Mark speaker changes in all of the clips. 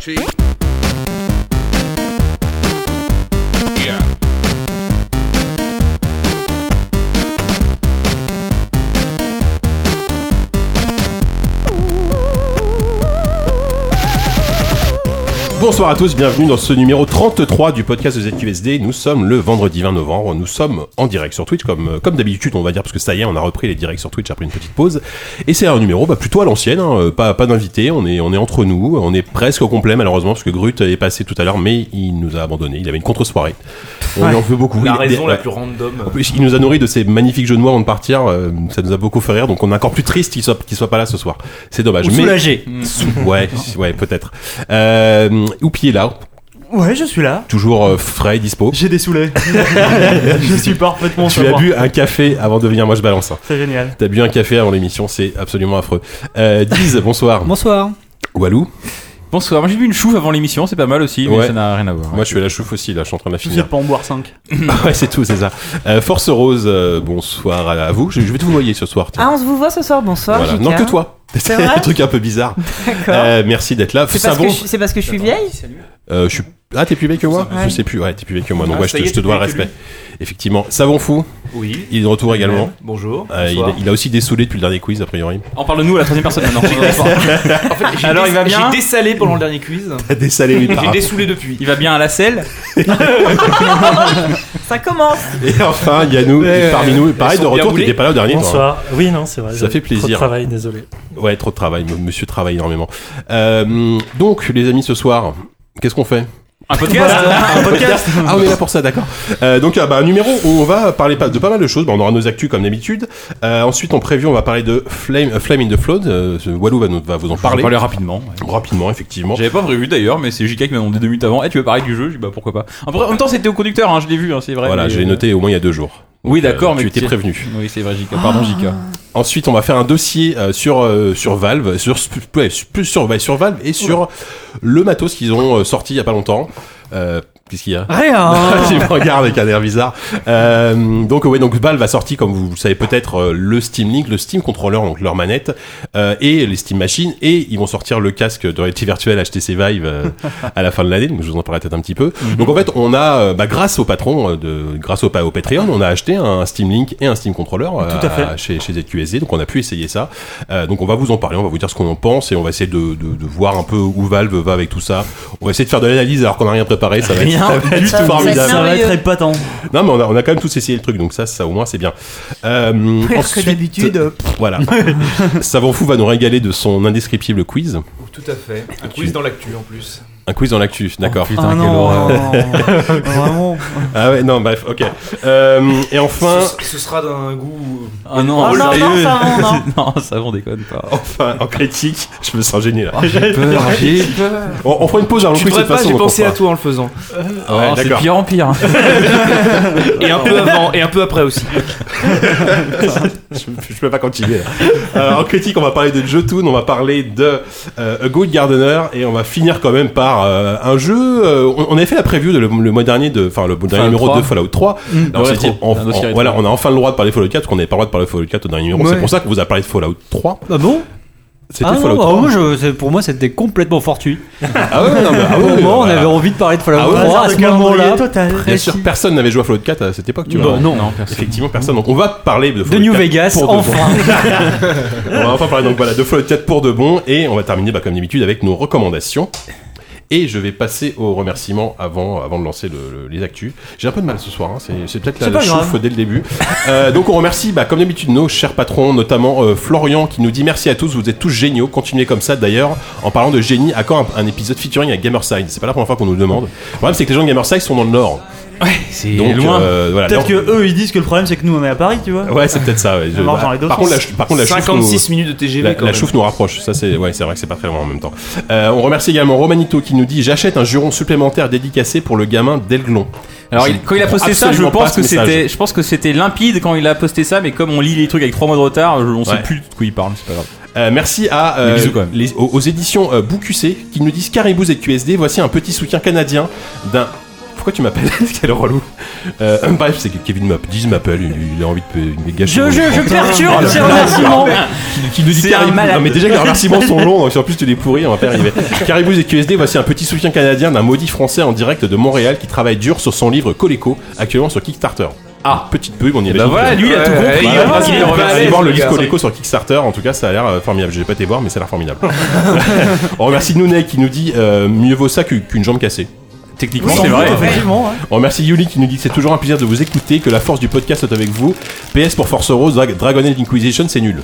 Speaker 1: cheek. Yeah.
Speaker 2: Bonsoir à tous, bienvenue dans ce numéro 33 du podcast de ZQSD. Nous sommes le vendredi 20 novembre, nous sommes en direct sur Twitch, comme, comme d'habitude on va dire, parce que ça y est, on a repris les directs sur Twitch après une petite pause. Et c'est un numéro bah, plutôt à l'ancienne, hein, euh, pas, pas d'invité, on est, on est entre nous, on est presque au complet malheureusement, parce que Grut est passé tout à l'heure, mais il nous a abandonné, il avait une contre-soirée. On lui en veut beaucoup.
Speaker 3: La
Speaker 2: Il a-
Speaker 3: raison la
Speaker 2: ouais.
Speaker 3: plus random.
Speaker 2: Il nous a nourri de ses magnifiques jeux de mots avant de partir. euh, ça nous a beaucoup fait rire, donc on est encore plus triste qu'il soit, qu'il soit pas là ce soir. C'est dommage.
Speaker 4: Ou
Speaker 2: mais-
Speaker 4: soulagé.
Speaker 2: Sou- ouais, ouais, peut-être. Euh, Oupi est là,
Speaker 4: Ouais, je suis là.
Speaker 2: toujours euh, frais et dispo.
Speaker 4: J'ai des soulets. je suis parfaitement
Speaker 2: Tu as bu un café avant de venir, moi je balance. hein.
Speaker 4: C'est génial.
Speaker 2: T'as bu un café avant l'émission, c'est absolument affreux. Euh, Diz, bonsoir.
Speaker 5: Bonsoir.
Speaker 2: Walou,
Speaker 6: Bonsoir, moi j'ai vu une chouffe avant l'émission, c'est pas mal aussi, mais
Speaker 2: Ouais.
Speaker 6: ça n'a rien à voir.
Speaker 2: moi je suis à la chouffe aussi, là, je suis en train de la
Speaker 4: Je sais
Speaker 2: finir.
Speaker 4: pas en boire 5.
Speaker 2: ouais, c'est tout, c'est ça. Euh, Force Rose, euh, bonsoir à, à vous. Je, je vais tout vous noyer ce soir. tiens.
Speaker 7: Ah, on se vous voit ce soir, bonsoir.
Speaker 2: Voilà.
Speaker 7: JK.
Speaker 2: Non, que toi. C'est
Speaker 7: vrai
Speaker 2: un truc un peu bizarre.
Speaker 7: D'accord.
Speaker 2: Euh, merci d'être là. Fais
Speaker 7: c'est, parce
Speaker 2: savon.
Speaker 7: que je, c'est parce que je suis vieille
Speaker 2: Euh, je suis... Ah, t'es plus vieille que moi
Speaker 7: Ouais.
Speaker 2: Je sais plus. Ouais, t'es plus vieille que moi. Donc,
Speaker 3: Ah,
Speaker 2: ouais, je
Speaker 3: ça
Speaker 2: te,
Speaker 3: y est,
Speaker 2: je te
Speaker 3: t'es
Speaker 2: dois le
Speaker 3: plus
Speaker 2: respect. Effectivement. Savon fou,
Speaker 3: Oui.
Speaker 2: il est de retour également.
Speaker 3: Bonjour.
Speaker 2: Euh, il,
Speaker 3: bonsoir.
Speaker 2: il a aussi dessoulé depuis le dernier quiz, a priori.
Speaker 6: On parle de nous à la troisième personne maintenant.
Speaker 3: J'ai
Speaker 6: Alors,
Speaker 3: dé-
Speaker 6: il va bien
Speaker 3: J'ai dessalé pendant le dernier quiz.
Speaker 2: T'as dessalé lui
Speaker 3: J'ai dessoulé depuis.
Speaker 6: Ah. Il va bien à la selle
Speaker 7: Ça commence.
Speaker 2: Et enfin, Yannou,
Speaker 3: Ouais,
Speaker 2: et parmi nous. Pareil,
Speaker 3: elles
Speaker 2: de
Speaker 3: sont bien
Speaker 2: retour,
Speaker 3: roulées.
Speaker 2: t'étais pas là au dernier. toi, hein.
Speaker 8: Bonsoir. Oui, non, c'est vrai.
Speaker 2: Ça
Speaker 8: j'avais
Speaker 2: fait plaisir.
Speaker 8: Trop de travail, désolé.
Speaker 2: Ouais, trop de travail. m- Monsieur travaille énormément. Euh, donc, les amis, ce soir, qu'est-ce qu'on fait
Speaker 6: Un podcast
Speaker 2: Un podcast Ah, on est là pour ça, d'accord. Euh, donc, euh, bah, un numéro où on va parler pas- de pas mal de choses. Bah, on aura nos actus comme d'habitude. Euh, ensuite, en preview, on va parler de Flame, euh, Flame in the Flood. Euh, ce- Walou va, nous- va vous en
Speaker 6: Parlez.
Speaker 2: parler.
Speaker 6: Parler rapidement. ouais.
Speaker 2: Rapidement, effectivement.
Speaker 6: J'avais pas prévu d'ailleurs, mais c'est JK qui m'a demandé deux minutes avant. Eh, tu veux parler du jeu J'ai dit bah pourquoi pas. En vrai, en même temps, c'était au conducteur, hein, je l'ai vu, hein, c'est vrai.
Speaker 2: Voilà,
Speaker 6: mais,
Speaker 2: je l'ai
Speaker 6: euh,
Speaker 2: noté au moins il y a deux jours.
Speaker 6: Oui,
Speaker 2: Donc,
Speaker 6: d'accord,
Speaker 2: euh,
Speaker 6: mais
Speaker 2: tu étais
Speaker 6: tu- Ah.
Speaker 2: prévenu.
Speaker 6: Oui, c'est vrai, JK. Pardon, JK.
Speaker 2: Ensuite, on va faire un dossier euh, sur euh, sur Valve, sur sp- ouais, sur- plus sur, ouais, sur Valve et sur le matos qu'ils ont euh, sorti il y a pas longtemps. Euh, Qu'est-ce qu'il y a
Speaker 4: Rien.
Speaker 2: tu me
Speaker 8: Oh.
Speaker 2: regardes avec un air bizarre. Euh, donc ouais, donc Valve a sorti, comme vous le savez peut-être, euh, le Steam Link, le Steam Controller, donc leur manette, euh, et les Steam Machines, et ils vont sortir le casque de réalité virtuelle HTC Vive euh, à la fin de l'année. Donc je vous en parlerai peut-être un petit peu.
Speaker 8: Mhm.
Speaker 2: Donc en fait, on a, euh, bah, grâce au patron euh, de, grâce au, pa- au Patreon, on a acheté un Steam Link et un Steam Controller euh,
Speaker 8: Tout à fait.
Speaker 2: chez, chez ZQSD. Donc on a pu essayer ça. Euh, donc on va vous en parler, on va vous dire ce qu'on en pense et on va essayer de, de- de voir un peu où Valve va avec tout ça. On va essayer de faire de l'analyse alors qu'on n'a rien préparé. Ça va être,
Speaker 4: Rien
Speaker 2: ça va être
Speaker 4: du
Speaker 2: juste
Speaker 7: tout.
Speaker 2: formidable.
Speaker 7: Ça
Speaker 4: Ça va
Speaker 7: merveilleux.
Speaker 4: être épatant.
Speaker 2: Non, mais on a, on a quand même tous essayé le truc, donc ça, ça au moins, c'est bien. Euh,
Speaker 4: Pire que d'habitude.
Speaker 2: Voilà. Savant Fou va nous régaler de son indescriptible quiz.
Speaker 3: Tout à fait. Un
Speaker 2: quiz
Speaker 3: quiz dans l'actu en plus.
Speaker 2: Un quiz dans l'actu, d'accord.
Speaker 6: Oh, Putain,
Speaker 4: Ah
Speaker 6: quelle
Speaker 4: non.
Speaker 6: horreur.
Speaker 4: Vraiment.
Speaker 2: Ah ouais, non, bref, ok. Euh, et enfin,
Speaker 3: Ce, ce sera d'un goût.
Speaker 6: Ah non,
Speaker 7: Oh non, non, ça, non, non.
Speaker 6: non, ça on déconne pas.
Speaker 2: enfin, en critique, je me sens gêné là.
Speaker 6: j'ai peur, j'ai peur.
Speaker 2: On, on fera une pause avant le
Speaker 3: Oh. Tu
Speaker 2: quiz
Speaker 3: devrais
Speaker 2: de toute
Speaker 3: pas,
Speaker 2: façon.
Speaker 3: j'ai
Speaker 2: donc on
Speaker 3: pensé à
Speaker 2: fera.
Speaker 3: toi en le faisant.
Speaker 6: Oh, c'est de
Speaker 2: d'accord.
Speaker 6: pire en pire.
Speaker 3: Et un peu avant, et un peu après aussi.
Speaker 2: je, je peux pas continuer. là. Euh, en critique, on va parler de Jotun, on va parler de euh, A Good Gardener et on va finir quand même par euh, un jeu. euh, on, on avait fait la preview de le, le mois dernier de, enfin le dernier numéro
Speaker 6: 3.
Speaker 2: de Fallout 3.
Speaker 4: Mm.
Speaker 2: Là, on
Speaker 6: le
Speaker 2: s'est
Speaker 6: rétro.
Speaker 2: dit, en-
Speaker 6: Un dossier
Speaker 2: en-
Speaker 6: rétro.
Speaker 2: voilà, on a enfin le droit de parler de Fallout 4 parce qu'on n'avait pas le droit de parler de Fallout 4 au dernier numéro.
Speaker 4: Ouais.
Speaker 2: C'est pour ça que vous a parlé de Fallout 3.
Speaker 4: Ah bon
Speaker 2: C'était
Speaker 4: ah non,
Speaker 2: Fallout
Speaker 4: bah,
Speaker 2: 3.
Speaker 4: moi, je- c'est- pour moi c'était complètement fortuit.
Speaker 2: Ah ouais, non, mais- ah
Speaker 4: Pour
Speaker 2: ouais,
Speaker 4: moi on
Speaker 2: voilà.
Speaker 4: avait envie de parler de Fallout
Speaker 2: Ah ouais,
Speaker 4: 3 à ce moment-là.
Speaker 8: total.
Speaker 2: Bien sûr, personne n'avait joué à Fallout 4 à cette époque, tu vois.
Speaker 6: non, personne.
Speaker 2: Effectivement, personne. Donc, on va parler de
Speaker 4: De
Speaker 2: Fallout
Speaker 4: New
Speaker 2: 4
Speaker 4: Vegas,
Speaker 2: pour de bon.
Speaker 4: enfin.
Speaker 2: On va enfin parler donc voilà de Fallout 4 pour de bon et on va terminer bah, comme d'habitude avec nos recommandations. Et je vais passer aux remerciements avant, avant de lancer le- le- les actus. J'ai un peu de mal ce soir, hein, c'est, c'est peut-être la,
Speaker 4: C'est pas
Speaker 2: la
Speaker 4: grave.
Speaker 2: chouffe dès le début. Euh, donc on remercie bah, comme d'habitude nos chers patrons, notamment euh, Florian qui nous dit merci à tous, vous êtes tous géniaux, continuez comme ça d'ailleurs. En parlant de génie, à quand un, un épisode featuring à Gamerside C'est pas la première fois qu'on nous le demande. Le problème c'est que les gens de Gamerside sont dans le nord.
Speaker 6: C'est
Speaker 2: Donc
Speaker 6: loin.
Speaker 2: euh, voilà.
Speaker 4: Peut-être que
Speaker 2: Là,
Speaker 4: eux ils disent que le problème c'est que nous on est à Paris, tu vois.
Speaker 2: on- Ouais, c'est peut-être ça. ouais, je- bah,
Speaker 4: marche dans les deux
Speaker 2: par, contre, la,
Speaker 4: sens.
Speaker 2: ch- par contre, la chouffe nous-
Speaker 3: 56 minutes de TGV
Speaker 2: la,
Speaker 3: quand
Speaker 2: la
Speaker 3: même.
Speaker 2: chouffe nous rapproche, ça c'est ouais, c'est vrai que c'est pas très loin en même temps. Euh, on remercie également Romanito qui nous dit j'achète un juron supplémentaire dédicacé pour le gamin d'Elglon.
Speaker 6: Alors
Speaker 2: Je
Speaker 6: il- quand il a posté ça, je
Speaker 2: absolument pas
Speaker 6: pense
Speaker 2: ce
Speaker 6: que
Speaker 2: message.
Speaker 6: c'était, je pense que c'était limpide quand il a posté ça, mais comme on lit les trucs avec trois mois de retard, je- on sait
Speaker 2: Ouais.
Speaker 6: plus de quoi il parle. C'est pas grave.
Speaker 2: Euh, merci à euh,
Speaker 6: Des bisous, quand même.
Speaker 2: les- aux, aux éditions euh, QC qui nous disent Caribou ZQSD, voici un petit soutien canadien d'un pourquoi tu m'appelles Quel relou euh, Bref, c'est que Kevin m'appelle. Diz m'appelle, il, il a envie de, de gâcher.
Speaker 4: Je,
Speaker 2: mon
Speaker 4: je,
Speaker 2: écran.
Speaker 4: je perturbe ces remerciements.
Speaker 2: qui nous dit
Speaker 3: C'est un
Speaker 2: Caribou.
Speaker 3: malade.
Speaker 2: Non, mais déjà que les remerciements sont longs, donc hein. si en plus tu les pourris, on va pas y arriver. Caribou et QSD, voici un petit soutien canadien d'un maudit français en direct de Montréal qui travaille dur sur son livre Coleco, actuellement sur Kickstarter. Ah, petite pub, on y est.
Speaker 6: Bah voilà, lui, il a tout
Speaker 3: Ouais,
Speaker 6: compris.
Speaker 3: ouais,
Speaker 6: hein.
Speaker 3: ouais,
Speaker 6: Vas-y,
Speaker 3: ouais,
Speaker 6: on va
Speaker 3: ouais,
Speaker 2: Allez
Speaker 6: aller
Speaker 3: ouais,
Speaker 2: voir le
Speaker 3: les
Speaker 2: disco
Speaker 3: gars.
Speaker 2: Leco sur Kickstarter, en tout cas ça a l'air euh, formidable. Je vais pas été voir, mais ça a l'air formidable. on remercie Nounet qui nous dit euh, mieux vaut ça que- qu'une jambe cassée.
Speaker 6: Techniquement, c'est vrai.
Speaker 4: Effectivement, hein. ouais.
Speaker 2: On remercie Yuli qui nous dit que c'est toujours un plaisir de vous écouter, que la force du podcast est avec vous. PS pour Force Rose, Dra- Dragon Age Inquisition, c'est nul.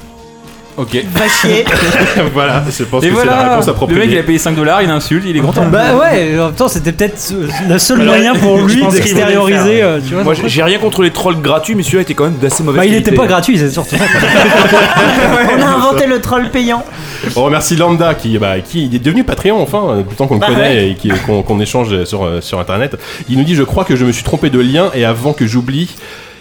Speaker 6: Ok.
Speaker 7: Va chier.
Speaker 2: voilà, je pense
Speaker 6: Et
Speaker 2: que c'est la
Speaker 6: voilà, le mec il
Speaker 2: réponse
Speaker 6: a
Speaker 2: appropriée.
Speaker 6: payé 5 dollars, il insulte, il est content.
Speaker 4: Bah ouais, en même temps, c'était peut-être euh, le seul
Speaker 3: Alors,
Speaker 4: moyen pour
Speaker 3: je
Speaker 4: lui
Speaker 3: pense qu'il voulait le
Speaker 4: d'extérioriser,
Speaker 3: faire.
Speaker 4: euh, tu vois.
Speaker 3: Moi, j'ai j'ai rien contre les trolls gratuits, mais celui-là était quand même d'assez mauvaise
Speaker 4: bah, il
Speaker 3: qualité.
Speaker 4: était pas gratuit, c'est surtout.
Speaker 7: On a inventé le troll payant.
Speaker 2: On remercie Lambda qui, bah, qui il est devenu Patreon enfin, euh, depuis le temps qu'on le
Speaker 7: Bah
Speaker 2: connaît
Speaker 7: ouais.
Speaker 2: et qui- qu'on qu'on échange euh, sur, euh, sur internet. Il nous dit Je crois que je me suis trompé de lien et avant que j'oublie.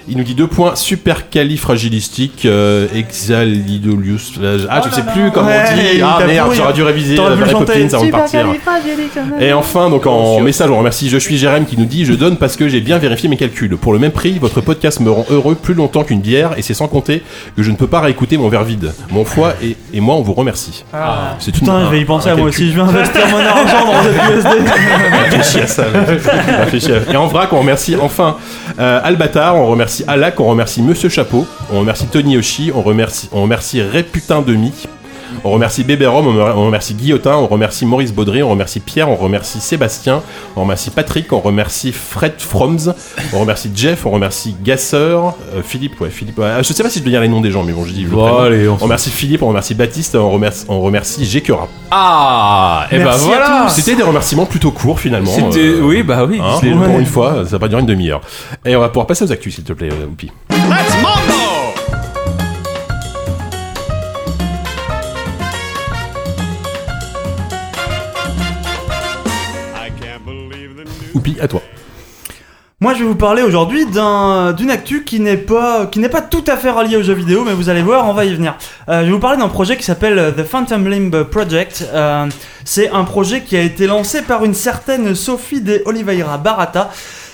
Speaker 2: Il nous dit deux points super califragilistique euh, exalidolius. Ah, je sais plus comment on
Speaker 4: Oh Ouais,
Speaker 2: dit.
Speaker 4: il
Speaker 2: Ah
Speaker 4: t'a
Speaker 2: merde,
Speaker 4: pourri. hein.
Speaker 2: j'aurais dû réviser
Speaker 4: T'aurais
Speaker 2: la
Speaker 4: pu le
Speaker 2: Mary
Speaker 4: chanter.
Speaker 2: Poppins avant de partir. Et enfin, donc en message, on remercie Je suis Jérém qui nous dit Je donne parce que j'ai bien vérifié mes calculs. Pour le même prix, votre podcast me rend heureux plus longtemps qu'une bière et c'est sans compter que je ne peux pas réécouter mon verre vide. Mon foie et, et moi, on vous remercie. C'est une-
Speaker 4: Putain, je vais y
Speaker 2: un-
Speaker 4: penser
Speaker 2: un
Speaker 4: à moi
Speaker 2: calcul.
Speaker 4: aussi, je vais investir mon argent dans cette USD.
Speaker 2: Réfléchis à ça. Réfléchis à- Et en vrac, on remercie enfin euh, Albatar, on remercie Alak, on remercie Monsieur Chapeau, on remercie Tony Yoshi, on remercie, on remercie Réputain Demi. On remercie Bébé Rome, on mer- on remercie Guillotin, on remercie Maurice Baudry, on remercie Pierre, on remercie Sébastien, on remercie Patrick, on remercie Fred Froms, on remercie Jeff, on remercie Gasseur, euh, Philippe, ouais, Philippe. ouais, je sais pas si je dois dire les noms des gens, mais bon, je dis. je le prénom.
Speaker 6: allez,
Speaker 2: on remercie Philippe, on remercie Baptiste, on remercie, on remercie Jekera.
Speaker 6: Ah, et bah
Speaker 4: Merci à
Speaker 6: voilà.
Speaker 2: C'était des remerciements plutôt courts finalement.
Speaker 6: C'était,
Speaker 2: euh,
Speaker 6: oui, bah oui.
Speaker 2: Hein,
Speaker 6: c'est-
Speaker 2: Pour une fois, ça va pas durer une demi-heure. Et on va pouvoir passer aux actus, s'il te plaît, euh, Oupi. Oupi, à toi.
Speaker 4: Moi, je vais vous parler aujourd'hui d'un- d'une actu qui n'est pas qui n'est pas tout à fait reliée aux jeux vidéo, mais vous allez voir, on va y venir. Euh, je vais vous parler d'un projet qui s'appelle euh, The Phantom Limb Project. Euh, C'est un projet qui a été lancé par une certaine Sophie de Oliveira Barata.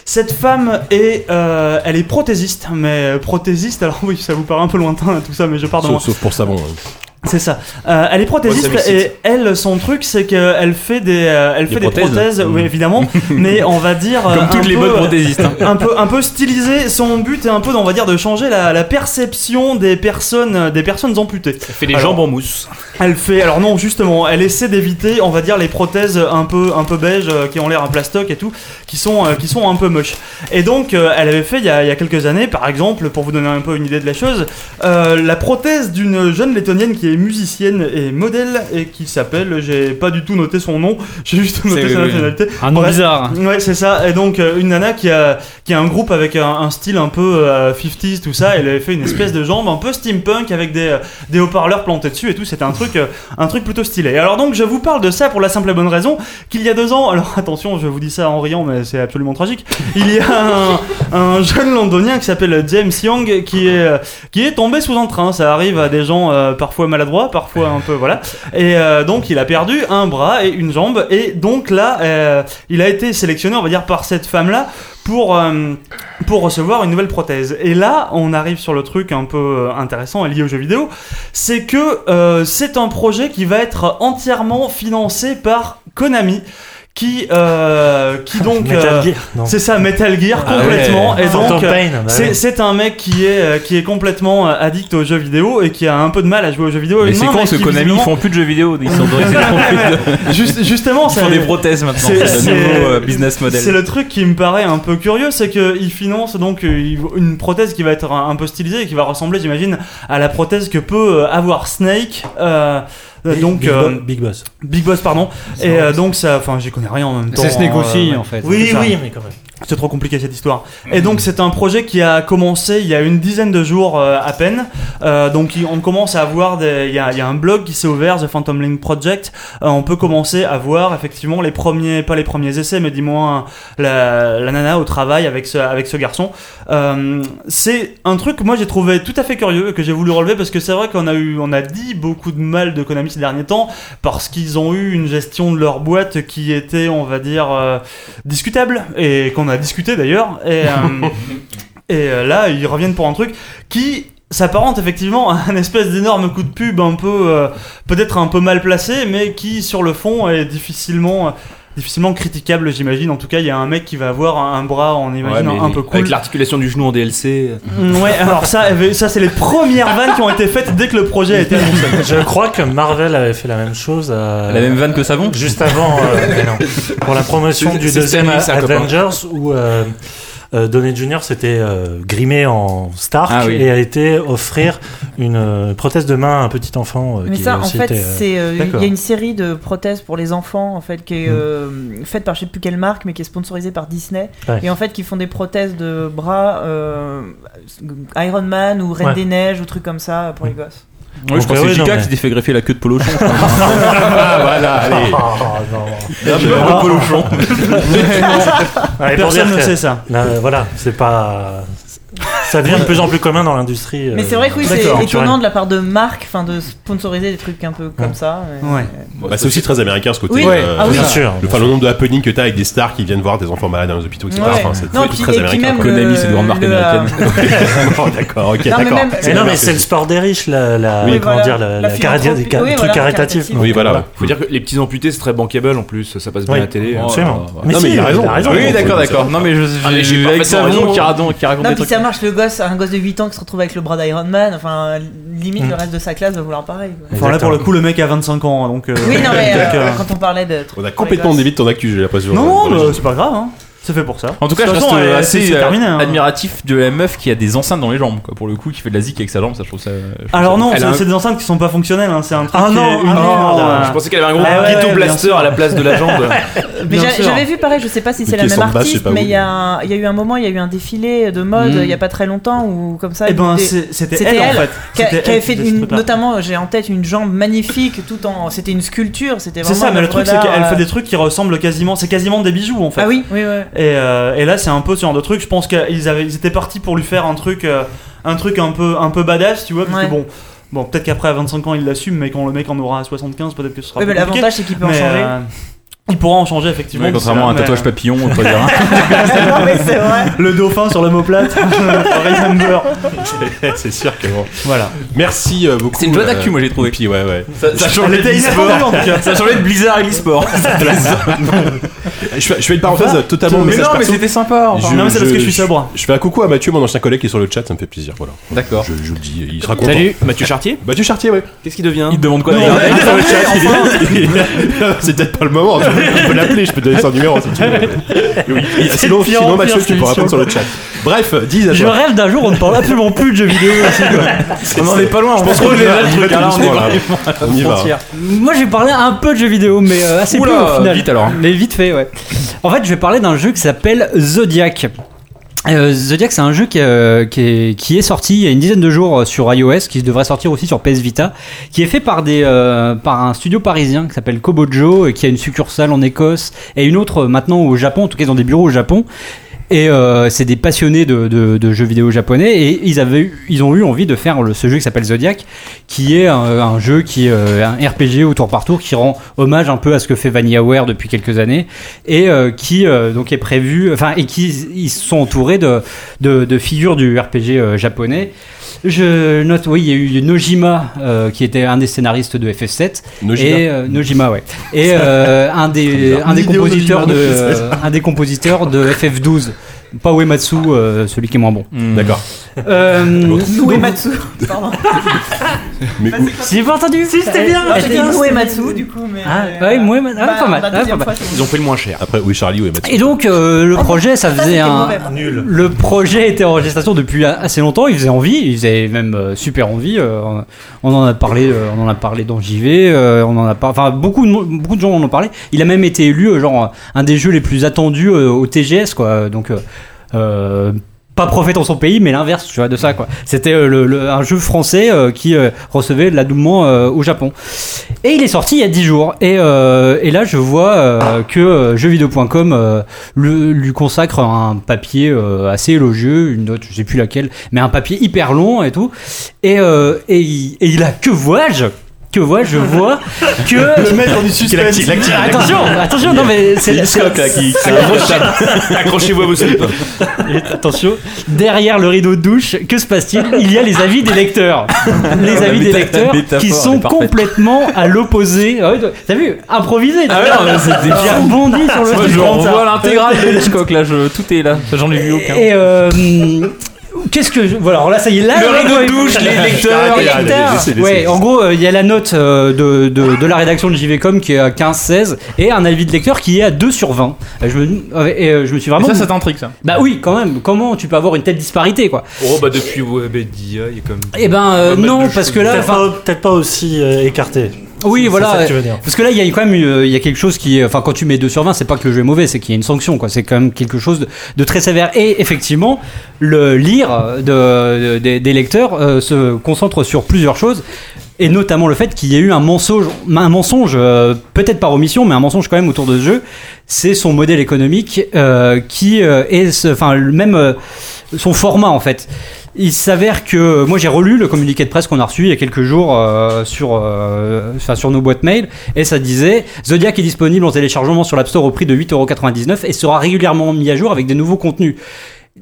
Speaker 4: Cette femme est, euh, elle est prothésiste, mais euh, prothésiste. Alors oui, ça vous paraît un peu lointain hein, tout ça, mais je pars dans
Speaker 2: Sauf, sauf pour savon. hein.
Speaker 4: c'est ça. Euh, elle est prothésiste
Speaker 3: Ouais, ça m'excite.
Speaker 4: et elle, son truc, c'est qu'elle fait des, euh, elle fait des
Speaker 6: prothèses. Mm.
Speaker 4: prothèses, oui, évidemment, mais on va dire euh,
Speaker 6: Comme
Speaker 4: un
Speaker 6: toutes les
Speaker 4: peu,
Speaker 6: bonnes
Speaker 4: euh,
Speaker 6: prothésistes. hein.
Speaker 4: un peu, un peu stylisé. Son but est un peu, on va dire, de changer la, la perception des personnes, euh, des personnes amputées.
Speaker 3: Elle fait des
Speaker 4: Alors-
Speaker 3: jambes en mousse.
Speaker 4: Elle fait, alors non, justement, elle essaie d'éviter, on va dire, les prothèses un peu, un peu beiges euh, qui ont l'air un plastoc et tout, qui sont, euh, qui sont un peu moches. Et donc, euh, elle avait fait il y, a, il y a quelques années, par exemple, pour vous donner un peu une idée de la chose, euh, la prothèse d'une jeune lettonienne qui est musicienne et modèle et qui s'appelle, j'ai pas du tout noté son nom, j'ai juste noté
Speaker 6: C'est-
Speaker 4: sa
Speaker 6: oui.
Speaker 4: nationalité.
Speaker 5: Un nom
Speaker 4: Ouais.
Speaker 5: bizarre.
Speaker 4: Ouais, c'est ça. Et donc, euh, une nana qui a, qui a un groupe avec un, un style un peu euh, 50s, tout ça. Elle avait fait une espèce de jambe un peu steampunk avec des, euh, des haut-parleurs plantés dessus et tout. C'était un truc, euh, un truc plutôt stylé. Alors, donc, je vous parle de ça pour la simple et bonne raison qu'il y a deux ans, alors attention, je vous dis ça en riant, mais c'est absolument tragique. Il y a un, un jeune londonien qui s'appelle James Young qui est, euh, qui est tombé sous un train. Ça arrive à des gens euh, parfois maladroits, parfois un peu, voilà. Et euh, donc, il a perdu un bras et une jambe. Et donc, là, euh, il a été sélectionné, on va dire, par cette femme-là pour, euh, pour recevoir une nouvelle prothèse. Et là, on arrive sur le truc un peu euh, intéressant et lié aux jeux vidéo, c'est que euh, c'est un projet qui va être entièrement financé par Konami. Qui, euh, qui donc. euh, c'est ça, Metal Gear
Speaker 6: Ah ouais.
Speaker 4: complètement. Et
Speaker 8: Phantom
Speaker 4: donc, euh,
Speaker 8: Pain, bah
Speaker 4: c'est
Speaker 8: ouais.
Speaker 4: c'est un mec qui est, euh, qui est complètement euh, addict aux jeux vidéo et qui a un peu de mal à jouer aux jeux vidéo. à
Speaker 6: Mais
Speaker 4: une
Speaker 6: c'est
Speaker 4: main,
Speaker 6: con, parce
Speaker 4: qui,
Speaker 6: que Konami, ils
Speaker 4: visiblement-
Speaker 6: font plus de jeux vidéo. Ils sont dans ils font plus de-
Speaker 4: Juste- Justement,
Speaker 6: ils
Speaker 4: ça
Speaker 6: font des prothèses maintenant.
Speaker 4: c'est-
Speaker 6: C'est
Speaker 4: c'est-
Speaker 6: le nouveau euh, business
Speaker 4: C'est
Speaker 6: model.
Speaker 4: le truc qui me paraît un peu curieux, c'est qu'il finance donc euh, une prothèse qui va être un, un peu stylisée et qui va ressembler, j'imagine, à la prothèse que peut euh, avoir Snake. euh, euh,
Speaker 8: Big-
Speaker 4: donc
Speaker 8: Big,
Speaker 4: euh,
Speaker 8: Bo- Big Boss.
Speaker 4: Big Boss pardon et euh, donc ça enfin j'y connais rien en même temps
Speaker 5: C'est Snake
Speaker 4: hein,
Speaker 5: aussi,
Speaker 4: euh,
Speaker 5: en fait.
Speaker 8: Oui,
Speaker 4: ça.
Speaker 8: oui, mais quand même.
Speaker 4: c'est trop compliqué cette histoire. Et donc c'est un projet qui a commencé il y a une dizaine de jours euh, à peine. Euh, donc il- on commence à voir des, il y a, il y a un blog qui s'est ouvert, The Phantom Link Project. Euh, on peut commencer à voir effectivement les premiers, pas les premiers essais, mais dis-moi la, la nana au travail avec ce avec ce garçon. Euh, c'est un truc que moi j'ai trouvé tout à fait curieux et que j'ai voulu relever parce que c'est vrai qu'on a eu, on a dit beaucoup de mal de Konami ces derniers temps parce qu'ils ont eu une gestion de leur boîte qui était, on va dire. euh, discutable et qu'on a discuté d'ailleurs. Et, euh, et euh, là, ils reviennent pour un truc qui s'apparente effectivement à un espèce d'énorme coup de pub un peu, euh, peut-être un peu mal placé, mais qui sur le fond est difficilement, euh, difficilement critiquable, j'imagine. En tout cas, il y a un mec qui va avoir un, un bras, on imagine, un, un peu cool.
Speaker 5: Avec l'articulation du genou en DLC.
Speaker 4: Mm, Ouais, alors ça, eh, ça c'est les premières vannes qui ont été faites dès que le projet a été annoncé.
Speaker 8: Je crois que Marvel avait fait la même chose à-
Speaker 6: La même vanne que savon
Speaker 8: juste avant euh, mais non. pour la promotion
Speaker 5: C'est-
Speaker 8: du
Speaker 5: c'est
Speaker 8: deuxième
Speaker 5: Stanley, ça, copain.
Speaker 8: Avengers où euh, euh, Downey Jr s'était euh, grimé en Stark
Speaker 6: Ah oui.
Speaker 8: et a été offrir une euh, prothèse de main à un petit enfant euh,
Speaker 7: Mais
Speaker 8: qui
Speaker 7: ça, en
Speaker 8: aussi
Speaker 7: fait,
Speaker 8: était, euh,
Speaker 7: c'est euh, il
Speaker 8: d'accord.
Speaker 7: y a une série de prothèses pour les enfants en fait qui est euh, faite par je sais plus quelle marque, mais qui est sponsorisée par Disney.
Speaker 8: Ouais.
Speaker 7: Et en fait, qui font des prothèses de bras euh, Iron Man ou Reine
Speaker 8: Ouais.
Speaker 7: des Neiges ou trucs comme ça pour les gosses.
Speaker 6: Oui, je
Speaker 8: Donc, ouais,
Speaker 6: pensais
Speaker 8: non,
Speaker 6: Jika
Speaker 8: mais-
Speaker 6: qui s'était fait greffer la queue de Polochon.
Speaker 2: Ah, voilà, allez.
Speaker 8: Ah, non.
Speaker 6: Le Polochon.
Speaker 8: Ouais, pour
Speaker 4: Personne
Speaker 8: dire
Speaker 4: ne
Speaker 8: que-
Speaker 4: sait ça.
Speaker 8: Là, euh, voilà, c'est pas. Ça devient de plus en plus commun dans l'industrie. euh,
Speaker 7: mais c'est vrai que oui, c'est
Speaker 8: culturelle.
Speaker 7: étonnant de la part de marques, enfin de sponsoriser des trucs un peu comme ça. euh, mais-
Speaker 4: Ouais.
Speaker 2: Bah, c'est aussi très américain ce côté. euh,
Speaker 7: Oui. Ah oui.
Speaker 8: Bien sûr.
Speaker 2: Le, enfin, le nombre de happenings que t'as avec des stars qui viennent voir des enfants malades dans les hôpitaux, etc.
Speaker 7: Ouais.
Speaker 2: Enfin, c'est
Speaker 7: Non,
Speaker 2: c'est
Speaker 7: puis-
Speaker 2: très
Speaker 7: et puis
Speaker 2: américain.
Speaker 7: même
Speaker 2: quoi.
Speaker 7: le-
Speaker 6: Konami, c'est une grande marque
Speaker 7: le-
Speaker 6: américaine.
Speaker 2: Bon, d'accord, ok,
Speaker 7: Non, mais
Speaker 2: d'accord.
Speaker 7: même-
Speaker 8: Mais non, mais
Speaker 2: bien
Speaker 8: c'est le
Speaker 2: aussi.
Speaker 8: sport des riches, la, la-
Speaker 7: Oui,
Speaker 8: comment
Speaker 7: voilà.
Speaker 8: dire, la,
Speaker 7: La
Speaker 8: la cara-
Speaker 7: philanthropie.
Speaker 8: ca-
Speaker 7: Oui,
Speaker 8: truc
Speaker 7: voilà,
Speaker 8: caritatif.
Speaker 7: caritatif.
Speaker 8: donc,
Speaker 2: Oui, voilà.
Speaker 8: voilà.
Speaker 5: Faut dire que les petits amputés, c'est très bankable en plus, ça passe bien
Speaker 8: Oui.
Speaker 5: à la télé.
Speaker 6: Oh,
Speaker 8: Absolument.
Speaker 6: là, là.
Speaker 8: Mais
Speaker 2: Non,
Speaker 8: si,
Speaker 2: mais il a raison.
Speaker 8: Il a raison.
Speaker 6: Oui, d'accord,
Speaker 5: oui,
Speaker 6: d'accord. Non, mais je
Speaker 5: Ah, mais j'ai
Speaker 6: j'ai avec
Speaker 5: parfaitement
Speaker 6: savon
Speaker 5: raison.
Speaker 6: qui raconte qui raconte
Speaker 7: Non,
Speaker 6: des
Speaker 7: puis
Speaker 6: trucs.
Speaker 7: ça marche, le gosse, un gosse de 8 ans qui se retrouve avec le bras d'Iron Man, enfin, limite
Speaker 2: Mm.
Speaker 7: le reste de sa classe va vouloir pareil. quoi.
Speaker 4: Enfin là pour le coup le mec a 25 ans donc. euh,
Speaker 7: Oui, non, mais
Speaker 4: donc,
Speaker 7: euh,
Speaker 4: euh,
Speaker 7: quand on parlait de. trucs
Speaker 2: On
Speaker 7: pour
Speaker 2: a
Speaker 7: les
Speaker 2: complètement
Speaker 7: gosses.
Speaker 2: dévié de ton actu, j'ai l'impression.
Speaker 4: Non,
Speaker 2: Euh,
Speaker 4: non, mais c'est pas grave, hein. C'est fait pour ça.
Speaker 6: En tout cas,
Speaker 4: De
Speaker 6: je
Speaker 4: toute
Speaker 6: reste
Speaker 4: façon, elle- c'est-
Speaker 6: assez
Speaker 4: c'est
Speaker 6: euh,
Speaker 4: terminé, hein.
Speaker 6: admiratif de la meuf qui a des enceintes dans les jambes, quoi. Pour le coup, qui fait de la zik avec sa jambe, ça je trouve ça. je trouve
Speaker 4: Alors
Speaker 6: ça-
Speaker 4: non,
Speaker 6: Elle a
Speaker 4: c'est
Speaker 6: un-
Speaker 4: c'est des enceintes qui sont pas fonctionnelles, hein. c'est un truc
Speaker 8: Ah
Speaker 4: qui
Speaker 8: non,
Speaker 4: est une
Speaker 8: ah
Speaker 4: merde,
Speaker 8: non,
Speaker 4: hein.
Speaker 5: Je pensais qu'elle avait un gros
Speaker 4: Ah ouais,
Speaker 5: ghetto
Speaker 4: ouais,
Speaker 5: blaster
Speaker 4: bien sûr.
Speaker 5: à la place de la jambe.
Speaker 7: Mais
Speaker 4: Bien
Speaker 7: j'a-
Speaker 4: sûr.
Speaker 7: j'avais vu pareil, je sais pas si c'est la
Speaker 2: Mickey
Speaker 7: même
Speaker 2: Samba, je sais
Speaker 7: artiste,
Speaker 2: pas
Speaker 7: mais
Speaker 2: où.
Speaker 7: il y, a un- il y a eu un moment, il y a eu un défilé de mode
Speaker 6: Mm.
Speaker 7: il y a pas très longtemps où comme ça.
Speaker 4: Eh ben
Speaker 7: des-
Speaker 4: c'est- c'était
Speaker 7: c'était
Speaker 4: elle,
Speaker 7: elle
Speaker 4: en fait.
Speaker 7: qui a-
Speaker 4: C'était
Speaker 7: qui avait
Speaker 4: elle
Speaker 7: fait
Speaker 4: qui
Speaker 7: une-
Speaker 4: faisait ce truc-là.
Speaker 7: notamment, j'ai en tête une jambe magnifique, tout en c'était une sculpture, c'était
Speaker 4: C'est
Speaker 7: vraiment.
Speaker 4: ça,
Speaker 7: une
Speaker 4: mais le
Speaker 7: œuvre
Speaker 4: truc c'est
Speaker 7: d'art,
Speaker 4: qu'elle
Speaker 7: euh,
Speaker 4: fait des trucs qui ressemblent quasiment, c'est quasiment des bijoux en fait.
Speaker 7: Ah oui, oui, oui.
Speaker 4: Et, euh, et là c'est un peu ce genre de truc. Je pense qu'ils avaient, ils étaient partis pour lui faire un truc, euh, un truc un peu, un peu badass, tu vois. Parce
Speaker 7: Ouais.
Speaker 4: que bon, bon peut-être qu'après à 25 ans il l'assume, mais quand le mec en aura à 75, peut-être que ce sera.
Speaker 7: Oui, mais
Speaker 4: plus compliqué.
Speaker 7: l'avantage c'est qu'il peut en
Speaker 4: Mais,
Speaker 7: changer.
Speaker 4: euh, il pourra en changer effectivement.
Speaker 6: Ouais, contrairement à un
Speaker 4: Mais,
Speaker 6: tatouage papillon, on peut dire.
Speaker 7: Non, mais c'est vrai.
Speaker 4: euh, Le dauphin sur le mot plate. Remember.
Speaker 2: c'est sûr que bon.
Speaker 4: Voilà.
Speaker 2: Merci euh, beaucoup.
Speaker 6: C'est une joie d'actu, moi j'ai trouvé.
Speaker 2: Puis ouais, ouais.
Speaker 6: Ça, ça
Speaker 4: Elle
Speaker 6: changeait de
Speaker 4: était inattendue en
Speaker 6: l'e-sport.
Speaker 4: tout cas.
Speaker 6: Ça changeait de Blizzard et l'e-sport.
Speaker 2: Je fais, je fais une parenthèse euh, totalement
Speaker 6: mais
Speaker 2: message
Speaker 6: non, mais
Speaker 2: perso.
Speaker 6: c'était sympa. enfin.
Speaker 2: Je-
Speaker 4: Non, mais c'est parce que je suis sobre.
Speaker 2: Je fais un coucou à Mathieu, mon ancien collègue qui est sur le chat, ça me fait plaisir. Voilà.
Speaker 6: D'accord.
Speaker 2: Je, je vous le dis, il sera content.
Speaker 5: Salut, Mathieu Chartier
Speaker 2: Mathieu Chartier, ouais.
Speaker 5: Qu'est-ce qu'il devient
Speaker 6: Il te demande quoi d'ailleurs
Speaker 2: c'est peut-être pas le moment. tu- Je peux l'appeler, je peux te donner son numéro si tu veux. Oui, sinon,
Speaker 4: pire,
Speaker 2: sinon,
Speaker 4: pire
Speaker 2: Mathieu, tu pourras
Speaker 4: solution.
Speaker 2: prendre sur le chat. Bref, dis à
Speaker 4: Je
Speaker 2: toi.
Speaker 4: rêve d'un jour on ne parle absolument plus de jeux vidéo.
Speaker 6: On en est pas loin, on pense qu'on est là le truc.
Speaker 2: Tout
Speaker 6: alors on est
Speaker 2: doucement, là. On y va.
Speaker 5: frontière.
Speaker 9: Moi, j'ai parlé un peu de jeux vidéo, mais euh, assez peu
Speaker 6: Oula,
Speaker 9: au final.
Speaker 6: vite alors.
Speaker 9: Mais vite fait, ouais. En fait, je vais parler d'un jeu qui s'appelle Zodiac. Euh, Zodiac, c'est un jeu qui, euh, qui, est, qui est sorti il y a une dizaine de jours euh, sur iOS, qui devrait sortir aussi sur PS Vita, qui est fait par, des, euh, par un studio parisien qui s'appelle Kobojo, et qui a une succursale en Écosse et une autre euh, maintenant au Japon, en tout cas ils ont des bureaux au Japon. Et euh, c'est des passionnés de, de- de jeux vidéo japonais et ils, avaient eu- ils ont eu envie de faire le- ce jeu qui s'appelle Zodiac, qui est un, un jeu qui est euh, un RPG au tour par tour qui rend hommage un peu à ce que fait VanillaWare depuis quelques années et euh, qui euh, donc est prévu, enfin et qui ils se sont entourés de, de, de figures du RPG euh, japonais. Je note, oui, il y a eu Nojima euh, qui était un des scénaristes de FF7
Speaker 2: Nojima.
Speaker 9: et euh, Nojima ouais et euh, un des un des
Speaker 4: Hideo
Speaker 9: compositeurs de
Speaker 4: Nojima,
Speaker 9: euh, un des compositeurs de FF12 pas Uematsu euh, celui qui est moins bon
Speaker 6: Hmm.
Speaker 2: D'accord.
Speaker 9: euh,
Speaker 7: Nous et Matsu. Pardon.
Speaker 2: Mais où-
Speaker 9: j'ai pas entendu si
Speaker 7: Eh, non, J'ai dit nous et Matsu du coup, mais.
Speaker 9: ah
Speaker 7: euh,
Speaker 9: ouais moi ah,
Speaker 7: bah,
Speaker 9: pas mal
Speaker 7: la
Speaker 9: ah,
Speaker 7: deuxième
Speaker 9: pas
Speaker 7: fois,
Speaker 9: mal.
Speaker 7: c'est bon.
Speaker 5: Ils ont pris le moins cher.
Speaker 2: Après, oui, Charlie, oui, Mathieu.
Speaker 9: et donc euh, le projet ça
Speaker 7: Ah, Ça,
Speaker 9: faisait
Speaker 7: c'était
Speaker 9: un
Speaker 7: mauvais, par contre.
Speaker 8: Nul.
Speaker 9: le projet était en gestation depuis assez longtemps. Il faisait envie, il faisait même euh, super envie. euh, on en a parlé, euh, on en a parlé dans JV. euh, on en a par- enfin beaucoup de mo- beaucoup de gens en ont parlé. Il a même été élu euh, genre un des jeux les plus attendus euh, au TGS quoi. Donc euh, euh, pas prophète en son pays, mais l'inverse, tu vois, de ça, quoi. C'était euh, le- le- un jeu français euh, qui euh, recevait l'adoubement euh, au Japon. Et il est sorti il y a 10 jours. Et, euh, et là, je vois euh, que euh, jeuxvideo.com euh, le- lui consacre un papier euh, assez élogieux, une note, je sais plus laquelle, mais un papier hyper long et tout. Et, euh, et, il- et il a que vois-je que vois Je vois que. Ah,
Speaker 4: Le maître du suspense.
Speaker 9: Attention, attention, non mais c'est. c'est-
Speaker 5: Accrochez-vous à vos slips.
Speaker 9: Attention, derrière le rideau de douche, que se passe-t-il Il y a les avis des lecteurs. Les avis des
Speaker 6: méta-
Speaker 9: lecteurs
Speaker 6: la métaphore
Speaker 9: qui
Speaker 6: est
Speaker 9: sont
Speaker 6: parfaite.
Speaker 9: complètement à l'opposé. Ah ouais, T'as vu Improvisé
Speaker 6: Ah ouais, non, mais c'est
Speaker 9: Tu
Speaker 6: bien.
Speaker 9: rebondis sur le
Speaker 6: Moi,
Speaker 9: truc.
Speaker 6: je renvoie l'intégrale de Hitchcock là, je- tout est là. J'en ai vu aucun.
Speaker 9: Et euh, qu'est-ce que je- voilà alors là ça y est là
Speaker 6: Le
Speaker 9: là,
Speaker 6: rideau
Speaker 9: ouais,
Speaker 6: de douche, les lecteurs,
Speaker 9: les
Speaker 6: les-
Speaker 9: lecteurs.
Speaker 2: laissez, laissez,
Speaker 9: ouais
Speaker 2: laissez.
Speaker 9: en gros euh, il y a la note euh, de, de, de la rédaction de JVcom qui est à 15-16 et un avis de lecteur qui est à 2 sur 20 Euh, je me, et, euh, je me suis
Speaker 6: Et
Speaker 9: vraiment
Speaker 6: ça, ça t'intrigue ça.
Speaker 9: bah oui quand même comment tu peux avoir une telle disparité quoi
Speaker 5: Oh bah depuis Webedia, il y a quand même.
Speaker 9: Eh ben euh,
Speaker 5: Pas mal
Speaker 9: non
Speaker 5: de
Speaker 9: parce
Speaker 5: choses.
Speaker 9: que là
Speaker 8: Peut-être
Speaker 9: enfin,
Speaker 8: pas, peut-être pas aussi euh, écarté.
Speaker 9: oui
Speaker 8: C'est
Speaker 9: voilà
Speaker 8: ça que tu veux dire.
Speaker 9: Parce que là, il y a quand même euh, il y a quelque chose qui. est- Enfin, quand tu mets 2 sur 20, c'est pas que le jeu est mauvais, c'est qu'il y a une sanction, quoi. C'est quand même quelque chose de, de très sévère. Et effectivement, le lire de, de- des- des lecteurs euh, se concentre sur plusieurs choses. Et notamment le fait qu'il y ait eu un mensonge, un mensonge euh, peut-être par omission, mais un mensonge quand même autour de ce jeu, c'est son modèle économique euh, qui euh, est, ce- enfin, le même euh, son format en fait. Il s'avère que euh, moi j'ai relu le communiqué de presse qu'on a reçu il y a quelques jours euh, sur, euh, enfin, sur nos boîtes mail et ça disait Zodiac est disponible en téléchargement sur l'App Store au prix de 8,99€ et sera régulièrement mis à jour avec des nouveaux contenus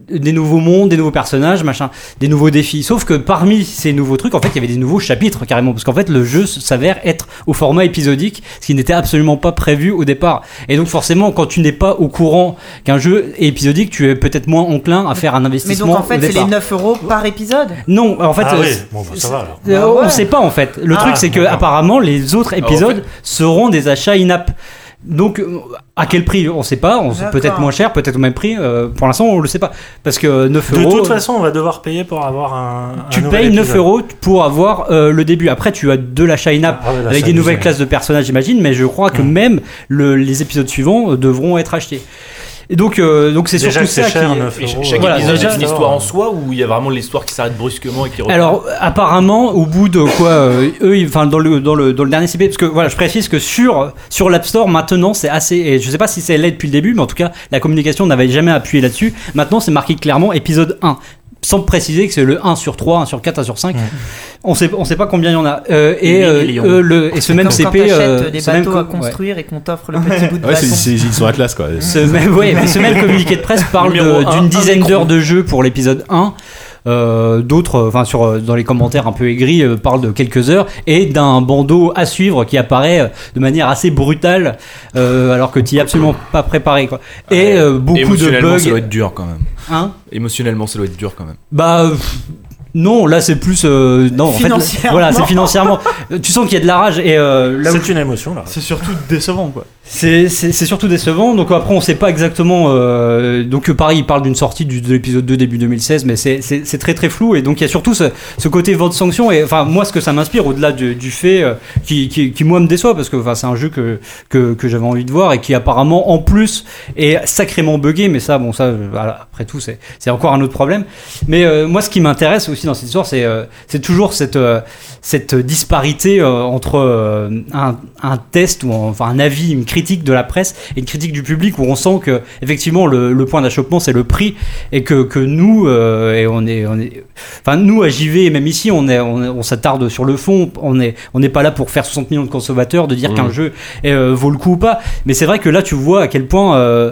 Speaker 9: des nouveaux mondes, des nouveaux personnages, machin, des nouveaux défis. Sauf que parmi ces nouveaux trucs, en fait, il y avait des nouveaux chapitres carrément, parce qu'en fait, le jeu s'avère être au format épisodique, ce qui n'était absolument pas prévu au départ. Et donc, forcément, quand tu n'es pas au courant qu'un jeu est épisodique, tu es peut-être moins enclin à faire un
Speaker 7: Mais
Speaker 9: investissement
Speaker 7: donc en
Speaker 9: au
Speaker 7: fait, c'est les
Speaker 9: départ.
Speaker 7: 9 euros par épisode.
Speaker 9: Non, en fait,
Speaker 8: ah
Speaker 9: euh,
Speaker 8: oui, bon, bah, ça va alors.
Speaker 9: euh,
Speaker 7: Ah ouais.
Speaker 9: On sait pas en fait. Le
Speaker 8: Ah,
Speaker 9: truc c'est que
Speaker 8: d'accord. Ah,
Speaker 9: apparemment les autres épisodes seront des achats in-app. Donc euh, à quel prix on sait pas. On sait
Speaker 7: D'accord.
Speaker 9: peut-être moins cher, peut-être au même prix. euh, pour l'instant on le sait pas parce que 9
Speaker 8: De
Speaker 9: euros.
Speaker 8: toute façon, on va devoir payer pour avoir un. un
Speaker 9: tu
Speaker 8: nouvel
Speaker 9: payes 9
Speaker 8: épisode.
Speaker 9: euros pour avoir euh, le début. Après, tu as de l'achat in-app
Speaker 8: Ah ouais, Hmm. là,
Speaker 9: avec
Speaker 8: c'est
Speaker 9: des nouvelles
Speaker 8: abusé.
Speaker 9: classes de personnages, j'imagine, mais je crois que même le- les épisodes suivants euh, devront être achetés. Et donc, euh, donc c'est
Speaker 8: Déjà
Speaker 9: surtout
Speaker 8: que c'est
Speaker 9: ça
Speaker 8: cher,
Speaker 9: qui.
Speaker 8: 9
Speaker 5: Et
Speaker 8: euros. euh,
Speaker 5: chaque
Speaker 9: Voilà,
Speaker 5: épisode
Speaker 9: déjà,
Speaker 5: est une histoire en soi ou il y a vraiment l'histoire qui s'arrête brusquement et qui reprend
Speaker 9: Alors apparemment au bout de quoi euh, eux ils- enfin dans le dans le dans le dernier CP parce que voilà je précise que sur sur l'App Store maintenant c'est assez et je sais pas si c'est laid depuis le début mais en tout cas la communication n'avait jamais appuyé là-dessus maintenant c'est marqué clairement épisode 1 sans préciser que c'est le 1 sur 3, 1 sur 4, 1 sur 5. On sait on sait pas combien il y en a Euh, et euh,
Speaker 5: Millions.
Speaker 9: euh, le et ce même
Speaker 7: Comme quand
Speaker 9: CP
Speaker 7: t'achètes
Speaker 9: euh,
Speaker 7: des
Speaker 9: ce même
Speaker 7: bateaux à
Speaker 9: co- ouais.
Speaker 7: construire et qu'on t'offre le petit bout de
Speaker 2: Ouais, c'est-
Speaker 7: bâton.
Speaker 2: c'est- ils sont Atlas quoi.
Speaker 9: Ce même, ouais, mais ce même communiqué de presse parle
Speaker 5: Numéro
Speaker 9: de-
Speaker 5: un,
Speaker 9: d'une
Speaker 5: un
Speaker 9: dizaine
Speaker 5: micro.
Speaker 9: d'heures de jeu pour l'épisode 1. Euh, D'autres, euh, enfin sur euh, dans les commentaires un peu aigris, euh, parlent de quelques heures et d'un bandeau à suivre qui apparaît euh, de manière assez brutale, euh, alors que tu es absolument pas préparé quoi. Et euh, beaucoup de
Speaker 5: Émotionnellement, ça doit
Speaker 9: bugs.
Speaker 5: être dur quand même.
Speaker 9: Hein
Speaker 5: Émotionnellement, ça doit être dur quand même.
Speaker 9: bah pff, non, là c'est plus euh, non. en fait,
Speaker 7: Financièrement.
Speaker 9: voilà, c'est financièrement. Euh, tu sens qu'il y a de la rage et euh, là où
Speaker 8: C'est une émotion là.
Speaker 4: C'est surtout décevant quoi.
Speaker 9: C'est c'est- c'est surtout décevant. Donc après, on sait pas exactement. euh, donc euh, pareil, il parle d'une sortie du, de l'épisode 2 début 2016, mais c'est- c'est c'est très très flou. Et donc il y a surtout ce, ce côté vente sanction. Et enfin, moi, ce que ça m'inspire, au-delà du, du fait euh, qui, qui, qui, moi me déçoit, parce que enfin, c'est un jeu que, que, que j'avais envie de voir et qui apparemment en plus est sacrément buggé. Mais ça, bon, ça, euh, voilà, après tout, c'est c'est encore un autre problème. Mais euh, moi, ce qui m'intéresse aussi dans cette histoire, c'est euh, c'est toujours cette euh, cette disparité euh, entre euh, un, un test ou enfin un avis, une critique de la presse et une critique du public où on sent que effectivement le, le point d'achoppement c'est le prix et que, que nous euh, et on est on est enfin nous à JV et même ici on est on, est- on s'attarde sur le fond on est on n'est pas là pour faire 60 millions de consommateurs de dire qu'un jeu euh, vaut le coup ou pas mais c'est vrai que là tu vois à quel point euh,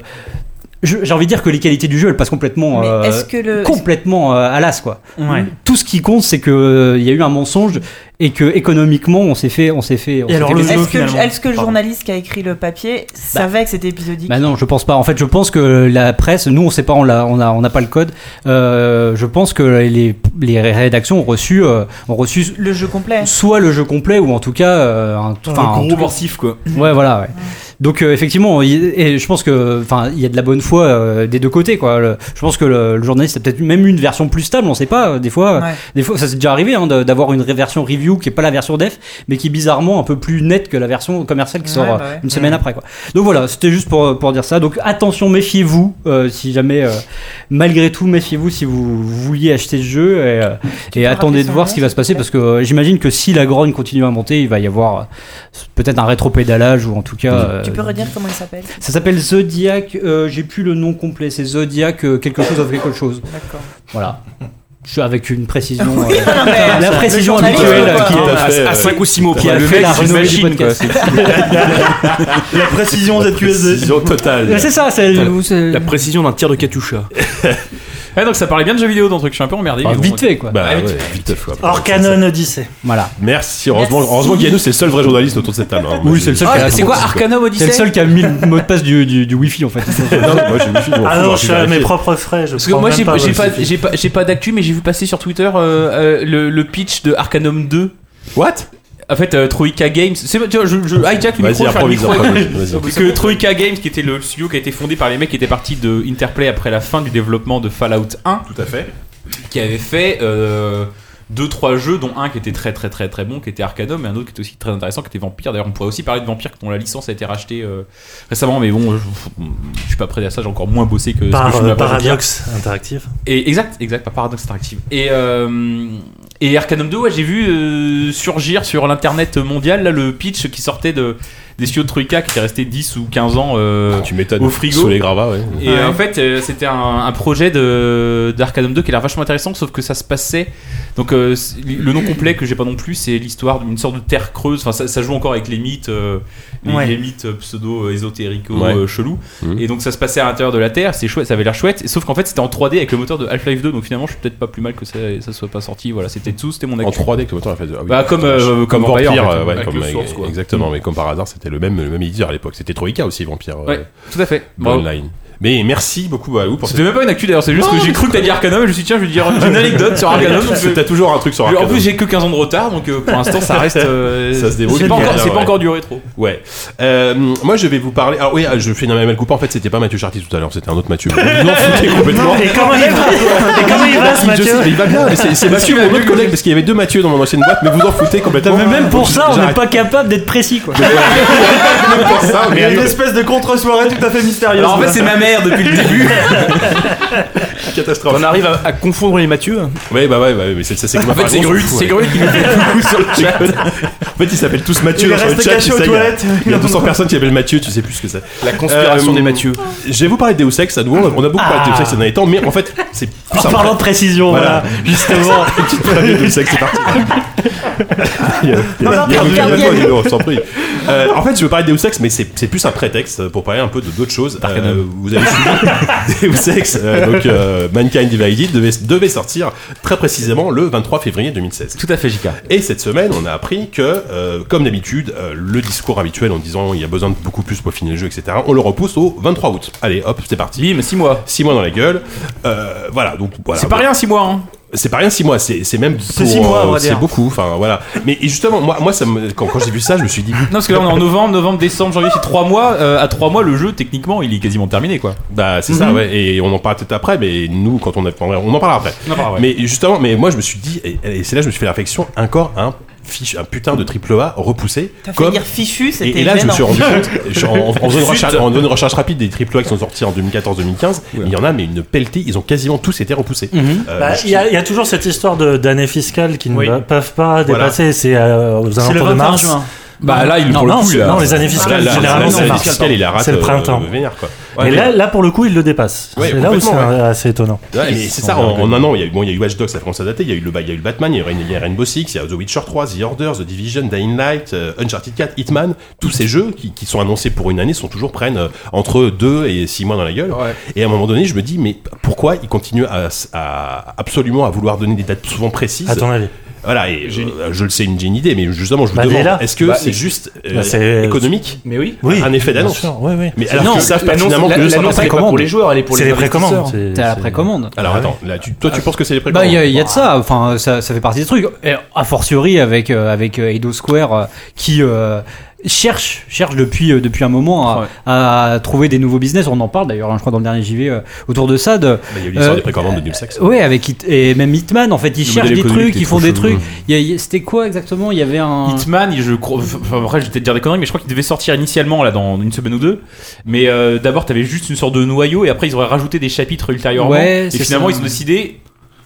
Speaker 9: je- j'ai envie de dire que les qualités du jeu elles passent complètement
Speaker 7: Mais
Speaker 9: euh,
Speaker 7: est-ce que le.
Speaker 9: complètement euh, à l'as quoi
Speaker 4: Ouais.
Speaker 9: tout ce qui compte, c'est que euh, il y a eu un mensonge et que économiquement, on s'est fait, on s'est fait. on s'est
Speaker 4: alors,
Speaker 9: fait
Speaker 4: le
Speaker 9: des-
Speaker 4: jeu,
Speaker 7: Est-ce que,
Speaker 4: finalement.
Speaker 7: est-ce que le
Speaker 4: Pardon.
Speaker 7: journaliste qui a écrit le papier savait que c'était épisodique
Speaker 9: Bah non, je pense pas. En fait, je pense que la presse, nous, on sait pas, on l'a, on a, on n'a pas le code. Euh, je pense que les, les rédactions ont reçu, euh, ont reçu
Speaker 7: Le jeu complet.
Speaker 9: soit le jeu complet ou en tout cas euh, un, enfin,
Speaker 6: Ah,
Speaker 9: en tout
Speaker 5: gros morsif quoi.
Speaker 9: Ouais, voilà. Ouais. Donc euh, effectivement, il- et je pense que, enfin, il y a de la bonne foi euh, des deux côtés, quoi. Le- je pense que le, le journaliste a peut-être même une version plus stable, on sait pas. euh, Des fois, euh,
Speaker 7: Ouais.
Speaker 9: des fois, ça s'est déjà arrivé hein, de- d'avoir une ré- version review qui est pas la version def, mais qui est bizarrement un peu plus nette que la version commerciale qui sort
Speaker 7: Ouais,
Speaker 9: euh,
Speaker 7: bah ouais.
Speaker 9: une semaine après, quoi. Donc voilà, c'était juste pour pour dire ça. Donc attention, méfiez-vous euh, si jamais, euh, malgré tout, méfiez-vous si vous vouliez acheter ce jeu et, euh, et
Speaker 7: peux rappeler
Speaker 9: attendez de
Speaker 7: son
Speaker 9: voir
Speaker 7: nom,
Speaker 9: ce qui va se
Speaker 7: s'il te
Speaker 9: passer
Speaker 7: plaît
Speaker 9: parce que euh, j'imagine que si la grogne continue à monter, il va y avoir euh, peut-être un rétropédalage ou en tout cas. euh,
Speaker 7: Tu peux redire comment il s'appelle
Speaker 9: ça s'appelle Zodiac, euh, j'ai plus le nom complet, c'est Zodiac euh, quelque chose of quelque chose.
Speaker 7: D'accord.
Speaker 9: Voilà. je suis avec une précision.
Speaker 7: Oui,
Speaker 9: euh,
Speaker 7: non, mais-
Speaker 9: la
Speaker 7: ça-
Speaker 9: précision
Speaker 7: les journalistes,
Speaker 9: habituelle
Speaker 7: quoi.
Speaker 9: qui
Speaker 2: Tout
Speaker 9: est.
Speaker 2: à fait,
Speaker 6: À
Speaker 2: euh,
Speaker 6: 5 ou 6 mots
Speaker 9: Qui
Speaker 6: près.
Speaker 9: a
Speaker 6: Le
Speaker 9: fait
Speaker 6: mec,
Speaker 9: la
Speaker 6: c'est une
Speaker 9: renommée du
Speaker 6: machine, quoi.
Speaker 9: podcast.
Speaker 6: C'est-
Speaker 4: La précision ZQSD.
Speaker 2: Précision totale.
Speaker 9: C'est ça, c'est. vous- c'est-
Speaker 5: La précision d'un tir de Katusha.
Speaker 6: Ouais, donc ça parlait bien de jeux vidéo, dans le truc. Je suis un peu emmerdé.
Speaker 9: Enfin,
Speaker 6: mais bon,
Speaker 9: vite fait, quoi.
Speaker 2: Bah ouais, vite fois.
Speaker 8: Ah, Orcanon Odyssey.
Speaker 9: Voilà.
Speaker 2: Merci, heureusement,
Speaker 7: Merci.
Speaker 2: heureusement Yannou, c'est le seul vrai journaliste autour de cette table. hein.
Speaker 9: Oui, c'est le seul. qui a-
Speaker 6: Ah, C'est quoi Arcanum
Speaker 9: C'est
Speaker 6: Odyssey
Speaker 9: le seul qui a mis le mot de passe du, du, du Wi-Fi en fait.
Speaker 2: Non, mais moi, je me suis dit, bon,
Speaker 8: Ah
Speaker 2: faut
Speaker 8: non,
Speaker 2: voir,
Speaker 8: je
Speaker 2: j'ai
Speaker 8: suis à mes
Speaker 2: vérifié.
Speaker 8: propres frais. Je
Speaker 6: Parce que moi j'ai pas, j'ai pas,
Speaker 8: J'ai
Speaker 6: j'ai pas, j'ai pas d'actu, mais j'ai vu passer sur Twitter euh, euh, le, le pitch de Arcanum 2.
Speaker 2: What
Speaker 6: En fait, euh, Troika Games. C'est, tu vois, je, je hijack le micro.
Speaker 2: Vas-y,
Speaker 6: je fais un
Speaker 2: improvise,
Speaker 6: micro
Speaker 2: improvise. vas-y.
Speaker 6: Parce que Troika Games, qui était le studio qui a été fondé par les mecs qui étaient partis de Interplay après la fin du développement de Fallout 1,
Speaker 2: Tout à fait.
Speaker 6: qui avait fait euh, deux trois jeux, dont un qui était très très très très bon, qui était Arcanum, et un autre qui était aussi très intéressant, qui était Vampire. D'ailleurs, on pourrait aussi parler de Vampire, dont la licence a été rachetée euh, récemment, mais bon, je, je suis pas prêt à ça. J'ai encore moins bossé que. ce que je
Speaker 8: Par
Speaker 6: suis
Speaker 8: euh,
Speaker 6: là-bas, Vampire.
Speaker 8: Paradox Interactive.
Speaker 6: Et exact, exact, par paradoxe interactive. Et euh, et Arcanum 2, ouais, j'ai vu euh, surgir sur l'internet mondial là, le pitch qui sortait de des studios de Troika qui était resté 10 ou 15 ans euh,
Speaker 2: Ah, Tu m'étonnes.
Speaker 6: Au frigo.
Speaker 2: Sous les gravats, ouais.
Speaker 6: et euh, en fait, euh, c'était un, un projet de d'Arcanum 2 qui a l'air vachement intéressant, sauf que ça se passait. Donc euh, c'est- le nom complet que j'ai pas non plus, c'est l'histoire d'une sorte de terre creuse. Enfin, ça, ça joue encore avec les mythes, euh, les,
Speaker 4: Ouais.
Speaker 6: les mythes euh, pseudo ésotérico euh,
Speaker 2: Ouais.
Speaker 6: chelous.
Speaker 2: Mhm.
Speaker 6: Et donc ça se passait à l'intérieur de la terre. C'est chouette, ça avait l'air chouette. Sauf qu'en fait, c'était en 3D avec le moteur de Half-Life 2. Donc finalement, je suis peut-être pas plus mal que ça, ça soit pas sorti. Voilà, c'était tout, c'était mon
Speaker 2: En
Speaker 6: actu.
Speaker 2: 3D, comme autant la phase de- ah oui.
Speaker 6: Bah, comme, euh,
Speaker 2: Comme,
Speaker 6: comme
Speaker 2: Vampire,
Speaker 6: Vampire, en fait,
Speaker 2: euh, ouais,
Speaker 6: avec
Speaker 2: comme,
Speaker 6: le source, quoi. Mm.
Speaker 2: exactement, mais comme par hasard, c'était le même, le même éditeur à l'époque. C'était Troika aussi, Vampire euh,
Speaker 6: Ouais, tout à fait. Bravo.
Speaker 2: Online. Mais merci beaucoup à vous pour cette
Speaker 6: C'était même pas une actu d'ailleurs, c'est juste que j'ai cru que t'as dit Arcanum et je me suis dit, tiens, je vais dire une anecdote
Speaker 2: Ah,
Speaker 6: sur Arcanum. donc Ah, je-
Speaker 2: T'as toujours un truc sur
Speaker 6: En
Speaker 2: Arcanum.
Speaker 6: plus, j'ai que 15 ans de retard, donc euh, pour l'instant, ça reste. euh,
Speaker 2: Ça se débrouille
Speaker 6: C'est pas,
Speaker 2: bien,
Speaker 6: encore,
Speaker 2: là,
Speaker 6: c'est pas
Speaker 2: ouais.
Speaker 6: encore du rétro.
Speaker 2: Ouais. Euh, moi, je vais vous parler. Alors oui, ah, je fais une mal coupant. En fait, c'était pas Mathieu Charty tout à l'heure, c'était un autre Mathieu. Vous vous en foutez complètement.
Speaker 8: Et comment il va Et comment il va ce
Speaker 2: Je sais,
Speaker 8: Mathieu
Speaker 2: mais il va bien. mais C'est c'est Mathieu, mon autre collègue, parce qu'il y avait deux Mathieu dans mon ancienne boîte, mais vous en foutez complètement.
Speaker 9: Mais même pour ça, on n'est
Speaker 2: bah, J'arrête.
Speaker 9: pas capable d'être précis quoi.
Speaker 2: Même pour ça,
Speaker 4: Il y a
Speaker 2: mais
Speaker 4: une espèce de contre-soirée tout à fait mystérieuse.
Speaker 6: Alors en fait, c'est ma mère depuis le début.
Speaker 2: catastrophe.
Speaker 5: On arrive à, à confondre les Mathieu.
Speaker 2: Ouais, bah ouais, bah, ouais, mais c'est ça, c'est comme
Speaker 6: En fait, c'est Grut, c'est Grut qui nous fait coucou sur le chat.
Speaker 2: En fait, ils s'appellent tous Mathieu
Speaker 4: il
Speaker 2: dans le
Speaker 4: reste
Speaker 2: chat.
Speaker 4: caché
Speaker 2: tu
Speaker 4: aux
Speaker 2: sais, il y a-
Speaker 4: toilettes.
Speaker 2: Il y a 200 personnes qui appellent Mathieu, tu sais plus ce que c'est.
Speaker 5: La conspiration
Speaker 2: Euh,
Speaker 5: des Mathieu.
Speaker 2: Je vais vous parler de Deus Ex à nouveau. On a beaucoup parlé de Deus Ex ces derniers temps, mais en fait, c'est plus
Speaker 8: En
Speaker 2: simple.
Speaker 8: parlant de précision,
Speaker 2: Voilà.
Speaker 8: voilà, justement.
Speaker 2: Petite famille de Deus Ex, c'est parti. Il y a- il y a-
Speaker 7: Non, non,
Speaker 2: il y a-
Speaker 7: pardon,
Speaker 2: il y a-
Speaker 7: pardon.
Speaker 2: il y a- non, je t'en prie. Euh, En fait, je veux parler de Deus Ex, mais c'est c'est plus un prétexte pour parler un peu de d'autres choses. Euh, Vous avez suivi Deus Ex, euh, donc euh, Mankind Divided devait, devait sortir très précisément le 23 février 2016.
Speaker 6: Tout à fait, JK.
Speaker 2: Et cette semaine, on a appris que, euh, comme d'habitude, euh, le discours habituel en disant il y a besoin de beaucoup plus pour finir le jeu, etc., on le repousse au 23 août. Allez, hop, c'est parti.
Speaker 6: Bim, 6 mois.
Speaker 2: 6 mois dans la gueule. Euh, voilà, donc voilà.
Speaker 6: C'est pas rien, 6 mois. Hein.
Speaker 2: C'est pas rien 6 mois, c'est c'est même pour, euh,
Speaker 4: six mois, on va
Speaker 2: c'est
Speaker 4: dire.
Speaker 2: beaucoup, enfin voilà. Mais et justement, moi, moi ça me, quand, quand j'ai vu ça, je me suis dit,
Speaker 6: Non, parce que là, on est en novembre, novembre, décembre, janvier, c'est 3 mois. Euh, à 3 mois, le jeu, techniquement, il est quasiment terminé, quoi.
Speaker 2: bah c'est
Speaker 4: Mhm.
Speaker 2: ça, ouais, et on en parle peut-être après, mais nous, quand on a, on en parlera après.
Speaker 6: Non, pas vrai.
Speaker 2: Mais justement, mais moi je me suis dit, et, et c'est là que je me suis fait la réflexion, encore un, fiche, un putain de triple A repoussé,
Speaker 7: T'as fait
Speaker 2: comme
Speaker 7: dire fichu, c'était
Speaker 2: Et, et là, je me
Speaker 7: gênant.
Speaker 2: suis rendu compte, je- en, en faisant une recherche, en faisant une recherche rapide des AAA qui sont sortis en 2014-2015, il y en a, mais une pelletée, ils ont quasiment tous été repoussés.
Speaker 4: Mhm.
Speaker 2: Euh,
Speaker 8: Bah,
Speaker 2: je-
Speaker 8: Il y, a- il y a toujours cette histoire de- d'années fiscales qui ne
Speaker 4: Oui.
Speaker 8: va- peuvent pas
Speaker 2: Voilà.
Speaker 8: dépasser. C'est euh, aux
Speaker 4: C'est le
Speaker 8: alentours de
Speaker 4: 21
Speaker 8: mars.
Speaker 4: juin.
Speaker 6: Bah là, il
Speaker 9: Non,
Speaker 6: pour le
Speaker 9: non,
Speaker 6: coup,
Speaker 9: c'est-
Speaker 6: là.
Speaker 8: Non, Ah les années fiscales,
Speaker 2: Ah là,
Speaker 8: généralement,
Speaker 2: là,
Speaker 8: c'est
Speaker 2: c'est
Speaker 8: mars.
Speaker 2: fiscal, il la rate,
Speaker 8: C'est le printemps.
Speaker 2: euh, vénère, quoi.
Speaker 8: Et
Speaker 2: mais-
Speaker 8: là, là, pour le coup, il le dépasse.
Speaker 2: Ouais,
Speaker 8: c'est là où c'est
Speaker 2: complètement,
Speaker 8: euh, assez étonnant.
Speaker 2: Ouais, mais c'est ça, en, en un an, il y, a eu, bon, il y a eu Watch Dogs, ça commence à dater, il y a eu, le, bah, il y a eu le Batman, il y a eu Rain- il y a Rainbow Six, il y a The Witcher 3, The Order, The Division, Dying Light, euh, Uncharted 4, Hitman, tous ces jeux qui, qui sont annoncés pour une année sont toujours prennent euh, entre 2 et 6 mois dans la gueule. Et à un moment donné, je me dis, mais pourquoi ils continuent à, à- absolument à vouloir donner des dates souvent précises
Speaker 8: À ton avis
Speaker 2: Voilà, et euh, je le sais, une génie idée, mais justement, je vous
Speaker 8: Bah, dès
Speaker 2: demande,
Speaker 8: là.
Speaker 2: est-ce que
Speaker 8: Bah,
Speaker 2: c'est
Speaker 8: et-
Speaker 2: juste euh,
Speaker 8: Bah, c'est-
Speaker 2: économique
Speaker 5: Mais oui.
Speaker 8: Oui.
Speaker 2: Un effet d'annonce.
Speaker 8: Bien sûr, Oui, oui.
Speaker 2: Mais alors qu'ils savent pas
Speaker 5: L'annonce,
Speaker 2: finalement que le jeu sera
Speaker 5: l'annonce,
Speaker 2: pas
Speaker 5: elle est pas
Speaker 2: précommandé.
Speaker 5: pour les joueurs, elle est pour
Speaker 8: C'est les précommandes.
Speaker 5: investisseurs.
Speaker 8: c'est-
Speaker 9: T'as la
Speaker 8: c'est-
Speaker 9: précommande.
Speaker 2: Alors attends, là, tu- toi tu penses que c'est les
Speaker 9: Bah,
Speaker 2: précommandes
Speaker 9: il y, a- il y a de ça, enfin, ça, ça fait partie des trucs. Et a fortiori avec, euh, avec euh, Eidos Square euh, qui euh, cherche, cherche depuis, euh, depuis un moment à,
Speaker 6: Ouais.
Speaker 9: à trouver des nouveaux business. On en parle d'ailleurs, hein, je crois, dans le dernier JV euh, autour de ça. De,
Speaker 2: Bah, Il y a eu l'histoire
Speaker 9: Euh,
Speaker 2: des précommandes de Nul Sex.
Speaker 9: ouais, avec Hit- et même Hitman, en fait,
Speaker 2: Le
Speaker 9: ils cherchent
Speaker 2: modèle
Speaker 9: des
Speaker 2: économique
Speaker 9: trucs,
Speaker 2: est
Speaker 9: ils font
Speaker 2: trop
Speaker 9: des
Speaker 2: chelou.
Speaker 9: trucs. Il y a- il y a- C'était quoi exactement Il y avait un.
Speaker 6: Hitman, je crois. Enfin, après, je vais peut-être dire des conneries, mais je crois qu'il devait sortir initialement là dans une semaine ou deux. Mais euh, d'abord, t'avais juste une sorte de noyau, et après, ils auraient rajouté des chapitres ultérieurement.
Speaker 9: Ouais,
Speaker 6: et
Speaker 9: c'est
Speaker 6: finalement,
Speaker 9: ça.
Speaker 6: ils ont décidé.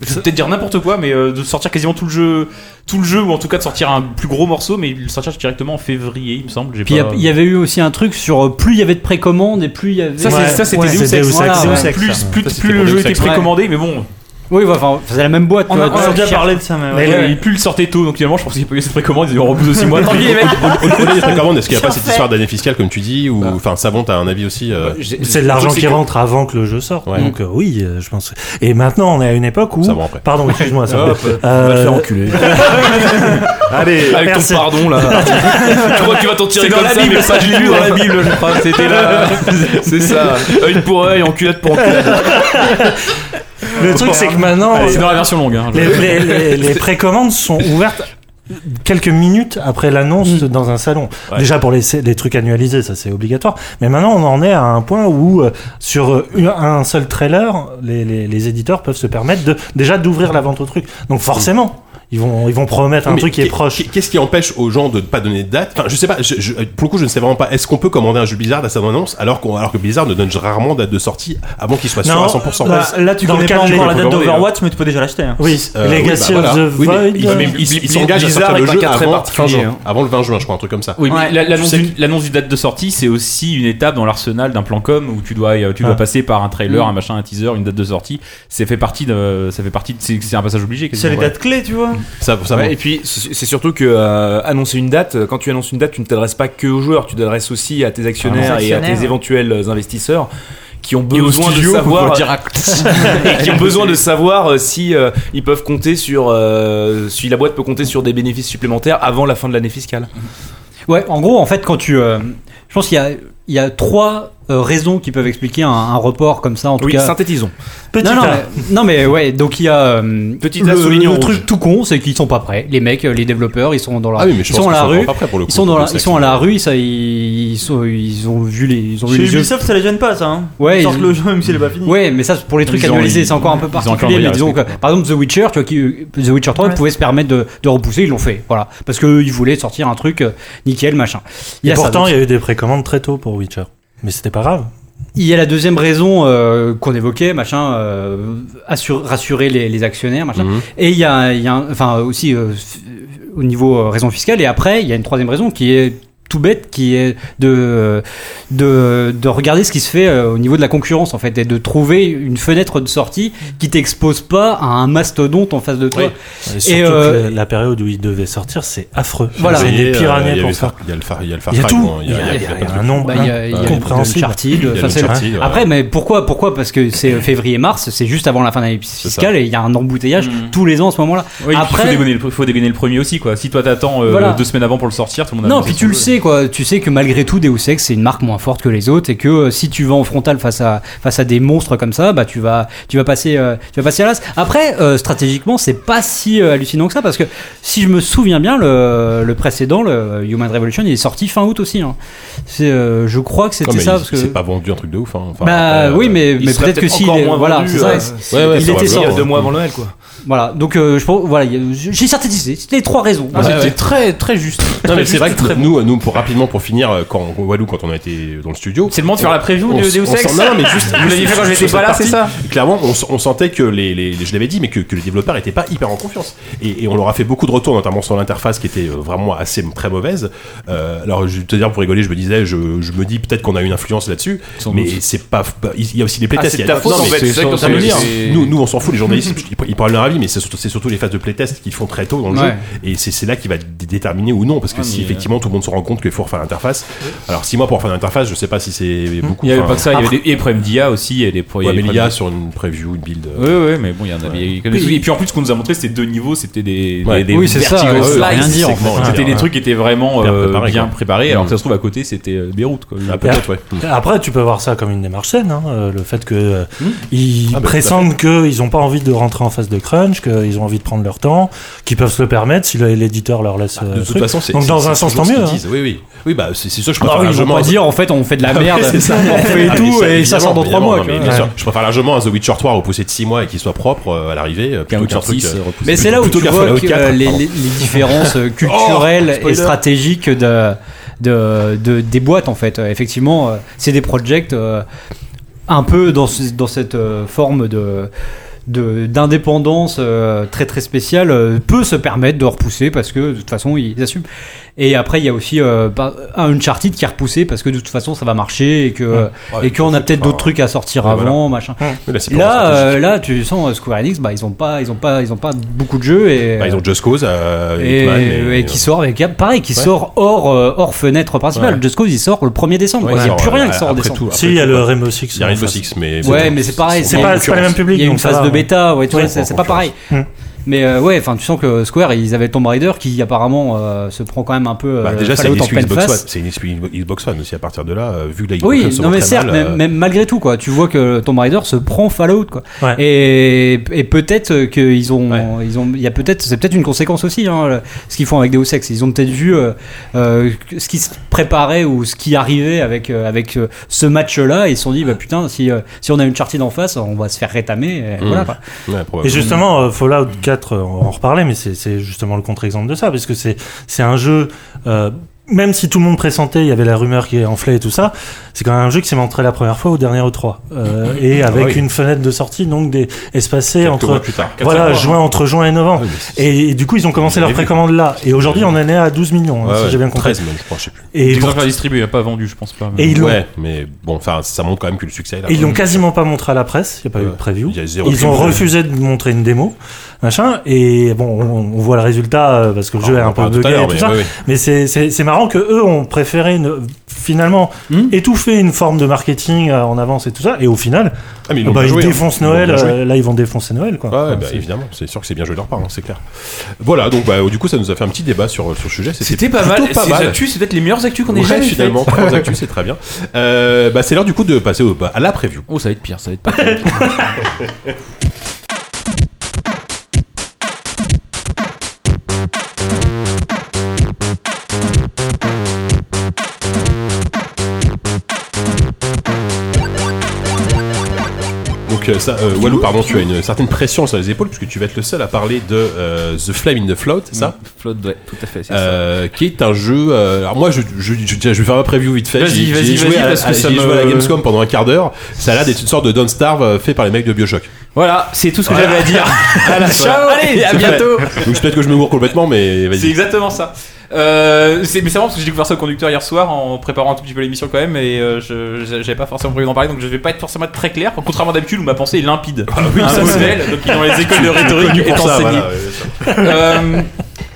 Speaker 6: Je vais peut-être dire n'importe quoi, mais euh, de sortir quasiment tout le jeu, tout le jeu, ou en tout cas de sortir un plus gros morceau, mais le sortir directement en février, il me semble. J'ai
Speaker 9: Puis il y a-
Speaker 6: pas-
Speaker 9: il y avait eu aussi un truc sur euh, plus il y avait de précommandes et plus il y avait.
Speaker 6: Ça, c'est- ça, c'était
Speaker 8: ouais,
Speaker 6: Deus
Speaker 8: c'est
Speaker 6: Ex.
Speaker 8: Deus Ex,
Speaker 6: Voilà,
Speaker 9: Ah,
Speaker 8: Deus
Speaker 6: ouais.
Speaker 8: Ex,
Speaker 6: Plus,
Speaker 8: ça.
Speaker 6: plus,
Speaker 2: Ça, c'était
Speaker 6: plus
Speaker 2: pour
Speaker 6: le jeu
Speaker 2: Deus Ex.
Speaker 6: était précommandé, mais bon.
Speaker 9: Oui, enfin, c'est la même boîte.
Speaker 4: On
Speaker 9: quoi.
Speaker 4: a on a déjà parlé de ça, mais.
Speaker 6: Mais
Speaker 4: ouais.
Speaker 6: le- il pue le sortait tôt, donc finalement, je pense qu'il peut eu cette précommande. Ils ont repoussé aussi mois. Tant pis, les mecs.
Speaker 2: Au-delà des précommandes, est-ce qu'il n'y a pas
Speaker 7: J'en
Speaker 2: cette
Speaker 7: fais.
Speaker 2: histoire d'année fiscale, comme tu dis Ou enfin, Savon, t'as un avis aussi euh,
Speaker 8: C'est de l'argent qui rentre avant que le jeu sorte.
Speaker 2: Ouais.
Speaker 8: Donc euh, oui, euh, je pense. Et maintenant, on est à une époque où.
Speaker 2: Ça va après.
Speaker 8: Pardon, excuse-moi. Ça
Speaker 6: Hop,
Speaker 8: Euh,
Speaker 5: enculer.
Speaker 8: Allez,
Speaker 6: Avec
Speaker 8: merci.
Speaker 6: ton pardon là. tu crois que tu vas t'en tirer comme ça, mais ça je l'ai lu dans la Bible, je crois. C'était là. hein. C'est ça. Œil pour œil, enculade pour enculade.
Speaker 8: Le truc, c'est que maintenant,
Speaker 6: C'est dans la version longue. Hein,
Speaker 8: les, les- les- les précommandes sont ouvertes quelques minutes après l'annonce dans un salon.
Speaker 2: Mm. Ouais.
Speaker 8: Déjà pour les, les trucs annualisés, ça c'est obligatoire. Mais maintenant, on en est à un point où euh, sur euh, une- un seul trailer, les, les- les éditeurs peuvent se permettre de, déjà d'ouvrir la vente au truc. Donc forcément, ils vont, ils vont promettre un
Speaker 2: Mais
Speaker 8: truc qui est
Speaker 2: qu'est-
Speaker 8: proche.
Speaker 2: qu'est- Qu'est-ce qui empêche aux gens de ne pas donner de date Enfin, je sais pas, je- je- pour le coup, je ne sais vraiment pas. Est-ce qu'on peut commander un jeu Blizzard à sa annonce alors, qu'on- alors que Blizzard ne donne rarement date de sortie avant qu'il soit sûr
Speaker 8: Non,
Speaker 2: à 100%
Speaker 4: Là, là, tu
Speaker 8: Dans
Speaker 4: connais
Speaker 8: le
Speaker 4: pas
Speaker 8: cadre
Speaker 4: encore la
Speaker 8: des-
Speaker 4: date
Speaker 2: faut commander,
Speaker 4: d'Overwatch, mais tu peux déjà l'acheter. hein.
Speaker 8: Oui,
Speaker 2: Euh,
Speaker 8: Legacy
Speaker 2: oui, bah,
Speaker 8: of
Speaker 2: voilà.
Speaker 8: the
Speaker 2: Oui, mais-
Speaker 8: Void.
Speaker 2: mais ils- ils s'engagent à
Speaker 5: Blizzard
Speaker 2: sortir le
Speaker 5: est un
Speaker 2: jeu
Speaker 5: cas très
Speaker 2: avant, fin
Speaker 5: particulier,
Speaker 2: juin.
Speaker 5: hein.
Speaker 2: avant le 20 juin, je crois, un truc comme ça.
Speaker 6: Oui, mais
Speaker 7: Ouais.
Speaker 6: la- l'annonce
Speaker 2: Je sais
Speaker 6: du- l'annonce du date de sortie, c'est aussi une étape dans l'arsenal d'un plan com où tu dois, euh, tu dois
Speaker 8: Ah.
Speaker 6: passer par un trailer, un machin, un teaser, une date de sortie. C'est fait partie de, ça fait partie de, c'est c'est un passage obligé.
Speaker 4: C'est les
Speaker 6: quasiment, ouais.
Speaker 4: dates clés, tu vois.
Speaker 2: Ça, ça va.
Speaker 5: et puis c'est c'est surtout que euh, annoncer une date, euh, quand tu annonces une date, tu ne t'adresses pas que aux joueurs, tu t'adresses aussi à tes actionnaires
Speaker 7: Ah, aux
Speaker 5: et à
Speaker 7: actionnaires.
Speaker 5: tes éventuels investisseurs qui ont
Speaker 6: Et au
Speaker 5: besoin
Speaker 6: studio, faut
Speaker 5: de savoir
Speaker 6: le dire à-
Speaker 5: et qui ont besoin de savoir euh, si euh, ils peuvent compter sur euh, si la boîte peut compter sur des bénéfices supplémentaires avant la fin de l'année fiscale.
Speaker 9: Ouais, en gros, en fait, quand tu. euh, je pense qu'il y a, il y a trois euh, raisons qui peuvent expliquer un, un report comme ça, en tout
Speaker 5: oui,
Speaker 9: cas.
Speaker 5: synthétisons.
Speaker 8: Petit
Speaker 9: non, non,
Speaker 8: A.
Speaker 9: mais, non, mais ouais, donc il y a. euh,
Speaker 5: Petit A
Speaker 9: le,
Speaker 5: souligné en
Speaker 9: le
Speaker 5: rouge.
Speaker 9: truc tout con, c'est qu'ils sont pas prêts. Les mecs, euh, les développeurs, ils sont dans leur.
Speaker 2: Ah oui, mais je
Speaker 9: ils
Speaker 2: pense
Speaker 9: sont à
Speaker 2: qu'ils
Speaker 9: la
Speaker 2: sont vraiment
Speaker 9: rue.
Speaker 2: pas prêts pour le
Speaker 9: Ils
Speaker 2: coup,
Speaker 9: sont, dans la,
Speaker 2: pour le
Speaker 9: ils sont à la rue, ça, ils, ils sont, ils ont vu les, ils ont vu
Speaker 4: Chez
Speaker 9: les yeux.
Speaker 4: Ubisoft, ça les gêne pas, ça. hein.
Speaker 9: Ouais,
Speaker 4: Ils sortent
Speaker 9: ils-
Speaker 4: le jeu même s'il est pas fini.
Speaker 9: Ouais, mais ça c'est pour les trucs
Speaker 6: Ils ont-
Speaker 9: annualisés, c'est
Speaker 6: ils-
Speaker 9: encore un peu
Speaker 6: ils ont un
Speaker 9: particulier.
Speaker 6: calendrier
Speaker 9: Mais disons que,
Speaker 6: respecté,
Speaker 9: par exemple, The Witcher, tu vois, qui, The Witcher 3
Speaker 7: Ouais.
Speaker 9: pouvait se permettre de, de repousser, ils l'ont fait, voilà, parce que eux, ils voulaient sortir un truc euh, nickel, machin. Il y
Speaker 8: Et
Speaker 9: a ça,
Speaker 8: pourtant,
Speaker 9: donc-
Speaker 8: il y a eu des précommandes très tôt pour Witcher. Mais c'était pas grave.
Speaker 9: Il y a la deuxième raison euh, qu'on évoquait, machin, euh, assur- rassurer les, les actionnaires, machin.
Speaker 2: Mhm.
Speaker 9: Et il y a, il y a un- enfin aussi euh, f- au niveau euh, raison fiscale. Et après, il y a une troisième raison qui est tout bête, qui est de de, de regarder ce qui se fait euh, au niveau de la concurrence en fait, et de trouver une fenêtre de sortie qui t'expose pas à un mastodonte en face de toi.
Speaker 2: Oui.
Speaker 8: Et surtout
Speaker 9: euh,
Speaker 8: que la- la période où il devait sortir, c'est affreux.
Speaker 9: Voilà.
Speaker 8: J'ai
Speaker 2: Il y
Speaker 8: des
Speaker 2: a- euh, il y
Speaker 8: piranhas
Speaker 2: avait
Speaker 8: pour ça.
Speaker 2: Far- Il y a le Far, il y a le Far
Speaker 8: Il y a
Speaker 2: Cry,
Speaker 8: tout.
Speaker 2: bon, il y a- il y a-
Speaker 8: Il y a un nombre
Speaker 9: Bah, il y a, il y a
Speaker 8: incompréhensible.
Speaker 9: Uncharted,
Speaker 2: hein. il y a
Speaker 9: enfin, c'est-
Speaker 2: l'Uncharted, ouais.
Speaker 9: Après, mais pourquoi, pourquoi Parce que c'est février-mars, c'est juste avant la fin de l'année fiscale et il y a un embouteillage
Speaker 6: Mm.
Speaker 9: tous les ans à ce moment-là.
Speaker 6: Oui,
Speaker 9: Après-
Speaker 6: il faut dégainer, le, faut dégainer le premier aussi, quoi. Si toi t'attends euh,
Speaker 9: Voilà.
Speaker 6: deux semaines avant pour le sortir, tout le monde a
Speaker 9: Non,
Speaker 6: annoncé
Speaker 9: puis
Speaker 6: son
Speaker 9: tu le
Speaker 6: jeu.
Speaker 9: sais, quoi. Tu sais que malgré tout, Deus Ex, c'est une marque moins forte que les autres et que euh, si tu vas en frontal face à, face à des monstres comme ça, bah, tu vas, tu vas passer, euh, tu vas passer à l'as. Après, euh, stratégiquement, c'est pas si euh, hallucinant que ça parce que si je me souviens bien, le, le précédent, le Human Revolution, il est sorti fin août aussi, hein. C'est, euh, je crois que
Speaker 2: Non,
Speaker 9: c'était
Speaker 2: mais
Speaker 9: ça
Speaker 2: il-
Speaker 9: parce que.
Speaker 2: c'est pas vendu un truc de ouf. hein. Enfin,
Speaker 9: bah
Speaker 2: après,
Speaker 9: oui,
Speaker 2: euh,
Speaker 9: mais,
Speaker 5: Il
Speaker 9: mais
Speaker 5: serait
Speaker 9: peut-être que si,
Speaker 5: encore moins
Speaker 9: voilà,
Speaker 5: vendu,
Speaker 9: c'est ça.
Speaker 5: euh,
Speaker 2: Ouais, ouais,
Speaker 9: il
Speaker 2: ça
Speaker 9: était
Speaker 2: va, hein.
Speaker 5: il y a
Speaker 9: sort.
Speaker 5: deux mois avant Noël, quoi.
Speaker 9: Voilà, donc euh, je pense, voilà, il y a- j'ai certifié, c'était les trois raisons.
Speaker 2: Ah,
Speaker 9: Voilà.
Speaker 2: ouais, ouais.
Speaker 5: très très juste.
Speaker 2: Non, mais c'est vrai que nous, nous, pour rapidement, pour finir, euh, quand Walou, quand on a été dans le studio,
Speaker 6: C'est le moment de faire la
Speaker 5: Ah,
Speaker 6: preview
Speaker 2: on
Speaker 6: de
Speaker 2: s- on
Speaker 6: Deus Ex.
Speaker 2: sent- non, non, mais juste,
Speaker 6: Vous l'aviez fait quand j'étais
Speaker 2: sur
Speaker 6: pas là,
Speaker 2: cette
Speaker 6: c'est
Speaker 2: partie, Clairement, on, s- on sentait que les, les- les- je l'avais dit, mais que, que les développeurs n'étaient pas hyper en confiance. Et, et on leur a fait beaucoup de retours, notamment sur l'interface qui était euh, vraiment assez très mauvaise. Euh, alors, je vais te dire pour rigoler, je me disais, je, je me dis peut-être qu'on a une influence là-dessus,
Speaker 6: Sans
Speaker 2: mais
Speaker 6: doute. Ah,
Speaker 2: c'est pas, pas- il y a aussi des playtests.
Speaker 5: c'est
Speaker 2: il y a-
Speaker 5: de ta faute,
Speaker 2: non,
Speaker 5: en
Speaker 2: mais
Speaker 5: fait,
Speaker 2: c'est-
Speaker 5: c'est ça que
Speaker 2: c'est-
Speaker 5: t'en
Speaker 2: c'est-
Speaker 5: veux dire.
Speaker 2: c'est- Nous, nous, on s'en fout, les journalistes, ils, ils parlent leur avis, mais c'est surtout, c'est surtout les phases de playtest qu'ils font très tôt dans le
Speaker 9: Ouais.
Speaker 2: jeu. Et c'est c'est là qui va dé- déterminer ou non, parce que
Speaker 6: Ah,
Speaker 2: si
Speaker 6: mais,
Speaker 2: effectivement tout le monde se rend compte qu'il faut refaire l'interface, alors six mois pour refaire l'interface, je sais pas si c'est beaucoup.
Speaker 6: Il y avait
Speaker 2: enfin,
Speaker 6: pas que ça, il y avait des, il y avait des problèmes d'IA aussi, il y avait des
Speaker 2: Ouais,
Speaker 6: problèmes.
Speaker 2: mais il y a sur une preview, une build. euh,
Speaker 6: Oui, oui, mais bon, il y en avait. il y avait quand même des soucis. Et puis en plus, ce qu'on nous a montré, c'était deux niveaux, c'était des,
Speaker 2: Ouais.
Speaker 6: des, des
Speaker 9: Oui, c'est ça,
Speaker 6: vertigo
Speaker 9: ouais,
Speaker 6: slices.
Speaker 9: ouais, rien dire, en
Speaker 2: fait.
Speaker 6: C'était
Speaker 2: Ouais.
Speaker 6: des trucs qui étaient vraiment
Speaker 2: Bien
Speaker 6: euh,
Speaker 2: préparés,
Speaker 6: bien
Speaker 2: quoi.
Speaker 6: préparés, alors
Speaker 2: Mm.
Speaker 6: que ça se trouve à côté, c'était euh, Beyrouth. Quoi.
Speaker 2: Ah, peut-être, ouais.
Speaker 8: Après, tu peux voir ça comme une démarche saine, hein, euh, le fait que euh, ils
Speaker 2: Ah, bah,
Speaker 8: pressentent qu'ils n'ont pas envie de rentrer en phase de crunch, qu'ils ont envie de prendre leur temps, qu'ils peuvent se le permettre si le- l'éditeur leur laisse. euh,
Speaker 2: Bah, De toute
Speaker 8: truc.
Speaker 2: façon, c'est.
Speaker 8: Donc, dans
Speaker 2: c'est-
Speaker 8: un
Speaker 2: c'est
Speaker 8: sens,
Speaker 2: toujours
Speaker 8: tant
Speaker 2: ce
Speaker 8: mieux,
Speaker 2: qu'ils
Speaker 8: hein.
Speaker 2: disent. Oui, oui. Oui, bah, c'est c'est sûr, je
Speaker 9: Ah
Speaker 2: préfère
Speaker 9: oui, ils vont
Speaker 2: largement.
Speaker 9: pas dire en fait on fait de la merde, on fait
Speaker 2: Ah,
Speaker 9: tout
Speaker 2: mais
Speaker 9: et ça
Speaker 2: évidemment,
Speaker 9: sort dans trois
Speaker 2: évidemment,
Speaker 9: mois.
Speaker 2: mais
Speaker 9: tu vois.
Speaker 2: bien sûr, je préfère largement à The Witcher 3 repousser de 6 mois et qu'il soit propre euh, à l'arrivée euh,
Speaker 6: Qu'un
Speaker 2: plutôt qu'un truc.
Speaker 6: Witcher
Speaker 2: euh,
Speaker 6: 6, repoussé.
Speaker 9: Mais c'est là où
Speaker 2: Plutôt
Speaker 9: tu
Speaker 2: qu'un
Speaker 9: vois
Speaker 2: Fallout Oh,
Speaker 9: que,
Speaker 2: 4,
Speaker 9: euh, les,
Speaker 2: pardon.
Speaker 9: les différences euh, culturelles et stratégiques de, de, de- des boîtes en fait. Euh, Effectivement, euh, c'est des projects euh, un peu dans, ce- dans cette euh, forme de de- d'indépendance euh, très très spéciale euh, peut se permettre de repousser parce que de toute façon ils assument. Et après il y a aussi euh, bah, un Uncharted qui est repoussé parce que de toute façon ça va marcher et que euh, et qu'on a peut-être d'autres trucs à sortir avant machin.
Speaker 2: Mais Là, c'est pas
Speaker 9: Là,
Speaker 2: vraiment
Speaker 9: euh,
Speaker 2: stratégique.
Speaker 9: là, tu sens euh, Square Enix, bah ils ont pas, ils ont pas, ils ont pas beaucoup de jeux et
Speaker 2: Bah, ils ont Just Cause, euh,
Speaker 9: et,
Speaker 2: Hitman,
Speaker 9: et qui sort, et qui- pareil, qui
Speaker 2: Ouais.
Speaker 9: sort hors, euh, hors fenêtre principale.
Speaker 2: Ouais.
Speaker 9: Just Cause, il sort le 1er décembre.
Speaker 2: Ouais,
Speaker 9: quoi. il n'y a
Speaker 2: sort,
Speaker 9: plus rien
Speaker 2: euh,
Speaker 9: qui sort en
Speaker 2: après hein.
Speaker 9: décembre.
Speaker 2: tout, après
Speaker 8: Si, il y a
Speaker 2: tout,
Speaker 8: le
Speaker 2: bah,
Speaker 8: Rainbow Six.
Speaker 2: Il y a
Speaker 8: en
Speaker 2: Rainbow
Speaker 8: face.
Speaker 2: Six, mais.
Speaker 9: Ouais, mais c'est pareil.
Speaker 8: C'est pas, c'est pas le même public.
Speaker 9: Il y a une
Speaker 8: donc ça
Speaker 9: phase
Speaker 8: va.
Speaker 9: de
Speaker 2: hein.
Speaker 9: bêta, ouais, tu
Speaker 8: Ouais,
Speaker 9: vois, c'est
Speaker 8: bon,
Speaker 9: c'est pas pareil.
Speaker 2: Mm.
Speaker 8: Hum.
Speaker 9: Mais euh, ouais, enfin, tu sens que Square, ils avaient Tomb Raider qui apparemment euh, se prend quand même un peu. euh,
Speaker 2: Bah, déjà, c'est
Speaker 9: Fallout
Speaker 2: une
Speaker 9: en
Speaker 2: excuse
Speaker 9: pleine
Speaker 2: Xbox One.
Speaker 9: face.
Speaker 2: C'est une excuse Xbox One aussi. À partir de là, euh, vu que la Xbox One
Speaker 9: Oui,
Speaker 2: se
Speaker 9: non mais
Speaker 2: vend très
Speaker 9: certes,
Speaker 2: mal,
Speaker 9: même,
Speaker 2: euh,
Speaker 9: même malgré tout quoi, tu vois que Tomb Raider se prend Fallout quoi.
Speaker 8: Ouais.
Speaker 9: Et, et peut-être qu'ils ont, ils ont, il y a peut-être, c'est peut-être une conséquence aussi, hein, le- ce qu'ils font avec Deus Ex. Ils ont peut-être vu euh, euh, ce qui se préparait ou ce qui arrivait avec euh, avec euh, ce match-là. Ils se sont dit bah putain, si euh, si on a une Uncharted en face, on va se faire rétamer. et
Speaker 2: Mmh.
Speaker 9: Voilà. quoi.
Speaker 2: ouais,
Speaker 8: Et
Speaker 2: probablement.
Speaker 8: justement, euh, Fallout 4, euh, on va en reparler, mais c'est- c'est justement le contre-exemple de ça, parce que c'est c'est un jeu. euh, même si tout le monde pressentait, il y avait la rumeur qui enflait et tout ça, c'est quand même un jeu qui s'est montré la première fois au dernier E3. euh, et avec
Speaker 2: Ah oui.
Speaker 8: une fenêtre de sortie, donc des espacés
Speaker 2: Quelques mois
Speaker 8: entre,
Speaker 2: plus tard.
Speaker 8: voilà,
Speaker 6: mois, hein.
Speaker 8: juin, entre juin et novembre.
Speaker 2: Ah, mais c'est-
Speaker 8: Et, et du coup, ils ont commencé leur
Speaker 2: l'avez vu.
Speaker 8: précommande là. Et aujourd'hui, on en est à 12 millions, hein,
Speaker 2: Ouais,
Speaker 8: si
Speaker 2: ouais,
Speaker 8: j'ai bien compris.
Speaker 2: 13 même, je crois, je sais plus.
Speaker 8: Et,
Speaker 6: Ils
Speaker 8: pour-
Speaker 6: ont pas distribué, il a pas vendu, je pense pas. mais-
Speaker 8: et ils l'ont
Speaker 2: Ouais, mais bon, enfin, ça montre quand même que le succès est là.
Speaker 8: et ils l'ont quasiment pas montré à la presse. Il n'y a pas eu de
Speaker 2: Ouais.
Speaker 8: preview.
Speaker 2: Il y a zéro
Speaker 8: ils ont
Speaker 2: preview.
Speaker 8: refusé de montrer une démo, machin. Et bon, on, on voit le résultat euh, parce que le jeu
Speaker 2: Alors,
Speaker 8: est
Speaker 2: Ah, on
Speaker 8: un
Speaker 2: en
Speaker 8: peu
Speaker 2: parlera tout à
Speaker 8: bugué
Speaker 2: l'heure,
Speaker 8: et tout
Speaker 2: mais
Speaker 8: ça.
Speaker 2: ouais, ouais.
Speaker 8: Mais c'est- c'est c'est marrant que eux ont préféré une- finalement
Speaker 9: Hmm.
Speaker 8: étouffer une forme de marketing euh, en avance et tout ça. Et au final,
Speaker 2: Ah,
Speaker 8: bah,
Speaker 2: mais ils
Speaker 8: ils,
Speaker 2: l'ont bien joué, hein.
Speaker 8: défoncent
Speaker 2: Ils l'ont
Speaker 8: Noël.
Speaker 2: bien joué.
Speaker 8: euh, là, ils vont défoncer Noël, quoi.
Speaker 2: Ouais,
Speaker 8: Enfin,
Speaker 2: bah,
Speaker 8: c'est-
Speaker 2: évidemment, c'est sûr que c'est bien joué de leur part, hein, c'est clair. Voilà, donc bah, du coup, ça nous a fait un petit débat sur, sur ce sujet.
Speaker 5: C'était pas
Speaker 2: plutôt
Speaker 5: mal. Ces actus, c'est peut-être les meilleures actus qu'on ait
Speaker 2: Ouais,
Speaker 5: jamais faites.
Speaker 2: finalement, trois actus, c'est très bien. Euh, bah, c'est l'heure du coup de passer au- bah, à la preview.
Speaker 6: Oh, ça va être pire, ça va être pas.
Speaker 2: Donc, euh, ça, euh, Walou, pardon, tu as une certaine pression sur les épaules puisque tu vas être le seul à parler de euh, The Flame in the Float, c'est ça
Speaker 6: Flood, ouais, tout à fait. Mm, c'est ça.
Speaker 2: Euh, qui est un jeu. euh, alors moi, je, je, je, tiens, je vais faire ma preview vite fait.
Speaker 6: Vas-y,
Speaker 2: J'y- j'y ai
Speaker 6: vas-y,
Speaker 2: joué
Speaker 6: vas-y,
Speaker 2: à,
Speaker 6: parce que
Speaker 2: à-
Speaker 6: ça
Speaker 2: j'y ai joué à la
Speaker 6: me-
Speaker 2: Gamescom pendant un quart d'heure. Ça a l'air d'être une sorte de Don't Starve euh, fait par les mecs de Bioshock.
Speaker 6: Voilà, c'est tout ce que j'avais à dire. Ciao, allez, à
Speaker 2: C'est
Speaker 6: bientôt.
Speaker 2: Donc peut-être que je me mourre complètement, mais
Speaker 6: C'est
Speaker 2: vas-y.
Speaker 6: exactement ça. Euh, c'est- mais c'est marrant parce que j'ai découvert ça au conducteur hier soir en préparant un tout petit peu l'émission quand même et euh, je je- j'avais pas forcément prévu d'en parler donc je vais pas être forcément très clair contrairement à d'habitude où ma pensée est limpide.
Speaker 2: Ah
Speaker 6: un modèle donc qui est dans les écoles de rhétorique est
Speaker 2: Pour ça,
Speaker 6: enseigné.
Speaker 2: voilà, ouais, bien sûr.
Speaker 6: Euh,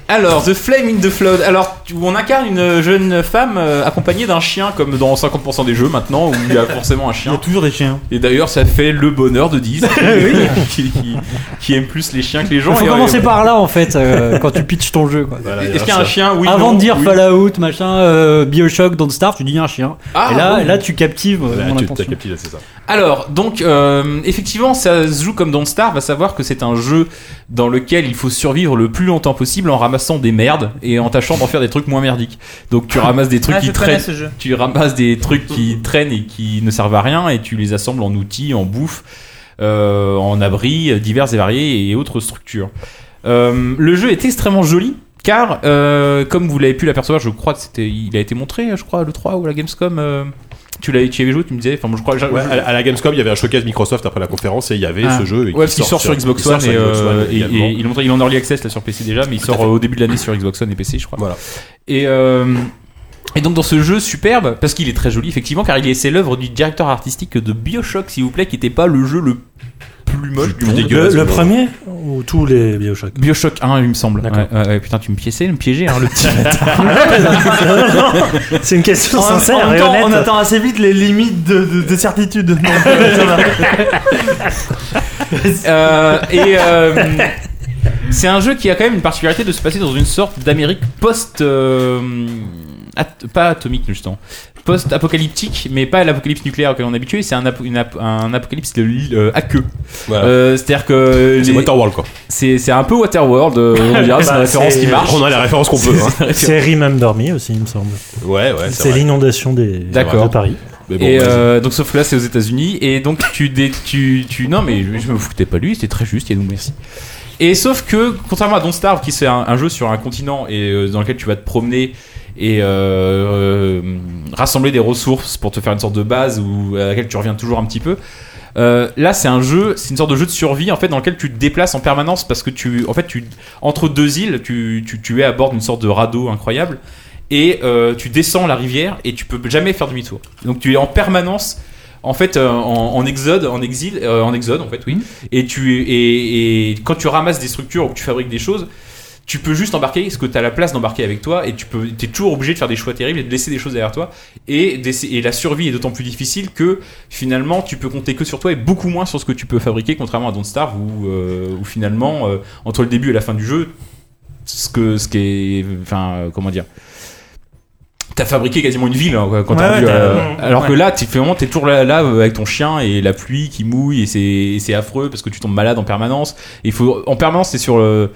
Speaker 6: alors, The Flame in the Flood. Alors, tu- où on incarne une jeune femme euh, accompagnée d'un chien, comme dans 50% des jeux maintenant, où il y a forcément un
Speaker 4: Il y a
Speaker 6: chien.
Speaker 4: toujours des chiens.
Speaker 6: Et d'ailleurs, ça fait le bonheur de Diz,
Speaker 2: Ah
Speaker 6: qui, qui- qui aime plus les chiens que les gens.
Speaker 9: Il faut
Speaker 6: Et, euh,
Speaker 9: commencer par là en fait euh, quand tu pitches ton jeu. Quoi.
Speaker 2: Voilà,
Speaker 6: Est-ce qu'il y a un chien Oui.
Speaker 9: Avant
Speaker 6: non,
Speaker 9: de dire
Speaker 6: oui.
Speaker 9: Fallout, machin, euh, Bioshock, Don't Starve, tu dis un chien.
Speaker 6: Ah,
Speaker 9: et là,
Speaker 6: bon.
Speaker 9: là, tu captives euh,
Speaker 2: Voilà,
Speaker 9: mon
Speaker 2: tu
Speaker 9: attention.
Speaker 2: t'as capté, là, c'est ça.
Speaker 6: Alors, donc, euh, effectivement, ça se joue comme Don't Starve, à savoir que c'est un jeu dans lequel il faut survivre le plus longtemps possible en ramassant des merdes et en tâchant d'en faire des trucs moins merdiques. Donc, tu ramasses des trucs
Speaker 7: Ah,
Speaker 6: qui
Speaker 7: je connais
Speaker 6: traînent.
Speaker 7: ce jeu.
Speaker 6: Tu ramasses des trucs qui traînent et qui ne servent à rien et tu les assembles en outils, en bouffe, euh, en abris euh, divers et variés et autres structures. Euh, le jeu est extrêmement joli car, euh, comme vous l'avez pu l'apercevoir, je crois que c'était, il a été montré, je crois, le 3 ou à la Gamescom. euh, tu l'avais, tu y avais joué, tu me disais. Enfin, moi, je crois. que j'a-
Speaker 2: Ouais, à, à la Gamescom, il y avait un showcase Microsoft après la conférence et il y avait
Speaker 6: Ah.
Speaker 2: ce jeu.
Speaker 6: Ouais, parce qu'il sort sur Xbox
Speaker 2: il
Speaker 6: One
Speaker 2: sort sur
Speaker 6: et,
Speaker 2: Xbox One
Speaker 6: euh, et-
Speaker 2: également.
Speaker 6: et il, est montré- il est en early access là sur PC déjà, mais il sort euh, au début de l'année sur Xbox One et PC, je crois.
Speaker 2: Voilà.
Speaker 6: Et, euh, et donc dans ce jeu superbe, parce qu'il est très joli effectivement, car il est c'est l'œuvre du directeur artistique de Bioshock, s'il vous plaît, qui n'était pas le jeu le plus moche du
Speaker 2: plus
Speaker 6: monde.
Speaker 2: dégueu.
Speaker 8: Le,
Speaker 2: Dégueulasse,
Speaker 8: le
Speaker 2: mais-
Speaker 8: premier ou tous les Bioshock
Speaker 6: Bioshock 1, il me semble.
Speaker 8: D'accord.
Speaker 6: Ouais, ouais, ouais, putain, tu me piéçais, me piégeais, hein, le petit.
Speaker 8: C'est une question
Speaker 4: En,
Speaker 8: sincère
Speaker 4: en même
Speaker 8: et
Speaker 4: temps,
Speaker 8: honnête.
Speaker 4: on atteint assez vite les limites de, de, de certitude. Donc, euh, ça va.
Speaker 6: Euh, et euh, c'est un jeu qui a quand même une particularité de se passer dans une sorte d'Amérique post euh, at- pas atomique justement post apocalyptique mais pas l'apocalypse nucléaire auquel on est habitué c'est un, apo- une ap- un apocalypse de li- euh, aqueux
Speaker 2: Voilà.
Speaker 6: c'est à dire que
Speaker 2: Ah. C'est
Speaker 6: les-
Speaker 2: Waterworld quoi.
Speaker 6: c'est c'est un peu Waterworld euh, on dira, c'est la
Speaker 8: Bah,
Speaker 6: référence
Speaker 8: c'est-
Speaker 6: qui marche
Speaker 2: On a la référence qu'on peut. hein.
Speaker 8: C'est Remember dormi aussi, il me semble.
Speaker 2: Ouais, ouais,
Speaker 8: C'est
Speaker 2: c'est vrai.
Speaker 8: l'inondation des
Speaker 6: D'accord.
Speaker 8: de Paris.
Speaker 2: Mais bon,
Speaker 6: Et
Speaker 2: vas-y.
Speaker 6: euh, donc sauf que là c'est aux États-Unis et donc tu dé- tu tu non mais je, je me foutais pas lui c'était très juste et nous merci. Et sauf que contrairement à Don't Starve qui c'est un, un jeu sur un continent et euh, dans lequel tu vas te promener et euh, euh, rassembler des ressources pour te faire une sorte de base ou à laquelle tu reviens toujours un petit peu. Euh, là, c'est un jeu, c'est une sorte de jeu de survie en fait dans lequel tu te déplaces en permanence parce que tu, en fait, tu entre deux îles, tu, tu, tu es à bord d'une sorte de radeau incroyable et euh, tu descends la rivière et tu peux jamais faire demi-tour. Donc tu es en permanence. En fait, euh, en, en exode, en exil, euh, en exode, en fait, oui. Et tu et, et quand tu ramasses des structures ou que tu fabriques des choses, tu peux juste embarquer ce que tu as la place d'embarquer avec toi et tu peux t'es toujours obligé de faire des choix terribles et de laisser des choses derrière toi et, d'essa- et la survie est d'autant plus difficile que finalement tu peux compter que sur toi et beaucoup moins sur ce que tu peux fabriquer contrairement à Don't Starve où, euh, où finalement euh, entre le début et la fin du jeu ce que ce qui est enfin euh, comment dire T'as fabriqué quasiment une ville hein, quoi, quand
Speaker 4: Ouais,
Speaker 6: t'as
Speaker 4: ouais,
Speaker 6: rendu,
Speaker 4: t'as-
Speaker 6: euh,
Speaker 4: ouais.
Speaker 6: alors que
Speaker 4: Ouais.
Speaker 6: là t'es vraiment t'es toujours là, là euh, avec ton chien et la pluie qui mouille et c'est et c'est affreux parce que tu tombes malade en permanence. Et il faut en permanence t'es sur le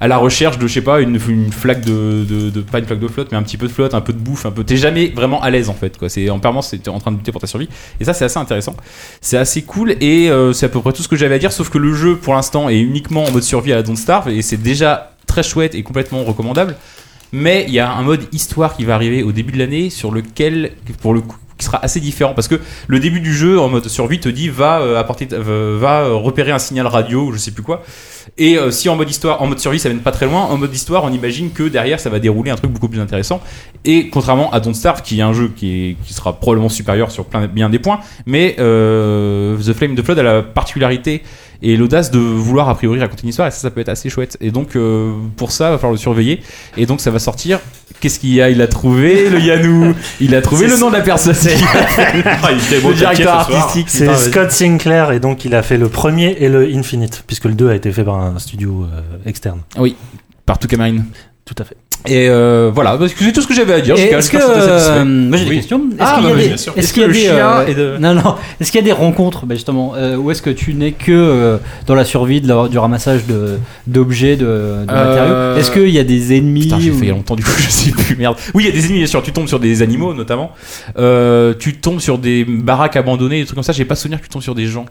Speaker 6: à la recherche de je sais pas une, une flaque de, de, de- pas une flaque de flotte mais un petit peu de flotte un peu de bouffe un peu t'es jamais vraiment à l'aise en fait quoi c'est en permanence t'es en train de lutter pour ta survie et ça c'est assez intéressant c'est assez cool et euh, c'est à peu près tout ce que j'avais à dire sauf que le jeu pour l'instant est uniquement en mode survie à la Don't Starve et c'est déjà très chouette et complètement recommandable mais il y a un mode histoire qui va arriver au début de l'année sur lequel pour le coup qui sera assez différent parce que le début du jeu en mode survie te dit va euh, apporter ta- va va, euh, repérer un signal radio ou je sais plus quoi et euh, si en mode histoire en mode survie ça mène pas très loin en mode histoire on imagine que derrière ça va dérouler un truc beaucoup plus intéressant et contrairement à Don't Starve qui est un jeu qui, est- qui sera probablement supérieur sur plein bien des points mais euh, The Flame de Flood a la particularité et l'audace de vouloir a priori raconter une histoire et ça ça peut être assez chouette et donc euh, pour ça va falloir le surveiller et donc ça va sortir qu'est-ce qu'il y a il a trouvé le Yanou il a trouvé
Speaker 5: C'est-
Speaker 6: le nom de la personne
Speaker 5: Ah, il était beau
Speaker 6: le directeur
Speaker 5: taquet ce soir.
Speaker 6: artistique
Speaker 8: C'est
Speaker 6: putain, vas-y.
Speaker 8: Scott Sinclair et donc il a fait le premier et le Infinite, puisque le 2 a été fait par un studio euh, externe.
Speaker 6: oui par Toukamarine
Speaker 8: Tout à fait.
Speaker 6: et euh, voilà parce que c'est tout ce que j'avais à dire
Speaker 9: Et
Speaker 6: jusqu'à-
Speaker 9: Est-ce que
Speaker 6: j'espère t'as
Speaker 9: euh,
Speaker 6: satisfait.
Speaker 9: moi j'ai des
Speaker 2: Oui.
Speaker 9: questions Est-ce
Speaker 6: Ah,
Speaker 9: qu'il y a
Speaker 6: bah oui,
Speaker 9: des-
Speaker 6: bien sûr.
Speaker 9: Est-ce qu'il y a
Speaker 6: Est-ce que
Speaker 9: des
Speaker 6: le chien
Speaker 9: euh,
Speaker 6: est de-
Speaker 9: non non Est-ce qu'il y a des rencontres bah, justement euh, où est-ce que tu n'es que euh, dans la survie de la- du ramassage de d'objets de, de
Speaker 6: Euh,
Speaker 9: matériaux Est-ce qu'il y a des ennemis
Speaker 6: Putain, j'ai
Speaker 9: ou-
Speaker 6: fait il y a longtemps, du coup, je sais plus, merde. Oui, il y a des ennemis, bien sûr. Tu tombes sur des animaux, notamment. Euh, tu tombes sur des baraques abandonnées, des trucs comme ça. J'ai pas souvenir que tu tombes sur des gens.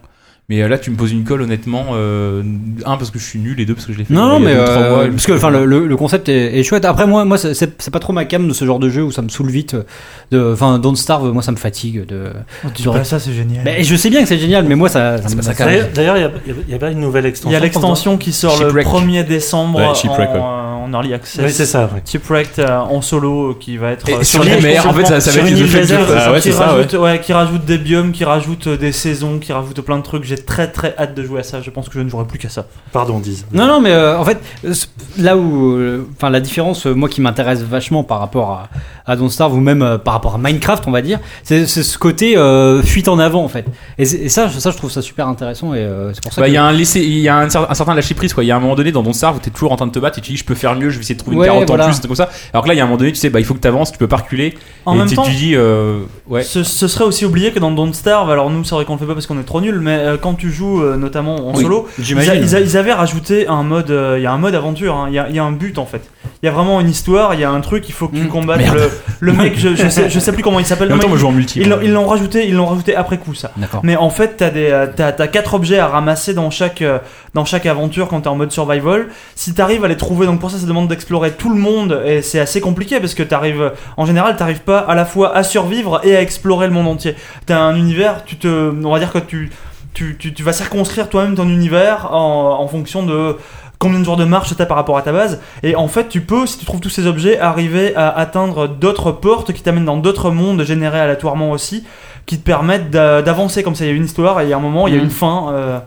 Speaker 6: Mais euh, là, tu me poses une colle, honnêtement. euh, un, parce que je suis nul, et deux, parce que je l'ai fait.
Speaker 9: Non, non,
Speaker 6: il y a
Speaker 9: mais
Speaker 6: deux, trois
Speaker 9: euh,
Speaker 6: mois.
Speaker 9: parce que enfin le, le- le concept est, est chouette. Après moi, moi c'est- c'est c'est pas trop ma cam de ce genre de jeu où ça me saoule vite. euh, de- Enfin, Don't Starve, moi ça me fatigue. De.
Speaker 4: Tu vois, ça, c'est génial.
Speaker 9: Mais je sais bien que c'est génial, mais moi ça. ça me-
Speaker 8: D'ailleurs, d'ailleurs, il y a- il y a, pas une nouvelle extension.
Speaker 4: Il y a l'extension qui sort le
Speaker 6: Shipwreck.
Speaker 4: 1er décembre
Speaker 2: Ouais, Shipwreak,
Speaker 4: en,
Speaker 2: ouais.
Speaker 4: euh, en Early Access.
Speaker 8: Oui, c'est ça. ouais.
Speaker 4: Shipwreck euh, en solo euh, qui va être
Speaker 6: Et
Speaker 4: euh,
Speaker 6: sur
Speaker 4: sur
Speaker 6: les
Speaker 4: l'île-
Speaker 6: mers, en fait, ça, ça va
Speaker 4: sur
Speaker 6: être
Speaker 4: une
Speaker 6: les
Speaker 4: île
Speaker 6: effets de
Speaker 4: déserte,
Speaker 6: flûte.
Speaker 2: Ah ouais,
Speaker 4: qui
Speaker 2: c'est ça,
Speaker 4: rajoute, ouais, qui rajoute des biomes, qui rajoute euh, des saisons, qui rajoute plein de trucs. J'ai très très hâte de jouer à ça. Je pense que je ne jouerai plus qu'à ça.
Speaker 8: Pardon, disent.
Speaker 9: Non, non, mais euh, en fait, euh, c- là où. euh, Enfin, la différence, euh, moi qui m'intéresse vachement par rapport à, à Don't Starve ou même euh, par rapport à Minecraft, on va dire, c'est c'est ce côté euh, fuite en avant en fait. Et, c'est- et ça, je- ça, je trouve ça super intéressant et euh, c'est pour ça
Speaker 6: Bah,
Speaker 9: que.
Speaker 6: il y a un laissé- il y a un, cer- un certain lâcher prise quoi. Il y a un moment donné dans ton sarve où t'es toujours en train de te battre et tu dis je peux faire mieux, je vais essayer de trouver
Speaker 9: Ouais,
Speaker 6: une carotte
Speaker 9: voilà.
Speaker 6: en plus, un truc comme ça. Alors que là, il y a un moment donné, tu sais, bah il faut que t'avances, tu peux pas reculer.
Speaker 4: En
Speaker 6: et
Speaker 4: même
Speaker 6: tu-
Speaker 4: temps,
Speaker 6: tu dis euh, ouais.
Speaker 4: ce, ce serait aussi oublié que dans Don't Starve, alors nous, c'est vrai qu'on le fait pas parce qu'on est trop nuls, mais euh, quand tu joues euh, notamment en
Speaker 6: Oui.
Speaker 4: solo, Ils, a-
Speaker 9: J'imagine.
Speaker 4: ils a- ils avaient rajouté un mode, euh, il y a un mode aventure, hein, il y, a, il y a un but en fait. Il y a vraiment une histoire, il y a un truc, il faut que tu
Speaker 9: Mm.
Speaker 4: combattes
Speaker 6: Merde.
Speaker 4: le, le mec, je, je sais, je sais plus comment il s'appelle.
Speaker 6: En même temps, moi,
Speaker 4: le mec,
Speaker 6: je joue en multi.
Speaker 4: ils
Speaker 6: ouais.
Speaker 4: l'ont- ils l'ont rajouté, ils l'ont rajouté après coup ça.
Speaker 9: D'accord.
Speaker 4: Mais en fait, t'as des, euh, t'as, t'as quatre objets à ramasser dans chaque, euh, dans chaque aventure quand t'es en mode survival. Si t'arrives à les trouver, donc pour ça, ça demande d'explorer tout le monde et c'est assez compliqué parce que t'arrives, en général, t'arrives pas à la fois à survivre et à explorer le monde entier. T'as un univers, tu te, on va dire que tu, tu, tu, tu vas circonscrire toi-même ton univers en, en fonction de combien de jours de marche t'as par rapport à ta base. Et en fait, tu peux, si tu trouves tous ces objets, arriver à atteindre d'autres portes qui t'amènent dans d'autres mondes générés aléatoirement aussi, qui te permettent d'a- d'avancer comme ça. Il y a une histoire et il y a un moment, il y a
Speaker 9: Mhm.
Speaker 4: une fin. euh,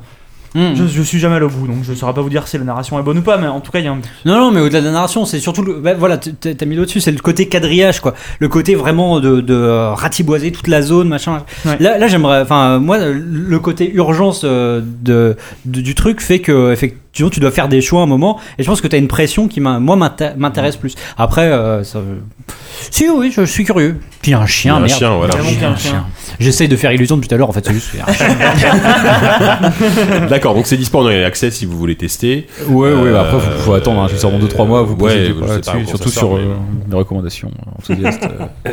Speaker 9: Hmm.
Speaker 4: je, je suis jamais allé au bout, donc je ne saurais pas vous dire si la narration est bonne ou pas, mais en tout cas, il y a un.
Speaker 9: Non, non, mais au-delà de la narration, c'est surtout, le, bah, voilà, t- t- t'as mis l'au-dessus, c'est le côté quadrillage, quoi. Le côté vraiment de, de euh, ratiboiser toute la zone, machin.
Speaker 4: Ouais.
Speaker 9: Là, là, j'aimerais, enfin, euh, moi, le côté urgence euh, de, de- du truc fait que, effectivement, tu dois faire des choix à un moment, et je pense que t'as une pression qui, m'a- moi, m'inté- m'intéresse plus. Après, euh, ça, si, oui, je, suis curieux. Puis il y a un
Speaker 2: Il y
Speaker 9: chien,
Speaker 2: a un
Speaker 9: merde.
Speaker 2: chien, voilà.
Speaker 4: Vraiment
Speaker 9: Il y a un
Speaker 4: chien.
Speaker 9: chien. J'essaye de faire illusion depuis tout à l'heure, en fait, c'est juste.
Speaker 2: D'accord, donc c'est disponible en early access si vous voulez tester.
Speaker 6: Ouais, ouais,
Speaker 2: Euh,
Speaker 6: bah après, faut, faut attendre, hein, je sors dans 2-3 mois, vous
Speaker 2: ouais,
Speaker 6: posez
Speaker 2: je
Speaker 6: voilà
Speaker 2: sais
Speaker 6: dessus,
Speaker 2: pas quand ça
Speaker 6: surtout
Speaker 2: sort,
Speaker 6: sur
Speaker 2: mais-
Speaker 6: euh, les recommandations enthousiastes. euh.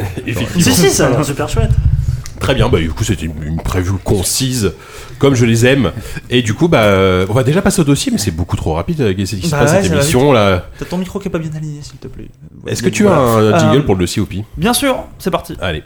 Speaker 4: Si, si, ça.
Speaker 8: super chouette.
Speaker 2: Très bien, bah du coup c'était une, une preview concise, comme je les aime. Et du coup, bah euh, on va déjà passer au dossier, mais c'est beaucoup trop rapide. euh, Qu'est-ce qui se
Speaker 4: Bah
Speaker 2: passe
Speaker 4: ouais,
Speaker 2: cette
Speaker 4: ça va
Speaker 2: émission là
Speaker 4: T'as ton micro qui est pas bien aligné, s'il te plaît.
Speaker 2: Est-ce que tu
Speaker 4: Voilà.
Speaker 2: as un jingle
Speaker 4: Euh,
Speaker 2: pour le Euh, dossier Oupi
Speaker 4: Bien sûr, c'est parti.
Speaker 2: Allez.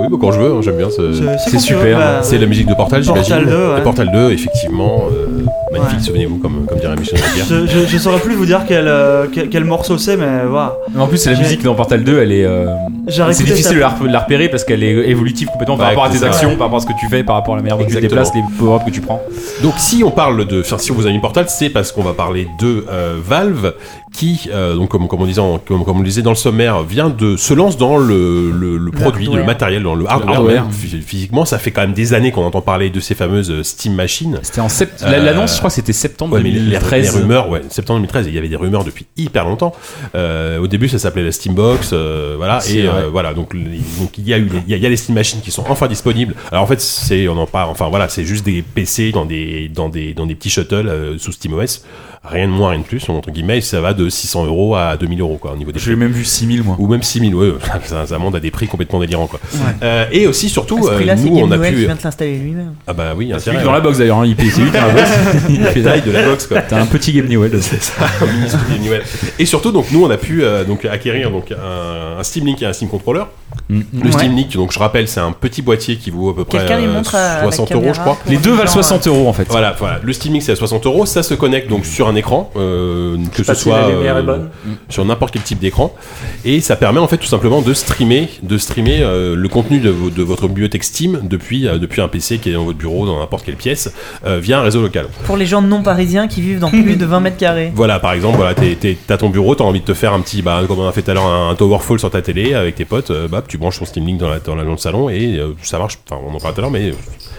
Speaker 2: Oui, bah, quand je veux, hein, j'aime bien. ce-
Speaker 4: C'est- c'est
Speaker 2: C'est
Speaker 4: quand tu veux,
Speaker 2: super.
Speaker 4: bah,
Speaker 2: c'est la musique de Portal,
Speaker 4: Portal
Speaker 2: j'imagine.
Speaker 4: 2, ouais.
Speaker 2: Et Portal 2, effectivement. euh, magnifique,
Speaker 4: Ouais.
Speaker 2: souvenez-vous, comme, comme dirait Michel Drucker.
Speaker 4: Je, je, je saurais plus vous dire quel, euh, quel, quel morceau c'est, mais voilà.
Speaker 6: Mais en plus, c'est la
Speaker 4: J'ai-
Speaker 6: musique dans Portal 2, elle est. euh,
Speaker 4: J'ai
Speaker 6: C'est
Speaker 4: réécouté
Speaker 6: difficile
Speaker 4: ça.
Speaker 6: de la, rep- de la repérer parce qu'elle est euh, évolutive complètement
Speaker 2: Ouais,
Speaker 6: par rapport à
Speaker 2: Bah, c'est
Speaker 6: tes
Speaker 2: ça.
Speaker 6: actions, par rapport à ce que tu fais, par rapport à la manière dont tu te
Speaker 2: Exactement.
Speaker 6: déplaces, les power-ups que tu prends.
Speaker 2: Donc si on parle de, enfin si on vous a mis Portal, c'est parce qu'on va parler de euh, Valve qui, euh, donc comme, comme on disait, en- comme, comme on le disait dans le sommaire, vient de se lance dans le, le, le produit,
Speaker 7: hardware.
Speaker 2: le matériel, dans le hardware.
Speaker 6: hardware.
Speaker 2: même, phys- Physiquement, ça fait quand même des années qu'on entend parler de ces fameuses euh, Steam machines.
Speaker 6: C'était en sept...
Speaker 2: Euh,
Speaker 6: L'annonce, je crois, que c'était septembre
Speaker 2: Ouais, mais les, les
Speaker 6: 2013.
Speaker 2: rumeurs, ouais, septembre 2013, il y avait des rumeurs depuis hyper longtemps. Euh, au début, ça s'appelait la Steambox, euh, voilà,
Speaker 6: C'est
Speaker 2: et euh,
Speaker 6: vrai.
Speaker 2: voilà, donc, les- donc il y a eu, les- il y, a- il y a les Steam Machines qui sont enfin disponibles. Alors en fait, c'est, on en parle, enfin voilà, c'est juste des PC dans des, dans des, dans des petits shuttles euh, sous SteamOS, rien de moins, rien de plus, entre guillemets, ça va de 600 euros à 2000 euros, quoi, au niveau des
Speaker 6: J'ai même vu 6000 moi.
Speaker 2: ou même 6000, ouais, ça, ça monte à des prix complètement délirants, quoi. Euh, et aussi,
Speaker 7: À
Speaker 2: surtout,
Speaker 7: ce
Speaker 2: euh,
Speaker 7: prix-là, c'est
Speaker 2: nous,
Speaker 7: Game
Speaker 2: on a
Speaker 7: Noël qui
Speaker 2: pu.
Speaker 7: vient de l'installer lui-même.
Speaker 2: Ah bah oui,
Speaker 6: C'est lui
Speaker 2: intérêt,
Speaker 6: dans la
Speaker 2: ouais.
Speaker 6: box d'ailleurs, hein, il paye- c'est lui qui a la box. Il fait ça.
Speaker 2: taille de la box, quoi.
Speaker 6: T'as un petit Game Newell.
Speaker 2: Et surtout, donc nous, on a pu euh, donc acquérir donc un, un Steam Link et un Steam Controller.
Speaker 6: Mm,
Speaker 2: Le
Speaker 7: Ouais.
Speaker 2: Steam Link, donc je rappelle, c'est un petit boîtier qui vaut à peu près
Speaker 7: Quelqu'un les
Speaker 2: euh,
Speaker 7: montre à la
Speaker 2: 60 euros,
Speaker 7: caméra
Speaker 2: je crois.
Speaker 7: pour
Speaker 6: Les deux
Speaker 7: les
Speaker 6: valent
Speaker 7: gens,
Speaker 6: 60 euros en fait.
Speaker 2: Voilà, voilà. Le Steam Link, c'est à 60 euros. Ça se connecte donc sur un écran, euh, que ce
Speaker 5: pas si
Speaker 2: soit euh,
Speaker 5: la lumière est bonne.
Speaker 2: sur n'importe quel type d'écran, et ça permet en fait tout simplement de streamer, de streamer euh, le contenu de, vo- de votre bibliothèque Steam depuis euh, depuis un PC qui est dans votre bureau, dans n'importe quelle pièce, euh, via un réseau local.
Speaker 7: Pour les gens non parisiens qui vivent dans plus de 20 mètres carrés.
Speaker 2: Voilà, par exemple, voilà, t'es- t'es- t'as ton bureau, t'as envie de te faire un petit, bah, comme on a fait tout à l'heure, un, un Towerfall sur ta télé avec tes potes, euh, bah, tu branches ton Steam Link dans, la, dans, la- dans le salon et euh, ça marche, enfin, on en parle tout à l'heure, mais euh,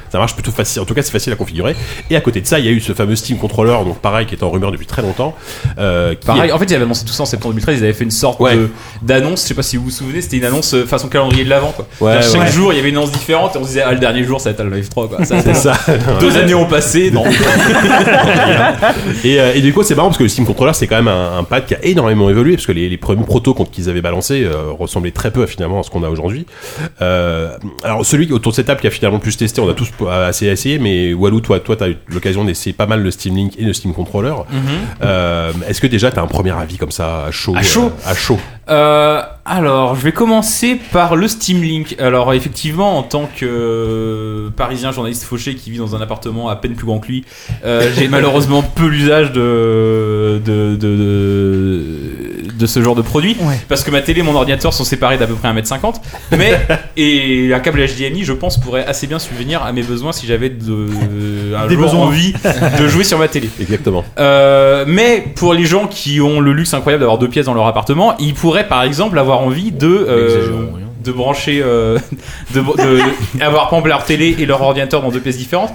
Speaker 2: ça marche plutôt facile, en tout cas, c'est facile à configurer. Et à côté de ça, il y a eu ce fameux Steam Controller, donc pareil, qui est en rumeur depuis très longtemps. euh, qui
Speaker 6: Pareil, en fait, ils avaient annoncé tout ça en septembre 2013. Ils avaient fait une sorte
Speaker 2: Ouais.
Speaker 6: de- d'annonce. Je sais pas si vous vous souvenez, c'était une annonce euh, façon calendrier de l'avant. quoi.
Speaker 2: Ouais,
Speaker 6: C'est-à-dire, chaque
Speaker 2: ouais.
Speaker 6: jour, il y avait une annonce différente. Et on se disait, ah, le dernier jour, ça va être à la Live 3. Quoi. Ça,
Speaker 2: C'est ça.
Speaker 6: Deux années ont passé. Non.
Speaker 2: Et, euh, et du coup, c'est marrant parce que le Steam Controller, c'est quand même un, un pad qui a énormément évolué parce que les, les premiers protos qu'on- qu'ils avaient balancés euh, ressemblaient très peu finalement à ce qu'on a aujourd'hui. Euh, alors, celui qui- autour de cette table qui a finalement le plus testé, on a tous assez essayé, mais Walou, toi, toi, t'as eu l'occasion d'essayer pas mal le Steam Link et le Steam Controller.
Speaker 6: Mhm.
Speaker 2: Euh, Est-ce que déjà t'as un premier avis comme ça à chaud
Speaker 6: À chaud
Speaker 2: euh, À chaud.
Speaker 6: Euh, alors, je vais commencer par le Steam Link. Alors, effectivement, en tant que euh, parisien journaliste fauché qui vit dans un appartement à peine plus grand que lui, euh, j'ai malheureusement peu l'usage de de, de, de de ce genre de produit. Parce que ma télé et mon ordinateur sont séparés d'à peu près 1m50. Mais, et un câble HDMI, je pense, pourrait assez bien subvenir à mes besoins si j'avais de, un
Speaker 4: Des
Speaker 6: jour
Speaker 4: besoins.
Speaker 6: envie de jouer sur ma télé.
Speaker 2: Exactement.
Speaker 6: Euh, mais pour les gens qui ont le luxe incroyable d'avoir deux pièces dans leur appartement, ils pourraient par exemple avoir envie de euh,
Speaker 5: N'exagérons rien.
Speaker 6: de brancher, euh, de, de- avoir par exemple leur télé et leur ordinateur dans deux pièces différentes.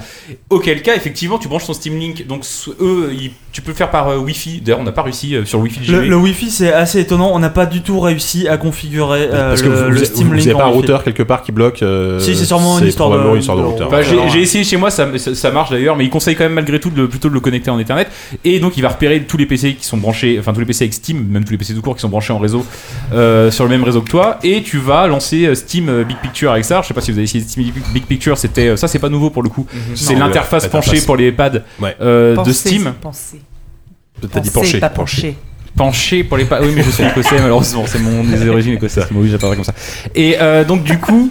Speaker 6: Auquel cas, effectivement, tu branches ton Steam Link. Donc s- eux, ils- tu peux le faire par euh, Wi-Fi. D'ailleurs, on n'a pas réussi euh, sur le Wi-Fi. de
Speaker 4: Le,
Speaker 6: JV.
Speaker 4: le Wi-Fi c'est assez étonnant, on n'a pas du tout réussi à configurer euh,
Speaker 2: Parce que
Speaker 4: le,
Speaker 2: vous,
Speaker 4: le
Speaker 2: vous-
Speaker 4: Steam
Speaker 2: vous
Speaker 4: Link.
Speaker 2: avez pas
Speaker 4: en
Speaker 2: un
Speaker 4: Wi-Fi.
Speaker 2: routeur quelque part qui bloque euh,
Speaker 4: Si, c'est sûrement une histoire de-
Speaker 2: probablement une histoire de
Speaker 4: de-
Speaker 2: routeur.
Speaker 6: Bah, j'ai,
Speaker 4: Alors,
Speaker 6: j'ai essayé chez moi, ça, me- ça, ça marche d'ailleurs, mais il conseille quand même malgré tout de, plutôt de le connecter en Ethernet. Et donc il va repérer tous les PC qui sont branchés, enfin tous les PC avec Steam, même tous les PC tout court qui sont branchés en réseau euh, sur le même réseau que toi. Et tu vas lancer euh, Steam euh, Big Picture avec ça. Je sais pas si vous avez essayé Steam Big- Big Picture, c'était euh, ça, c'est pas nouveau pour le coup. C'est
Speaker 2: Mhm. Non.
Speaker 6: l'interface
Speaker 2: Ouais,
Speaker 6: penchée
Speaker 2: l'interface.
Speaker 6: pour les pads
Speaker 2: Ouais.
Speaker 6: euh, de
Speaker 7: Pensez,
Speaker 6: Steam.
Speaker 7: c'est penser.
Speaker 2: T'as dit
Speaker 7: Pensez,
Speaker 2: penché.
Speaker 7: Pas penché.
Speaker 6: penché pour les pas. Oui, mais je suis écossais, malheureusement, c'est mon des origines écossaises. Oui, j'apparaît comme ça. Et euh, donc, du coup.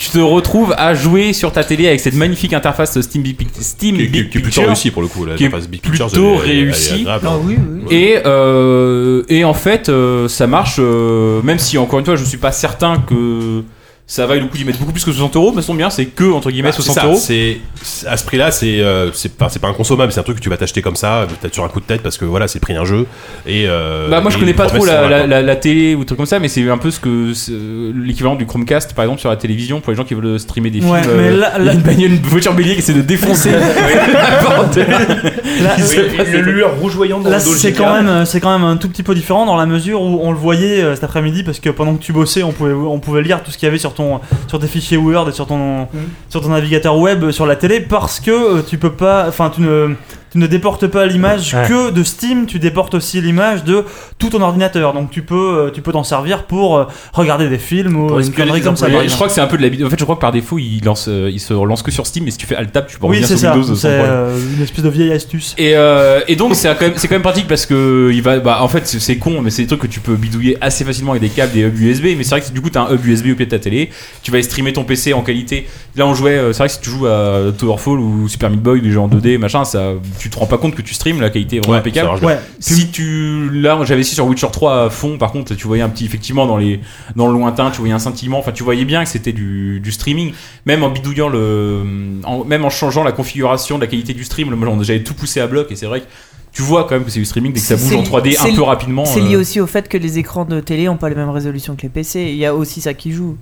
Speaker 6: Tu te retrouves à jouer sur ta télé avec cette magnifique interface Steam Big, Pic- Steam
Speaker 2: Qui, qui-
Speaker 6: Big
Speaker 2: qui est plutôt
Speaker 6: Picture.
Speaker 2: réussi pour le coup. La
Speaker 6: Qui est
Speaker 2: phase Big Pictures,
Speaker 6: plutôt
Speaker 2: elle est- elle est
Speaker 6: réussi.
Speaker 2: agréable, hein.
Speaker 7: Non, oui, oui.
Speaker 2: Ouais.
Speaker 6: Et, euh, et en fait, euh, ça marche, euh, même si encore une fois, je suis pas certain que ça vaille le coup d'y mettre beaucoup plus que 60 euros, mais sont bien, c'est que entre guillemets
Speaker 2: Bah, c'est
Speaker 6: 60
Speaker 2: ça,
Speaker 6: euros.
Speaker 2: C'est c'est- à ce prix-là, c'est euh, c'est pas c'est pas inconsommable, c'est un truc que tu vas t'acheter comme ça, peut-être sur un coup de tête parce que voilà, c'est le prix d'un jeu. Et euh,
Speaker 6: Bah moi je
Speaker 2: et
Speaker 6: connais
Speaker 2: les
Speaker 6: pas trop
Speaker 2: promesses sont
Speaker 6: la,
Speaker 2: là,
Speaker 6: la,
Speaker 2: quoi.
Speaker 6: la- la télé ou trucs comme ça, mais c'est un peu ce que c'est, euh, l'équivalent du Chromecast par exemple sur la télévision pour les gens qui veulent streamer des films.
Speaker 4: Ouais, mais là-
Speaker 6: il y a
Speaker 4: là-
Speaker 6: une bagnole, une voiture bélier qui essaie de défoncer la porte.
Speaker 4: Là,
Speaker 6: Il se
Speaker 4: oui,
Speaker 6: passe-
Speaker 5: Une lueur rougeoyante dans
Speaker 4: Là,
Speaker 5: le dos, le
Speaker 4: c'est
Speaker 5: giga.
Speaker 4: quand même, euh, c'est quand même un tout petit peu différent dans la mesure où on le voyait euh, cet après-midi parce que pendant que tu bossais, on pouvait, on pouvait lire tout ce qu'il y avait sur ton, sur tes fichiers Word et sur ton, sur ton navigateur web, euh, sur la télé, parce que euh, tu peux pas, enfin, tu ne, tu ne déportes pas l'image
Speaker 8: Ouais.
Speaker 4: que de Steam, tu déportes aussi l'image de tout ton ordinateur. Donc tu peux, euh, tu peux t'en servir pour euh, regarder des films ou une connerie comme ça. par
Speaker 6: je
Speaker 4: exemple.
Speaker 6: crois que c'est un peu de l'habitude. En fait, je crois que par défaut, il, lance, euh, il se lance que sur Steam, et si tu fais Alt Tab, tu peux
Speaker 4: Oui,
Speaker 6: revenir
Speaker 4: c'est
Speaker 6: sur
Speaker 4: ça.
Speaker 6: Windows sans
Speaker 4: C'est
Speaker 6: problème.
Speaker 4: euh, une espèce de vieille astuce.
Speaker 6: Et, euh, et donc c'est quand même c'est quand même pratique parce que il va bah en fait c'est- c'est con mais c'est des trucs que tu peux bidouiller assez facilement avec des câbles des hubs USB mais c'est vrai que du coup t'as un hub USB au pied de ta télé tu vas streamer ton PC en qualité là on jouait euh, c'est vrai que si tu joues à Towerfall ou Super Meat Boy des jeux en 2D machin ça tu te rends pas compte que tu streames la qualité est vraiment
Speaker 2: Ouais,
Speaker 6: impeccable
Speaker 2: ça marche
Speaker 4: Ouais.
Speaker 6: si tu là j'avais essayé sur Witcher 3 à fond par contre tu voyais un petit effectivement dans les dans le lointain tu voyais un sentiment enfin tu voyais bien que c'était du, du streaming même en bidouillant le en- même en changeant la configuration de la qualité du stream le moi, j'en- j'avais tout poussé à bloc et c'est vrai que tu vois quand même que c'est du streaming dès que ça
Speaker 7: C'est-
Speaker 6: bouge en
Speaker 7: c'est-
Speaker 6: 3D
Speaker 7: c'est
Speaker 6: un peu
Speaker 7: li-
Speaker 6: rapidement
Speaker 7: C'est lié
Speaker 6: euh,
Speaker 7: aussi au fait que les écrans de télé n'ont pas les mêmes résolutions que les PC. Il y a aussi ça qui joue.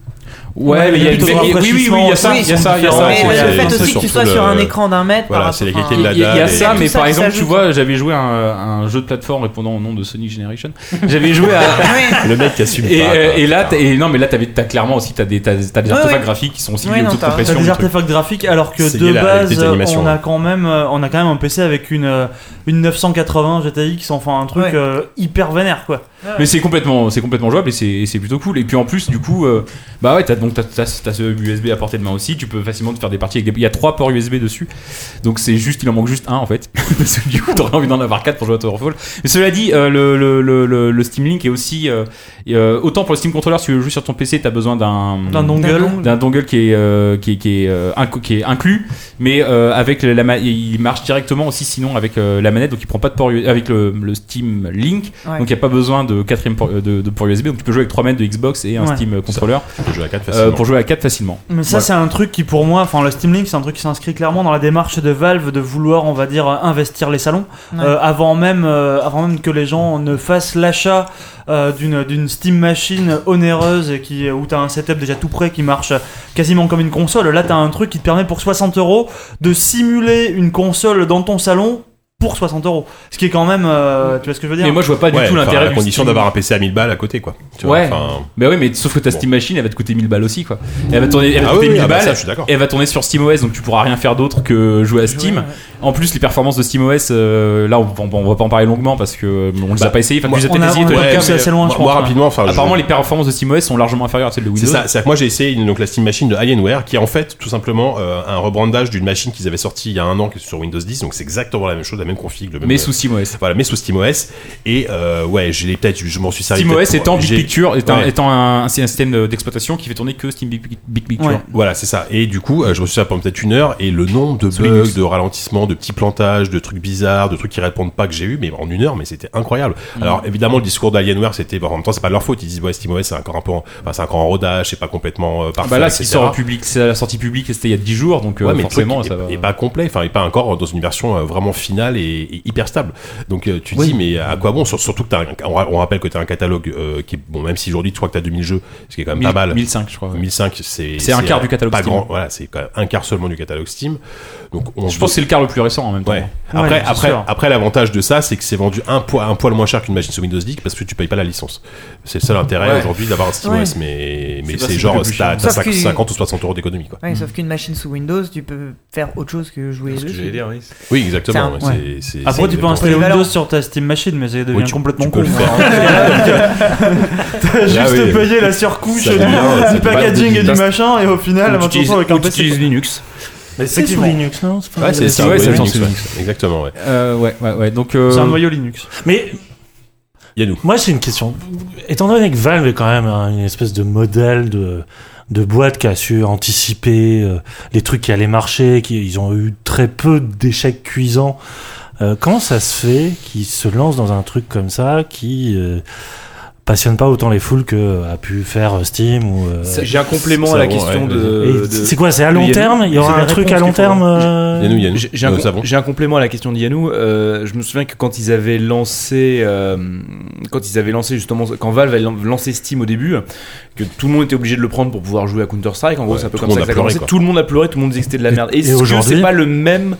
Speaker 6: ouais mais il y a
Speaker 4: plutôt
Speaker 6: mais-
Speaker 4: un
Speaker 6: oui oui oui il y a ça
Speaker 7: rafraîchissement,
Speaker 6: il y a ça il y a
Speaker 7: mais
Speaker 6: ça
Speaker 2: c'est-
Speaker 7: le
Speaker 2: c'est-
Speaker 7: fait
Speaker 2: c'est
Speaker 7: aussi que tu
Speaker 2: surtout
Speaker 7: sois sur
Speaker 2: le-
Speaker 7: un écran d'un mètre.
Speaker 2: voilà,
Speaker 7: par
Speaker 2: c'est la
Speaker 7: rapport à-
Speaker 2: qualité de la
Speaker 6: Il y, a- il y a
Speaker 2: dalle et-
Speaker 6: ça,
Speaker 7: Tout
Speaker 6: mais
Speaker 7: ça
Speaker 6: par
Speaker 7: qui
Speaker 6: exemple, tu
Speaker 7: s'ajoute.
Speaker 6: vois, j'avais joué à un, un jeu de plateforme répondant au nom de Sony Generation. J'avais joué à,
Speaker 2: Le mec qui assume
Speaker 6: Et,
Speaker 2: pas.
Speaker 6: euh,
Speaker 2: quoi.
Speaker 6: et là, t'as- et non, mais là, t'as t'as clairement aussi, t'as des, t'as- t'as des
Speaker 7: Ouais,
Speaker 6: artefacts
Speaker 7: ouais.
Speaker 6: graphiques qui sont aussi
Speaker 7: Ouais,
Speaker 6: liés aux
Speaker 7: non,
Speaker 6: taux de euh,
Speaker 7: t'as-
Speaker 4: T'as
Speaker 6: compression.
Speaker 4: des
Speaker 6: du truc.
Speaker 4: artefacts graphiques alors que
Speaker 2: C'est
Speaker 4: de
Speaker 2: lié à la réalité
Speaker 4: base
Speaker 2: des animations, hein.
Speaker 4: on a
Speaker 2: ouais.
Speaker 4: quand même euh, on a quand même un PC avec une euh, une 980 GTX enfin un truc
Speaker 7: Ouais.
Speaker 4: euh, hyper vénère quoi.
Speaker 2: Mmh.
Speaker 6: Mais c'est complètement, c'est complètement jouable et c'est et c'est plutôt cool. Et puis en plus, du coup, euh, bah ouais, t'as donc t'as t'as- t'as ce hub USB à portée de main aussi. Tu peux facilement te faire des parties. Avec des... Il y a trois ports USB dessus, donc c'est juste, il en manque juste un en fait. Parce que du coup, t'aurais envie d'en avoir quatre pour jouer à Towerfall. Mais cela dit, euh, le, le, le, le, le Steam Link est aussi euh, et, euh, autant pour le Steam Controller, si tu veux jouer sur ton PC, t'as besoin d'un
Speaker 4: D'un dongle.
Speaker 6: d'un dongle qui est euh, qui est, qui est, euh, inc- qui est inclus mais euh, avec la ma- il marche directement aussi sinon avec euh, la manette donc il prend pas de port U- avec le, le Steam Link
Speaker 7: Ouais.
Speaker 6: donc il n'y a pas besoin de quatrième port, de, de port USB donc tu peux jouer avec trois manettes de Xbox et un
Speaker 4: Ouais.
Speaker 6: Steam controller
Speaker 2: Tu peux jouer à 4
Speaker 6: euh,
Speaker 2: facilement.
Speaker 6: pour jouer à 4 facilement
Speaker 4: Mais ça,
Speaker 6: Voilà.
Speaker 4: c'est un truc qui, pour moi, enfin, le Steam Link, c'est un truc qui s'inscrit clairement dans la démarche de Valve de vouloir, on va dire, euh, investir les salons
Speaker 7: Ouais.
Speaker 4: euh, avant même, euh, avant même que les gens ne fassent l'achat euh, d'une d'une Steam machine onéreuse et qui où t'as un setup déjà tout prêt qui marche quasiment comme une console. Là, t'as un truc qui te permet pour 60 euros de simuler une console dans ton salon pour 60 euros, ce qui est quand même, euh, tu vois ce que je veux dire
Speaker 6: mais moi je vois pas
Speaker 2: Ouais,
Speaker 6: du tout
Speaker 2: enfin,
Speaker 6: l'intérêt
Speaker 2: à
Speaker 6: du
Speaker 2: condition
Speaker 6: Steam.
Speaker 2: d'avoir un PC à 1000 balles à côté, quoi. Tu vois,
Speaker 6: Ouais.
Speaker 2: enfin,
Speaker 6: mais oui mais sauf que ta
Speaker 2: Bon.
Speaker 6: Steam Machine elle va te coûter 1000 balles aussi quoi elle va te tourner elle va te
Speaker 2: Ah
Speaker 6: coûter
Speaker 2: oui,
Speaker 6: 1000
Speaker 2: ah bah
Speaker 6: balles
Speaker 2: ça, je suis d'accord.
Speaker 6: elle va tourner sur SteamOS donc tu pourras rien faire d'autre que jouer à Steam en plus les performances de SteamOS euh, là on, on- on va pas en parler longuement parce que euh, on les a
Speaker 2: Bah,
Speaker 6: pas essayé enfin
Speaker 2: moi,
Speaker 6: tu les as peut-être essayé
Speaker 4: on a, on a
Speaker 6: toi,
Speaker 2: ouais,
Speaker 4: poussé
Speaker 6: mais-
Speaker 4: assez loin, je
Speaker 2: Moi,
Speaker 4: pense.
Speaker 2: moi, rapidement, enfin, Ah, je-
Speaker 6: Apparemment, les performances de SteamOS sont largement inférieures à celles de Windows.
Speaker 2: C'est ça, c'est que moi j'ai essayé une- donc la Steam Machine de Alienware qui est en fait tout simplement euh, un rebrandage d'une machine qu'ils avaient sortie il y a un an qui est sur Windows 10, donc c'est exactement la même chose, la même config, le même.
Speaker 6: Mais sous SteamOS.
Speaker 2: voilà, mais sous SteamOS et euh, ouais, j'ai peut-être je m'en suis servi. peut-être
Speaker 6: SteamOS
Speaker 2: pour-
Speaker 6: étant Big
Speaker 2: j'ai-
Speaker 6: Picture, étant,
Speaker 2: Ouais.
Speaker 6: étant un, c'est un système de- d'exploitation qui fait tourner que Steam Big, Big Picture.
Speaker 4: Ouais.
Speaker 2: Voilà, c'est ça. Et du coup, euh, je me suis servi pendant peut-être une heure et le nombre de
Speaker 6: Sous
Speaker 2: bugs,
Speaker 6: Linux.
Speaker 2: de ralentissements, de petits plantages, de trucs bizarres, de trucs qui répondent pas que j'ai eu, mais en une heure, mais c'était incroyable.
Speaker 6: Mm.
Speaker 2: Alors évidemment, le discours d'Alienware, c'était bon, en même temps, c'est pas de leur faute. Ils disent ouais, SteamOS c'est encore un peu, en- enfin c'est encore en rodage, c'est pas complètement euh, parfait.
Speaker 6: Bah là,
Speaker 2: etc.
Speaker 6: il sort au public, c'est à la sortie publique, et c'était il y a 10 jours, donc euh,
Speaker 2: Ouais, mais le truc
Speaker 6: forcément,
Speaker 2: est-
Speaker 6: ça va.
Speaker 2: est pas complet, enfin, et pas encore dans une version euh, vraiment finale et, et hyper stable. Donc euh, tu te dis, mais à quoi bon Sur- Surtout que t'as, un- on, ra- on rappelle que t'as un catalogue euh, qui est bon, même si aujourd'hui tu crois que t'as 2000 jeux, ce qui est quand même
Speaker 6: Mille-
Speaker 2: pas mal.
Speaker 6: 1005, je crois. ouais.
Speaker 2: 1005, c'est
Speaker 6: C'est un quart
Speaker 2: euh,
Speaker 6: du catalogue
Speaker 2: pas
Speaker 6: Steam.
Speaker 2: grand, voilà, c'est quand même un quart seulement du catalogue Steam. Donc on
Speaker 6: Je pense que c'est le quart le plus récent en même temps.
Speaker 2: Ouais. Après,
Speaker 4: Ouais, c'est
Speaker 2: après,
Speaker 4: sûr.
Speaker 2: après l'avantage de ça, c'est que c'est vendu un poil, un poil moins cher qu'une machine sous Windows 10 parce que tu payes pas la licence. C'est le seul intérêt
Speaker 6: Ouais.
Speaker 2: aujourd'hui d'avoir un SteamOS,
Speaker 7: Ouais.
Speaker 2: mais, mais
Speaker 6: C'est pas
Speaker 2: c'est
Speaker 6: si
Speaker 2: genre,
Speaker 6: peu plus
Speaker 2: t'as
Speaker 6: cher.
Speaker 2: t'as
Speaker 7: Sauf
Speaker 2: cinq-
Speaker 7: que-
Speaker 2: 50 ou 60 euros d'économie, quoi.
Speaker 7: Ouais, Sauf qu'une machine sous Windows, tu peux faire autre chose que jouer
Speaker 5: Ce que j'allais
Speaker 7: dessus.
Speaker 5: dire, oui.
Speaker 2: Oui, exactement.
Speaker 7: C'est
Speaker 4: un-
Speaker 2: ouais, c'est- c'est-
Speaker 4: Après,
Speaker 2: c'est
Speaker 4: tu peux
Speaker 2: exactement
Speaker 4: installer
Speaker 7: Polyvalent.
Speaker 4: Windows sur ta Steam Machine, mais ça devient
Speaker 2: Oui, tu-
Speaker 4: complètement
Speaker 2: tu peux
Speaker 4: con.
Speaker 2: le faire.
Speaker 4: T'as juste
Speaker 2: Ah oui.
Speaker 4: payé la surcouche
Speaker 2: Ça
Speaker 4: du,
Speaker 2: devient- ça
Speaker 4: du
Speaker 2: devient
Speaker 4: packaging et du
Speaker 5: débile.
Speaker 4: machin, et au final, tu
Speaker 5: Ou
Speaker 4: te retrouves avec un
Speaker 5: tu utilises
Speaker 4: PC.
Speaker 5: Linux.
Speaker 8: Mais c'est sous
Speaker 4: Effectivement.
Speaker 8: Linux, non C'est pas-
Speaker 2: Ouais, c'est
Speaker 6: Ouais,
Speaker 2: ça,
Speaker 6: ouais,
Speaker 2: ouais,
Speaker 6: c'est
Speaker 2: Linux,
Speaker 6: Linux,
Speaker 2: ouais. Exactement, ouais.
Speaker 6: Euh, ouais, ouais, ouais. Donc,
Speaker 4: C'est un
Speaker 6: euh,
Speaker 4: noyau Linux.
Speaker 8: Mais
Speaker 2: Yannou.
Speaker 8: Moi, c'est une question. Étant donné que Valve est quand même un- une espèce de modèle de, de boîte qui a su anticiper euh, les trucs qui allaient marcher, qui, ils ont eu très peu d'échecs cuisants, euh, comment ça se fait qu'ils se lancent dans un truc comme ça qui euh, passionne pas autant les foules que euh, a pu faire Steam ou. euh,
Speaker 5: C'est- J'ai un complément
Speaker 2: Ça
Speaker 5: à la
Speaker 2: vaut,
Speaker 5: question
Speaker 2: ouais,
Speaker 8: et
Speaker 5: de. de-
Speaker 8: c'est quoi C'est à long
Speaker 5: Yannou.
Speaker 8: terme Il y aura
Speaker 5: des
Speaker 8: un truc à
Speaker 5: réponses
Speaker 8: long
Speaker 5: qu'il faut.
Speaker 8: terme euh,
Speaker 2: Yannou, Yannou.
Speaker 5: J'ai j'ai un,
Speaker 2: Nous
Speaker 5: com-
Speaker 2: savons.
Speaker 5: j'ai un complément à la question de Yannou. Euh, je me souviens que quand ils avaient lancé, euh, quand ils avaient lancé justement, quand Valve avait lan- lancé Steam au début, que tout le monde était obligé de le prendre pour pouvoir jouer à Counter Strike. En gros,
Speaker 2: Ouais,
Speaker 5: c'est un peu
Speaker 2: tout
Speaker 5: comme
Speaker 2: le
Speaker 5: ça
Speaker 2: monde
Speaker 5: que
Speaker 2: a
Speaker 5: ça a
Speaker 2: pleuré,
Speaker 5: commencé.
Speaker 2: quoi.
Speaker 5: Tout le monde a pleuré, tout le monde disait que c'était de la
Speaker 8: Et-
Speaker 5: merde.
Speaker 8: et
Speaker 5: Est-ce que
Speaker 8: aujourd'hui
Speaker 5: c'est pas le même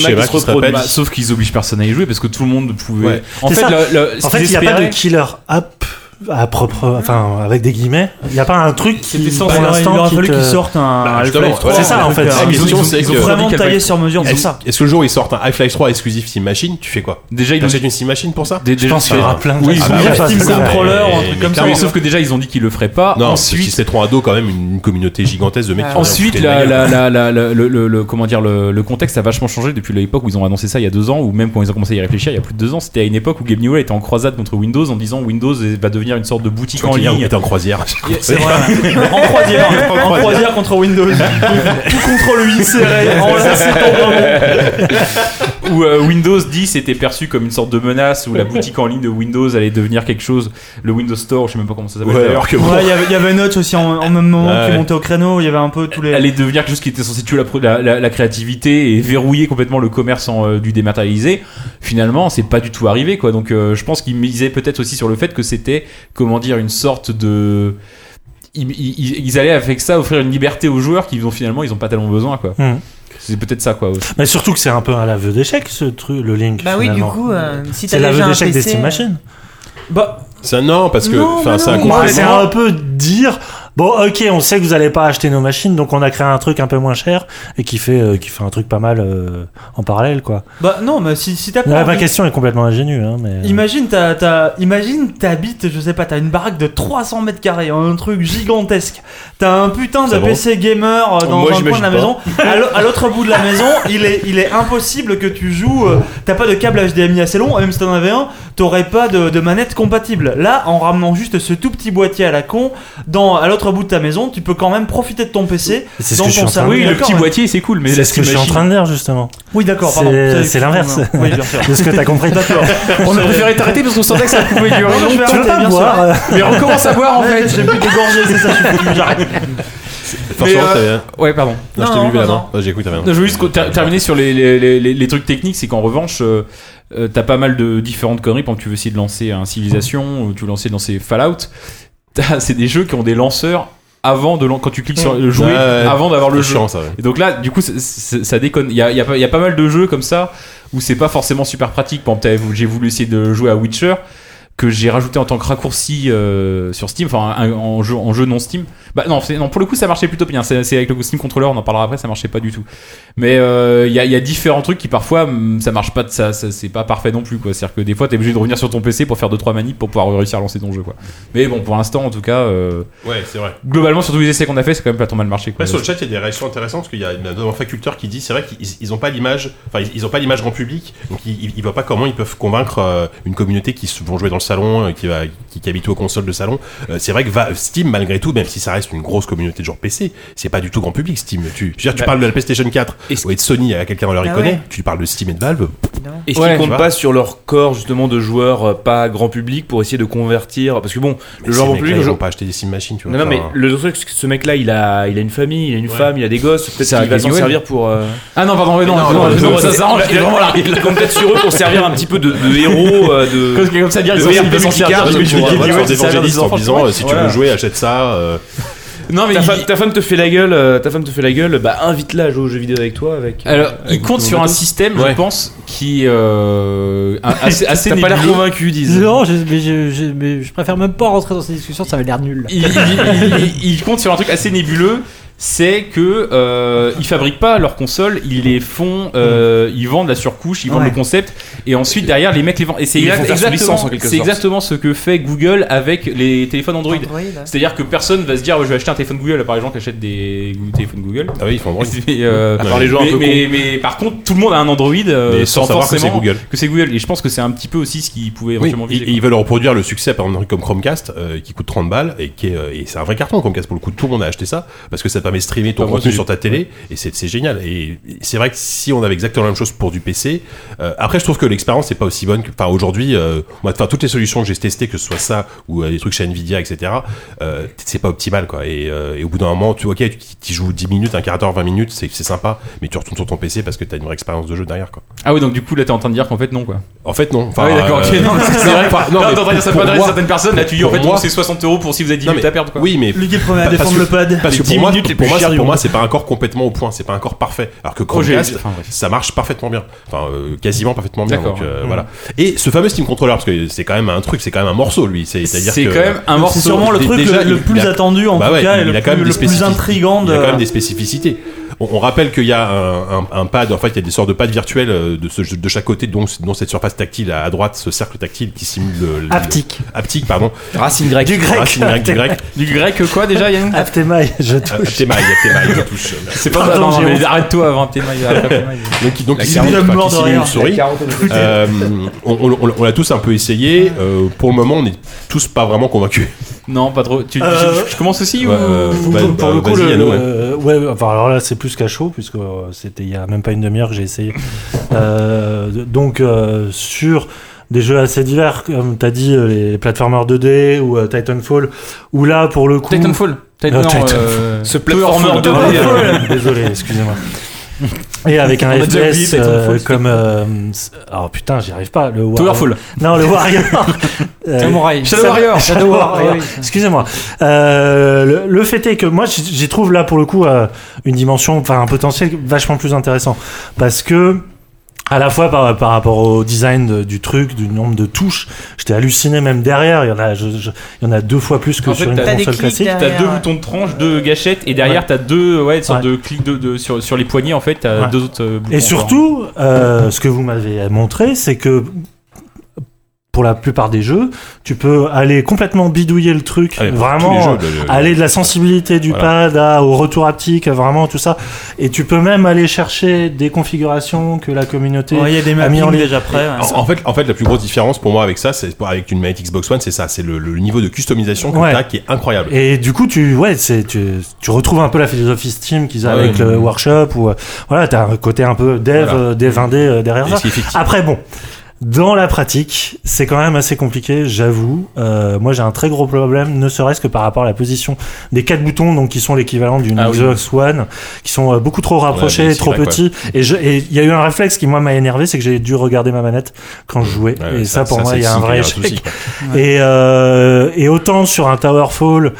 Speaker 2: schéma
Speaker 5: qui se
Speaker 2: qui se
Speaker 5: reproduit
Speaker 6: bah,
Speaker 2: répète.
Speaker 6: sauf qu'ils obligent personne à y jouer parce que tout le monde pouvait.
Speaker 2: Ouais.
Speaker 6: En
Speaker 8: C'est
Speaker 6: fait,
Speaker 8: ça.
Speaker 6: le- le- ce
Speaker 8: En fait,
Speaker 6: qu'ils
Speaker 8: il n'y a pas de
Speaker 6: espéraient-
Speaker 8: killer app à propre, enfin avec des guillemets. Il n'y a pas un truc qui,
Speaker 4: C'était censé-
Speaker 8: pour
Speaker 4: il aurait-
Speaker 8: l'instant,
Speaker 4: il aurait
Speaker 8: qui
Speaker 4: fallu
Speaker 8: te-
Speaker 4: qu'ils sortent un
Speaker 2: Bah, justement,
Speaker 4: Half-Life 3.
Speaker 2: voilà.
Speaker 4: C'est ça en fait.
Speaker 2: La
Speaker 4: Ils ont-
Speaker 2: question, c'est
Speaker 4: ils ont
Speaker 2: que-
Speaker 4: vraiment taillé sur mesure pour
Speaker 2: Est-ce
Speaker 4: ça.
Speaker 2: est-ce que le jour où ils sortent un Half-Life 3 exclusif Steam Machine, tu fais quoi
Speaker 6: Déjà, ils ont
Speaker 2: T'achètes une Steam Machine pour ça Ah
Speaker 6: Dé-
Speaker 8: Je
Speaker 6: déjà,
Speaker 8: pense qu'il y
Speaker 6: ils-
Speaker 8: aura plein de
Speaker 6: Oui,
Speaker 8: gens Ah qui
Speaker 4: bah,
Speaker 8: vont
Speaker 4: ouais,
Speaker 8: faire
Speaker 4: Steam
Speaker 8: ça.
Speaker 4: Controller
Speaker 2: mais-
Speaker 4: ou un truc comme
Speaker 2: mais
Speaker 4: ça.
Speaker 6: Ah oui, sauf que déjà, ils ont dit qu'ils le feraient pas.
Speaker 2: Non,
Speaker 6: Ensuite,
Speaker 2: si c'est trop ado, quand même, une communauté gigantesque de mecs qui ont
Speaker 6: Ensuite,
Speaker 2: foutu
Speaker 6: la,
Speaker 2: des
Speaker 6: la- la- la- la- le, le- le- comment dire, le, le contexte a vachement changé depuis l'époque où ils ont annoncé ça il y a deux ans, ou même quand ils ont commencé à y réfléchir il y a plus de deux ans. C'était à une époque où Gabe Newell était en croisade contre Windows en disant Windows va devenir une sorte de boutique en
Speaker 2: Quand il
Speaker 6: ligne.
Speaker 2: était en croisière.
Speaker 4: C'est vrai. En croisière. ah, En croisière contre Windows. Tout contrôle UI serré. En lacet tombant.
Speaker 6: où euh, Windows 10 était perçu comme une sorte de menace, où la boutique en ligne de Windows allait devenir quelque chose, le Windows Store, je sais même pas comment ça s'appelle
Speaker 2: Ouais,
Speaker 6: d'ailleurs,
Speaker 2: alors que bon,
Speaker 4: Ouais, il y avait- il y avait Notch aussi en, en même moment
Speaker 2: Ouais.
Speaker 4: qui montait au créneau. Il y avait un peu tous les.
Speaker 6: allait devenir quelque chose qui était censé tuer la, pro- la- la- la créativité et verrouiller complètement le commerce en, euh, du dématérialisé. Finalement, c'est pas du tout arrivé, quoi. Donc, euh, je pense qu'il misaient peut-être aussi sur le fait que c'était, comment dire, une sorte de ils, ils- ils allaient avec ça offrir une liberté aux joueurs qui ont finalement ils ont pas tellement besoin quoi.
Speaker 8: Hmm.
Speaker 6: C'est peut-être ça quoi. aussi.
Speaker 8: Mais surtout que c'est un peu un l'aveu d'échec ce truc, le Link.
Speaker 7: Bah oui, du
Speaker 8: finalement.
Speaker 7: coup, euh, si
Speaker 8: c'est
Speaker 7: t'as déjà
Speaker 8: l'aveu
Speaker 7: un
Speaker 8: d'échec
Speaker 7: PC,
Speaker 8: des Steam
Speaker 7: euh,
Speaker 8: Machines.
Speaker 4: Bah,
Speaker 2: ça non, parce que
Speaker 7: Non,
Speaker 2: enfin,
Speaker 7: non,
Speaker 2: c'est un
Speaker 7: non,
Speaker 2: con-
Speaker 8: Bah,
Speaker 7: complètement-
Speaker 8: c'est un peu dire bon ok on sait que vous allez pas acheter nos machines donc on a créé un truc un peu moins cher et qui fait euh, qui fait un truc pas mal euh, en parallèle quoi.
Speaker 4: bah non, mais si, si t'as pas
Speaker 8: Là, ma
Speaker 4: envie-
Speaker 8: question est complètement ingénue hein, mais.
Speaker 4: Imagine, t'as, t'as- imagine, t'habites, je sais pas, t'as une baraque de 300 mètres carrés, un truc gigantesque. T'as un putain de
Speaker 2: Ça va.
Speaker 4: PC gamer euh, dans
Speaker 1: Moi,
Speaker 4: un coin de la
Speaker 1: j'imagine
Speaker 4: maison. À l'au- à l'autre bout de la maison, il est, il est impossible que tu joues. euh, t'as pas de câble HDMI assez long, et même si t'en avais un, t'aurais pas de, de manette compatible. Là, en ramenant juste ce tout petit boîtier à la con, dans, à l'autre bout de ta maison, tu peux quand même profiter de ton PC.
Speaker 8: C'est ce
Speaker 4: dans
Speaker 8: que je suis
Speaker 4: ton
Speaker 8: en train de
Speaker 4: salon.
Speaker 8: dire.
Speaker 6: Oui, le
Speaker 4: d'accord,
Speaker 6: petit
Speaker 4: ouais.
Speaker 6: boîtier c'est cool, mais
Speaker 8: C'est
Speaker 6: la
Speaker 8: ce que je suis en
Speaker 6: machine-
Speaker 8: train de dire justement.
Speaker 4: Oui, d'accord, pardon.
Speaker 8: C'est-
Speaker 4: Ça,
Speaker 8: c'est l'inverse.
Speaker 4: Oui, bien sûr.
Speaker 8: De ce que t'as compris.
Speaker 4: D'accord.
Speaker 5: On a préféré t'arrêter parce qu'on sentait que ça pouvait durer.
Speaker 4: Non, non, je
Speaker 8: Tu veux
Speaker 4: vais arrêter,
Speaker 8: pas
Speaker 4: bien sûr.
Speaker 8: boire euh,
Speaker 5: Mais on commence à voir en
Speaker 4: Ouais,
Speaker 5: fait.
Speaker 4: J'ai plus dégorger, c'est ça, je suis foutu, j'arrête.
Speaker 2: Forcément,
Speaker 5: Mais,
Speaker 2: t'avais-
Speaker 5: Ouais, pardon.
Speaker 2: Non, je t'ai
Speaker 7: non,
Speaker 2: vu la
Speaker 7: non,
Speaker 2: main. Ouais, J'ai cru que t'avais un-
Speaker 6: Non, je veux juste ter- terminer sur les, les, les- les- les trucs techniques, c'est qu'en revanche, euh, euh, t'as pas mal de différentes conneries. Quand tu veux essayer de lancer un Civilization ou tu veux lancer dans ces Fallout, t'as- c'est des jeux qui ont des lanceurs avant de lan- quand tu cliques sur le jouer,
Speaker 2: Ouais, ouais.
Speaker 6: avant d'avoir le
Speaker 2: C'est
Speaker 6: jeu.
Speaker 2: chiant, ça. ouais.
Speaker 6: Et donc là, du coup, c'est- c'est- ça déconne. Il y a, il y a pas- il y a pas mal de jeux comme ça où c'est pas forcément super pratique. Par exemple, t'avais- j'ai voulu essayer de jouer à Witcher que j'ai rajouté en tant que raccourci euh, sur Steam, enfin un- en, jeu, en jeu non Steam. Bah non, c'est- non, pour le coup ça marchait plutôt bien. C'est c'est avec le Steam Controller, on en parlera après, ça marchait pas du tout. Mais euh, il y, a, il y a différents trucs qui parfois hum, ça marche pas, de ça, ça- c'est pas parfait non plus quoi. C'est-à-dire que des fois t'es obligé de revenir sur ton PC pour faire deux trois manips pour pouvoir réussir à lancer ton jeu quoi. Mais bon, pour l'instant en tout cas, euh,
Speaker 2: Ouais, c'est vrai.
Speaker 6: globalement sur tous les essais qu'on a fait, c'est quand même pas trop mal marché. Quoi.
Speaker 5: Euh,
Speaker 2: Après, Bah, sur le chat, il y a des réactions intéressantes parce qu'il y a notamment Faculteur qui dit c'est vrai qu'ils ils ont pas l'image, enfin, ils- ils ont pas l'image grand public, donc ils, ils- ils voient pas comment ils peuvent convaincre euh, une communauté qui se- vont jouer dans le salon, euh, qui va, qui, qui habite aux consoles de salon. Euh, c'est vrai que va- Steam, malgré tout, même si ça reste une grosse communauté de joueurs PC, c'est pas du tout grand public. Steam, tu, je veux dire, tu
Speaker 5: Bah,
Speaker 2: parles de la PlayStation 4
Speaker 5: est-ce-
Speaker 2: ou de Sony à quelqu'un dans leur
Speaker 7: Ah
Speaker 2: iconé,
Speaker 7: ouais.
Speaker 2: tu parles de Steam et de Valve.
Speaker 7: évidemment.
Speaker 5: Et ce
Speaker 6: Ouais,
Speaker 5: qui
Speaker 2: tu
Speaker 5: compte
Speaker 2: vois.
Speaker 5: pas sur leur corps justement de joueurs euh, pas grand public pour essayer de convertir parce que bon le joueur
Speaker 2: ces
Speaker 5: grand
Speaker 2: mecs-là,
Speaker 5: public le
Speaker 2: ils
Speaker 5: jou-
Speaker 2: vont pas hein. acheter des Steam Machines, tu vois.
Speaker 5: non non mais
Speaker 2: Enfin,
Speaker 5: le truc c'est que ce mec là il a il a une famille il a une femme il a des gosses
Speaker 6: C'est
Speaker 5: peut-être
Speaker 6: un
Speaker 5: qu'il va s'en
Speaker 6: Gabriel.
Speaker 5: servir pour euh,
Speaker 6: Ah non, pardon, mais non,
Speaker 5: non, non, non,
Speaker 6: ça
Speaker 5: c'est-
Speaker 6: s'arrange, il est vraiment là.
Speaker 5: ils comptent peut-être sur eux pour servir un petit peu de, de héros euh, de
Speaker 6: Comme ça, dire,
Speaker 5: Le
Speaker 6: ils sont
Speaker 5: meilleur
Speaker 6: ils sont
Speaker 5: public
Speaker 6: fiers,
Speaker 5: card,
Speaker 6: ils sont
Speaker 5: le
Speaker 6: fiers,
Speaker 5: public
Speaker 6: ils
Speaker 5: card,
Speaker 6: sont fiers,
Speaker 2: voilà, sans
Speaker 6: ils sont fiers, ils
Speaker 2: évangéliste
Speaker 6: sont
Speaker 2: en
Speaker 6: fiers.
Speaker 2: disant euh, si tu
Speaker 6: Voilà.
Speaker 2: veux jouer, achète ça. euh,
Speaker 6: Non, mais
Speaker 5: ta,
Speaker 6: il-
Speaker 5: femme, ta femme te fait la gueule euh, ta femme te fait la gueule bah invite-la à jouer aux jeux vidéo avec toi avec euh,
Speaker 6: alors, il
Speaker 5: avec
Speaker 6: compte
Speaker 5: ton
Speaker 6: sur un
Speaker 5: matos.
Speaker 6: système, je
Speaker 5: Ouais.
Speaker 6: pense, qui euh, un- assez, assez
Speaker 5: t'as pas l'air
Speaker 6: nébuleux.
Speaker 5: convaincu disent
Speaker 9: Non, je, mais, je, je- mais je préfère même pas rentrer dans cette discussion, ça va l'air nul.
Speaker 6: Il, il- il- il compte sur un truc assez nébuleux. C'est que euh, ils fabriquent pas leurs consoles, ils les font,
Speaker 5: Mm.
Speaker 6: euh, ils vendent la surcouche, ils vendent
Speaker 7: Ouais.
Speaker 6: le concept, et ensuite derrière les mecs les vendent. Et c'est
Speaker 5: Ils les font
Speaker 6: exact-
Speaker 5: faire sous licence, en
Speaker 6: exactement,
Speaker 5: quelque
Speaker 6: c'est
Speaker 5: sorte.
Speaker 6: exactement ce que fait Google avec les téléphones Android.
Speaker 7: Android, ouais.
Speaker 6: C'est-à-dire que personne va se dire, Ouais, je vais acheter un téléphone Google. À part les gens qui achètent des Google- téléphones Google.
Speaker 2: Ah oui, ils font drôle.
Speaker 6: Mais, euh,
Speaker 5: À part les gens un
Speaker 6: mais,
Speaker 5: peu
Speaker 6: mais- mais par contre, tout le monde a un Android euh,
Speaker 2: Mais sans savoir que c'est Google.
Speaker 6: que c'est Google. Et je pense que c'est un petit peu aussi ce qu'ils pouvaient
Speaker 2: Oui,
Speaker 6: éventuellement
Speaker 2: et-
Speaker 6: viser.
Speaker 2: et ils veulent reproduire le succès par exemple comme Chromecast euh, qui coûte 30 balles et qui est, euh, et c'est un vrai carton Chromecast pour le coup tout le monde a acheté ça parce que ça te permet de streamer ton
Speaker 6: Ah, moi,
Speaker 2: contenu
Speaker 6: j'ai-
Speaker 2: sur ta télé et c'est c'est génial et c'est vrai que si on avait exactement la même chose pour du PC euh, après je trouve que l'expérience n'est pas aussi bonne que enfin aujourd'hui euh, moi enfin toutes les solutions que j'ai testées que ce soit ça ou euh, des trucs chez Nvidia etc euh, c'est pas optimal quoi et, euh, et au bout d'un moment tu ok tu tu joues 10 minutes un quart d'heure 20 minutes c'est c'est sympa mais tu retournes sur ton PC parce que t'as une vraie expérience de jeu derrière quoi
Speaker 6: Ah oui, donc du coup, là, t'es en train de dire qu'en fait, non, quoi.
Speaker 2: en fait non enfin
Speaker 6: ah oui, d'accord,
Speaker 2: euh,
Speaker 6: ok. Non, parce que c'est vrai.
Speaker 2: enfin,
Speaker 6: Non,
Speaker 2: mais
Speaker 6: t'es en train de dire ça peut
Speaker 2: pour
Speaker 6: adresser
Speaker 2: moi-
Speaker 6: certaines personnes. Là, tu dis, en
Speaker 2: pour
Speaker 6: fait,
Speaker 2: moi-
Speaker 6: non, c'est 60 euros pour si vous avez 10
Speaker 2: Non,
Speaker 6: minutes
Speaker 2: mais-
Speaker 6: à perdre, quoi.
Speaker 2: Oui, mais
Speaker 4: Lui qui est le premier à
Speaker 2: Parce
Speaker 4: défendre
Speaker 2: que-
Speaker 4: le pad.
Speaker 2: parce que pour moi, pour
Speaker 5: plus
Speaker 2: moi,
Speaker 5: cher
Speaker 2: c'est-
Speaker 5: du
Speaker 2: pour moi,
Speaker 4: hein.
Speaker 5: monde.
Speaker 2: c'est pas un corps complètement au point, c'est pas un corps parfait. Alors que
Speaker 6: Oh, j'ai-
Speaker 2: Chromecast,
Speaker 6: enfin, bref.
Speaker 2: ça marche parfaitement bien, enfin euh, quasiment parfaitement bien.
Speaker 6: D'accord.
Speaker 2: Donc,
Speaker 4: Mmh.
Speaker 2: euh, voilà. Et ce fameux Steam Controller, parce que c'est quand même un truc, c'est quand même un morceau, lui. C'est c'est-à-dire
Speaker 6: C'est
Speaker 2: que-
Speaker 6: quand même un morceau.
Speaker 4: C'est sûrement le
Speaker 2: Dé-
Speaker 4: truc
Speaker 2: déjà,
Speaker 4: le, le
Speaker 2: il-
Speaker 4: plus
Speaker 2: il a-
Speaker 4: attendu en
Speaker 2: Bah
Speaker 4: tout
Speaker 2: ouais,
Speaker 4: cas, et
Speaker 2: il
Speaker 4: le
Speaker 2: a quand même
Speaker 4: plus,
Speaker 2: des
Speaker 4: le plus
Speaker 2: spécificités.
Speaker 4: intrigant de.
Speaker 2: Il y a quand même des spécificités. On, on rappelle qu'il y a un, un- un pad, en fait, il y a des sortes de pads virtuels euh, de, ce- de chaque côté, dont, dont cette surface tactile à, à droite, ce cercle tactile qui simule le- le-
Speaker 8: Haptique.
Speaker 2: haptique, pardon.
Speaker 5: Racine grecque.
Speaker 8: Du grec.
Speaker 2: Racine grecque, Ah, du grec. Euh,
Speaker 6: Du grec quoi déjà,
Speaker 8: Ah,
Speaker 6: Yann
Speaker 8: Aptemaille, je touche.
Speaker 2: Aptémaille, aptémaille, je touche.
Speaker 6: C'est pas
Speaker 8: Pardon,
Speaker 6: non, mais
Speaker 8: Jérôme.
Speaker 6: arrête-toi avant tes mailles.
Speaker 2: Donc, donc
Speaker 6: La
Speaker 2: il
Speaker 6: carotte,
Speaker 2: simule,
Speaker 4: la
Speaker 2: enfin,
Speaker 4: mort
Speaker 2: qui
Speaker 4: de
Speaker 2: simule
Speaker 4: rien.
Speaker 2: une souris.
Speaker 5: Carotte.
Speaker 2: Euh, on on- on- on l'a tous un peu essayé. euh, pour le moment, on n'est tous pas vraiment convaincus.
Speaker 6: Non, pas trop. Tu,
Speaker 4: Euh,
Speaker 6: je, je commence aussi
Speaker 2: Ouais,
Speaker 6: ou
Speaker 2: euh,
Speaker 8: Pour-
Speaker 2: bah,
Speaker 8: pour
Speaker 2: bah,
Speaker 8: le coup,
Speaker 2: vas-y,
Speaker 8: le-
Speaker 2: Yano, ouais.
Speaker 8: le- ouais, enfin, alors là, c'est plus qu'à chaud, puisque euh, c'était il y a même pas une demi-heure que j'ai essayé. Euh, donc, euh, sur des jeux assez divers, comme t'as dit, euh, les platformers 2D ou euh, Titanfall, où là, pour le coup.
Speaker 6: Titanfall. Titan-
Speaker 8: Euh,
Speaker 6: non,
Speaker 8: Titanfall.
Speaker 6: euh,
Speaker 5: Ce
Speaker 6: Peu
Speaker 5: platformer
Speaker 6: Armored
Speaker 5: de-
Speaker 6: Dog.
Speaker 8: Titanfall. Désolé, excusez-moi. Et avec un
Speaker 6: On a déjà oublié
Speaker 8: FPS euh,
Speaker 6: Titanfall, c'est-
Speaker 8: comme. euh, c'est- oh putain, j'y arrive pas. Le War-
Speaker 6: Towerfall.
Speaker 8: Non, le Warrior. Euh,
Speaker 9: Samouraï.
Speaker 8: Shadow Warrior. Shadow Warrior.
Speaker 9: oui.
Speaker 8: Excusez-moi. Euh, le, le fait est que moi, j'y- j'y trouve là pour le coup euh, une dimension, enfin un potentiel vachement plus intéressant parce que à la fois par, par rapport au design de- du truc, du nombre de touches, j'étais halluciné même derrière. Il y en a, je- je- il y en a deux fois plus que
Speaker 6: En fait,
Speaker 8: sur une
Speaker 6: t'as
Speaker 7: des
Speaker 8: console
Speaker 7: clics
Speaker 8: classique.
Speaker 6: T'as
Speaker 7: derrière.
Speaker 6: deux boutons de tranche, deux gâchettes, et derrière t'as deux, euh, ouais, une sorte de clic de, de- sur, sur les poignets en fait, t'as
Speaker 8: Ouais.
Speaker 6: deux autres euh, boutons.
Speaker 8: Et surtout, euh, ce que vous m'avez montré, c'est que pour la plupart des jeux, tu peux aller complètement bidouiller le truc,
Speaker 2: Allez, Ah, pour
Speaker 8: vraiment.
Speaker 2: tous les jeux, le- le-
Speaker 8: aller de la sensibilité du
Speaker 2: Voilà.
Speaker 8: pad à- au retour haptique, vraiment tout ça. Et tu peux même aller chercher des configurations que la communauté.
Speaker 4: Ouais, Il y a des
Speaker 8: mis en
Speaker 4: mappings
Speaker 8: ligne.
Speaker 4: déjà prêts. ouais.
Speaker 2: En, en fait, en fait, la plus grosse différence pour moi avec ça, c'est avec une manette Xbox One, c'est ça, c'est le, le niveau de customisation que
Speaker 8: Ouais.
Speaker 2: t'as qui est incroyable.
Speaker 8: Et du coup, tu, ouais, c'est, tu, tu retrouves un peu la philosophie Steam qu'ils ont
Speaker 2: Ah
Speaker 8: avec
Speaker 2: ouais.
Speaker 8: le workshop ou, euh, voilà, t'as un côté un peu dev,
Speaker 2: Voilà.
Speaker 8: euh, dev indé, euh, derrière
Speaker 2: Et
Speaker 8: ça.
Speaker 2: ce qui est fictif.
Speaker 8: Après, bon. Dans la pratique, c'est quand même assez compliqué, j'avoue. Euh, moi, j'ai un très gros problème, ne serait-ce que par rapport à la position des quatre boutons, donc qui sont l'équivalent d'une
Speaker 6: Ah oui.
Speaker 8: Xbox One, qui sont euh, beaucoup trop rapprochés,
Speaker 2: mais c'est
Speaker 8: trop
Speaker 2: vrai, quoi.
Speaker 8: petits. Et je- et il y a eu un réflexe qui moi m'a énervé, c'est que j'ai dû regarder ma manette quand je jouais.
Speaker 2: Ouais,
Speaker 8: ah, et ça, pour moi,
Speaker 2: c'est hein,
Speaker 8: il y a
Speaker 2: le
Speaker 8: un
Speaker 2: signe
Speaker 8: vrai
Speaker 2: qu'il y a
Speaker 8: échec. Ah,
Speaker 2: souci, quoi.
Speaker 8: Et, euh, et autant sur un Towerfall,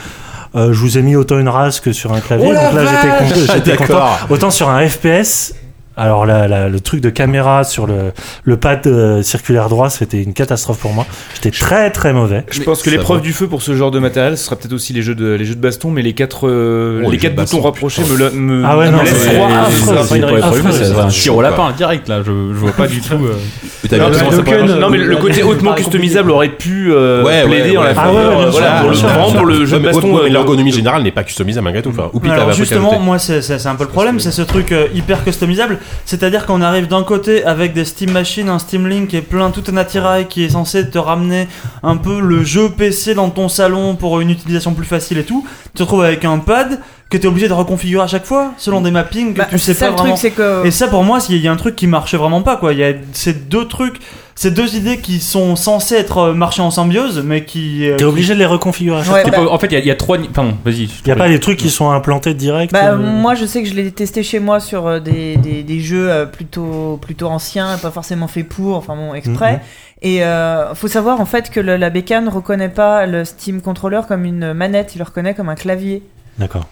Speaker 8: euh, je vous ai mis autant une race que sur un clavier.
Speaker 2: Oh la
Speaker 8: donc là, j'étais con-
Speaker 2: vache
Speaker 8: j'étais content. Ah,
Speaker 2: D'accord.
Speaker 8: Autant sur un FPS. Alors là, le truc de caméra sur le, le pad euh, circulaire droit, c'était une catastrophe pour moi. J'étais très très mauvais.
Speaker 5: Je pense que
Speaker 2: ça
Speaker 5: l'épreuve
Speaker 2: va.
Speaker 5: du feu pour ce genre de matériel, ce sera peut-être aussi les jeux de, les jeux de baston, mais les quatre, euh,
Speaker 2: Oh, les jeux
Speaker 5: les
Speaker 2: de
Speaker 5: quatre
Speaker 2: baston,
Speaker 5: boutons rapprochés me, la- me,
Speaker 8: Ah ouais,
Speaker 5: me
Speaker 8: non,
Speaker 5: laissent
Speaker 2: c'est-
Speaker 5: froid.
Speaker 2: c'est-
Speaker 5: Ah, ça va
Speaker 8: c'est
Speaker 5: pas une
Speaker 2: pas
Speaker 5: réussite.
Speaker 2: prévu,
Speaker 5: Ah,
Speaker 2: c'est-
Speaker 5: ça va.
Speaker 2: c'est un
Speaker 6: Tire
Speaker 2: show,
Speaker 6: au
Speaker 2: quoi.
Speaker 6: lapin direct là, je, je vois pas du tout. euh.
Speaker 2: Mais t'as bien
Speaker 5: Non, mais
Speaker 2: raison,
Speaker 5: le
Speaker 2: c'est pas-
Speaker 5: côté- non, mais le côté hautement customisable aurait pu euh,
Speaker 2: Ouais, ouais,
Speaker 5: plaider
Speaker 2: ouais,
Speaker 5: en la
Speaker 2: ouais.
Speaker 8: Ah ouais, ouais, bien
Speaker 5: euh,
Speaker 8: sûr,
Speaker 5: voilà,
Speaker 8: bien
Speaker 5: pour le
Speaker 8: sûr,
Speaker 5: vraiment,
Speaker 8: bien
Speaker 5: pour le
Speaker 2: Ouais,
Speaker 5: jeu de
Speaker 2: mais
Speaker 5: baston.
Speaker 2: autrement,
Speaker 5: euh,
Speaker 2: mais l'ergonomie générale n'est pas customisable malgré tout. Enfin, Oupi, t'avais
Speaker 4: Alors
Speaker 2: un truc à
Speaker 4: justement,
Speaker 2: ajouter.
Speaker 4: moi c'est c'est- c'est un peu le problème, c'est ce truc euh, hyper customisable. C'est-à-dire qu'on arrive d'un côté avec des Steam Machines, un Steam Link et plein tout un attirail qui est censé te ramener un peu le jeu PC dans ton salon pour une utilisation plus facile et tout. Tu te retrouves avec un pad que t'es obligé de reconfigurer à chaque fois selon des mappings que
Speaker 7: Bah,
Speaker 4: tu sais
Speaker 7: c'est ça
Speaker 4: pas
Speaker 7: le
Speaker 4: vraiment.
Speaker 7: truc, c'est que.
Speaker 4: Et ça, pour moi, il y a un truc qui marche vraiment pas, quoi. Il y a ces deux trucs, ces deux idées qui sont censées être euh, marcher en symbiose, mais qui. euh,
Speaker 8: T'es obligé de les reconfigurer. à chaque
Speaker 7: Ouais,
Speaker 8: fois.
Speaker 6: C'est
Speaker 7: bah-
Speaker 6: pas- en fait, il y a- il y, a trois. ni- Pardon, vas-y. je
Speaker 8: Il y a
Speaker 6: t'en
Speaker 8: pas
Speaker 6: prie.
Speaker 8: des trucs qui sont implantés direct.
Speaker 7: Bah,
Speaker 8: euh,
Speaker 7: moi je sais que je l'ai testé chez moi sur euh, des, des, des jeux euh, plutôt, plutôt anciens, pas forcément faits pour, enfin bon, exprès.
Speaker 8: Mhm.
Speaker 7: Et euh, faut savoir en fait que le- la bécane reconnaît pas le Steam Controller comme une manette, il le reconnaît comme un clavier.
Speaker 8: D'accord.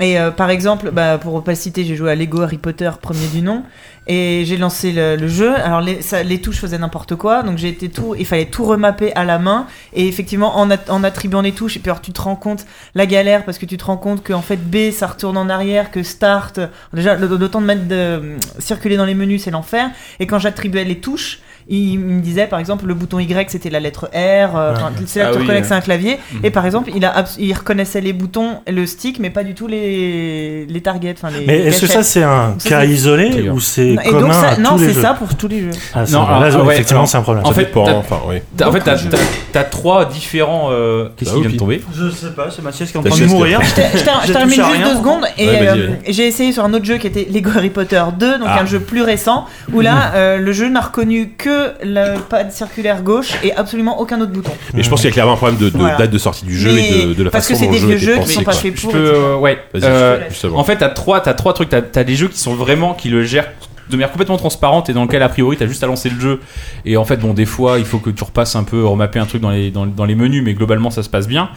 Speaker 7: Et euh, par exemple, bah, pour pas citer, j'ai joué à Lego Harry Potter, premier du nom, et j'ai lancé le, le jeu. Alors les, ça- les touches faisaient n'importe quoi, donc j'ai été tout, il fallait tout remapper à la main. Et effectivement, en, at- en attribuant les touches, et puis alors tu te rends compte la galère parce que tu te rends compte qu'en fait B ça retourne en arrière, que Start, déjà le, le temps de mettre de, circuler dans les menus c'est l'enfer. Et quand j'attribuais les touches, il me disait par exemple le bouton Y c'était la lettre R, euh, enfin, c'est là
Speaker 5: Ah
Speaker 7: que tu
Speaker 5: oui,
Speaker 7: reconnais que
Speaker 5: euh.
Speaker 7: c'est un clavier. Et par exemple, il, a abs- il reconnaissait les boutons, le stick, mais pas du tout les, les targets. enfin, Les,
Speaker 8: Mais
Speaker 7: les
Speaker 8: est-ce que ça
Speaker 7: gâchettes.
Speaker 8: c'est un
Speaker 7: Ça,
Speaker 8: cas
Speaker 7: c'est-
Speaker 8: isolé
Speaker 6: D'ailleurs.
Speaker 8: ou c'est
Speaker 7: Et
Speaker 8: commun
Speaker 7: donc ça,
Speaker 8: à tous
Speaker 7: non,
Speaker 8: les
Speaker 7: c'est
Speaker 8: jeux
Speaker 7: ça pour tous les jeux.
Speaker 8: Ah, ça,
Speaker 6: Non,
Speaker 8: là,
Speaker 6: alors, ouais,
Speaker 8: effectivement,
Speaker 6: alors,
Speaker 8: c'est un problème.
Speaker 6: en
Speaker 2: Ça
Speaker 6: fait,
Speaker 2: dépend,
Speaker 6: t'as-
Speaker 2: enfin, oui.
Speaker 6: T'as- En fait, t'as-
Speaker 7: je-
Speaker 6: t'as t'as trois différents. euh, Qu'est-ce qui
Speaker 2: Bah
Speaker 6: vient
Speaker 2: oui,
Speaker 6: de
Speaker 2: puis-
Speaker 6: tomber
Speaker 4: Je sais pas, c'est Mathias qui est en
Speaker 2: Ta
Speaker 4: train de
Speaker 2: chaise qui a-
Speaker 4: mourir.
Speaker 7: Je, te- je te- je
Speaker 4: J'ai
Speaker 7: termine
Speaker 4: touché à
Speaker 7: juste
Speaker 4: rien.
Speaker 7: deux secondes et
Speaker 2: Ouais, vas-y,
Speaker 7: euh,
Speaker 2: vas-y.
Speaker 7: j'ai essayé sur un autre jeu qui était Lego Harry Potter 2, donc
Speaker 2: Ah.
Speaker 7: un jeu plus récent, où là euh, le jeu n'a reconnu que le pad circulaire gauche et absolument aucun autre bouton.
Speaker 2: Mais je pense qu'il y a clairement un problème de, de
Speaker 7: Voilà.
Speaker 2: date de sortie du jeu
Speaker 7: Mais-
Speaker 2: et de, de la
Speaker 7: parce que
Speaker 2: façon
Speaker 7: c'est
Speaker 2: dont
Speaker 7: des
Speaker 2: le jeu
Speaker 7: vieux
Speaker 2: était
Speaker 7: jeux qui
Speaker 2: pensé,
Speaker 7: sont pas
Speaker 2: quoi.
Speaker 7: faits
Speaker 6: Je
Speaker 7: pour.
Speaker 6: peux.
Speaker 7: etc.
Speaker 6: euh, Ouais.
Speaker 2: Vas-y,
Speaker 6: euh,
Speaker 2: justement.
Speaker 6: En fait, t'as trois, t'as trois trucs. T'as t'as des jeux qui sont vraiment qui le gèrent de manière complètement transparente et dans lequel a priori t'as juste à lancer le jeu. Et en fait, bon, des fois, il faut que tu repasses un peu, remapper un truc dans les dans, dans les menus, mais globalement, ça se passe bien.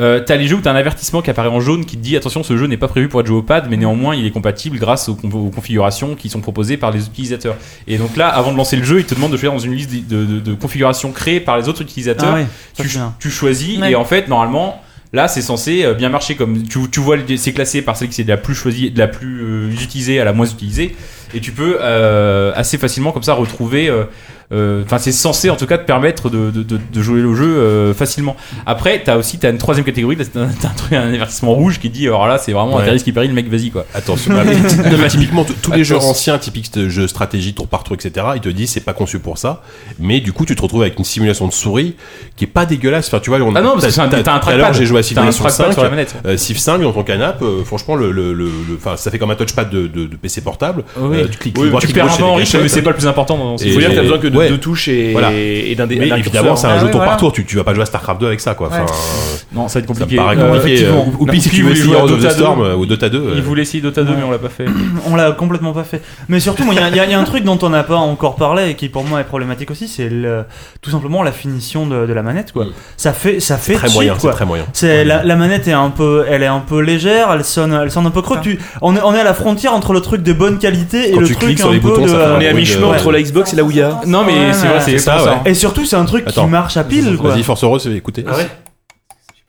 Speaker 6: Euh, t'as les jeux où t'as un avertissement qui apparaît en jaune qui te dit attention ce jeu n'est pas prévu pour être joué au pad
Speaker 9: Mm.
Speaker 6: mais néanmoins il est compatible grâce aux, con- aux configurations qui sont proposées par les utilisateurs et donc là avant de lancer le jeu il te demande de choisir dans une liste de, de- de configurations créées par les autres utilisateurs
Speaker 9: Ah ouais, ça,
Speaker 6: tu,
Speaker 9: c'est bien.
Speaker 6: tu choisis
Speaker 7: Ouais.
Speaker 6: et en fait normalement là c'est censé euh, bien marcher comme tu, tu vois le- c'est classé par celle qui est de la plus choisie de la plus euh, utilisée à la moins utilisée et tu peux euh, assez facilement comme ça retrouver euh, euh, Enfin, c'est censé en tout cas te permettre de, de- de- de jouer le jeu euh, facilement. Après, t'as aussi t'as une troisième catégorie, là, t'as t'as un, truc, un avertissement rouge qui dit alors là, c'est vraiment
Speaker 2: Ouais.
Speaker 6: un risque qui pérille, le mec, vas-y quoi.
Speaker 2: Attention, bah, mais- non, mais typiquement, t- tous les jeux
Speaker 6: Attention.
Speaker 2: anciens, typiques de jeux stratégie, tour par tour, etc., ils te disent c'est pas conçu pour ça, mais du coup, tu te retrouves avec une simulation de souris qui est pas dégueulasse. Enfin, tu vois, on
Speaker 6: Ah non, parce que c'est un-
Speaker 2: t'as-
Speaker 6: t'as un
Speaker 2: tout à l'heure,
Speaker 6: trackpad.
Speaker 2: j'ai joué à
Speaker 6: T'as un
Speaker 2: Civilization
Speaker 6: trackpad
Speaker 2: 5,
Speaker 6: sur la manette.
Speaker 2: euh, Civ 5 dans ton canapé, euh, franchement, le, le, le, le- enfin, ça fait comme un touchpad de, de, de PC portable. Euh, tu cliques,
Speaker 6: Oui,
Speaker 2: droite,
Speaker 6: tu
Speaker 2: clic
Speaker 6: perds
Speaker 2: gauche,
Speaker 6: un peu
Speaker 2: c'est
Speaker 6: en
Speaker 2: des
Speaker 6: riche,
Speaker 2: gâchettes.
Speaker 6: mais c'est pas le plus important. dans-
Speaker 2: Et-
Speaker 5: Il faut dire que t'as besoin que de
Speaker 2: ouais.
Speaker 5: deux touches et,
Speaker 2: Voilà.
Speaker 5: et d'un dé-
Speaker 2: Mais
Speaker 5: d'un
Speaker 2: évidemment,
Speaker 5: curseur.
Speaker 2: c'est un
Speaker 6: bah
Speaker 7: Ah
Speaker 2: jeu
Speaker 7: ouais,
Speaker 2: tour
Speaker 7: voilà.
Speaker 2: par tour. Tu, tu vas pas jouer à StarCraft 2 avec ça, quoi. Enfin, euh,
Speaker 7: Ouais.
Speaker 6: Non, ça va être
Speaker 2: ça me
Speaker 6: compliqué.
Speaker 2: paraît
Speaker 6: Euh,
Speaker 2: compliqué.
Speaker 6: effectivement.
Speaker 2: euh, Ou pire, si tu veux essayer Heroes of the Storm euh, ou Dota 2. euh,
Speaker 6: Il voulait essayer Dota 2, mais on l'a pas fait.
Speaker 4: On l'a complètement pas fait. Mais surtout, moi, il y, a- il y a- il y a un truc dont on n'a pas encore parlé et qui pour moi est problématique aussi, c'est le- tout simplement la finition de, de la manette. Quoi. Ça fait, ça fait
Speaker 2: Très
Speaker 4: cheap,
Speaker 2: moyen, Mm. c'est
Speaker 4: quoi.
Speaker 2: très moyen.
Speaker 4: C'est la, la manette est un peu, elle est un peu légère, elle sonne, elle sonne un peu creux. Tu, on est, on est à la frontière entre le truc de bonne qualité et
Speaker 2: Quand
Speaker 4: le
Speaker 2: tu
Speaker 4: truc
Speaker 2: cliques
Speaker 4: un
Speaker 2: sur les
Speaker 4: peu
Speaker 2: boutons,
Speaker 4: de. euh,
Speaker 2: ça fait un
Speaker 5: On est à
Speaker 2: bruit de-
Speaker 5: mi-chemin
Speaker 2: Ouais.
Speaker 5: entre la Xbox et la Ouya.
Speaker 6: Non, mais c'est vrai, c'est
Speaker 2: C'est ça,
Speaker 6: ça.
Speaker 2: ouais.
Speaker 4: Et surtout, c'est un truc
Speaker 2: Attends.
Speaker 4: qui marche à pile. Quoi.
Speaker 2: Vas-y, Force Rose, écoutez.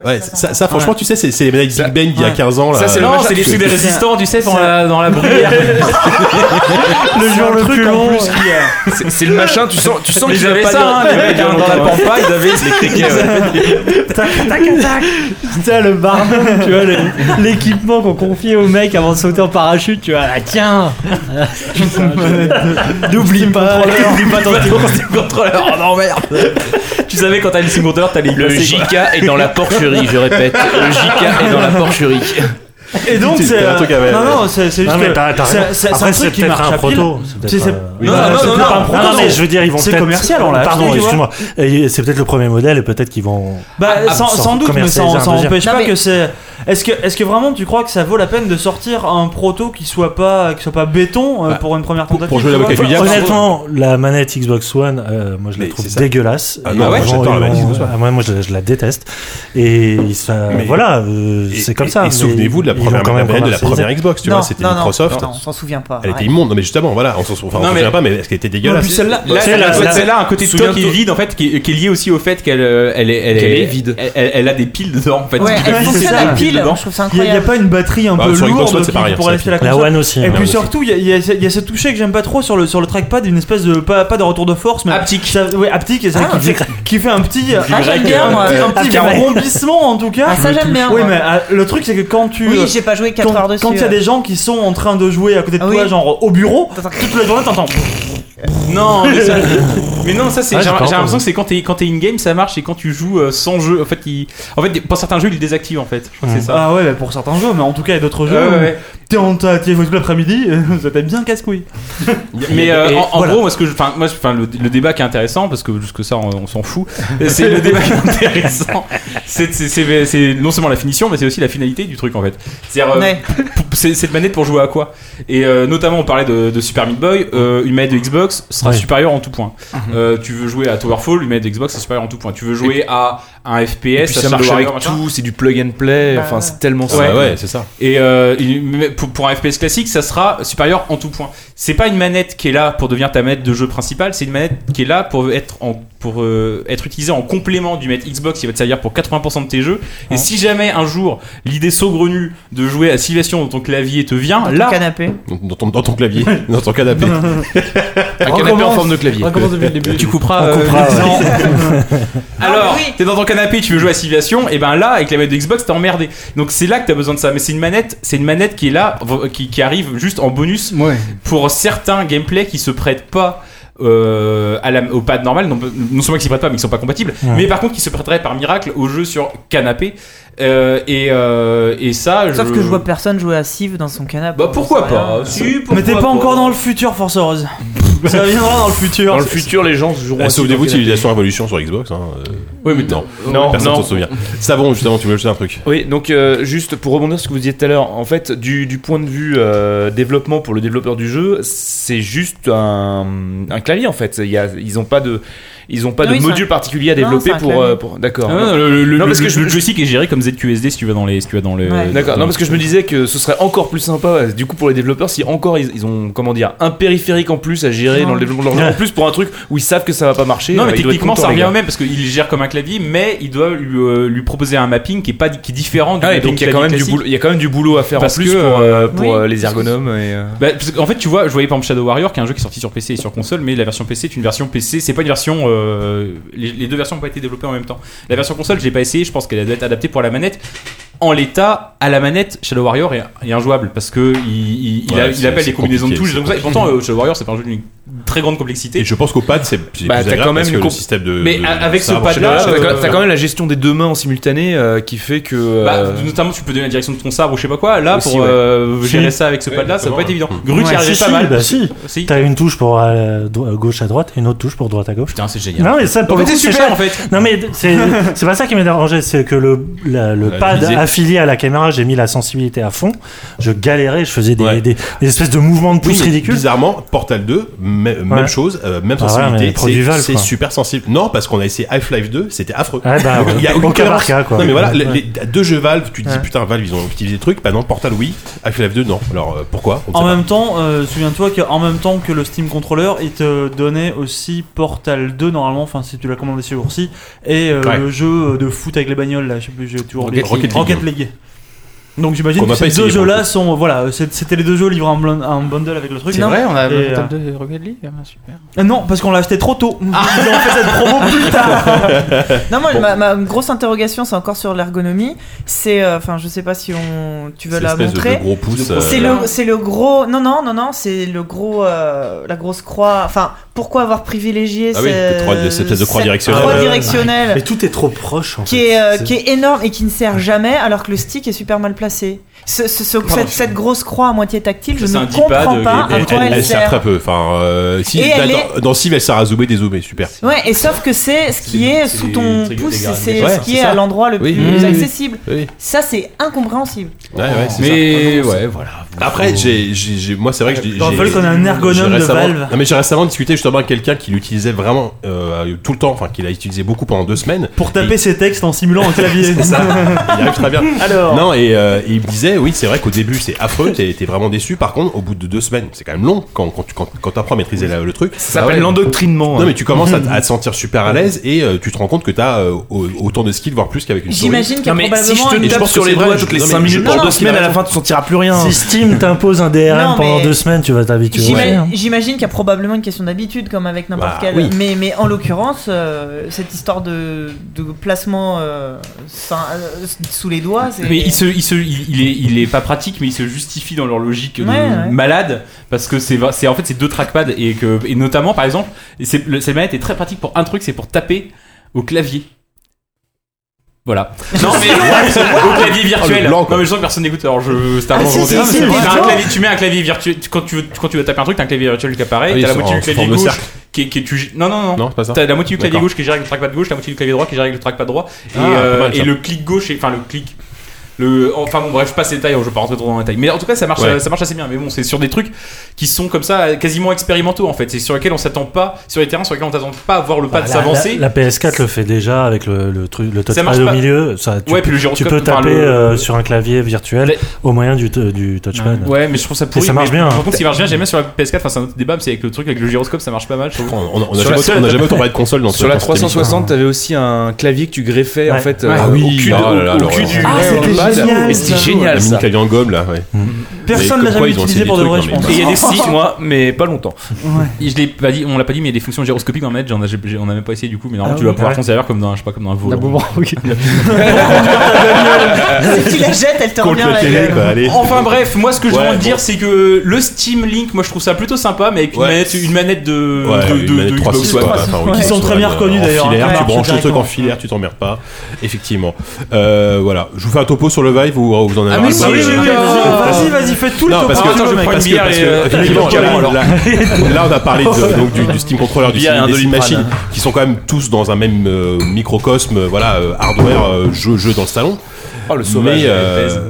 Speaker 2: Ouais, ça, ça, ça, franchement,
Speaker 4: Ouais.
Speaker 2: tu sais, c'est c'est les médailles Big Bang il y a
Speaker 4: ouais.
Speaker 2: 15 ans. Là.
Speaker 5: Ça, c'est le
Speaker 6: Non,
Speaker 5: machin-
Speaker 6: c'est les trucs des
Speaker 4: C'est-
Speaker 6: résistants, tu sais, dans
Speaker 4: c'est-
Speaker 6: la, dans la bruyère.
Speaker 4: Le
Speaker 6: C'est un
Speaker 4: jour le
Speaker 6: truc
Speaker 4: plus
Speaker 6: en
Speaker 4: long.
Speaker 6: plus
Speaker 4: qui est-
Speaker 5: C'est c'est le machin, tu sens, tu sens
Speaker 6: Mais
Speaker 5: qu'ils
Speaker 6: ils
Speaker 5: avaient
Speaker 6: avaient
Speaker 5: pas
Speaker 6: ça, hein, les mecs, dans la
Speaker 5: pas, ils avaient les criquets.
Speaker 9: Putain, le barman, tu vois, le- l'équipement qu'on confiait au mec avant de sauter en parachute, tu vois, ah, tiens N'oublie pas, n'oublie pas ton
Speaker 6: contrôleur. Oh non, merde. Tu savais quand t'as le sim contrôleur, t'as les
Speaker 5: Le
Speaker 6: passer, quoi.
Speaker 5: JK est dans la porcherie, je répète. Le JK est dans la porcherie.
Speaker 4: Et donc,
Speaker 2: C'est-
Speaker 4: c'est.
Speaker 2: c'est un truc à-
Speaker 4: euh, Non, non, c'est c'est juste.
Speaker 8: Non, mais
Speaker 4: que
Speaker 8: t'as- t'as raison.
Speaker 4: c'est- C'est c'est un
Speaker 8: Après, c'est
Speaker 4: truc qui
Speaker 8: peut-être
Speaker 4: marche à
Speaker 8: un
Speaker 4: pile.
Speaker 8: proto.
Speaker 4: C'est- c'est-
Speaker 8: Oui,
Speaker 4: Non,
Speaker 8: bah,
Speaker 4: non,
Speaker 8: c'est
Speaker 4: non,
Speaker 8: peut-être
Speaker 4: non,
Speaker 8: un proto.
Speaker 4: non,
Speaker 8: Non,
Speaker 4: mais
Speaker 8: mais je veux dire, ils vont
Speaker 4: c'est
Speaker 8: peut-être-
Speaker 4: commercial, on l'a acheté,
Speaker 8: Pardon,
Speaker 4: tu vois.
Speaker 8: excuse-moi. Et C'est peut-être le premier modèle et peut-être qu'ils vont.
Speaker 4: Bah,
Speaker 8: Ah,
Speaker 4: sans,
Speaker 8: sans
Speaker 4: sans doute, mais ça,
Speaker 8: commercialiser un
Speaker 4: ça
Speaker 8: deuxième.
Speaker 4: empêche
Speaker 7: Non,
Speaker 4: pas
Speaker 7: mais-
Speaker 4: que c'est. Est-ce que, est-ce que vraiment tu crois que ça vaut la peine de sortir un proto qui soit pas, qui soit pas béton euh,
Speaker 2: Bah,
Speaker 4: pour une première
Speaker 2: pour-
Speaker 4: tentative
Speaker 2: pour jouer
Speaker 4: tu vois
Speaker 2: l'avocat du diable,
Speaker 8: Honnêtement, la manette Xbox One, euh, moi je la
Speaker 2: Mais
Speaker 8: trouve
Speaker 2: c'est ça.
Speaker 8: dégueulasse.
Speaker 2: Ah
Speaker 8: Et
Speaker 2: non,
Speaker 8: vraiment,
Speaker 2: moi, j'adore la
Speaker 8: ils
Speaker 2: manette
Speaker 8: l'ont-
Speaker 2: Xbox One.
Speaker 8: ah, Moi, moi, je, je la déteste. Et ça,
Speaker 2: Mais-
Speaker 8: voilà, euh,
Speaker 2: Et-
Speaker 8: c'est comme
Speaker 2: et-
Speaker 8: ça.
Speaker 2: Et
Speaker 8: mais
Speaker 2: souvenez-vous de la
Speaker 8: ils l'ont
Speaker 2: première,
Speaker 8: quand même
Speaker 2: la manette de la
Speaker 8: commercialisé.
Speaker 2: première Xbox, tu
Speaker 7: Non,
Speaker 2: vois, c'était
Speaker 7: non, non,
Speaker 2: Microsoft.
Speaker 7: non, on s'en souvient pas.
Speaker 2: Elle était
Speaker 7: arrête.
Speaker 2: immonde, non mais justement, voilà, on s'en souvient, enfin, on
Speaker 6: Non,
Speaker 2: s'en
Speaker 6: mais-
Speaker 2: souvient pas, mais est-ce qu'elle était dégueulasse
Speaker 6: Bah, celle-là,
Speaker 5: là,
Speaker 6: celle
Speaker 5: la- la-
Speaker 6: là, un côté de toi qui est
Speaker 5: souviens-toi-
Speaker 6: vide en fait, qui est, qui est lié aussi au fait qu'elle euh, elle est, elle
Speaker 5: Qu'elle
Speaker 6: est,
Speaker 5: est vide.
Speaker 6: Elle, elle- elle a des piles dedans en fait.
Speaker 7: Ouais,
Speaker 6: Elle
Speaker 7: elle
Speaker 4: c'est
Speaker 7: fonctionne
Speaker 4: ça.
Speaker 7: à pile,
Speaker 6: Dedans.
Speaker 7: je trouve ça
Speaker 4: Il y a- il y, a
Speaker 7: incroyable.
Speaker 4: pas une batterie un
Speaker 2: Bah,
Speaker 4: peu
Speaker 2: sur Xbox One,
Speaker 4: lourde
Speaker 2: c'est
Speaker 4: qui-
Speaker 2: pareil,
Speaker 4: pour
Speaker 2: c'est
Speaker 4: acheter la
Speaker 8: La
Speaker 4: console.
Speaker 8: One aussi.
Speaker 4: Et
Speaker 8: hein.
Speaker 4: puis surtout, il y, a- il y a ce- il y a ce toucher que j'aime pas trop sur le, sur le trackpad, une espèce de. Pas, pas de retour de force, mais.
Speaker 6: Haptique.
Speaker 4: Ça- ouais, haptique, et ça,
Speaker 7: Ah.
Speaker 4: qui, fait, qui fait un petit.
Speaker 7: Ah, j'aime bien, moi.
Speaker 4: Un petit
Speaker 8: carré.
Speaker 4: arrondissement en tout cas.
Speaker 7: Ah, ça, j'aime bien,
Speaker 4: Oui,
Speaker 7: moi.
Speaker 4: mais euh, le truc, c'est que quand tu.
Speaker 7: Oui, j'ai pas joué 4
Speaker 4: quand
Speaker 7: heures dessus.
Speaker 4: quand il y a
Speaker 7: ouais.
Speaker 4: des gens qui sont en train de jouer à côté de
Speaker 7: Ah
Speaker 4: toi,
Speaker 7: oui.
Speaker 4: genre au bureau,
Speaker 7: Attends, attends.
Speaker 4: toute la journée t'entends.
Speaker 6: Non, mais ça, mais non, ça c'est.
Speaker 8: Ah,
Speaker 6: j'ai
Speaker 8: j'ai pas
Speaker 6: j'ai l'impression
Speaker 8: entendu.
Speaker 6: que c'est quand t'es quand t'es in game ça marche et quand tu joues euh, sans jeu en fait il- en fait pour certains jeux il désactive en fait. Je crois que c'est ça.
Speaker 4: Ah ouais, bah pour certains jeux, mais en tout cas, il y a d'autres jeux.
Speaker 6: Ouais, ouais,
Speaker 4: où
Speaker 6: ouais.
Speaker 4: T'es en t'as- t'y as joué tout l'après-midi, ça t'aime bien casse-couille.
Speaker 6: Mais euh, en, en
Speaker 4: voilà.
Speaker 6: gros, moi, ce que je, enfin, moi, je- enfin, le, le débat qui est intéressant parce que jusque ça, on, on s'en fout. C'est le débat qui est intéressant. C'est- C'est c'est- c'est non seulement la finition, mais c'est aussi la finalité du truc en fait. C'est-à-dire, euh,
Speaker 7: Ouais.
Speaker 6: pour- c'est- cette manette pour jouer à quoi Et euh, notamment, on parlait de, de Super Meat Boy. euh, une manette de Xbox sera
Speaker 8: Ouais.
Speaker 6: supérieure en tout point. Euh, tu veux jouer à Towerfall, une manette de Xbox est supérieure en tout point. Tu veux jouer à un
Speaker 5: Et
Speaker 6: FPS,
Speaker 5: puis
Speaker 6: à
Speaker 5: ça
Speaker 6: Shadow
Speaker 5: marche avec
Speaker 6: Warrior, machin.
Speaker 5: tout, c'est du plug and play, enfin c'est tellement
Speaker 2: Ouais,
Speaker 5: ça.
Speaker 2: ouais, c'est ça.
Speaker 6: Et euh, il- mais pour, pour un FPS classique, ça sera supérieur en tout point. C'est pas une manette qui est là pour devenir ta manette de jeu principale, c'est une manette qui est là pour être en, pour euh, être utilisée en complément du manette Xbox qui va te servir pour 80% de tes jeux. Et si jamais un jour l'idée saugrenue de jouer à Civilization dans ton clavier te vient,
Speaker 7: Ton
Speaker 6: là
Speaker 7: canapé.
Speaker 2: Donc, Dans ton, dans ton clavier, dans ton canapé.
Speaker 5: Un canapé en forme de clavier.
Speaker 6: tu couperas. euh, les dents. Alors,
Speaker 7: Ah, oui.
Speaker 6: t'es dans ton canapé, tu veux jouer à Civilization, et ben là, avec la manette de Xbox, t'es emmerdé. Donc c'est là que t'as besoin de ça. Mais c'est une manette, c'est une manette qui est là, qui, qui arrive juste en bonus
Speaker 5: Ouais.
Speaker 6: pour certains gameplay qui se prêtent pas euh, à la- au pad normal, non, non seulement qui s'y prêtent pas, mais qui sont pas compatibles,
Speaker 8: Ouais.
Speaker 6: mais par contre qui se prêteraient par miracle au jeu sur canapé. Euh, et, euh, et ça,
Speaker 7: Sauf que je vois personne jouer à Civ dans son canapé.
Speaker 6: Bah pourquoi
Speaker 7: Ça sert à
Speaker 6: pas
Speaker 7: rien.
Speaker 6: Si, pourquoi
Speaker 4: Mais t'es pas
Speaker 6: pas.
Speaker 4: encore dans le futur, force heureuse. ça viendra dans le futur.
Speaker 5: Dans le futur, les gens se joueront.
Speaker 2: Ah,
Speaker 5: assis
Speaker 2: Souvenez-vous de
Speaker 5: dans le canapé.
Speaker 2: Civilization Revolution sur Xbox. Hein. euh, Oui, mais non.
Speaker 5: Non,
Speaker 2: Personne
Speaker 5: non.
Speaker 2: s'en souvient. Savon, justement, tu voulais ajouter un truc.
Speaker 5: Oui, donc euh, juste pour rebondir sur ce que vous disiez tout à l'heure, en fait, du, du point de vue euh, développement pour le développeur du jeu, c'est juste un, un clavier en fait. Il y a- ils n'ont pas de, ils ont pas
Speaker 7: Non,
Speaker 5: de
Speaker 7: oui, c'est
Speaker 5: module
Speaker 7: un-
Speaker 5: particulier à
Speaker 7: Non,
Speaker 5: développer
Speaker 7: c'est un
Speaker 5: pour,
Speaker 7: clavier.
Speaker 5: euh, pour- D'accord.
Speaker 6: Ah, non, le, le-
Speaker 5: Non,
Speaker 6: le-
Speaker 5: parce que
Speaker 6: le-
Speaker 5: je-
Speaker 6: le joystick est géré comme ZQSD si tu vas dans les. Si tu vas dans les
Speaker 7: Ouais.
Speaker 5: D'accord, non parce que je me disais que ce serait encore plus sympa du coup pour les développeurs si encore ils, ils ont comment dire un périphérique en plus à gérer
Speaker 7: Non.
Speaker 5: dans le développement de leur jeu en plus pour un truc où ils savent que ça va pas marcher.
Speaker 6: Non, mais
Speaker 5: euh, ils doivent être
Speaker 6: techniquement, ça
Speaker 5: contents, les
Speaker 6: revient
Speaker 5: gars.
Speaker 6: au même parce qu'il gère comme un clavier, mais il doit lui, euh, lui proposer un mapping qui est, pas, qui est différent du
Speaker 5: Ah ouais,
Speaker 6: mapping
Speaker 5: donc il y a quand
Speaker 6: clavier
Speaker 5: même du
Speaker 6: classique.
Speaker 5: boulot, il y a quand même du boulot à faire
Speaker 6: Parce
Speaker 5: en plus
Speaker 6: que,
Speaker 5: pour, euh, pour,
Speaker 7: oui,
Speaker 5: euh, les
Speaker 7: parce que-
Speaker 5: ergonomes et. euh,
Speaker 6: Bah, parce que, en fait, tu vois, je voyais par exemple Shadow Warrior, qui est un jeu qui est sorti sur PC et sur console, mais la version PC est une version PC, c'est pas une version. euh, les, les deux versions n'ont pas été développées en même temps. La version console, je l'ai pas essayé, je pense qu'elle doit être adaptée pour la manette. En l'état, à la manette, Shadow Warrior est, est injouable parce que il, il, il a-
Speaker 2: Ouais,
Speaker 6: il
Speaker 2: c'est-
Speaker 6: appelle
Speaker 2: c'est
Speaker 6: les combinaisons de
Speaker 2: compliqué,
Speaker 6: touches.
Speaker 2: c'est
Speaker 6: Donc ça, et pourtant, euh, Shadow Warrior, c'est pas un jeu d'une très grande complexité.
Speaker 2: Et je pense qu'au pad, c'est c'est
Speaker 5: Bah,
Speaker 2: plus
Speaker 5: t'as
Speaker 2: agréable
Speaker 5: quand même
Speaker 2: parce que
Speaker 5: une
Speaker 2: le
Speaker 5: comp-
Speaker 2: système de.
Speaker 6: Mais
Speaker 2: de-
Speaker 6: a- avec ce
Speaker 2: ça,
Speaker 6: pad-là,
Speaker 2: bon, je sais
Speaker 5: T'as
Speaker 2: pas,
Speaker 6: euh,
Speaker 5: quand- t'as quand même la gestion des deux mains en simultané euh, qui fait que. euh,
Speaker 6: Bah, notamment tu peux donner la direction de ton sabre ou je sais pas quoi là
Speaker 5: Aussi,
Speaker 6: pour
Speaker 5: ouais.
Speaker 6: euh,
Speaker 8: Si.
Speaker 6: gérer ça avec ce pad là ça va pas être évident Grut y
Speaker 8: Ouais,
Speaker 6: arrivait
Speaker 8: si,
Speaker 6: pas
Speaker 8: si,
Speaker 6: mal
Speaker 8: bah, si.
Speaker 6: Si.
Speaker 8: T'as une touche pour euh, do- euh, gauche à droite et une autre touche pour droite à gauche.
Speaker 6: putain c'est génial
Speaker 8: Non mais ça pour
Speaker 6: en
Speaker 8: le
Speaker 2: Oh,
Speaker 6: fait
Speaker 8: coup
Speaker 6: c'est
Speaker 8: c'est
Speaker 6: super en
Speaker 8: chouette.
Speaker 6: fait
Speaker 8: Non mais c'est c'est pas ça qui m'a dérangé, c'est que le la- le
Speaker 2: La
Speaker 8: pad
Speaker 2: visée.
Speaker 8: affilié à la caméra, j'ai mis la sensibilité à fond, je galérais, je faisais des,
Speaker 2: Ouais.
Speaker 8: des, des espèces de mouvements de
Speaker 2: Oui,
Speaker 8: pouce
Speaker 2: mais
Speaker 8: ridicules.
Speaker 2: Bizarrement, Portal 2, me- même chose, euh, même
Speaker 8: Ah ouais, mais
Speaker 2: sensibilité.
Speaker 8: produit
Speaker 2: c'est-
Speaker 8: Valve,
Speaker 2: c'est
Speaker 8: quoi.
Speaker 2: super sensible. Non, parce qu'on a essayé Half-Life 2, c'était affreux.
Speaker 8: Ouais, bah,
Speaker 2: Donc,
Speaker 8: ouais.
Speaker 2: il y a aucune
Speaker 8: Au cas par cas,
Speaker 2: cohérence.
Speaker 8: quoi.
Speaker 2: Non, mais voilà,
Speaker 8: Ouais.
Speaker 2: les, les deux jeux Valve, tu te dis
Speaker 8: Ouais.
Speaker 2: putain, Valve, ils ont utilisé le truc. Bah non, Portal, oui. Half-Life 2, non. Alors euh, pourquoi On ne
Speaker 4: En
Speaker 2: sait pas.
Speaker 4: même temps, euh, souviens-toi qu'en même temps que le Steam Controller, il te donnait aussi Portal 2 normalement, enfin si tu l'as commandé ces jours-ci, et euh,
Speaker 2: Ouais.
Speaker 4: le jeu de foot avec les bagnoles là, je sais plus, j'ai toujours oublié.
Speaker 2: Rocket League.
Speaker 4: Rocket League. Donc j'imagine
Speaker 2: Qu'on
Speaker 4: que
Speaker 2: n'a pas
Speaker 4: ces
Speaker 2: essayé,
Speaker 4: deux
Speaker 2: pour le
Speaker 4: jeux-là sont, voilà, euh, c'est- c'était les deux jeux livrés en, blun- en bundle avec le truc. Non,
Speaker 3: on a
Speaker 4: Et, Portal
Speaker 7: euh,
Speaker 3: de Rocket League Super.
Speaker 4: Ah non, parce qu'on l'a acheté trop tôt.
Speaker 2: Ah.
Speaker 4: Ils ont fait cette promo plus tard.
Speaker 7: Non, moi, ma, ma grosse interrogation, c'est encore sur l'ergonomie. C'est, euh, enfin, je sais pas si on, tu veux
Speaker 2: C'est
Speaker 7: la
Speaker 2: l'espèce de- de
Speaker 7: montrer.
Speaker 2: gros pouce. euh,
Speaker 7: C'est le, c'est le gros. Non, non, non, non, c'est le gros. euh, la grosse croix. Enfin, pourquoi avoir privilégié
Speaker 2: Ah oui,
Speaker 7: ces-
Speaker 2: le trois- cette espèce de croix
Speaker 7: cette
Speaker 2: directionnelle.
Speaker 7: croix
Speaker 8: Ah ouais, ouais, ouais.
Speaker 7: directionnelle
Speaker 8: Mais tout est trop proche en
Speaker 7: qui
Speaker 8: fait.
Speaker 7: est, euh,
Speaker 8: C'est-
Speaker 7: qui est énorme et qui ne sert jamais, alors que le stick est super mal placé. Ce- ce- ce- cette, cette grosse croix à moitié tactile, je
Speaker 6: C'est
Speaker 7: ne
Speaker 6: un D-pad,
Speaker 7: comprends
Speaker 6: euh,
Speaker 7: pas
Speaker 6: qui est-
Speaker 7: à
Speaker 2: Elle,
Speaker 7: quoi elle,
Speaker 2: elle sert
Speaker 7: sert.
Speaker 2: très peu. Enfin, euh, si,
Speaker 7: Et
Speaker 2: là,
Speaker 7: elle
Speaker 2: dans, dans Civ, elle sert à zoomer, dézoomer. Super.
Speaker 7: Ouais, et sauf que c'est ce qui
Speaker 6: C'est-
Speaker 7: est,
Speaker 6: c'est
Speaker 7: sous
Speaker 6: des
Speaker 7: ton
Speaker 6: triggers
Speaker 7: pouce,
Speaker 6: dégradés.
Speaker 7: c'est
Speaker 2: Ouais,
Speaker 7: ce qui
Speaker 2: c'est
Speaker 7: est
Speaker 2: ça.
Speaker 7: à l'endroit le
Speaker 2: Oui.
Speaker 7: plus
Speaker 2: Mmh.
Speaker 7: accessible.
Speaker 2: Oui.
Speaker 7: Ça, c'est incompréhensible.
Speaker 2: Ouais, ouais, c'est
Speaker 6: mais ouais voilà
Speaker 2: ça.
Speaker 8: Oh.
Speaker 2: Après, j'ai, j'ai, j'ai- moi, c'est vrai que j'ai.
Speaker 4: T'en
Speaker 2: j'ai-
Speaker 4: veux qu'on a un
Speaker 2: J'ai
Speaker 4: ergonome de
Speaker 2: récemment-
Speaker 4: Valve.
Speaker 2: Non mais j'ai récemment discuté justement avec quelqu'un qui l'utilisait vraiment euh, tout le temps, enfin qui l'a utilisé beaucoup pendant deux semaines.
Speaker 4: Pour taper
Speaker 2: Et-
Speaker 4: ses textes en simulant un clavier.
Speaker 2: il arrive très bien.
Speaker 4: Alors.
Speaker 2: Non et euh, et il me disait oui c'est vrai qu'au début c'est affreux, t'es t'es vraiment déçu. Par contre au bout de deux semaines c'est quand même long quand quand tu quand, quand t'apprends à maîtriser la- le truc.
Speaker 5: Ça s'appelle l'endoctrinement.
Speaker 2: Non mais tu commences à, t- à te sentir super à l'aise et euh, tu te rends compte que t'as euh, au- autant de skills voire plus qu'avec une souris.
Speaker 7: J'imagine qu'il y a
Speaker 5: si je
Speaker 7: probablement.
Speaker 5: te
Speaker 2: je
Speaker 5: tape
Speaker 2: pense
Speaker 5: sur
Speaker 2: que
Speaker 5: les
Speaker 2: c'est vrai,
Speaker 5: doigts
Speaker 2: je-
Speaker 5: toutes les
Speaker 2: non,
Speaker 5: 5
Speaker 2: mais je
Speaker 5: minutes pendant
Speaker 7: pense
Speaker 5: deux
Speaker 2: qu'il
Speaker 5: semaines,
Speaker 2: a
Speaker 5: à la
Speaker 2: raison.
Speaker 5: fin tu sentiras plus rien.
Speaker 8: Si Steam t'impose un DRM
Speaker 7: Non,
Speaker 8: pendant
Speaker 7: mais-
Speaker 8: deux semaines, tu vas t'habituer.
Speaker 7: J'ima-
Speaker 8: Ouais.
Speaker 7: J'imagine qu'il y a probablement une question d'habitude, comme avec n'importe
Speaker 2: Bah,
Speaker 7: quel.
Speaker 2: oui.
Speaker 7: Mais, mais en l'occurrence, euh, cette histoire de, de placement euh, sans- euh, sous les doigts, c'est.
Speaker 6: mais il se, il se, il il est, il est pas pratique, mais il se justifie dans leur logique de
Speaker 7: Ouais, ouais.
Speaker 6: malade parce que c'est, va- c'est en fait c'est deux trackpads et que, et notamment par exemple, et c'est, le, cette manette est très pratique pour un truc, c'est pour taper au clavier. Voilà. Non mais au clavier virtuel.
Speaker 2: Oh, le blanc, quoi.
Speaker 6: non mais je sens que personne n'écoute. Alors je, c'est un
Speaker 7: Ah,
Speaker 6: moment
Speaker 7: si,
Speaker 6: volontaire.
Speaker 7: si, si,
Speaker 6: T'as
Speaker 7: si,
Speaker 6: un
Speaker 7: si.
Speaker 6: clavier- tu mets un clavier virtuel tu- quand tu veux, quand tu veux taper un truc, t'as un clavier virtuel qui apparaît.
Speaker 2: Ah oui,
Speaker 6: t'as la
Speaker 2: en
Speaker 6: moitié du clavier
Speaker 2: forme de
Speaker 6: gauche
Speaker 2: cercle.
Speaker 6: qui, est- qui est tu- non non non.
Speaker 2: Non c'est pas ça.
Speaker 6: T'as la moitié du clavier
Speaker 2: D'accord.
Speaker 6: gauche qui gère avec le trackpad gauche, la moitié du clavier droit qui gère avec le trackpad droit, et,
Speaker 2: Ah,
Speaker 6: euh,
Speaker 2: pas mal, ça.
Speaker 6: et le clic gauche, et- enfin le clic. Le, enfin bon, bref, je passe les détails, hein, je vais pas rentrer trop dans les détails. Mais en tout cas, ça marche,
Speaker 2: Ouais.
Speaker 6: ça marche assez bien. Mais bon, c'est sur des trucs qui sont comme ça, quasiment expérimentaux en fait. C'est sur lesquels on s'attend pas, sur les terrains sur lesquels on s'attend pas à voir le pas
Speaker 8: Bah,
Speaker 6: de
Speaker 8: la-
Speaker 6: s'avancer.
Speaker 8: La, la PS4 le fait déjà avec le, le truc, le
Speaker 6: marche
Speaker 8: touchpad au
Speaker 6: pas.
Speaker 8: milieu. Ça, tu,
Speaker 6: Ouais, puis le gyroscope.
Speaker 8: tu peux
Speaker 6: enfin,
Speaker 8: taper
Speaker 6: le-
Speaker 8: euh, sur un clavier virtuel
Speaker 6: Mais-
Speaker 8: au moyen du, t- euh, du touchpad.
Speaker 6: Ouais, mais je trouve ça pourri.
Speaker 8: ça marche
Speaker 6: mais
Speaker 8: bien.
Speaker 6: Par contre, ce qui marche bien, j'aime bien sur la PS4, enfin, c'est un autre débat, mais c'est avec le truc, avec le gyroscope, ça marche pas mal, je trouve.
Speaker 2: On, on, on a jamais,
Speaker 5: Sur la
Speaker 2: on a
Speaker 5: seule-
Speaker 2: jamais autant parlé de console dans
Speaker 5: Sur la
Speaker 2: dans cette émission.
Speaker 5: 360, t'avais aussi un clavier que tu greffais en
Speaker 8: Ouais.
Speaker 5: fait
Speaker 2: Ah
Speaker 5: euh,
Speaker 2: oui,
Speaker 5: au cul, de-
Speaker 2: ah là là,
Speaker 5: au- au
Speaker 2: l'horreur.
Speaker 5: cul du
Speaker 4: Ah, c'était
Speaker 5: du pad.
Speaker 4: génial,
Speaker 5: Et c'était
Speaker 2: La
Speaker 4: ça.
Speaker 5: génial
Speaker 2: mini
Speaker 5: ça.
Speaker 2: clavier en gomme là. Ouais.
Speaker 4: Personne
Speaker 2: Mais comme quoi,
Speaker 4: l'a jamais
Speaker 2: ils ont
Speaker 4: utilisé
Speaker 2: essayé
Speaker 4: pour de
Speaker 2: des
Speaker 4: vrai, je
Speaker 2: trucs, non,
Speaker 4: pense.
Speaker 5: Et il y a des sites, moi, mais pas longtemps.
Speaker 6: Je l'ai pas dit, on l'a pas dit, mais il y a des fonctions gyroscopiques dans la manette, j'en ai- j'ai- on a même pas essayé du coup, mais normalement,
Speaker 8: Ah
Speaker 6: tu
Speaker 8: oui,
Speaker 6: vas pouvoir
Speaker 8: ouais.
Speaker 6: t'en servir comme dans, un- je sais pas, comme dans un volant.
Speaker 7: Si tu la jettes, elle te revient.
Speaker 2: Contre le
Speaker 7: avec,
Speaker 2: télé
Speaker 7: euh,
Speaker 2: quoi. bah, Allez.
Speaker 6: Enfin bref, moi ce que je
Speaker 2: Ouais,
Speaker 6: voulais
Speaker 2: bon.
Speaker 6: dire c'est que le Steam Link, moi je trouve ça plutôt sympa, mais avec une,
Speaker 2: Ouais.
Speaker 6: manette, une manette de,
Speaker 2: Ouais,
Speaker 6: de,
Speaker 2: une
Speaker 6: de-
Speaker 2: manette
Speaker 6: de
Speaker 2: 360,
Speaker 6: Xbox
Speaker 2: quoi,
Speaker 6: One.
Speaker 2: enfin,
Speaker 7: ouais.
Speaker 2: oui,
Speaker 4: Ils sont
Speaker 2: qui
Speaker 4: très bien
Speaker 2: en-
Speaker 4: reconnus,
Speaker 2: en
Speaker 4: d'ailleurs,
Speaker 2: filaire,
Speaker 4: hein,
Speaker 2: tu
Speaker 4: ouais,
Speaker 2: branches le truc en
Speaker 4: directement.
Speaker 2: filaire, tu t'emmerdes pas. Effectivement. Euh, voilà, je vous fais un topo sur le Vive ou euh, vous en avez
Speaker 6: Ah,
Speaker 2: marre
Speaker 6: mais si,
Speaker 2: le
Speaker 6: oui,
Speaker 2: Vive
Speaker 6: oui, oui,
Speaker 4: Vas-y,
Speaker 6: Ah.
Speaker 4: vas-y, vas-y, il fait tout le
Speaker 2: Non,
Speaker 4: topo.
Speaker 2: parce que,
Speaker 4: Ah, attends, je vais
Speaker 2: parce
Speaker 4: prendre
Speaker 2: que-
Speaker 4: une bière
Speaker 2: parce
Speaker 4: et, euh,
Speaker 2: que, effectivement,
Speaker 4: et
Speaker 2: là,
Speaker 4: alors.
Speaker 2: là- là, on a parlé de- donc, du, du Steam Controller, du
Speaker 5: Bière et
Speaker 2: Steam,
Speaker 5: un
Speaker 2: des Steam
Speaker 5: Doliprane.
Speaker 2: Machine, qui sont quand même tous dans un même euh, microcosme, euh, voilà, euh, hardware, euh, jeu, jeu dans le salon.
Speaker 5: Oh, le sauvage.
Speaker 2: Mais, euh,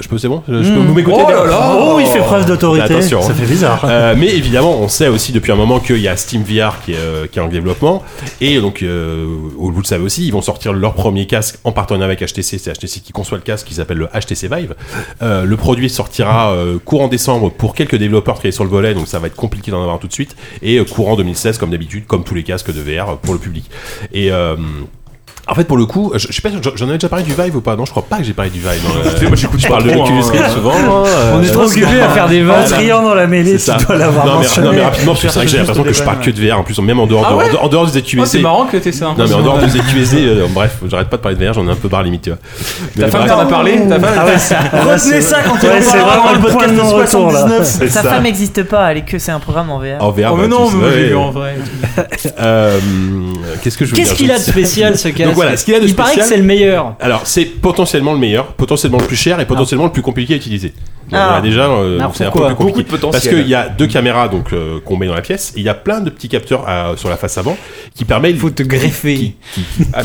Speaker 2: je peux, c'est bon,
Speaker 4: Hmm.
Speaker 2: je, je peux vous m'écouter. bien
Speaker 8: Oh, il fait preuve d'autorité.
Speaker 2: Attention, hein.
Speaker 8: Ça fait bizarre.
Speaker 2: Euh, mais évidemment, on sait aussi depuis un moment qu'il y a Steam VR qui est, euh, qui est en développement. Et donc, euh, vous le savez aussi, ils vont sortir leur premier casque en partenariat avec HTC. C'est HTC qui conçoit le casque qui s'appelle le HTC Vive. Euh, le produit sortira euh, courant décembre pour quelques développeurs qui est sur le volet, donc ça va être compliqué d'en avoir tout de suite. Et euh, courant 2016, comme d'habitude, comme tous les casques de VR euh, pour le public. Et. euh, en fait, pour le coup, je, je sais pas, j'en j'en avais déjà parlé du Vive ou pas Non, je crois pas que j'ai parlé du Vive. dans le-
Speaker 5: moi, j'écoute
Speaker 2: je
Speaker 5: pas
Speaker 2: parle de
Speaker 5: trop,
Speaker 2: l'Oculus
Speaker 5: hein.
Speaker 2: Rift
Speaker 6: Ah,
Speaker 2: souvent. moi, euh,
Speaker 9: On est trop occupé à faire des
Speaker 8: En
Speaker 9: vannes.
Speaker 8: triant dans la mêlée,
Speaker 2: c'est
Speaker 8: tu
Speaker 2: ça.
Speaker 8: dois
Speaker 2: non,
Speaker 8: l'avoir
Speaker 2: mais, non,
Speaker 8: mentionné.
Speaker 2: mais rapidement, parce que c'est vrai que j'ai l'impression que je parle que de VR en plus, même en dehors,
Speaker 6: Ah ouais
Speaker 2: de, en dehors des
Speaker 6: Oh, c'est
Speaker 2: QSD.
Speaker 6: marrant que t'aies ça.
Speaker 2: non, mais en dehors des QSD, euh, bref, j'arrête pas de parler de VR, j'en ai un peu barre limite, tu vois. Mais
Speaker 6: Ta femme
Speaker 2: bref,
Speaker 6: t'en a parlé Ta femme
Speaker 8: Ah ouais, ça- là, c'est-
Speaker 4: Retenez ça quand on
Speaker 8: Ouais, c'est
Speaker 4: parlera
Speaker 8: vraiment
Speaker 4: dans
Speaker 8: le point de
Speaker 4: podcast
Speaker 8: non-retour là.
Speaker 4: 79.
Speaker 2: c'est
Speaker 7: Sa
Speaker 2: ça.
Speaker 7: femme n'existe pas, elle est que c'est un programme en VR.
Speaker 2: En VR,
Speaker 6: Oh, mais
Speaker 2: bah,
Speaker 6: non,
Speaker 2: tu
Speaker 6: mais
Speaker 2: sais,
Speaker 6: j'ai vu
Speaker 2: ouais.
Speaker 6: en vrai.
Speaker 2: Euh, Qu'est-ce que je veux dire
Speaker 9: Qu'est-ce qu'il a de
Speaker 2: Je-
Speaker 9: spécial ce casque
Speaker 2: voilà, ce qu'il a de
Speaker 9: Il paraît que
Speaker 2: spécial-
Speaker 9: c'est le meilleur.
Speaker 2: Alors, c'est potentiellement le meilleur, potentiellement le plus cher et potentiellement le plus compliqué à utiliser. Donc,
Speaker 7: Ah.
Speaker 2: voilà, déjà, euh,
Speaker 9: Ah,
Speaker 2: c'est un peu
Speaker 9: pourquoi
Speaker 2: plus compliqué.
Speaker 5: Beaucoup de potentiel.
Speaker 2: Parce qu'il y a deux caméras donc euh, qu'on met dans la pièce et il y a plein de petits capteurs à- sur la face avant qui permettent
Speaker 9: Faut te greffer.
Speaker 2: qui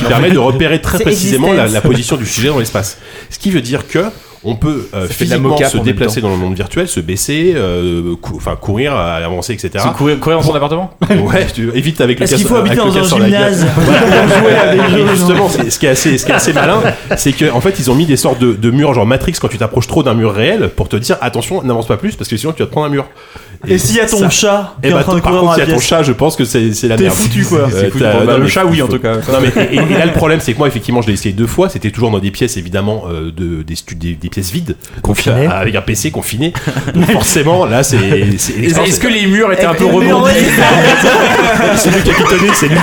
Speaker 2: permet de repérer très
Speaker 7: C'est
Speaker 2: précisément la,
Speaker 7: existence.
Speaker 2: la position du sujet dans l'espace. Ce qui veut dire que on peut euh,
Speaker 5: Ça fait de la
Speaker 2: physiquement
Speaker 5: mocap
Speaker 2: se
Speaker 5: en même
Speaker 2: déplacer dans le monde virtuel, se baisser, euh, cou- enfin courir, euh, avancer, etc.
Speaker 6: C'est courir, courir dans son appartement
Speaker 2: Ouais, tu évites avec le
Speaker 4: Est-ce qu'il
Speaker 2: casque-
Speaker 4: faut
Speaker 2: avec
Speaker 4: habiter
Speaker 2: le
Speaker 4: dans un
Speaker 2: casque sur la gueule.
Speaker 4: gymnase
Speaker 2: Et justement, c'est- ce qui est assez, ce qui est assez malin, c'est que en fait ils ont mis des sortes de, de murs genre Matrix quand tu t'approches trop d'un mur réel pour te dire attention, n'avance pas plus parce que sinon tu vas te prendre un mur.
Speaker 4: Et s'il y a ton
Speaker 2: ça-
Speaker 4: chat qui
Speaker 2: Eh
Speaker 4: est en
Speaker 2: bah,
Speaker 4: train de
Speaker 2: par
Speaker 4: courir dans
Speaker 2: contre, s'il
Speaker 4: la
Speaker 2: y a ton
Speaker 4: pièce
Speaker 2: chat, je pense que c'est c'est la
Speaker 4: T'es
Speaker 2: merde.
Speaker 4: foutu, quoi.
Speaker 2: Euh,
Speaker 6: foutu.
Speaker 2: t'as-
Speaker 6: Bon, bah,
Speaker 2: non,
Speaker 6: le
Speaker 2: mais
Speaker 6: chat,
Speaker 2: faut-
Speaker 6: oui, en
Speaker 2: faut-
Speaker 6: tout cas.
Speaker 2: Non, mais et, et là, le problème, c'est que moi, effectivement, je l'ai essayé deux fois. C'était toujours dans des pièces, évidemment, euh, de, des, stu- des, des pièces vides.
Speaker 8: Confinées.
Speaker 2: Donc, euh, avec un PC confiné. Donc, forcément, là, c'est. c'est- l'expérience,
Speaker 6: Est-ce que les murs étaient un peu
Speaker 7: Mais on va
Speaker 6: rebondis
Speaker 7: dire-
Speaker 2: C'est lui qui a pitonné, c'est lui.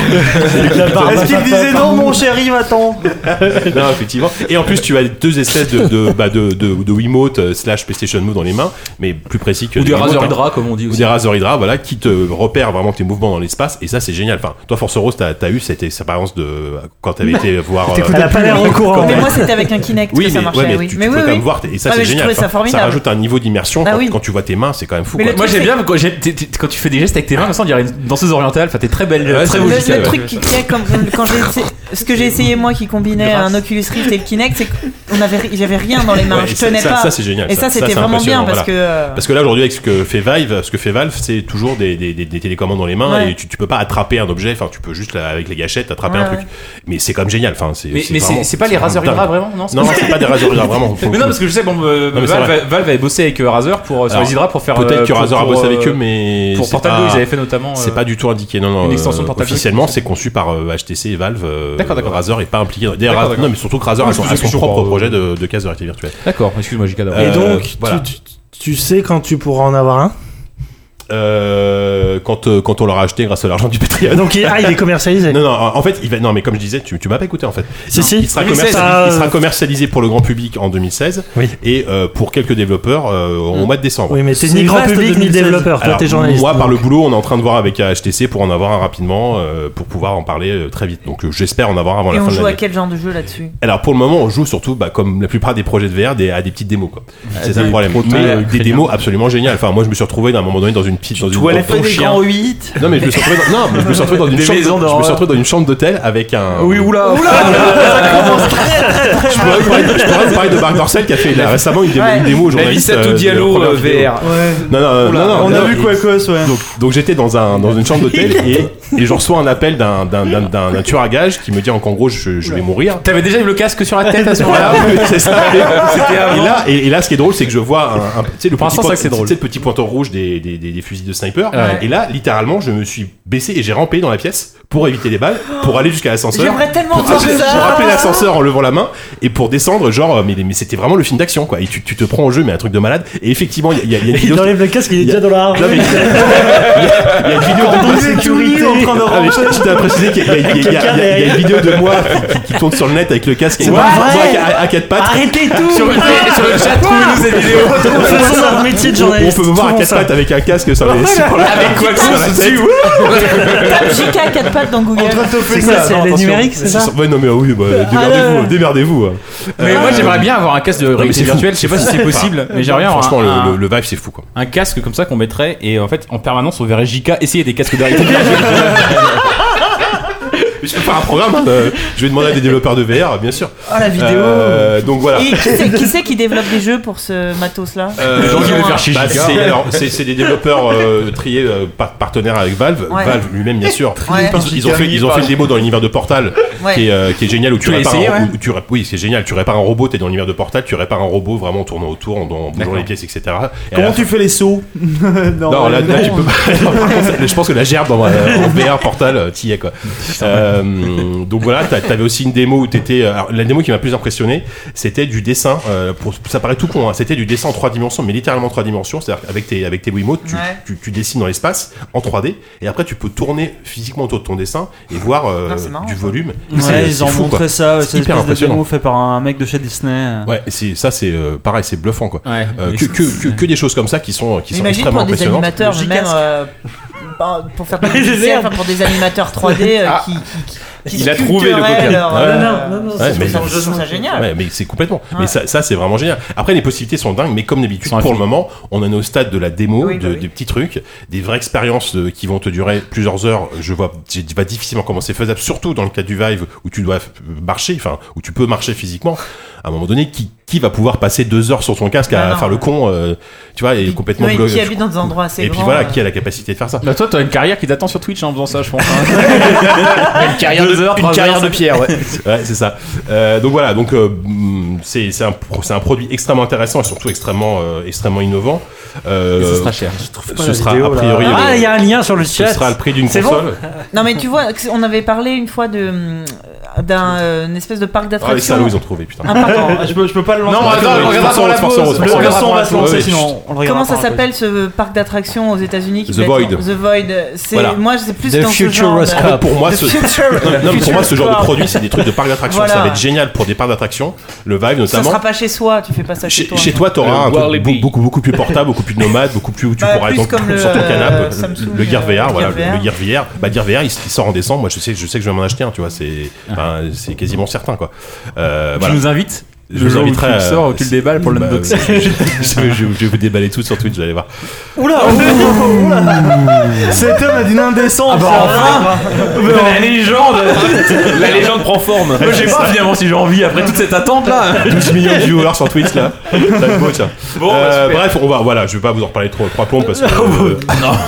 Speaker 2: c'est lui qui a pitonné.
Speaker 4: Est-ce qu'il disait non, mon chéri, va-t'en
Speaker 2: Non, effectivement. Et en plus, tu as deux espèces de, de, bah, de, de, de Wiimote euh, slash PlayStation Move dans les mains, mais plus précis que
Speaker 6: Ou
Speaker 2: des
Speaker 6: des
Speaker 2: Wiimote,
Speaker 6: raseurs
Speaker 2: hein.
Speaker 6: draps, comme on dit
Speaker 2: ou
Speaker 6: aussi.
Speaker 2: des Razor Hydra, voilà, qui te repèrent vraiment tes mouvements dans l'espace, et ça c'est génial. Enfin, toi Force Rose, t'as as eu cette expérience de euh, quand t'avais été voir. euh,
Speaker 8: Elle a pas l'air au courant.
Speaker 7: Mais moi, c'était avec un Kinect
Speaker 2: oui,
Speaker 7: que
Speaker 2: mais,
Speaker 7: ça marchait.
Speaker 2: ouais, mais
Speaker 7: oui.
Speaker 2: tu,
Speaker 7: mais
Speaker 2: tu
Speaker 7: oui,
Speaker 2: peux quand
Speaker 7: oui.
Speaker 2: même voir, et ça
Speaker 7: Ah, mais
Speaker 2: c'est
Speaker 7: je
Speaker 2: génial.
Speaker 7: trouvais ça formidable.
Speaker 2: ça rajoute un niveau d'immersion
Speaker 7: Ah
Speaker 2: quand,
Speaker 7: oui.
Speaker 2: quand tu vois tes mains, c'est quand même fou.
Speaker 7: Mais
Speaker 2: quoi.
Speaker 7: le
Speaker 6: Moi
Speaker 7: truc,
Speaker 6: j'aime
Speaker 7: c'est
Speaker 6: bien quand, j'ai- t'es- t'es- quand tu fais des gestes avec tes mains, Vincent, on dirait une danseuse orientale. Enfin, t'es très belle,
Speaker 2: Ouais,
Speaker 6: très
Speaker 2: c'est-
Speaker 7: Le,
Speaker 6: musicale.
Speaker 7: le truc qui crée comme quand j'ai essayé- ce que j'ai essayé moi qui combinait
Speaker 6: Grâce.
Speaker 7: un Oculus Rift et le Kinect, c'est qu'on avait j'avais rien dans les mains,
Speaker 2: Ouais,
Speaker 7: je
Speaker 2: et ça-
Speaker 7: tenais
Speaker 2: ça-
Speaker 7: pas.
Speaker 2: ça, c'est génial,
Speaker 7: Et
Speaker 2: ça.
Speaker 7: ça,
Speaker 2: Ça,
Speaker 7: c'était
Speaker 2: c'est
Speaker 7: vraiment bien
Speaker 2: impressionnant,
Speaker 7: parce que euh,
Speaker 2: Parce que là aujourd'hui avec ce que fait Valve, ce que fait Valve, c'est toujours des, des, des- des télécommandes dans les mains
Speaker 7: Ouais.
Speaker 2: et tu, tu peux pas attraper un objet. Enfin, tu peux juste là, avec les gâchettes attraper
Speaker 7: Ouais,
Speaker 2: un truc.
Speaker 7: ouais.
Speaker 2: Mais c'est quand même génial. Enfin, c'est
Speaker 6: Mais mais
Speaker 2: vraiment-
Speaker 6: c'est c'est pas les
Speaker 2: vraiment
Speaker 6: raseurs
Speaker 2: dingue.
Speaker 6: draps vraiment Non, c'est
Speaker 2: Non,
Speaker 6: pas-
Speaker 2: non, c'est pas des Razor Hydra vraiment.
Speaker 6: Mais non, parce que je sais, bon, euh,
Speaker 2: Non, mais c'est vrai.
Speaker 6: Valve, Valve avait bossé avec euh, Razer pour, euh, sur
Speaker 2: Alors,
Speaker 6: les Hydra pour faire. euh,
Speaker 2: Peut-être que
Speaker 6: pour-
Speaker 2: Razor a
Speaker 6: pour,
Speaker 2: bossé avec
Speaker 6: euh,
Speaker 2: eux, mais
Speaker 6: Pour
Speaker 2: c'est
Speaker 6: Portal 2,
Speaker 2: pas-
Speaker 6: ils avaient fait notamment.
Speaker 2: C'est
Speaker 6: euh,
Speaker 2: pas du tout indiqué, non, non.
Speaker 6: une extension
Speaker 2: euh,
Speaker 6: portable.
Speaker 2: Officiellement, c'est conçu par euh, HTC et Valve. euh,
Speaker 6: D'accord, d'accord.
Speaker 2: Razer est pas impliqué. dans- D'ailleurs,
Speaker 6: D'accord,
Speaker 2: Razer-
Speaker 6: d'accord.
Speaker 2: non, mais surtout que Razer a son,
Speaker 6: Je
Speaker 2: a son
Speaker 6: sais pas,
Speaker 2: propre
Speaker 6: euh,
Speaker 2: projet de, de casque de réalité virtuelle.
Speaker 6: D'accord, excuse-moi, j'ai
Speaker 8: Et
Speaker 2: Euh,
Speaker 8: donc,
Speaker 2: voilà.
Speaker 8: tu- tu- tu sais quand tu pourras en avoir un
Speaker 2: Euh, quand, euh, quand on l'aura acheté grâce à l'argent du Patreon.
Speaker 8: Donc, il, ah, il est commercialisé.
Speaker 2: Non, non, en fait, il va, non, mais comme je disais, tu, tu m'as pas écouté, en fait.
Speaker 8: si, si.
Speaker 2: Il sera, commercialisé,
Speaker 8: Ah,
Speaker 2: il sera commercialisé pour le grand public en 2016
Speaker 8: Oui.
Speaker 2: et euh, pour quelques développeurs euh, au mois de décembre.
Speaker 8: Oui, mais t'es
Speaker 4: C'est
Speaker 8: ni grand
Speaker 4: vaste,
Speaker 8: public ni
Speaker 4: 2016.
Speaker 8: développeur. Toi,
Speaker 2: Alors,
Speaker 8: t'es journaliste.
Speaker 2: Moi, par le boulot, on est en train de voir avec HTC pour en avoir un rapidement, euh, pour pouvoir en parler euh, très vite. Donc, euh, j'espère en avoir avant
Speaker 7: et
Speaker 2: la
Speaker 7: on
Speaker 2: fin de
Speaker 7: joue à
Speaker 2: l'année.
Speaker 7: quel genre de jeu là-dessus
Speaker 2: Alors, pour le moment, on joue surtout, bah, comme la plupart des projets de VR, des, à des petites démos. quoi. C'est ça le
Speaker 5: Ah, des
Speaker 2: problème.
Speaker 5: protos,
Speaker 2: Mais
Speaker 5: euh,
Speaker 2: des
Speaker 5: crédibles.
Speaker 2: démos absolument géniales. Enfin, moi, je me suis retrouvé à un moment donné dans une petite, dans une
Speaker 5: toiles
Speaker 2: dans-
Speaker 5: ton chien.
Speaker 4: 8
Speaker 2: Non, mais je me suis retrouvé dans, non, mais je me suis retrouvé dans une
Speaker 5: Des
Speaker 2: chambre,
Speaker 5: maisons
Speaker 2: je me suis
Speaker 5: d'horreur.
Speaker 2: retrouvé dans une chambre d'hôtel avec un.
Speaker 5: Oui, oula
Speaker 2: Je pourrais vous parler, je pourrais vous parler de Marc Dorcel qui a fait là, récemment une, démo,
Speaker 7: Ouais.
Speaker 2: une démo au
Speaker 5: La vie,
Speaker 2: journaliste.
Speaker 5: ça
Speaker 2: euh,
Speaker 5: tout
Speaker 2: de
Speaker 5: Diallo
Speaker 2: la
Speaker 5: euh,
Speaker 2: première vidéo.
Speaker 5: VR.
Speaker 2: Non, non, non, non,
Speaker 4: On a
Speaker 2: non,
Speaker 4: vu
Speaker 2: non,
Speaker 4: Quacos, ouais.
Speaker 2: Donc, donc j'étais dans, un, dans une chambre d'hôtel et, et je reçois un appel d'un, d'un, d'un, d'un- d'un tueur à gages qui me dit en gros je, je vais mourir.
Speaker 6: T'avais déjà eu le casque sur la tête à ce moment-là
Speaker 2: Voilà, c'est ça. Et là, et, et là, ce qui est drôle, c'est que je vois un, un- tu sais, le,
Speaker 6: Pour
Speaker 2: petit
Speaker 6: l'instant, c'est
Speaker 2: point-
Speaker 6: vrai que c'est
Speaker 2: tu sais,
Speaker 6: drôle.
Speaker 2: le petit pointeur rouge des, des, des- des fusils de sniper.
Speaker 6: Ouais.
Speaker 2: Et là, littéralement, je me suis baissé et j'ai rampé dans la pièce pour éviter les balles, pour aller jusqu'à l'ascenseur.
Speaker 7: J'aimerais tellement
Speaker 2: Pour
Speaker 7: voir
Speaker 2: rappeler, pour
Speaker 7: ça.
Speaker 2: rappeler l'ascenseur en levant la main et pour descendre, genre, euh, mais, mais c'était vraiment le film d'action, quoi. Et tu, tu te prends au jeu, mais un truc de malade. Et effectivement, il y a, il y a- il y a une
Speaker 8: Il
Speaker 2: vidéo.
Speaker 8: enlève le casque, il est
Speaker 2: Il y a-
Speaker 8: déjà dans la
Speaker 2: Non, mais-
Speaker 8: harpe.
Speaker 2: il y a- il y a une vidéo de
Speaker 8: sécurité.
Speaker 4: truc en
Speaker 2: Ah, mais
Speaker 4: orange.
Speaker 2: je je tiens à préciser qu'il y a- il y a- il y a- il y a il y a une vidéo de moi qui- qui- qui tourne sur le net avec le casque et
Speaker 7: C'est pas
Speaker 2: moi,
Speaker 7: vrai.
Speaker 2: moi, à- à quatre pattes.
Speaker 7: Arrêtez tout
Speaker 6: Sur le, sur le chat, trouvez-nous cette vidéo.
Speaker 7: C'est notre métier de
Speaker 2: On- On
Speaker 7: journaliste.
Speaker 2: peut me voir à quatre pattes avec un casque sur les sur la-
Speaker 6: Avec quoi que ce
Speaker 2: sur la
Speaker 6: soit
Speaker 2: tête.
Speaker 6: dessus.
Speaker 7: Tape JK à quatre pattes dans Google.
Speaker 2: C'est
Speaker 7: quoi,
Speaker 2: ça,
Speaker 7: c'est
Speaker 2: attention.
Speaker 7: les numériques, c'est ça
Speaker 2: sur- Ouais, non, mais oui, bah, démerdez-vous,
Speaker 7: là.
Speaker 2: démerdez-vous. Euh,
Speaker 6: Mais moi j'aimerais bien avoir un casque de
Speaker 2: mais c'est
Speaker 6: réalité
Speaker 2: fou.
Speaker 6: virtuelle, je sais pas si c'est possible, mais j'aimerais bien avoir
Speaker 2: Franchement,
Speaker 6: un,
Speaker 2: le- le, le vibe, c'est fou, quoi.
Speaker 6: un casque comme ça qu'on mettrait et en fait en permanence on verrait JK essayer des casques de réalité virtuelle.
Speaker 2: Je vais faire un programme, hein, euh, je vais demander à des développeurs de VR, bien sûr.
Speaker 7: Oh la vidéo
Speaker 2: Euh, donc voilà.
Speaker 7: Et qui c'est qui, c'est qui développe des jeux pour ce matos-là
Speaker 2: Euh,
Speaker 6: Les gens qui veulent faire chez
Speaker 2: bah,
Speaker 6: Giga.
Speaker 2: c'est- alors, C'est c'est des développeurs euh, triés euh, par- partenaires avec Valve.
Speaker 7: Ouais.
Speaker 2: Valve lui-même, bien sûr.
Speaker 7: Ouais.
Speaker 2: Ils, ils ont fait, ils ont fait une démo dans l'univers de Portal
Speaker 7: Ouais.
Speaker 2: qui, est, euh, qui est génial où tu,
Speaker 6: l'as
Speaker 2: répares
Speaker 6: essayé,
Speaker 2: un,
Speaker 6: ouais
Speaker 2: où tu rép- oui c'est génial tu répares un robot t'es dans l'univers de Portal tu répares un robot vraiment en tournant autour en, en bougeant
Speaker 6: D'accord.
Speaker 2: les pièces etc Et à la
Speaker 1: Comment tu fais les sauts
Speaker 2: Non, là, là, tu peux pas. Non, par contre, je pense que la gerbe en, en VR Portal, euh, t'y es quoi. Euh, donc voilà, t'a- t'avais aussi une démo où t'étais. euh, alors, La démo qui m'a plus impressionné, c'était du dessin. euh, pour- ça paraît tout con, hein, c'était du dessin en trois dimensions, mais littéralement trois dimensions. C'est-à-dire qu'avec tes, avec tes Wiimote, tu,
Speaker 7: Ouais.
Speaker 2: tu, tu dessines dans l'espace en 3D, et après tu peux tourner physiquement autour de ton dessin et voir euh,
Speaker 7: Non, c'est marrant,
Speaker 2: du
Speaker 7: ça.
Speaker 2: volume.
Speaker 4: Ouais, ils ont
Speaker 2: fou, quoi.
Speaker 4: montré ça,
Speaker 2: C'est
Speaker 4: c'est
Speaker 2: hyper
Speaker 4: espèce de
Speaker 2: impressionnant.
Speaker 4: démo fait par un mec de chez Disney.
Speaker 2: Ouais, c'est ça, c'est euh, pareil, c'est bluffant quoi.
Speaker 6: Ouais.
Speaker 2: Euh, que, que, que, que des choses comme ça qui sont, qui sont
Speaker 7: Imagine
Speaker 2: extrêmement
Speaker 7: pour des
Speaker 2: impressionnantes.
Speaker 7: animateurs,
Speaker 4: Le
Speaker 7: même euh, bah, pour faire des logiciels, enfin, pour des animateurs 3D euh, qui, qui, qui
Speaker 6: Il a trouvé le
Speaker 7: sculpteraient
Speaker 6: coquin.
Speaker 7: leur,
Speaker 2: Ouais.
Speaker 7: euh,
Speaker 1: Non, non, non,
Speaker 2: Ouais,
Speaker 7: je
Speaker 2: mais-
Speaker 7: trouve ça- je trouve ça génial.
Speaker 2: Ouais, mais c'est complètement.
Speaker 7: Ouais.
Speaker 2: Mais ça, ça, c'est vraiment génial. Après, les possibilités sont dingues, mais comme d'habitude,
Speaker 6: Sont
Speaker 2: pour le moment, on en est au stade de la démo,
Speaker 7: Oui,
Speaker 2: de,
Speaker 7: bah oui.
Speaker 2: des petits trucs, des vraies expériences euh, qui vont te durer plusieurs heures. Je vois, je vois difficilement comment c'est faisable, surtout dans le cas du Vive où tu dois f- euh, marcher, enfin, où tu peux marcher physiquement. À un moment donné, qui, qui va pouvoir passer deux heures sur son casque
Speaker 7: Ah
Speaker 2: à
Speaker 7: non.
Speaker 2: faire le con, euh, tu vois, et complètement
Speaker 7: Ouais,
Speaker 2: blo-
Speaker 7: qui habite dans des endroits assez
Speaker 2: Et puis
Speaker 7: grands,
Speaker 2: voilà,
Speaker 7: euh.
Speaker 2: qui a la capacité de faire ça.
Speaker 6: Bah toi t'as une carrière qui t'attend sur Twitch hein, en faisant ça je pense. hein. une carrière de heures,
Speaker 2: une carrière de pierre, ouais. ouais, c'est ça. Euh, donc voilà, donc euh, mm, c'est c'est un, pro- c'est un produit extrêmement intéressant et surtout extrêmement euh, extrêmement innovant. Euh,
Speaker 6: Ça sera cher.
Speaker 2: ce sera
Speaker 8: vidéo,
Speaker 2: a
Speaker 8: là.
Speaker 2: priori le-
Speaker 9: Ah, il y a un lien sur le
Speaker 2: ce
Speaker 9: chat.
Speaker 2: sera le prix d'une
Speaker 9: C'est bon
Speaker 2: console. Ah,
Speaker 7: Non mais tu vois, on avait parlé une fois de hum, d'un euh, une espèce de parc
Speaker 2: Ah, les
Speaker 7: d'attractions. Ah,
Speaker 2: salauds, ils ont trouvé, putain.
Speaker 7: Un parc-
Speaker 4: je, peux, je peux pas le lancer.
Speaker 6: Non, attends, on regardera
Speaker 2: dans la pause.
Speaker 4: Le
Speaker 2: on
Speaker 4: le
Speaker 2: regardera
Speaker 4: son
Speaker 2: dans
Speaker 4: va
Speaker 2: la
Speaker 4: se
Speaker 2: pause.
Speaker 4: lancer,
Speaker 2: Ouais,
Speaker 4: sinon on le
Speaker 7: Comment
Speaker 4: regardera.
Speaker 7: ça
Speaker 4: par la
Speaker 7: s'appelle
Speaker 4: pause.
Speaker 7: ce parc d'attractions aux États-Unis qui
Speaker 2: The
Speaker 7: va être-
Speaker 2: Void.
Speaker 7: The Void. C'est
Speaker 2: Voilà.
Speaker 7: moi, c'est plus
Speaker 9: The
Speaker 7: dans ce genre.
Speaker 9: Futuroscope.
Speaker 2: En fait, pour moi,
Speaker 7: The
Speaker 2: ce,
Speaker 7: Future-
Speaker 2: non, mais pour moi, ce genre de
Speaker 7: Futuroscope.
Speaker 2: produit, c'est des trucs de parcs d'attractions. Ça va
Speaker 7: Voilà.
Speaker 2: être génial pour des parcs d'attractions. Le Vive,
Speaker 7: Ça
Speaker 2: notamment.
Speaker 7: sera pas chez soi, tu fais pas ça chez
Speaker 2: Chez,
Speaker 7: toi.
Speaker 2: chez toi, t'auras
Speaker 6: Le
Speaker 2: un truc
Speaker 6: Wallaby.
Speaker 2: beaucoup, beaucoup, beaucoup plus portable, beaucoup plus nomade, beaucoup plus où tu
Speaker 7: Bah,
Speaker 2: pourras
Speaker 7: plus
Speaker 2: être en-
Speaker 7: comme le,
Speaker 2: sur ton
Speaker 7: euh,
Speaker 2: canapé.
Speaker 7: Samsung,
Speaker 2: le Gear
Speaker 7: euh,
Speaker 2: VR, voilà,
Speaker 7: Gear
Speaker 2: le Gear VR. Bah, Gear VR, il, s- il sort en décembre. Moi, je sais, je sais que je vais m'en acheter un, tu vois. C'est, enfin, c'est quasiment certain, quoi. Euh, voilà.
Speaker 6: Tu nous invites
Speaker 2: Je vous inviterai
Speaker 6: Tu le
Speaker 2: à-
Speaker 6: sors, tu le déballes pour
Speaker 2: Bah,
Speaker 6: l'unboxing.
Speaker 2: je, je- je vais vous déballer tout sur Twitch, vous allez voir.
Speaker 4: Oula Cet homme a d'une indécence
Speaker 6: oh, La légende La légende prend forme Je sais pas finalement si j'ai envie après toute cette attente là
Speaker 2: 12 millions de viewers sur Twitch, là. Ça le vaut, tiens.
Speaker 6: Bon, bah,
Speaker 2: Euh,
Speaker 6: super.
Speaker 2: bref, on va, voilà, je vais pas vous en reparler trop, trois plombes parce que. euh,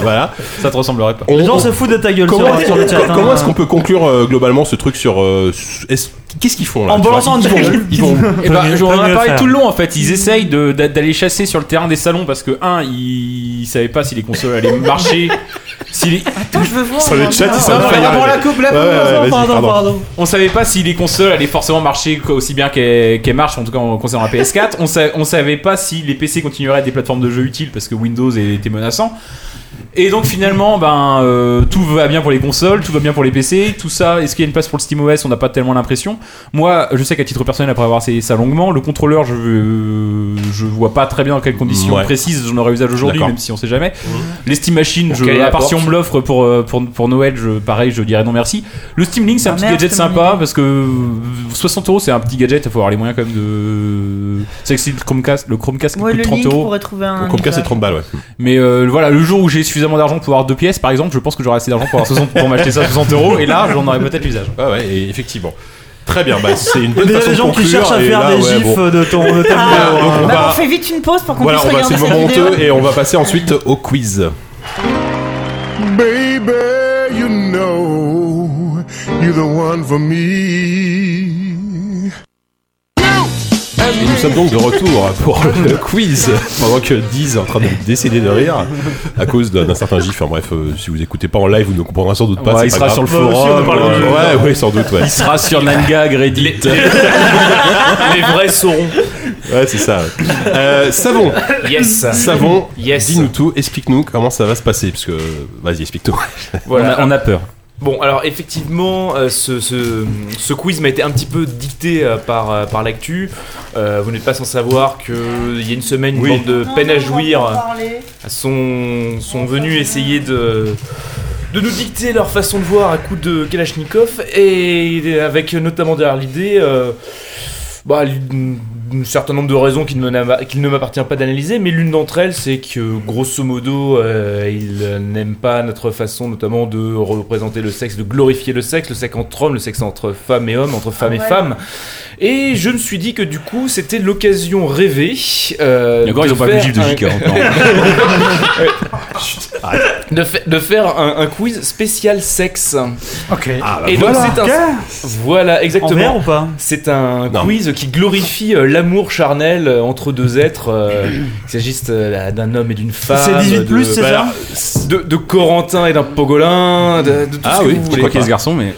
Speaker 2: Voilà.
Speaker 6: Ça te ressemblerait pas.
Speaker 4: Les
Speaker 2: On-
Speaker 4: gens se foutent de ta gueule
Speaker 2: Comment,
Speaker 4: sur, sur le chat. hein.
Speaker 2: comment est-ce qu'on peut conclure euh, globalement ce truc sur euh, est-ce- qu'est-ce qu'ils font là
Speaker 6: En
Speaker 2: tu vois
Speaker 6: balançant
Speaker 2: ils,
Speaker 6: un
Speaker 2: vont, ils vont-
Speaker 6: Et bah,
Speaker 4: mieux-
Speaker 6: on en
Speaker 4: pas
Speaker 6: a
Speaker 4: mieux
Speaker 6: parlé
Speaker 4: faire.
Speaker 6: tout le long en fait. Ils essayent de- d'a- d'aller chasser sur le terrain des salons parce que, un, ils savaient pas si les consoles allaient marcher. si les-
Speaker 7: Attends, je veux voir.
Speaker 2: Sur le
Speaker 7: moi.
Speaker 2: chat, ils sont
Speaker 6: Non,
Speaker 2: en
Speaker 6: mais
Speaker 2: train de
Speaker 6: avant
Speaker 2: regarder.
Speaker 6: la coupe, la
Speaker 2: Ouais,
Speaker 6: coupe,
Speaker 2: ouais,
Speaker 6: avant,
Speaker 2: vas-y,
Speaker 6: pardon,
Speaker 2: pardon.
Speaker 6: On savait pas si les consoles allaient forcément marcher quoi, aussi bien qu'elles qu'elles marchent, en tout cas en concernant la PS4. On, sa- on savait pas si les PC continueraient à être des plateformes de jeux utiles parce que Windows était menaçant. Et donc finalement, ben, euh, tout va bien pour les consoles, tout va bien pour les PC, tout ça. Est-ce qu'il y a une place pour le SteamOS On n'a pas tellement l'impression. Moi, je sais qu'à titre personnel, après avoir essayé ça longuement, le contrôleur, je, euh, je vois pas très bien dans quelles conditions
Speaker 2: Ouais.
Speaker 6: précises j'en aurais usage aujourd'hui,
Speaker 2: D'accord.
Speaker 6: même si on sait jamais. Les Steam Machines, je,
Speaker 5: quelle est la
Speaker 6: à part si on
Speaker 5: porte
Speaker 6: me l'offre pour, euh, pour, pour Noël, je, pareil, je dirais non merci. Le Steam Link, c'est un
Speaker 7: Ah
Speaker 6: petit
Speaker 7: merde,
Speaker 6: gadget
Speaker 7: c'est mon
Speaker 6: sympa
Speaker 7: idée.
Speaker 6: parce que euh, 60 euros, c'est un petit gadget. Il faut avoir les moyens quand même de. C'est que c'est le Chromecast, le Chromecast qui
Speaker 7: Ouais,
Speaker 6: coûte
Speaker 7: le
Speaker 6: 30
Speaker 7: link
Speaker 6: euros.
Speaker 7: pourrait trouver un.
Speaker 2: Comcast c'est
Speaker 7: usage.
Speaker 2: 30 balles ouais.
Speaker 6: Mais euh, voilà, le jour où j'ai suffisamment d'argent pour avoir deux pièces, par exemple, je pense que j'aurai assez d'argent pour, avoir 60 pour m'acheter ça à 60 euros. Et là, j'en aurai peut-être l'usage.
Speaker 2: Ah ouais, et effectivement. Très bien, bah, c'est une
Speaker 4: Il y a
Speaker 2: bonne
Speaker 4: déjà
Speaker 2: façon
Speaker 4: des
Speaker 2: de
Speaker 4: gens qui
Speaker 2: conclure,
Speaker 4: cherchent à
Speaker 2: et
Speaker 4: faire
Speaker 2: là,
Speaker 4: des
Speaker 2: ouais,
Speaker 4: gifs
Speaker 2: bon.
Speaker 4: de ton de ta
Speaker 7: Ah,
Speaker 4: vidéo. hein.
Speaker 2: on
Speaker 7: bah,
Speaker 2: va-
Speaker 7: on fait vite une pause pour qu'on
Speaker 2: Voilà,
Speaker 7: puisse
Speaker 2: on va,
Speaker 7: regarder
Speaker 2: c'est le
Speaker 7: cette
Speaker 2: moment
Speaker 7: vidéo.
Speaker 2: honteux et on va passer ensuite au quiz.
Speaker 1: Baby, you know you're the one for me.
Speaker 2: Et nous sommes donc de retour pour le quiz pendant que Diz est en train de décéder de rire à cause d'un d'un certain gif. Enfin bref, euh, si vous écoutez pas en live, vous ne comprendrez sans doute pas.
Speaker 6: Ouais,
Speaker 2: c'est
Speaker 6: il
Speaker 2: pas
Speaker 6: sera
Speaker 2: grave.
Speaker 6: sur le
Speaker 4: Bah, aussi, on a
Speaker 6: forum. euh,
Speaker 4: parlé de-
Speaker 2: Ouais, ouais, sans doute, ouais.
Speaker 6: Il sera sur Nanga, Reddit. euh,
Speaker 3: Les vrais sauront.
Speaker 2: Ouais, c'est ça. ouais. Euh, savon,
Speaker 3: Yes.
Speaker 2: savon,
Speaker 3: Yes.
Speaker 2: dis-nous tout, explique-nous comment ça va se passer. Parce que, vas-y, explique-nous.
Speaker 6: Voilà, on a, on a peur.
Speaker 5: Bon, alors effectivement, euh, ce, ce- ce quiz m'a été un petit peu dicté euh, par, euh, par l'actu. Euh, vous n'êtes pas sans savoir qu'il y a une semaine, une
Speaker 2: Oui.
Speaker 5: bande de peine à jouir
Speaker 7: On va en parler.
Speaker 5: sont, sont venus essayer de, de nous dicter leur façon de voir à coup de Kalachnikov et avec notamment derrière l'idée, euh, bah, l'une- un certain nombre de raisons qu'il ne m'a- qu'il ne m'appartient pas d'analyser, mais l'une d'entre elles c'est que grosso modo euh, ils n'aiment pas notre façon notamment de représenter le sexe, de glorifier le sexe, le sexe entre hommes, le sexe entre femmes et hommes, entre femmes et
Speaker 7: Ouais.
Speaker 5: femmes. Et je me suis dit que du coup c'était l'occasion rêvée. euh,
Speaker 6: Et encore, ils
Speaker 5: de
Speaker 6: ont pas vu le
Speaker 5: faire
Speaker 6: gif de
Speaker 5: un-
Speaker 6: JK encore.
Speaker 5: de, fa- de faire un, un quiz spécial sexe.
Speaker 8: Ok.
Speaker 2: Ah, bah,
Speaker 5: et donc
Speaker 4: voilà.
Speaker 5: c'est un voilà
Speaker 4: En verre
Speaker 5: exactement.
Speaker 4: ou pas
Speaker 5: C'est un
Speaker 2: Non.
Speaker 5: quiz qui glorifie euh, l'amour charnel euh, entre deux êtres, euh, qu'il s'agisse euh, d'un homme et d'une femme.
Speaker 4: C'est 18 plus,
Speaker 5: de-
Speaker 4: c'est
Speaker 5: bah,
Speaker 4: ça
Speaker 5: de, de Corentin et d'un Pogolin, de, de tout
Speaker 6: Ah
Speaker 5: ce que
Speaker 6: oui,
Speaker 5: vous
Speaker 6: je
Speaker 5: voulez.
Speaker 6: crois qu'il y a ce garçon, mais.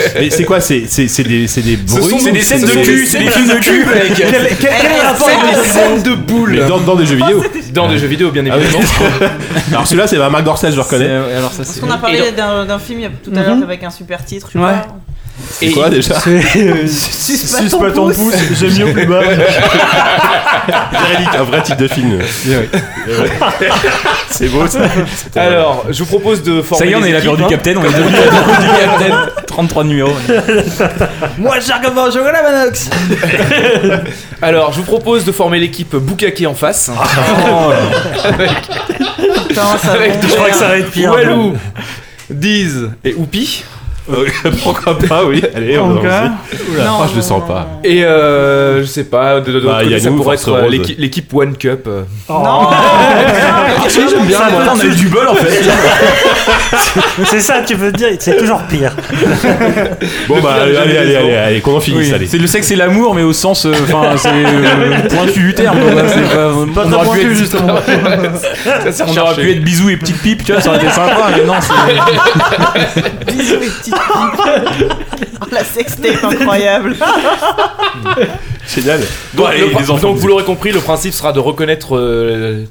Speaker 2: Et c'est quoi C'est c'est- c'est des, c'est des
Speaker 5: Ce
Speaker 2: bruits
Speaker 5: sont des scènes de cul, c'est des films de cul, mec.
Speaker 4: Quel- quel- quel est le rapport
Speaker 5: C'est des scènes de boules.
Speaker 2: Mais dans, dans des jeux vidéo.
Speaker 5: Dans des jeux vidéo, bien
Speaker 2: Ah oui.
Speaker 5: évidemment.
Speaker 2: Alors celui-là, c'est Marc Dorcel, je le reconnais.
Speaker 6: Alors, ça, c'est.
Speaker 7: Parce qu'on a parlé d'un d'un film il y a tout à l'heure avec un super titre, je
Speaker 9: Ouais.
Speaker 7: crois.
Speaker 2: C'est quoi déjà
Speaker 4: Suce pas ton pouce, j'ai mis au plus bas.
Speaker 2: Derelict, un vrai titre de film. Eh C'est beau ça.
Speaker 5: Alors, je vous propose de former.
Speaker 6: Ça y est, on
Speaker 5: des
Speaker 6: est la
Speaker 5: équipes,
Speaker 6: peur du
Speaker 5: hein.
Speaker 6: Capitaine, on est devenu la peur du Capitaine. 33 numéros.
Speaker 7: Moi, je regarde pas au chocolat, Manox
Speaker 5: Alors, je vous propose de former l'équipe Boukaké en face.
Speaker 7: Putain, ça
Speaker 5: Avec-
Speaker 7: va
Speaker 5: je crois que ça
Speaker 7: bien.
Speaker 5: va être pire. Walou, Diz et Oupi.
Speaker 2: Pourquoi pas, oui. Allez, on
Speaker 4: Encore
Speaker 2: va.
Speaker 7: Non,
Speaker 2: Ah, je le
Speaker 7: non,
Speaker 2: sens
Speaker 7: non,
Speaker 2: pas.
Speaker 7: non.
Speaker 5: Et euh, je sais pas, de, de,
Speaker 2: Bah,
Speaker 5: de l'autre côté, ça
Speaker 2: Yannou,
Speaker 5: pourrait
Speaker 2: Force
Speaker 5: être euh,
Speaker 2: Rose.
Speaker 5: l'équi- l'équipe One Cup.
Speaker 6: Ah,
Speaker 5: Ah, euh.
Speaker 7: Non,
Speaker 6: Si, j'aime bien. moi. On a eu du bol en ah, fait.
Speaker 8: C'est ça, tu veux dire, c'est toujours pire.
Speaker 2: Bon bah allez, allez,
Speaker 5: pire des
Speaker 2: allez,
Speaker 5: jeux
Speaker 2: allez,
Speaker 5: vidéo.
Speaker 2: allez, qu'on en finisse, allez.
Speaker 6: C'est le sexe et l'amour, mais au sens. Enfin, c'est euh, pointu du terme. quoi. C'est pas- On
Speaker 4: Pas
Speaker 6: aurait pu
Speaker 4: pointu,
Speaker 6: être-
Speaker 4: justement.
Speaker 5: on
Speaker 6: on aurait pu être bisous et petites pipes, tu vois, ça aurait été sympa, mais non, c'est.
Speaker 7: bisous les petites pipes. Oh, la sextape incroyable.
Speaker 2: Génial.
Speaker 5: Donc,
Speaker 2: allez,
Speaker 5: le prin-
Speaker 2: les enfants,
Speaker 5: donc,
Speaker 2: vous-
Speaker 5: vous l'aurez compris, le principe sera de reconnaître euh,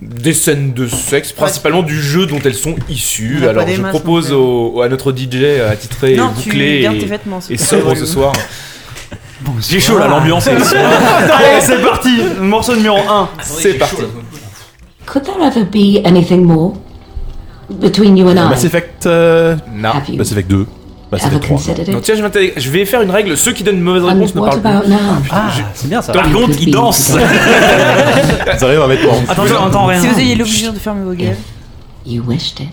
Speaker 5: des scènes de sexe, principalement du jeu dont elles sont issues.
Speaker 7: On a pas
Speaker 5: Alors
Speaker 7: des
Speaker 5: je
Speaker 7: masses
Speaker 5: propose
Speaker 7: non plus.
Speaker 5: au- à notre DJ attitré,
Speaker 7: Non, tu
Speaker 5: bouclé
Speaker 7: gardes tes
Speaker 5: et,
Speaker 7: vêtements.
Speaker 5: et
Speaker 7: s'il te
Speaker 5: sobre
Speaker 7: plaît.
Speaker 5: ce soir.
Speaker 6: J'ai chaud là, l'ambiance est.
Speaker 4: Allez, c'est parti Morceau numéro 1.
Speaker 5: C'est parti.
Speaker 10: Could there ever be anything more between you and I?
Speaker 2: Mass Effect. euh,
Speaker 5: Non.
Speaker 10: Have you
Speaker 2: Mass Effect 2. Mass
Speaker 10: ever
Speaker 2: Effect 3.
Speaker 10: considered
Speaker 5: Non,
Speaker 10: it?
Speaker 5: tiens, je, m'intéresse- je vais faire une règle, ceux qui donnent une mauvaise
Speaker 10: And
Speaker 5: réponse ne
Speaker 10: what
Speaker 5: parlent plus.
Speaker 10: about now?
Speaker 9: C'est bien ça.
Speaker 10: You
Speaker 6: contre,
Speaker 10: could
Speaker 6: il
Speaker 10: be
Speaker 6: danse.
Speaker 10: together.
Speaker 2: Ils arrivent à mettre en.
Speaker 7: Ah,
Speaker 9: Attends, j'entends rien.
Speaker 7: Si vous ayez l'obligation de fermer vos gueules.
Speaker 10: You wished it,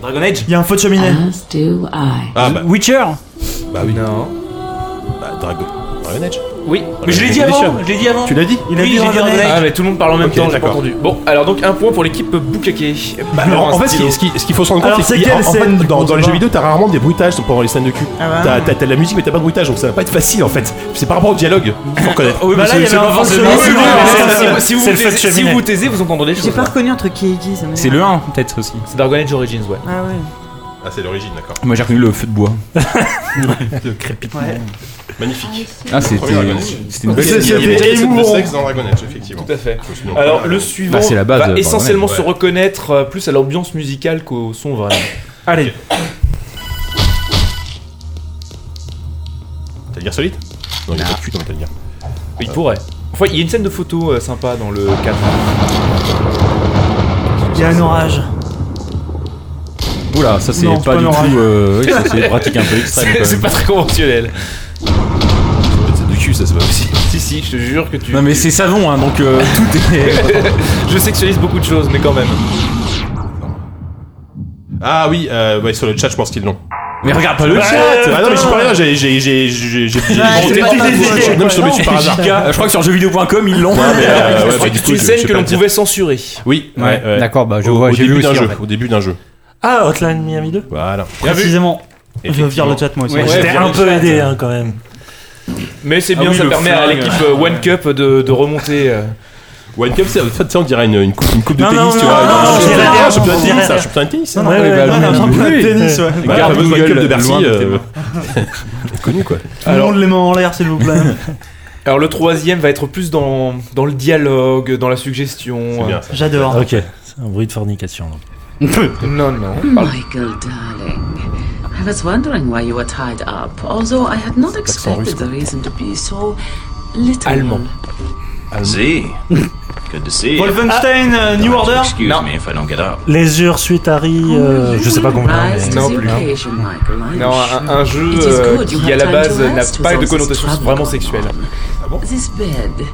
Speaker 3: Dragon Age
Speaker 4: Il y a un feu de cheminée.
Speaker 10: as do I.
Speaker 2: Ah bah,
Speaker 9: Witcher
Speaker 2: bah oui.
Speaker 5: Non.
Speaker 2: Bah, Dragon. Dragon Age.
Speaker 5: Oui.
Speaker 3: Mais je l'ai dit avant, je l'ai dit avant.
Speaker 2: Tu l'as dit
Speaker 4: Il a
Speaker 3: Oui,
Speaker 4: dit
Speaker 3: j'ai
Speaker 4: Dragon
Speaker 3: dit
Speaker 4: Age.
Speaker 5: Ah, mais tout le monde parle en même
Speaker 2: Ok,
Speaker 5: temps, j'ai pas
Speaker 2: d'accord.
Speaker 5: entendu. Bon, alors donc un point pour l'équipe Boukake.
Speaker 2: Alors, en fait, ce qui- ce qui- ce qu'il faut se rendre
Speaker 4: Alors,
Speaker 2: compte, c'est
Speaker 4: c'est
Speaker 2: qu'il y a-
Speaker 4: quelle
Speaker 2: en fait,
Speaker 4: scène, du
Speaker 2: dans,
Speaker 4: coup,
Speaker 2: dans
Speaker 4: on
Speaker 2: les
Speaker 4: sait
Speaker 2: jeux
Speaker 4: pas
Speaker 2: vidéo, t'as rarement des bruitages pendant les scènes de cul.
Speaker 7: Ah bah.
Speaker 2: T'as- T'as t'as de la musique, mais t'as pas de bruitage, donc ça va pas être facile en fait. C'est par rapport au dialogue. Faut reconnaître.
Speaker 4: Bah là, il y avait un feu de cheminée.
Speaker 5: Oui,
Speaker 4: Ouais,
Speaker 5: oui, mais
Speaker 4: ouais,
Speaker 5: c'est-
Speaker 4: ouais,
Speaker 5: si
Speaker 4: ouais.
Speaker 5: vous- si vous
Speaker 8: C'est le
Speaker 5: taisez-
Speaker 8: feu de
Speaker 5: Si
Speaker 8: cheminée.
Speaker 5: vous taisez, vous entendrez des
Speaker 7: J'ai
Speaker 5: choses.
Speaker 7: pas reconnu entre qui et qui, ça m'énerve.
Speaker 6: C'est le 1 peut-être aussi.
Speaker 5: C'est Dragon Age Origins, ouais.
Speaker 7: Ah ouais.
Speaker 2: Ah, c'est l'origine, d'accord.
Speaker 6: Moi j'ai reconnu le feu de bois.
Speaker 2: Magnifique.
Speaker 6: Ah
Speaker 5: Oh,
Speaker 6: c'était
Speaker 2: Premier Dragon Age.
Speaker 6: c'était une
Speaker 2: Il y a-
Speaker 6: belle
Speaker 2: il y a
Speaker 6: idée.
Speaker 2: des
Speaker 5: C'était
Speaker 2: scènes de
Speaker 5: émouvant.
Speaker 2: sexe dans Dragon Age, effectivement.
Speaker 5: Tout à fait.
Speaker 2: Sinon,
Speaker 5: Alors
Speaker 2: voilà.
Speaker 5: le suivant
Speaker 6: Bah, c'est la base,
Speaker 5: va
Speaker 6: euh,
Speaker 5: essentiellement
Speaker 2: Dragon Age,
Speaker 5: se
Speaker 2: ouais.
Speaker 5: reconnaître euh, plus à l'ambiance musicale qu'au son vraiment.
Speaker 4: Allez,
Speaker 2: T'as le dire solide Non, il y a pas de cul dans le dire.
Speaker 5: Il pourrait. Enfin, il y a une scène de photo euh, sympa dans le 4.
Speaker 4: il y a un orage.
Speaker 6: Oula, ça c'est
Speaker 4: Non,
Speaker 6: pas,
Speaker 4: c'est pas
Speaker 6: du
Speaker 4: normal.
Speaker 6: tout. euh, oui, ça, c'est une pratique un peu extrême.
Speaker 5: C'est
Speaker 6: quand
Speaker 5: c'est
Speaker 6: même.
Speaker 5: pas très conventionnel.
Speaker 2: C'est de cul, ça, c'est pas possible.
Speaker 5: Si, si, je te jure que tu.
Speaker 6: Non mais c'est savon hein, donc euh, tout est.
Speaker 5: Je sexualise beaucoup de choses, mais quand même.
Speaker 2: Ah oui, euh, ouais, sur le chat, je pense qu'ils l'ont.
Speaker 6: Mais regarde pas le
Speaker 2: Le
Speaker 6: chat.
Speaker 2: chat Ah non, mais je suis pas rien, j'ai. J'ai. J'ai. J'ai. J'ai. J'ai.
Speaker 7: Ouais,
Speaker 2: j'ai-
Speaker 7: c'est pas
Speaker 2: Non, mais
Speaker 7: ta faute.
Speaker 2: je suis tombé dessus par hasard.
Speaker 6: Jika, Euh, Je crois que sur jeuxvideo.com ils l'ont.
Speaker 2: Ah, mais, euh, ouais, bah, du
Speaker 5: C'est
Speaker 2: coup,
Speaker 5: une
Speaker 2: je-
Speaker 5: scène
Speaker 2: je sais
Speaker 5: que
Speaker 2: pas
Speaker 5: l'on
Speaker 2: le dire.
Speaker 5: pouvait censurer.
Speaker 2: Oui, ouais, ouais.
Speaker 9: D'accord, bah je
Speaker 2: Au-
Speaker 9: vois,
Speaker 2: au
Speaker 9: j'ai vu
Speaker 2: début d'un
Speaker 9: aussi. en
Speaker 2: jeu.
Speaker 9: fait.
Speaker 2: Au début d'un jeu.
Speaker 8: Ah, Hotline Miami 2
Speaker 2: Voilà.
Speaker 4: Précisément. Je vire le chat, moi aussi.
Speaker 5: Ouais,
Speaker 2: Eh
Speaker 8: J'étais
Speaker 5: bien
Speaker 8: un
Speaker 5: le
Speaker 8: peu
Speaker 5: chat.
Speaker 8: aidé hein, quand même.
Speaker 5: Mais c'est
Speaker 6: Ah
Speaker 5: bien,
Speaker 6: oui,
Speaker 5: ça
Speaker 6: le
Speaker 5: permet à
Speaker 6: flingue.
Speaker 5: l'équipe euh, One Cup de, de remonter. euh.
Speaker 2: One Cup, c'est- en fait, ça, on dirait une, une coupe, une coupe de
Speaker 8: Non,
Speaker 2: tennis,
Speaker 8: non,
Speaker 2: tu
Speaker 8: non,
Speaker 2: vois.
Speaker 8: non,
Speaker 2: Non,
Speaker 8: non,
Speaker 2: je suis
Speaker 8: non,
Speaker 2: plein de
Speaker 8: non,
Speaker 2: tennis, je
Speaker 8: non,
Speaker 2: suis plein de
Speaker 8: non,
Speaker 2: tennis,
Speaker 8: non,
Speaker 2: ça, je suis plein de tennis. hein.
Speaker 8: Ouais,
Speaker 5: ouais,
Speaker 8: ouais,
Speaker 5: bah,
Speaker 8: ouais,
Speaker 5: oui,
Speaker 8: ouais.
Speaker 5: oui.
Speaker 4: Le tennis, ouais.
Speaker 2: Les gars,
Speaker 6: Regarde
Speaker 2: la fameuse
Speaker 6: Google,
Speaker 2: One Cup de
Speaker 6: loin
Speaker 2: Bercy,
Speaker 6: de
Speaker 2: euh,
Speaker 6: tes
Speaker 2: connu quoi.
Speaker 4: Tout le monde les mains en l'air, s'il vous plaît.
Speaker 5: Alors le troisième va être plus dans, dans le dialogue, dans la suggestion.
Speaker 2: C'est
Speaker 5: euh.
Speaker 2: bien.
Speaker 4: J'adore.
Speaker 8: Ok, c'est un bruit de fornication.
Speaker 5: Non, non.
Speaker 10: Michael, darling. I was wondering why you were tied up, although I had not expected the reason to be so little.
Speaker 5: Allemand.
Speaker 11: Z. Good to see you.
Speaker 4: Wolfenstein euh, New Order
Speaker 11: Excuse
Speaker 5: No.
Speaker 11: me if I don't get up.
Speaker 8: Les Ursuites Harry, euh, je sais pas combien.
Speaker 10: Rise
Speaker 8: mais-
Speaker 10: to
Speaker 5: Non
Speaker 10: the
Speaker 5: plus.
Speaker 10: occasion, Michael, I'm
Speaker 5: Non, un, un jeu
Speaker 10: It is
Speaker 5: euh,
Speaker 10: good, you
Speaker 5: qui à
Speaker 10: have
Speaker 5: la
Speaker 10: time
Speaker 5: base
Speaker 10: to
Speaker 5: n'a
Speaker 10: rest
Speaker 5: pas
Speaker 10: with
Speaker 5: de
Speaker 10: all this
Speaker 5: connotation
Speaker 10: trouble
Speaker 5: vraiment
Speaker 10: going
Speaker 5: sexuelle.
Speaker 10: sure. This bed.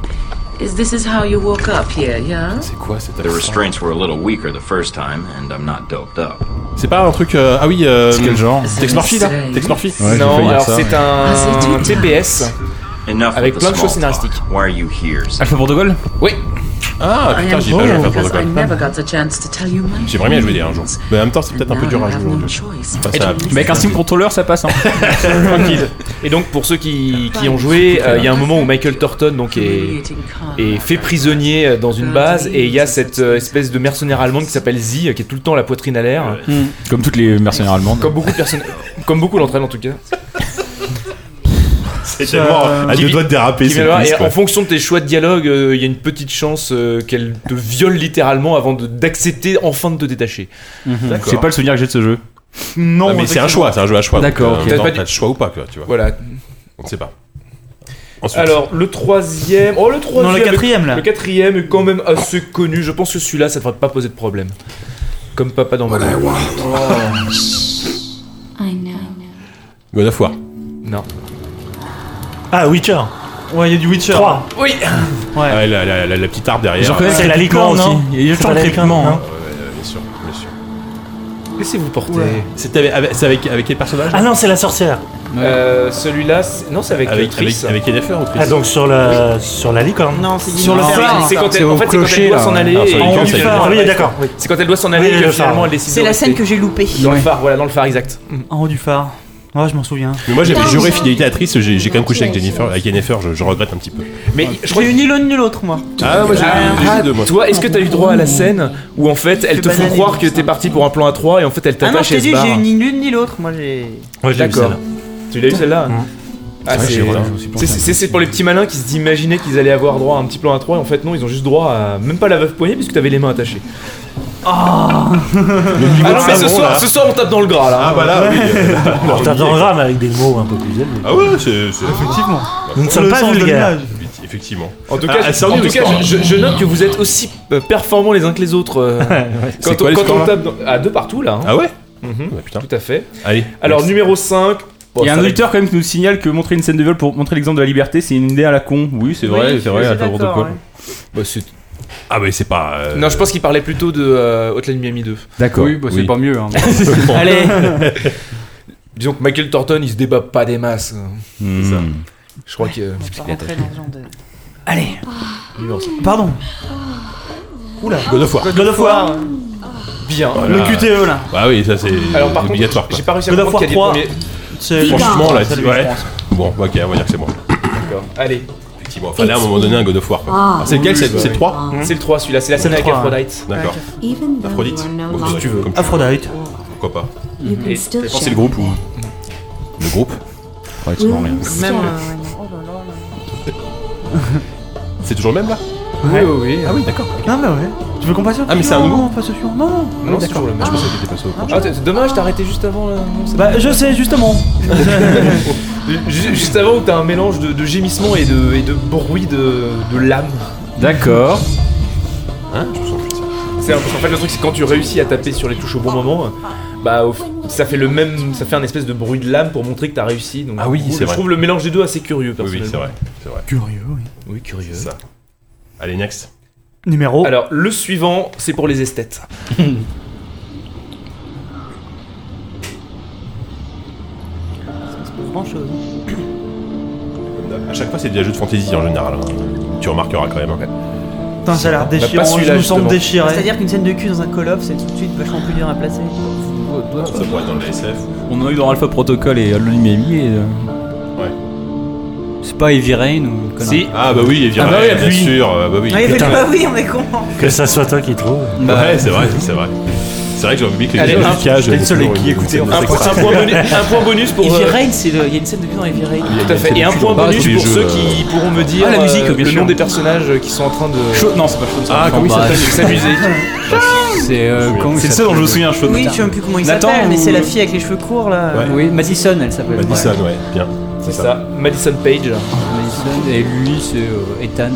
Speaker 10: Is this is how you woke up here, yeah?
Speaker 5: C'est quoi cette
Speaker 11: The restraints were a little weaker the first time, and I'm not doped up.
Speaker 2: C'est pas un truc. euh, ah oui. euh,
Speaker 12: genre
Speaker 2: Tex Murphy là Tex Murphy
Speaker 12: Ouais, j'ai failli
Speaker 5: Non,
Speaker 12: dire
Speaker 5: alors
Speaker 12: ça,
Speaker 5: c'est
Speaker 12: mais-
Speaker 5: un
Speaker 10: Ah, c'est tout.
Speaker 5: TPS.
Speaker 11: Enough
Speaker 5: Avec
Speaker 11: with
Speaker 5: plein
Speaker 11: the
Speaker 5: de choses
Speaker 11: small talk.
Speaker 5: scénaristiques.
Speaker 11: Why are you here? Z?
Speaker 12: Alpha Protocol
Speaker 5: Oui.
Speaker 2: Ah
Speaker 10: I
Speaker 2: putain,
Speaker 10: am
Speaker 2: j'ai pas joué à
Speaker 10: here
Speaker 2: Alpha
Speaker 10: because I
Speaker 2: Protocol.
Speaker 10: never got the chance to tell you my
Speaker 2: J'aimerais bien jouer des un jour.
Speaker 10: feelings.
Speaker 2: Mais en même temps, c'est peut-être un
Speaker 10: And
Speaker 2: peu
Speaker 10: now
Speaker 2: dur
Speaker 10: I
Speaker 2: à
Speaker 10: have
Speaker 2: jouer
Speaker 10: no
Speaker 2: aujourd'hui.
Speaker 10: choice
Speaker 2: Enfin,
Speaker 10: but
Speaker 2: ça-
Speaker 10: to
Speaker 6: Mais avec un Steam Controller, ça passe. Hein.
Speaker 5: Tranquille. Et donc pour ceux qui, qui ont joué, euh, il y a un moment où Michael Thornton donc est est fait prisonnier euh, dans une base et il y a cette euh, espèce de mercenaire allemande qui s'appelle Z euh, qui est tout le temps la poitrine à l'air
Speaker 6: Comme toutes les mercenaires allemandes.
Speaker 5: comme beaucoup de personnes comme beaucoup d'entraînent en tout cas
Speaker 2: C'est tellement à
Speaker 5: qui
Speaker 2: deux
Speaker 5: vit-
Speaker 2: doigts de déraper.
Speaker 5: Qui vient
Speaker 2: c'est
Speaker 5: voir,
Speaker 2: triste,
Speaker 5: et
Speaker 2: quoi.
Speaker 5: en fonction de tes choix de dialogue, euh, il y a une petite chance euh, qu'elle te viole littéralement avant de- d'accepter enfin de te détacher.
Speaker 6: C'est pas le souvenir que j'ai de ce jeu.
Speaker 4: Non,
Speaker 2: Ah, mais c'est un choix, c'est un jeu à choix.
Speaker 12: D'accord,
Speaker 2: donc,
Speaker 12: ok.
Speaker 2: euh,
Speaker 5: T'as pas
Speaker 2: T'as
Speaker 5: dit-
Speaker 2: le choix ou pas, quoi, tu vois.
Speaker 5: Voilà.
Speaker 2: On ne sait pas. Ensuite,
Speaker 5: Alors le troisième, oh le troisième,
Speaker 4: Non, le quatrième là.
Speaker 5: le quatrième est quand même assez connu. Je pense que celui-là, ça devrait pas poser de problème. Comme papa dans ma
Speaker 10: I know.
Speaker 2: God of War.
Speaker 5: Non.
Speaker 8: Ah, Witcher
Speaker 4: Ouais, il y a du Witcher.
Speaker 8: 3.
Speaker 4: Ouais.
Speaker 2: Ah, la, la- la- la petite arbre derrière.
Speaker 12: J'en connais
Speaker 8: C'est
Speaker 12: le
Speaker 8: la
Speaker 12: crépitement
Speaker 8: licorne, non
Speaker 12: aussi. Il y a
Speaker 8: C'est
Speaker 12: toujours
Speaker 8: pas
Speaker 12: le
Speaker 8: la
Speaker 12: crépitement.
Speaker 8: licorne,
Speaker 12: hein.
Speaker 2: Euh, bien sûr, bien sûr.
Speaker 5: Laissez-vous porter.
Speaker 2: C'était avec, avec, c'est avec- avec quel personnage
Speaker 8: Ah non, c'est la sorcière.
Speaker 5: Euh, celui-là, c'est- non, c'est avec, euh,
Speaker 2: Avec,
Speaker 5: Triss.
Speaker 2: avec, avec Yennefer ou Triss
Speaker 8: Ah, donc sur la, sur la licorne.
Speaker 7: Non, c'est
Speaker 12: Sur le
Speaker 7: différent.
Speaker 12: phare.
Speaker 5: Ah, C'est quand,
Speaker 12: C'est
Speaker 5: elle- en
Speaker 12: au
Speaker 5: fait, c'est quand
Speaker 12: clocher,
Speaker 5: elle doit
Speaker 12: là.
Speaker 5: s'en aller.
Speaker 2: Ah, sur
Speaker 5: et-
Speaker 2: les
Speaker 5: en-
Speaker 2: camps,
Speaker 5: du
Speaker 2: c'est-
Speaker 5: phare,
Speaker 8: Ah oui,
Speaker 5: ouais.
Speaker 8: d'accord. oui.
Speaker 5: C'est quand elle doit s'en aller
Speaker 8: Oui,
Speaker 5: que
Speaker 8: le phare.
Speaker 5: finalement elle décide
Speaker 7: C'est
Speaker 5: de
Speaker 7: la scène
Speaker 5: rester.
Speaker 7: que j'ai loupée.
Speaker 5: Dans le phare, voilà, dans le phare, exact.
Speaker 4: En hein. haut du phare. Ouais, je m'en souviens.
Speaker 2: Mais moi j'avais juré fidélité à Triss, j'ai j'ai quand même couché avec Jennifer, avec Yennefer, je, je regrette un petit peu.
Speaker 5: Mais je crois
Speaker 7: J'ai eu ni l'un ni l'autre, moi.
Speaker 2: Ah, moi j'ai
Speaker 5: Ah,
Speaker 2: les deux, moi.
Speaker 5: toi, est-ce que t'as eu droit à la scène où en fait elle te fait
Speaker 7: bananer,
Speaker 5: croire que t'es parti pour un plan à 3 et en fait elle
Speaker 7: Ah non,
Speaker 5: t'attache
Speaker 7: je t'ai
Speaker 5: et se
Speaker 7: dit, j'ai eu
Speaker 5: barre
Speaker 7: ni l'une ni l'autre. Moi, j'ai.
Speaker 8: Ouais, je l'ai vu,
Speaker 5: D'accord.
Speaker 8: celle-là.
Speaker 5: Tu l'as eu celle-là
Speaker 2: Mmh.
Speaker 5: Ah,
Speaker 12: Ouais,
Speaker 5: c'est-
Speaker 12: j'ai- ouais, j'ai aussi
Speaker 5: c'est-
Speaker 12: pensé à
Speaker 5: c'est c'est pour les petits malins qui se imaginaient qu'ils allaient avoir droit à un petit plan à 3 et en fait non, ils ont juste droit à même pas la veuve poignée puisque t'avais les mains attachées. Ah non, mais ce
Speaker 2: savon,
Speaker 5: soir,
Speaker 2: là.
Speaker 5: ce soir on tape dans le gras là.
Speaker 2: hein. Ah bah là, oui.
Speaker 8: Alors, t'as un gramme avec des mots un peu plus élevés.
Speaker 2: Ah ouais, c'est. c'est-
Speaker 4: Effectivement.
Speaker 8: Nous ne sommes
Speaker 4: Le
Speaker 8: pas
Speaker 4: sens de
Speaker 8: vulgaires.
Speaker 4: l'image.
Speaker 2: Effectivement.
Speaker 5: En tout cas,
Speaker 2: Ah, c'est
Speaker 5: en
Speaker 2: ennuyeux,
Speaker 5: tout
Speaker 2: le
Speaker 5: cas,
Speaker 2: score,
Speaker 5: je, je note que vous êtes aussi euh, performants les uns que les autres. euh, quand
Speaker 2: C'est quoi
Speaker 5: on,
Speaker 2: les
Speaker 5: quand
Speaker 2: scores,
Speaker 5: on
Speaker 2: là
Speaker 5: tape dans- à deux partout là. hein.
Speaker 2: Ah ouais
Speaker 5: Mhm.
Speaker 2: Ouais, putain.
Speaker 5: Tout à fait.
Speaker 2: Allez.
Speaker 5: Alors numéro 5.
Speaker 12: Il y a un auditeur quand même qui nous signale que montrer une scène de viol pour montrer l'exemple de la liberté, c'est une idée à la con. Oui, c'est vrai,
Speaker 7: Oui,
Speaker 12: c'est vrai,
Speaker 7: je suis
Speaker 12: Alpha
Speaker 7: d'accord,
Speaker 12: Protocol.
Speaker 7: ouais.
Speaker 2: Ah mais c'est pas. euh,
Speaker 5: Non, je pense qu'il parlait plutôt de euh, Hotline Miami 2.
Speaker 12: D'accord. Oui, bah, c'est
Speaker 2: Oui.
Speaker 12: pas mieux. hein.
Speaker 7: Allez,
Speaker 5: Disons que Michael Thornton, il se débat pas des masses. hein.
Speaker 2: Mmh.
Speaker 12: Hmm.
Speaker 5: Je crois que.
Speaker 7: on va pas rentrer dans ce genre de.
Speaker 8: Ah,
Speaker 4: Pardon. Oula.
Speaker 2: God of War.
Speaker 4: God of War.
Speaker 5: Bien.
Speaker 4: Le QTE là.
Speaker 2: Ah oui, ça c'est
Speaker 5: Alors par contre,
Speaker 2: obligatoire. quoi.
Speaker 5: j'ai pas réussi à
Speaker 4: God of
Speaker 5: comprendre
Speaker 4: War
Speaker 5: qu'il
Speaker 4: 3.
Speaker 5: y a des premiers.
Speaker 4: C'est-
Speaker 2: Franchement, là,
Speaker 4: Salut,
Speaker 2: ouais.
Speaker 4: je pense.
Speaker 2: Bon, ok, on va dire que c'est moi.
Speaker 5: D'accord. Allez,
Speaker 2: Effectivement, fallait à un moment donné un God of War. quoi. Ah, c'est lequel C'est c'est le 3
Speaker 5: c'est le 3 celui-là, c'est la scène
Speaker 4: le
Speaker 5: avec
Speaker 4: 3,
Speaker 5: Aphrodite.
Speaker 2: D'accord. Aphrodite Comme euh, tu veux. Comme tu veux.
Speaker 4: Aphrodite.
Speaker 2: Pourquoi pas
Speaker 5: Et-
Speaker 2: Je pense que c'est le groupe ou. Le groupe
Speaker 12: Pratiquement rien.
Speaker 7: Même.
Speaker 2: C'est toujours le même là
Speaker 5: Oui, oui, oui.
Speaker 2: Ah oui, d'accord.
Speaker 4: Non, mais bah ouais. Tu veux qu'on passe sur
Speaker 2: Ah, mais c'est un nouveau
Speaker 4: Non, pas sur Non, non.
Speaker 5: Non, c'est toujours le même.
Speaker 2: Je pensais que t'étais passé au prochain.
Speaker 5: Ah, c'est- c'est dommage, t'as arrêté juste avant. là. Non, c'est-
Speaker 4: Bah, je sais, justement.
Speaker 5: Ju- Juste avant où t'as un mélange de, de gémissements et de, et de bruit de, de lame.
Speaker 12: D'accord.
Speaker 2: Hein Je me sens plus de ça.
Speaker 5: C'est un- en fait le truc c'est que quand tu réussis à taper sur les touches au bon moment, bah au f- ça fait le même, ça fait un espèce de bruit de lame pour montrer que t'as réussi. Donc,
Speaker 2: Ah oui,
Speaker 5: je
Speaker 2: c'est vrai.
Speaker 5: trouve le mélange des deux assez curieux
Speaker 2: Oui, oui,
Speaker 5: personnellement.
Speaker 2: c'est vrai. C'est vrai.
Speaker 4: Curieux, oui.
Speaker 5: Oui, curieux.
Speaker 2: C'est ça. Allez, next.
Speaker 4: Numéro.
Speaker 5: Alors le suivant, c'est pour les esthètes.
Speaker 2: À chaque fois, c'est des jeux de fantasy en général. hein. Tu remarqueras quand même. hein.
Speaker 4: Putain, ça a l'air déchirant.
Speaker 5: pas celui-là,
Speaker 4: je me sens
Speaker 5: justement.
Speaker 4: déchiré.
Speaker 7: C'est-à-dire qu'une scène de cul dans un call-off, c'est tout de suite vachement plus dur à placer.
Speaker 2: Ça pourrait être dans le SF.
Speaker 9: hein.
Speaker 12: On en a eu dans Alpha Protocol et Alone in Miami. et, euh,
Speaker 9: C'est pas Heavy Rain ou une connerie
Speaker 5: Si.
Speaker 2: Ah bah oui, Evira,
Speaker 5: Ah bah oui,
Speaker 2: bien
Speaker 5: oui.
Speaker 2: sûr. euh, Bah oui. Bah
Speaker 7: Ah, il fait
Speaker 8: Putain.
Speaker 7: pas oui, on est con.
Speaker 8: Que ça soit toi qui trouve.
Speaker 2: Ouais, c'est vrai, c'est vrai. C'est vrai que j'aurais oublié que
Speaker 5: Allez,
Speaker 2: les
Speaker 5: un-
Speaker 2: jeux
Speaker 5: j'étais le seul à qui écoutait, en fait. Un point bonus- un point bonus pour, euh,
Speaker 6: Heavy Rain, c'est le- il y a une scène de vue dans Heavy Rain.
Speaker 5: Tout à fait. Et un point bonus pour ceux qui pourront me dire
Speaker 6: Ah, la musique,
Speaker 5: euh,
Speaker 6: bien
Speaker 5: le
Speaker 6: sûr.
Speaker 5: nom des personnages euh, qui sont en train de.
Speaker 6: Chaud- non, c'est pas Chaud, ça.
Speaker 5: Ah, comment il
Speaker 6: Bah,
Speaker 5: s'appelle
Speaker 6: c'est-
Speaker 5: sa musique
Speaker 9: C'est euh, comment il
Speaker 5: C'est le seul
Speaker 9: s'appelle
Speaker 5: dont je me souviens,
Speaker 6: Chaud.
Speaker 7: Oui, je sais même plus comment il
Speaker 5: Nathan
Speaker 7: s'appelle, mais
Speaker 5: ou-
Speaker 7: c'est la fille avec les cheveux courts là.
Speaker 9: Oui, Madison, elle s'appelle.
Speaker 2: Madison, Bah, ouais, bien.
Speaker 5: C'est ça. Madison Page.
Speaker 9: Madison, et lui, c'est euh, Ethan.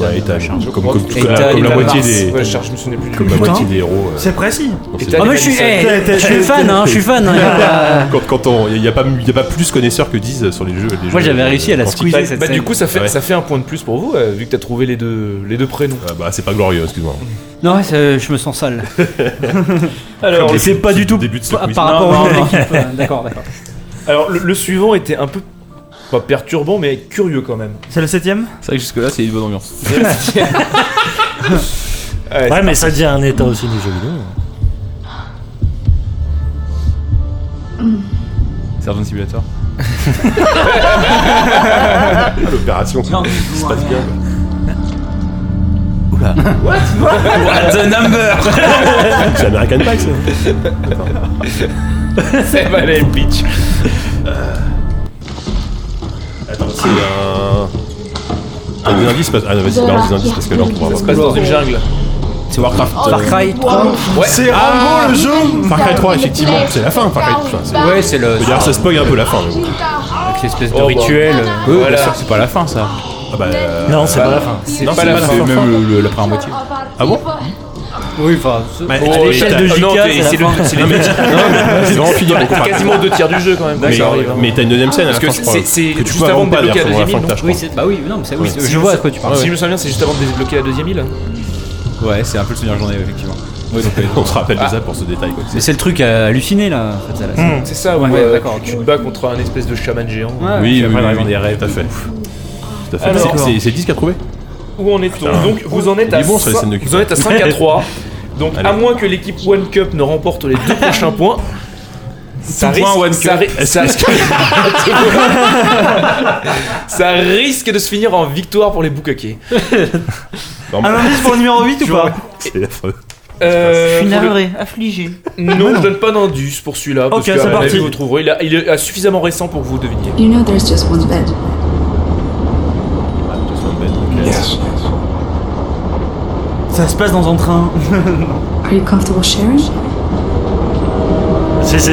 Speaker 2: Ouais, Ethan,
Speaker 9: je
Speaker 2: comme,
Speaker 9: crois
Speaker 2: comme-
Speaker 9: que-
Speaker 2: comme la,
Speaker 9: Ethan,
Speaker 2: comme la
Speaker 9: Ethan
Speaker 2: moitié
Speaker 9: Mars.
Speaker 2: des.
Speaker 5: Ouais, je cherche, je me souvenais plus du
Speaker 2: Comme la
Speaker 5: nom.
Speaker 2: moitié des héros. euh.
Speaker 4: C'est précis.
Speaker 2: Non,
Speaker 5: Et
Speaker 2: c'est-
Speaker 5: t'as-
Speaker 9: Ah, moi, je suis- eh, je suis fan, hein, je suis fan, hein.
Speaker 2: Quand, quand on, il n'y a, pas- y a pas plus connaisseurs que disent sur les jeux. les jeux, euh, antiques.
Speaker 5: Bah, bah, du coup, ça fait, ça fait un point de plus pour vous, euh, vu que t'as trouvé les deux, les deux prénoms.
Speaker 2: bah, c'est pas glorieux, excuse-moi.
Speaker 9: Non, c'est- je me sens sale.
Speaker 5: Alors,
Speaker 9: Et
Speaker 5: le-
Speaker 9: c'est pas du tout par par rapport
Speaker 5: Non,
Speaker 9: à
Speaker 5: non, non.
Speaker 9: l'équipe. euh, D'accord, d'accord.
Speaker 5: Alors, le, le suivant était un peu. Pas perturbant, mais curieux quand même.
Speaker 4: C'est le septième
Speaker 6: C'est vrai que jusque-là, c'est une bonne ambiance.
Speaker 8: Ouais,
Speaker 5: c'est
Speaker 8: mais
Speaker 5: parti.
Speaker 8: ça devient un état aussi du jeu vidéo.
Speaker 6: Sergeant Simulator.
Speaker 2: L'opération, ça se passe bien.
Speaker 6: Oula. What What the number
Speaker 2: C'est American Pie, ça.
Speaker 5: C'est pas les bitch.
Speaker 2: Euh, Attends, c'est un. Ah, des indices, parce... ah, vas-y, balance des indices parce que là on pourra
Speaker 5: Ça se passe dans une jungle.
Speaker 2: C'est Warcraft.
Speaker 9: Far
Speaker 4: Euh,
Speaker 9: Cry 3.
Speaker 5: Ouais.
Speaker 2: C'est Rambo le jeu Far Cry 3, effectivement, c'est la fin, Far Cry. Enfin, c'est- Ah,
Speaker 9: Ouais, c'est le.
Speaker 2: D'ailleurs, ça spoil un peu la fin, mais bon.
Speaker 9: Avec l'espèce de
Speaker 5: Oh, bah.
Speaker 9: rituel.
Speaker 6: Oui,
Speaker 5: Voilà.
Speaker 6: bien sûr, c'est pas la fin, ça.
Speaker 2: Ah bah. euh,
Speaker 8: Non, c'est pas la fin.
Speaker 5: C'est
Speaker 2: non,
Speaker 5: pas la
Speaker 2: fin.
Speaker 5: fin.
Speaker 6: même le- le- la première moitié.
Speaker 2: Ah bon
Speaker 9: Oui, enfin. c'est-
Speaker 2: Bah,
Speaker 5: Oh,
Speaker 2: à l'échelle
Speaker 5: t'as-
Speaker 2: de
Speaker 5: non,
Speaker 9: JK,
Speaker 5: t'es-
Speaker 9: c'est la
Speaker 5: c'est le-
Speaker 9: fin.
Speaker 5: c'est les-
Speaker 2: Non, mais- c'est vraiment fini, donc on parle.
Speaker 5: Quasiment deux tiers du jeu quand même. quand
Speaker 2: Mais,
Speaker 5: ça arrive, hein.
Speaker 2: mais t'as une deuxième scène à la
Speaker 5: Parce
Speaker 2: fin,
Speaker 5: que
Speaker 2: je crois.
Speaker 5: c'est- c'est
Speaker 2: que tu
Speaker 5: juste
Speaker 2: peux
Speaker 5: avant de
Speaker 2: pas
Speaker 5: débloquer
Speaker 2: d'ailleurs,
Speaker 5: la
Speaker 2: faut voir la
Speaker 5: deuxième
Speaker 2: fin que t'as, je
Speaker 9: Oui,
Speaker 2: crois.
Speaker 9: c'est- bah oui, non, mais c'est oui,
Speaker 2: Ouais.
Speaker 9: c'est- je vois à quoi tu parles.
Speaker 5: Si je me souviens bien, c'est juste avant de débloquer la deuxième île.
Speaker 6: Ouais, c'est un peu le souvenir que j'en ai, effectivement.
Speaker 2: Ouais, donc, euh, on se rappelle
Speaker 5: Ah.
Speaker 2: de ça pour ce détail. quoi.
Speaker 9: Mais c'est le truc à halluciner là. en fait, ça, là, c'est-
Speaker 8: Hmm.
Speaker 5: C'est ça, ouais.
Speaker 9: Ouais,
Speaker 5: ouais,
Speaker 9: d'accord,
Speaker 5: Tu tu te bats contre un espèce de chaman géant.
Speaker 9: Ouais.
Speaker 2: Oui, oui,
Speaker 6: après,
Speaker 2: oui,
Speaker 6: vraiment
Speaker 2: oui,
Speaker 6: des
Speaker 2: tout à fait. Tout à fait.
Speaker 5: Alors-
Speaker 2: C'est- c'est- C'est 10 qui a trouvé
Speaker 5: Où en est-on
Speaker 2: Putain.
Speaker 5: Donc vous en êtes
Speaker 2: Il
Speaker 5: à
Speaker 2: est bon sur les
Speaker 5: cin-
Speaker 2: scènes de cul.
Speaker 5: vous en êtes à 5 à 3. Donc à moins que l'équipe One Cup ne remporte les deux prochains points. Ça risque,
Speaker 6: point One
Speaker 5: ça
Speaker 6: Cup.
Speaker 5: ri- ça- Ça risque de se finir en victoire pour les boucaquets.
Speaker 4: Un
Speaker 5: Ah
Speaker 4: indice pour le numéro 8 ou pas
Speaker 2: C'est affreux.
Speaker 7: Je
Speaker 5: Euh,
Speaker 7: suis
Speaker 5: pour le-
Speaker 7: navré, affligé.
Speaker 2: Ah
Speaker 5: Non, je donne pas d'indice pour celui-là. parce
Speaker 4: Ok,
Speaker 5: que, à
Speaker 4: c'est
Speaker 5: la
Speaker 4: parti.
Speaker 5: vue, Vous trouverez. Il, a- il est euh, suffisamment récent pour que vous deviniez.
Speaker 10: You know there's just one bed.
Speaker 4: Ça se passe dans un train.
Speaker 10: Are you comfortable sharing?
Speaker 8: Si, si.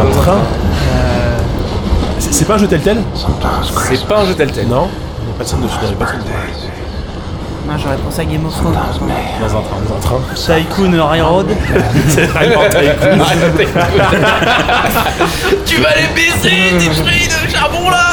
Speaker 2: Un train C'est c'est pas un jeu tel tel
Speaker 5: C'est pas un jeu tel tel.
Speaker 2: Non Il y a pas de scène de il y a pas de scène de-
Speaker 7: Ah, J'aurais pensé à Game of Thrones.
Speaker 2: Dans un train, dans un train.
Speaker 4: Tycoon Railroad.
Speaker 2: C'est un grand train.
Speaker 5: tu vas les baiser, tes fruits de charbon là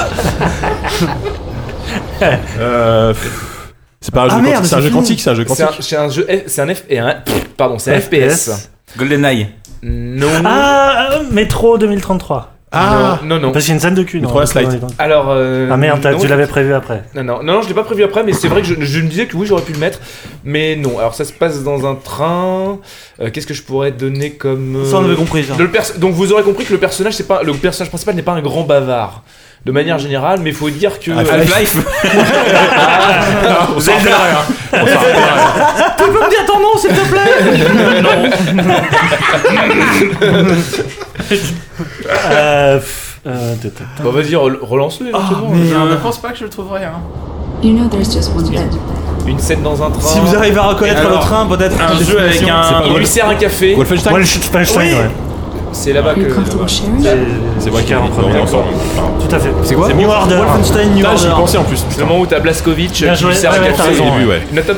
Speaker 2: Euh, pff, C'est pas un jeu
Speaker 4: merde,
Speaker 2: quantique, c'est un
Speaker 4: c'est
Speaker 2: jeu
Speaker 4: fini.
Speaker 2: quantique, c'est un jeu
Speaker 5: Ah, C'est un,
Speaker 2: quantique.
Speaker 5: c'est un jeu. F- C'est un F. et un- pff, Pardon, c'est un FPS.
Speaker 6: GoldenEye.
Speaker 5: Non.
Speaker 8: Ah, euh, Métro 2033.
Speaker 2: Ah
Speaker 5: non, non. non.
Speaker 8: Parce qu'il y a une scène de cul.
Speaker 2: Métro à slide.
Speaker 5: Alors. euh,
Speaker 8: Ah merde, t'as-
Speaker 5: non,
Speaker 8: tu l'avais prévu après.
Speaker 5: Non, non, non, non, je l'ai pas prévu après, mais c'est vrai que je, je me disais que oui, j'aurais pu le mettre, mais non. Alors ça se passe dans un train. Euh, Qu'est-ce que je pourrais donner comme euh,
Speaker 4: Ça, on avait compris, ça.
Speaker 5: de le perso- Donc vous aurez compris que le personnage, c'est pas le personnage principal n'est pas un grand bavard de manière générale, mais il faut dire que Ah,
Speaker 6: Half-Life
Speaker 2: On s'en rappelle rien. On s'en rappelle rien.
Speaker 4: Tu peux me dire ton nom, s'il te plaît
Speaker 8: Euh, pff, euh, t'es- t'es-
Speaker 5: Bon, vas-y, re- relance-le. éventuellement.
Speaker 4: euh,
Speaker 6: Je pense pas que je le trouverai, hein.
Speaker 10: You know there's just one bed.
Speaker 5: Une scène dans un train.
Speaker 4: Si vous arrivez à reconnaître
Speaker 6: Alors,
Speaker 4: le train, peut-être.
Speaker 6: Un jeu avec
Speaker 2: pas
Speaker 5: il
Speaker 6: un.
Speaker 5: lui sert un café.
Speaker 2: Wolfenstein
Speaker 8: Wolfenstein,
Speaker 4: Oui.
Speaker 8: ouais.
Speaker 5: C'est là-bas
Speaker 10: Are
Speaker 5: que.
Speaker 10: you comfortable sharing?
Speaker 2: C'est moi qui ai rentré ensemble.
Speaker 8: Tout à fait.
Speaker 2: C'est quoi
Speaker 4: New Order. Wolfenstein New
Speaker 2: Putain, j'y
Speaker 4: Order.
Speaker 2: pensais en plus.
Speaker 5: Le
Speaker 2: putain.
Speaker 5: moment où t'as Blaskovic qui
Speaker 8: Bien
Speaker 5: lui
Speaker 8: joué.
Speaker 5: sert
Speaker 8: Ouais,
Speaker 5: un
Speaker 8: ouais,
Speaker 5: café.
Speaker 8: t'as raison,
Speaker 2: Au début, ouais.
Speaker 5: Nathan-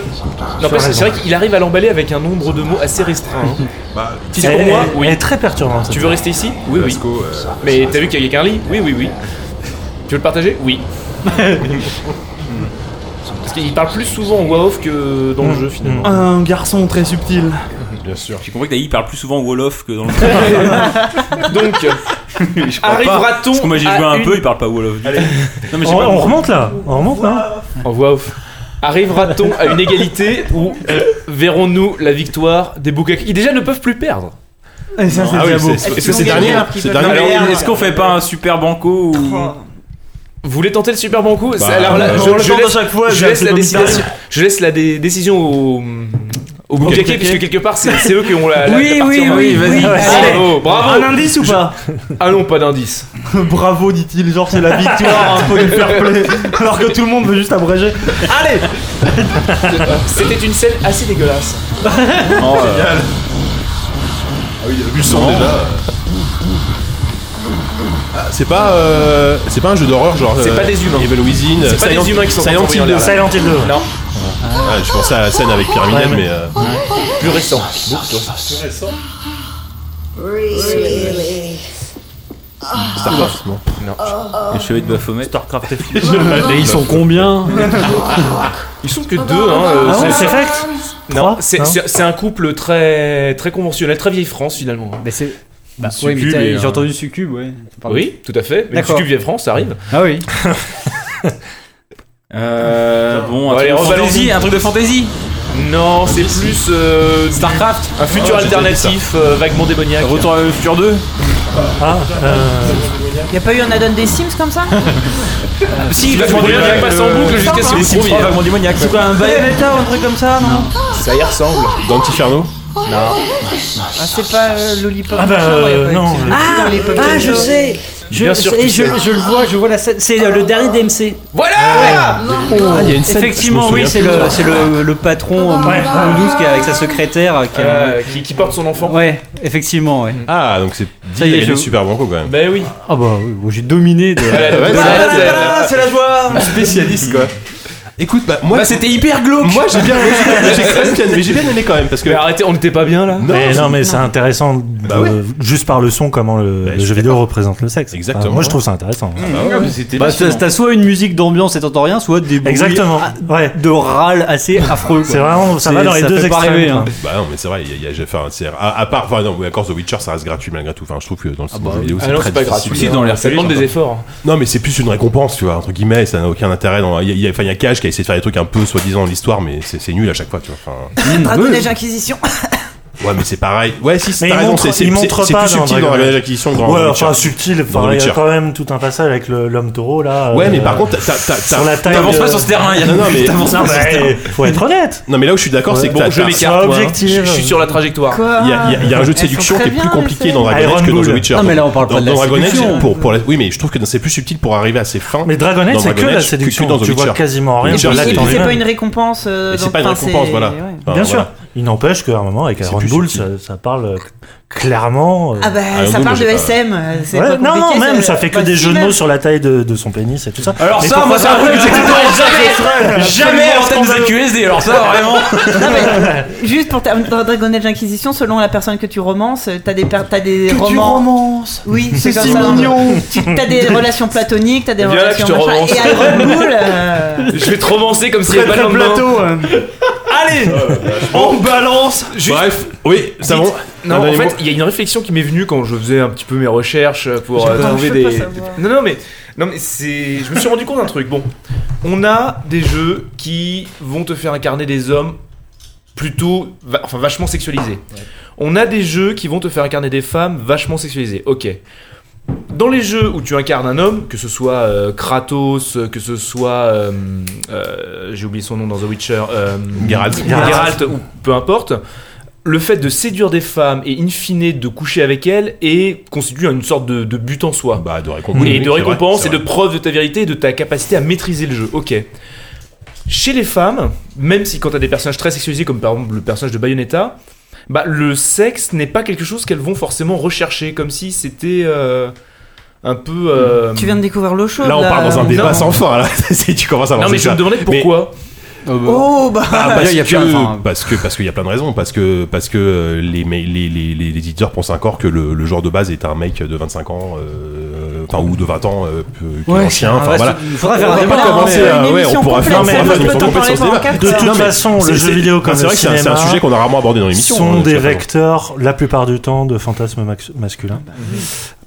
Speaker 5: Non, parce que c'est vrai qu'il arrive à l'emballer avec un nombre de mots assez restreint. hein. Tu sais,
Speaker 8: Elle-
Speaker 5: pour moi,
Speaker 8: elle-
Speaker 5: eh, oui.
Speaker 8: Elle est très perturbante.
Speaker 5: Tu veux rester ici Oui, oui.
Speaker 2: Vasco, euh,
Speaker 5: Mais t'as vu qu'il y a qu'un lit Oui, oui, oui. Tu veux le partager Oui. Parce qu'il parle plus souvent en WoW que dans le
Speaker 6: Mm,
Speaker 5: jeu finalement.
Speaker 4: Un garçon très subtil.
Speaker 2: Bien sûr.
Speaker 6: J'ai compris que Daï parle plus souvent Wolof que dans le.
Speaker 5: Donc, euh,
Speaker 6: Je crois pas.
Speaker 5: arrivera-t-on
Speaker 6: Parce que moi j'ai
Speaker 5: à
Speaker 6: joué un
Speaker 5: Ah, une-
Speaker 6: peu, il parle pas Wolof. du tout. Non mais
Speaker 8: On,
Speaker 6: j'ai pas
Speaker 8: on remonte là On remonte là
Speaker 5: en voix off. Arrivera-t-on à une égalité où euh, verrons-nous la victoire des Bukaki Ils déjà ne peuvent plus perdre.
Speaker 4: Et ça, c'est
Speaker 2: Ah oui,
Speaker 4: Diabo.
Speaker 2: c'est- c'est-
Speaker 7: Est-ce
Speaker 2: c'est
Speaker 7: que l'on gagne
Speaker 2: dernier Ah,
Speaker 7: un
Speaker 2: là
Speaker 7: prix
Speaker 2: C'est
Speaker 7: de
Speaker 2: dernier
Speaker 7: Nobel
Speaker 6: Alors, est-ce qu'on fait pas un super banco ou.
Speaker 5: Vous voulez tenter le super banco
Speaker 2: Bah,
Speaker 5: Alors là,
Speaker 2: euh,
Speaker 5: je,
Speaker 4: on le
Speaker 5: je
Speaker 4: tente à
Speaker 5: laisse,
Speaker 4: chaque fois,
Speaker 5: je
Speaker 4: je
Speaker 5: laisse
Speaker 4: vais
Speaker 5: la
Speaker 4: te donner
Speaker 5: décision, je laisse la dé- décision au, au Au bout
Speaker 6: Objectif,
Speaker 5: de puisque quelque part, c'est c'est eux qui ont la. la-
Speaker 4: Oui,
Speaker 5: la partie
Speaker 4: oui,
Speaker 5: en main.
Speaker 4: oui, vas-y.
Speaker 5: Bravo,
Speaker 4: Allez.
Speaker 5: Bravo.
Speaker 4: Un indice ou
Speaker 5: Je-
Speaker 4: pas
Speaker 5: Ah non, pas d'indice.
Speaker 4: Bravo, dit-il, genre c'est la victoire, hein, un peu du fair play. Alors que tout le monde veut juste abréger. Allez
Speaker 5: C'était une scène assez dégueulasse.
Speaker 6: Oh, euh,
Speaker 2: Ah
Speaker 5: Génial.
Speaker 2: oui, le son déjà. Ah, C'est pas, euh, c'est pas un jeu d'horreur genre.
Speaker 5: C'est
Speaker 2: euh,
Speaker 5: pas des humains.
Speaker 2: Evil Within.
Speaker 5: C'est pas
Speaker 2: Silent-
Speaker 5: des humains qui sont
Speaker 2: Silent
Speaker 5: envoyés en
Speaker 2: Hill 2.
Speaker 5: l'air. Non.
Speaker 2: Ah, je pensais à la scène avec Pyramid Head, mais. euh,
Speaker 5: Plus récent.
Speaker 2: Starcraft, non.
Speaker 6: Les cheveux de Baphomet.
Speaker 4: Starcraft est fou.
Speaker 2: euh,
Speaker 6: Et ils sont
Speaker 9: combien
Speaker 5: Ils sont que deux, hein. euh,
Speaker 8: Ah ouais, c'est vrai
Speaker 5: Non,
Speaker 8: Trois,
Speaker 5: c'est-
Speaker 8: non
Speaker 5: c'est c'est un couple très, très conventionnel, très vieille France finalement.
Speaker 9: Mais c'est.
Speaker 5: Bah,
Speaker 9: oui, mais t'as- j'ai entendu Succube, ouais. Pardon.
Speaker 5: Oui, tout à fait. Mais
Speaker 9: D'accord.
Speaker 5: Succube vieille France, ça arrive.
Speaker 9: Ah oui.
Speaker 6: Euh, bon, un
Speaker 5: Bon, allez,
Speaker 6: truc de
Speaker 5: revalons-nous.
Speaker 6: fantasy, un truc de fantasy.
Speaker 5: Non, c'est plus. euh,
Speaker 6: Starcraft.
Speaker 5: Un futur
Speaker 6: Oh, j'ai déjà dit
Speaker 5: alternatif euh, vaguement démoniaque. Euh,
Speaker 6: Retour à le futur 2
Speaker 8: Ah,
Speaker 7: Y a pas eu un add-on des Sims comme ça
Speaker 5: Si, vaguement démoniaque passe en boucle jusqu'à ce que vous trouviez.
Speaker 6: Vaguement démoniaque.
Speaker 4: C'est pas un Bayonetta ou un truc comme ça, non,
Speaker 5: Ça y ressemble.
Speaker 2: Dans Tiferno
Speaker 5: Non.
Speaker 7: Ah, C'est pas euh, Lollipop.
Speaker 8: Ah bah,
Speaker 7: machin, ouais,
Speaker 8: euh,
Speaker 7: ouais,
Speaker 8: non.
Speaker 7: c'est-
Speaker 13: Ah,
Speaker 7: dans les Pokémon.
Speaker 13: ah, je sais. Je,
Speaker 5: Bien sûr
Speaker 13: je-
Speaker 5: que
Speaker 13: et
Speaker 5: tu
Speaker 13: je,
Speaker 5: sais.
Speaker 13: je le vois, je vois la scène. C'est euh, le dernier DMC.
Speaker 5: Voilà
Speaker 13: Ah,
Speaker 9: il y a une scène, Effectivement, oui, c'est le, c'est le, le patron euh, Moulin douce qui est avec sa secrétaire. euh, Qui, a-
Speaker 5: Euh, qui, qui porte son enfant.
Speaker 9: Ouais, effectivement, ouais.
Speaker 2: Ah, donc c'est.
Speaker 9: Ça y est,
Speaker 2: Il
Speaker 9: je-
Speaker 2: est super banco quand même.
Speaker 5: Ben oui.
Speaker 9: Ah bah oui, moi, j'ai dominé. De...
Speaker 5: Ouais,
Speaker 2: ouais,
Speaker 5: c'est- c'est-
Speaker 4: Ah, c'est la joie
Speaker 2: Spécialiste quoi. Écoute, bah moi.
Speaker 6: Bah, c'était hyper glauque.
Speaker 2: Moi j'ai bien, j'ai quand même bien- mais j'ai bien aimé quand même parce que.
Speaker 5: Mais arrêtez, on n'était pas bien là.
Speaker 2: Non,
Speaker 8: mais
Speaker 2: c'est-
Speaker 8: Eh, non, mais c'est intéressant de-
Speaker 2: Bah ouais. Bah,
Speaker 8: juste par le son comment le, le
Speaker 2: je suis
Speaker 8: jeu vidéo représente le sexe.
Speaker 2: Exactement. Mmh.
Speaker 8: Enfin, moi, je trouve ça intéressant.
Speaker 9: Bah, t'as t'as soit une musique d'ambiance et t'entends rien, soit des bruits
Speaker 8: Exactement.
Speaker 2: Ah.
Speaker 9: a-
Speaker 8: Ouais.
Speaker 9: de râle assez affreux. quoi.
Speaker 8: C'est vraiment- ça va
Speaker 9: C'est-
Speaker 8: dans les
Speaker 9: ça
Speaker 8: deux
Speaker 9: fait pas
Speaker 8: extrêmes,
Speaker 9: rêver,
Speaker 8: quoi.
Speaker 9: hein.
Speaker 2: Bah non, mais c'est vrai, il y a, il y a- enfin, c'est- à, à part, enfin non, mais encore The Witcher, ça reste gratuit malgré tout. Enfin, je trouve que dans le
Speaker 5: Ah
Speaker 2: jeu vidéo,
Speaker 5: non, c'est
Speaker 2: très
Speaker 5: pas
Speaker 2: difficile.
Speaker 5: gratuit. hein. dans l'air, ça demande des efforts.
Speaker 2: Non, mais c'est plus une récompense, tu vois, entre guillemets, ça n'a aucun intérêt. Dans... Il y a- il y a, enfin, il y a Cash qui a essayé de faire des trucs un peu soi-disant dans l'histoire, mais c'est c'est nul à chaque fois, tu vois. Enfin,
Speaker 7: Dragon Age Inquisition.
Speaker 2: ouais, mais c'est pareil. Ouais, si,
Speaker 8: Mais
Speaker 2: c'est
Speaker 8: il
Speaker 2: raison,
Speaker 8: montre-
Speaker 2: c'est c'est-
Speaker 8: il
Speaker 2: c'est-
Speaker 8: montre
Speaker 2: c'est
Speaker 8: pas
Speaker 2: plus
Speaker 8: dans
Speaker 2: subtil
Speaker 8: Dragon
Speaker 2: dans la
Speaker 8: Age.
Speaker 2: Acquisition que dans
Speaker 8: Ouais,
Speaker 2: The
Speaker 8: enfin
Speaker 2: Witcher.
Speaker 8: subtil.
Speaker 2: Dans The
Speaker 8: Enfin, il y
Speaker 2: Witcher.
Speaker 8: a quand même tout un passage avec le- l'homme taureau là.
Speaker 2: Ouais,
Speaker 8: euh,
Speaker 2: mais par contre, t'as- t'as- t'as-
Speaker 8: sur la taille.
Speaker 6: T'avances pas
Speaker 8: euh,
Speaker 6: sur ce terrain, Yann.
Speaker 2: Non, non, mais-
Speaker 6: T'avances
Speaker 8: Non,
Speaker 6: pas sur ce terrain.
Speaker 8: mais faut être honnête.
Speaker 2: Non, mais là où je suis d'accord,
Speaker 8: Ouais.
Speaker 2: c'est que
Speaker 5: Bon,
Speaker 2: t'as-
Speaker 5: je
Speaker 2: t'as-
Speaker 5: m'écarte. moi, hein. Je
Speaker 8: objectif.
Speaker 5: je suis sur la trajectoire.
Speaker 7: Quoi
Speaker 2: Il y, a- il y a- il y a un jeu de
Speaker 7: Elles sont
Speaker 2: séduction qui
Speaker 7: très
Speaker 2: est plus
Speaker 7: bien,
Speaker 2: compliqué
Speaker 7: les
Speaker 2: dans Dragon
Speaker 8: Iron
Speaker 2: Age que dans The
Speaker 8: Bull.
Speaker 2: Witcher.
Speaker 9: Non, mais là, on parle
Speaker 2: dans,
Speaker 9: pas de la
Speaker 2: dans Dragon Age,
Speaker 9: séduction.
Speaker 2: pour, pour la- Oui, mais je trouve que c'est plus subtil pour arriver à ses fins.
Speaker 8: Mais Dragon Age,
Speaker 2: dans
Speaker 8: c'est que
Speaker 2: Dragon
Speaker 8: la
Speaker 2: Age que
Speaker 8: séduction.
Speaker 2: dans The
Speaker 8: Tu vois
Speaker 2: Witcher.
Speaker 8: quasiment rien
Speaker 7: Et
Speaker 8: sur
Speaker 7: puis,
Speaker 8: l'acte
Speaker 7: et
Speaker 8: en
Speaker 7: puis c'est
Speaker 8: lui-même.
Speaker 7: pas une récompense. euh,
Speaker 2: Et c'est
Speaker 7: donc,
Speaker 2: pas une
Speaker 7: enfin,
Speaker 2: récompense, voilà.
Speaker 7: ouais.
Speaker 2: Enfin,
Speaker 8: Bien
Speaker 2: voilà.
Speaker 8: sûr. Il n'empêche qu'à un moment, avec
Speaker 2: C'est
Speaker 8: Iron
Speaker 2: plus Ah,
Speaker 8: Bull,
Speaker 2: subtil.
Speaker 8: ça, ça parle euh, clairement. euh,
Speaker 7: Ah bah
Speaker 2: Iron
Speaker 7: ça
Speaker 2: Dome,
Speaker 7: parle
Speaker 2: j'ai
Speaker 7: de
Speaker 2: pas-
Speaker 7: SM. euh, c'est
Speaker 8: ouais,
Speaker 7: pas
Speaker 8: non, non,
Speaker 7: compliqué,
Speaker 8: même, ça fait que
Speaker 7: bah,
Speaker 8: des
Speaker 7: si,
Speaker 8: jeux de
Speaker 7: même.
Speaker 8: mots sur la taille de, de son pénis et tout ça.
Speaker 2: Ah,
Speaker 6: Alors
Speaker 8: Mais
Speaker 6: ça,
Speaker 8: faut
Speaker 6: moi,
Speaker 8: pas-
Speaker 6: c'est un truc que j'écouterai jamais, jamais à l'antenne des QSD. Alors ça, vraiment.
Speaker 7: Non, mais Juste pour terminer, dans Dragon Age Inquisition, selon la personne que tu romances, t'as des, per- t'as des romans.
Speaker 4: romances
Speaker 7: Oui, c'est comme
Speaker 4: si
Speaker 7: ça.
Speaker 4: mignon.
Speaker 7: Tu- T'as des relations platoniques, t'as des
Speaker 5: Viens là que
Speaker 7: relations.
Speaker 5: je te
Speaker 7: machin.
Speaker 5: romance.
Speaker 7: Et Iron Bull. euh,
Speaker 5: Je vais te romancer comme s'il y
Speaker 4: Très
Speaker 5: avait pas de
Speaker 4: très
Speaker 5: lendemain.
Speaker 4: plateau hein. Allez On balance
Speaker 2: Bref, oui, ça
Speaker 5: Vite.
Speaker 2: bon.
Speaker 5: Non,
Speaker 2: Un
Speaker 5: en
Speaker 2: dernier mot
Speaker 5: fait, il y a une réflexion qui m'est venue quand je faisais un petit peu mes recherches pour euh,
Speaker 7: pas-
Speaker 5: trouver
Speaker 7: je peux
Speaker 5: des.
Speaker 7: pas savoir.
Speaker 5: Non, non, mais non, mais c'est. Je me suis rendu compte d'un truc. Bon, on a des jeux qui vont te faire incarner des hommes plutôt, va- enfin, vachement sexualisés. On a des jeux qui vont te faire incarner des femmes vachement sexualisées. Ok. Dans les jeux où tu incarnes un homme, que ce soit euh, Kratos, que ce soit. euh, euh, J'ai oublié son nom dans The Witcher. euh,
Speaker 2: Geralt.
Speaker 5: Geralt. Geralt, ou peu importe. Le fait de séduire des femmes et in fine de coucher avec elles est, constitue une sorte de, de but en soi.
Speaker 2: Bah, de récompense.
Speaker 5: et de récompense et de
Speaker 2: de
Speaker 5: preuve de ta vérité et de ta capacité à maîtriser le jeu. Ok. Chez les femmes, même si quand t'as des personnages très sexualisés, comme par exemple le personnage de Bayonetta, bah, le sexe n'est pas quelque chose qu'elles vont forcément rechercher, comme si c'était euh, un peu. euh,
Speaker 7: Tu viens de découvrir l'eau chaude.
Speaker 2: Là, on part dans un
Speaker 5: Non.
Speaker 2: débat sans fin. Là, si tu commences à
Speaker 5: Non,
Speaker 2: lancer
Speaker 5: mais je me
Speaker 2: ça.
Speaker 5: demandais
Speaker 2: Mais-
Speaker 5: pourquoi.
Speaker 7: Oh bah.
Speaker 2: Ah,
Speaker 9: Ah,
Speaker 2: parce,
Speaker 9: il y a
Speaker 2: que,
Speaker 9: plein, enfin,
Speaker 2: parce que parce qu'il y a plein de raisons parce que parce que euh, les ma- les, les, les- les éditeurs pensent encore que le, le genre de base est un mec de 25 ans euh, enfin ou de 20 ans euh, peu- qui est
Speaker 9: Ouais, Ah,
Speaker 2: ancien
Speaker 9: c'est un
Speaker 2: enfin
Speaker 9: vaste-
Speaker 2: voilà
Speaker 9: il faudra faire un
Speaker 2: va
Speaker 9: débat,
Speaker 2: pas
Speaker 9: hein,
Speaker 2: commencer
Speaker 9: c'est
Speaker 2: à-
Speaker 7: une
Speaker 2: ouais,
Speaker 7: émission
Speaker 2: on pourra faire
Speaker 7: complète,
Speaker 2: un
Speaker 8: mais
Speaker 2: débat,
Speaker 8: on
Speaker 2: mais on
Speaker 8: peut
Speaker 2: s'en
Speaker 8: en
Speaker 2: fout
Speaker 7: parler
Speaker 2: de ce
Speaker 7: pendant
Speaker 2: débat.
Speaker 7: quatre
Speaker 8: De
Speaker 7: heures.
Speaker 8: toute
Speaker 2: bah, Non, mais
Speaker 8: façon,
Speaker 2: c'est-
Speaker 8: le jeu
Speaker 2: c'est-
Speaker 8: vidéo comme
Speaker 2: c'est
Speaker 8: le
Speaker 2: vrai que c'est un- c'est un
Speaker 8: cinéma
Speaker 2: sujet qu'on a rarement abordé dans l'émission
Speaker 8: sont
Speaker 2: hein, tu
Speaker 8: des
Speaker 2: as raison.
Speaker 8: vecteurs la plupart du temps de fantasmes max- masculins.
Speaker 2: Bah,
Speaker 8: Mmh.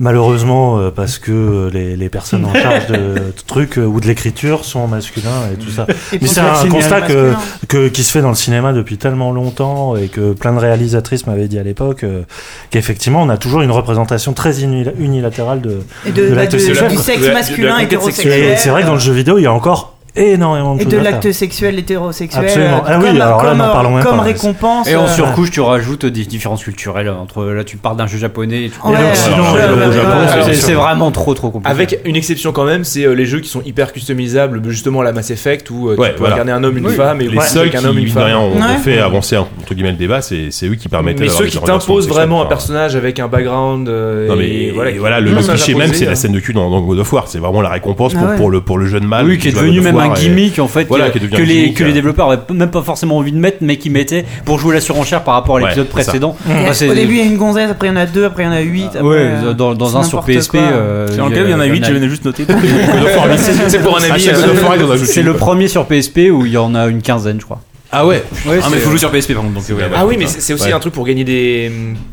Speaker 8: Malheureusement, euh, parce que euh, les, les personnes en charge de de trucs euh, ou de l'écriture sont masculins et tout ça.
Speaker 7: Et
Speaker 8: Mais
Speaker 7: pour
Speaker 8: c'est
Speaker 7: faire
Speaker 8: un
Speaker 7: signaler
Speaker 8: constat que,
Speaker 7: masculin.
Speaker 8: que- qui se fait dans le cinéma depuis tellement longtemps et que plein de réalisatrices m'avaient dit à l'époque euh, qu'effectivement, on a toujours une représentation très unil- unilatérale de,
Speaker 7: Et de, bah,
Speaker 8: l'acte
Speaker 7: de-
Speaker 8: sexuel.
Speaker 7: du
Speaker 8: quoi.
Speaker 7: sexe
Speaker 5: de la- de la
Speaker 7: masculin
Speaker 5: conquête
Speaker 7: hétérosexuel.
Speaker 8: Et c'est vrai que dans le jeu vidéo, il y a encore énormément de
Speaker 7: Et
Speaker 8: choses
Speaker 7: de
Speaker 8: à faire.
Speaker 7: l'acte sexuel hétérosexuel.
Speaker 8: Absolument.
Speaker 7: euh,
Speaker 8: Ah oui,
Speaker 7: comme,
Speaker 8: alors là,
Speaker 7: comme,
Speaker 8: n'en parlons même
Speaker 7: comme
Speaker 8: pas.
Speaker 7: récompense.
Speaker 9: Et en
Speaker 7: euh,
Speaker 9: surcouche, tu rajoutes des différences culturelles entre là, tu parles d'un jeu japonais. Et tu
Speaker 7: Ouais,
Speaker 9: Alors,
Speaker 7: sinon,
Speaker 9: c'est-
Speaker 7: euh, au Japon,
Speaker 9: c'est-
Speaker 7: c'est-
Speaker 9: c'est-
Speaker 7: sûr.
Speaker 9: c'est vraiment trop trop compliqué.
Speaker 5: Avec une exception quand même, c'est euh, les jeux qui sont hyper customisables, justement la Mass Effect où euh, tu
Speaker 2: Ouais,
Speaker 5: peux
Speaker 2: voilà.
Speaker 5: incarner un homme, une
Speaker 2: Oui.
Speaker 5: femme, et
Speaker 2: les
Speaker 5: ouais,
Speaker 2: seuls
Speaker 5: avec
Speaker 2: qui,
Speaker 5: un homme, une
Speaker 2: mine de
Speaker 5: femme.
Speaker 2: rien, ont ont fait avancer entre guillemets le débat, c'est c'est eux qui permettent.
Speaker 5: Mais ceux qui t'imposent vraiment un personnage avec un background. euh,
Speaker 2: Non mais
Speaker 5: et
Speaker 2: et voilà,
Speaker 5: voilà, qui-
Speaker 2: le,
Speaker 5: un
Speaker 2: le
Speaker 5: personnage
Speaker 2: cliché
Speaker 5: imposé,
Speaker 2: même, c'est
Speaker 5: hein.
Speaker 2: la scène de cul dans, dans God of War. C'est vraiment la récompense
Speaker 9: Ah
Speaker 2: pour,
Speaker 9: ouais.
Speaker 2: pour le pour Ah, le jeune mâle.
Speaker 9: oui, qui est
Speaker 2: joue à God
Speaker 9: devenu
Speaker 2: of
Speaker 9: même
Speaker 2: War et-
Speaker 9: un gimmick en fait
Speaker 2: Voilà, qui
Speaker 9: que,
Speaker 2: est devenu
Speaker 9: que
Speaker 2: un
Speaker 9: les,
Speaker 2: gimmick,
Speaker 9: que
Speaker 2: euh.
Speaker 9: les développeurs avaient même pas forcément envie de mettre, mais qui mettaient pour jouer la surenchère par rapport à
Speaker 2: Ouais,
Speaker 9: l'épisode
Speaker 2: c'est ça.
Speaker 9: précédent.
Speaker 7: et
Speaker 9: Bah, c'est-
Speaker 7: Mmh. euh, au début, il y a une gonzesse, après, il y en a deux, après, il y en a huit. après,
Speaker 9: Ouais,
Speaker 7: euh,
Speaker 9: dans, dans
Speaker 7: c'est
Speaker 9: un sur
Speaker 7: n'importe
Speaker 9: PSP.
Speaker 7: quoi.
Speaker 9: euh,
Speaker 12: Dans lequel il y en a 8, je l'ai juste noté.
Speaker 9: C'est-
Speaker 5: C'est pour
Speaker 2: Ah,
Speaker 5: un ami.
Speaker 9: c'est-
Speaker 5: euh,
Speaker 9: C'est le premier sur PSP où il y en a une quinzaine, je crois.
Speaker 2: Ah ouais.
Speaker 6: Ah, mais faut jouer sur PSP par contre. donc, ouais,
Speaker 5: Ah
Speaker 6: ouais,
Speaker 5: oui, mais
Speaker 6: putain.
Speaker 5: c'est c'est aussi
Speaker 6: Ouais.
Speaker 5: un truc pour gagner des.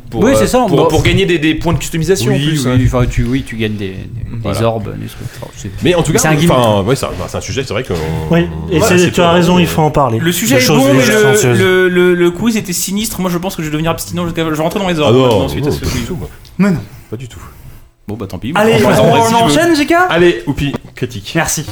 Speaker 5: Pour,
Speaker 9: Oui,
Speaker 5: euh,
Speaker 9: c'est ça,
Speaker 5: Pour,
Speaker 9: bah-
Speaker 5: pour gagner des, des points de customisation en
Speaker 9: Oui,
Speaker 5: plus.
Speaker 9: oui,
Speaker 5: hein.
Speaker 9: enfin, tu, oui, tu gagnes des, des- des
Speaker 5: Voilà.
Speaker 9: orbes, des trucs. Enfin, c'est-
Speaker 2: Mais en tout cas,
Speaker 9: c'est un gimmick.
Speaker 2: enfin, ouais, c'est un, c'est un sujet, c'est vrai que.
Speaker 8: Oui, et
Speaker 2: Voilà,
Speaker 8: c'est-
Speaker 2: c'est
Speaker 8: tu as
Speaker 2: pas-
Speaker 8: raison, il faut en parler.
Speaker 2: Le
Speaker 8: De
Speaker 6: sujet est
Speaker 8: choses
Speaker 6: bon, mais le,
Speaker 8: substantieuses.
Speaker 6: le, le, le quiz était sinistre. Moi, je pense que je vais devenir abstinent jusqu'à. Je vais rentrer dans les ordres
Speaker 2: Ah non,
Speaker 6: maintenant, suite à
Speaker 2: non,
Speaker 6: ce
Speaker 2: pas du
Speaker 6: quiz.
Speaker 2: tout, moi.
Speaker 4: Mais non.
Speaker 2: Pas du tout. Bon, bah tant pis.
Speaker 4: Allez,
Speaker 2: Enfin,
Speaker 4: on,
Speaker 2: en vrai, si
Speaker 4: on
Speaker 2: je veux.
Speaker 4: enchaîne, JK
Speaker 2: Allez, Oupi, critique.
Speaker 4: Merci.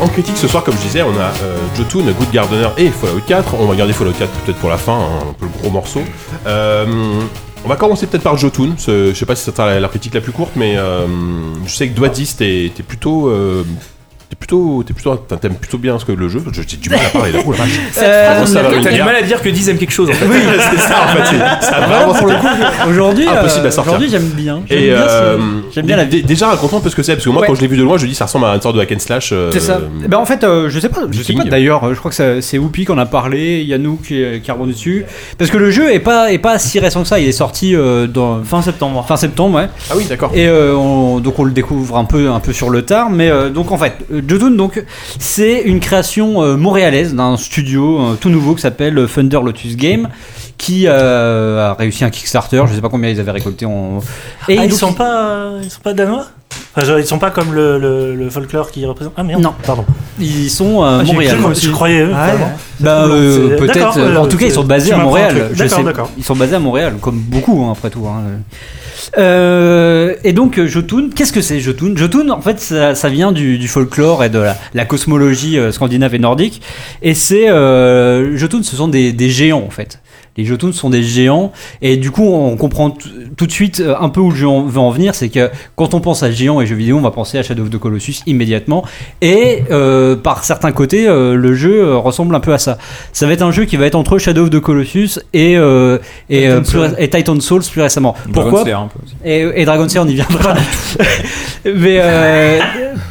Speaker 2: En critique ce soir, comme je disais, on a euh, Jotun, Good Gardener et Fallout 4. On va garder Fallout 4 peut-être pour la fin, hein, un peu le gros morceau. Euh, on va commencer peut-être par Jotun. ce- Je sais pas si ça sera la, la critique la plus courte, mais euh, je sais que Doidis, t'es t'es plutôt. euh, T'es plutôt, t'es plutôt, t'in- t'aimes plutôt bien ce que le jeu. Je- J'ai du mal à parler. Là. Ouh la vache.
Speaker 5: Cette
Speaker 2: Euh,
Speaker 5: phrase,
Speaker 2: ça va
Speaker 5: t'as du
Speaker 2: venir.
Speaker 5: mal à dire que 10 aime quelque chose en fait.
Speaker 2: Oui, c'est ça en fait. c'est- Ça a vraiment
Speaker 9: Ah, pour le
Speaker 2: été
Speaker 9: coup, aujourd'hui, euh,
Speaker 2: impossible à sortir.
Speaker 9: aujourd'hui, j'aime bien. J'aime
Speaker 2: Et
Speaker 9: bien ce-
Speaker 2: euh,
Speaker 9: j'aime bien la
Speaker 2: dé- Déjà, raconte un peu ce que c'est, parce que moi,
Speaker 9: Ouais.
Speaker 2: quand je l'ai vu de loin, je dis ça ressemble à une sorte de hack and slash. euh,
Speaker 9: C'est ça. Eh Ben en fait, euh, je sais pas. Je sais
Speaker 2: Viking.
Speaker 9: pas d'ailleurs. euh, Je crois que ça- c'est Whoopi qu'on a parlé. Yannou qui, est- qui a rebondi dessus. Parce que le jeu est pas est pas si récent que ça. Il est sorti euh, dans
Speaker 4: fin septembre.
Speaker 9: Fin septembre, ouais.
Speaker 2: Ah oui, d'accord.
Speaker 9: Et euh, on- donc on le découvre un peu un peu sur le tard. Mais euh, donc en fait, euh, Jotun donc c'est une création euh, montréalaise d'un studio euh, tout nouveau qui s'appelle euh, Thunder Lotus Game. Qui euh, a réussi un Kickstarter, je sais pas combien ils avaient récolté. En...
Speaker 8: Et Ah, ils,
Speaker 9: donc,
Speaker 8: sont pas, ils sont pas danois Enfin, genre, ils sont pas comme le, le- le folklore qui représente. Ah merde.
Speaker 9: Non.
Speaker 8: Pardon.
Speaker 9: Ils sont euh, à
Speaker 8: Ah, j'ai
Speaker 9: Montréal.
Speaker 8: cru comme si je croyais eux,
Speaker 9: Ouais.
Speaker 8: vraiment.
Speaker 9: Bah, euh,
Speaker 8: C'est-
Speaker 9: peut-être.
Speaker 8: d'accord,
Speaker 9: euh,
Speaker 8: euh,
Speaker 9: en tout cas, ils sont
Speaker 8: tu
Speaker 9: basés à
Speaker 8: m'apprends un
Speaker 9: Montréal.
Speaker 8: truc.
Speaker 9: Je
Speaker 8: D'accord,
Speaker 9: sais-
Speaker 8: d'accord.
Speaker 9: Ils sont basés à Montréal, comme beaucoup hein, après tout. hein. Euh, et donc euh, Jotun, qu'est-ce que c'est Jotun Jotun, en fait, ça, ça vient du, du folklore et de la, la cosmologie euh, scandinave et nordique. Et c'est euh, Jotun, ce sont des, des géants en fait. Les Jotuns sont des géants et du coup on comprend t- tout de suite euh, un peu où le jeu en- veut en venir, c'est que quand on pense à géants et jeux vidéo, on va penser à Shadow of the Colossus immédiatement et euh, par certains côtés euh, le jeu euh, ressemble un peu à ça. Ça va être un jeu qui va être entre Shadow of the Colossus et euh, et, euh, plus ré- et Titan Souls plus récemment.
Speaker 6: Dragon
Speaker 9: Pourquoi
Speaker 6: Slayer, un peu aussi.
Speaker 9: et, et Dragon Slayer on y viendra. Mais euh,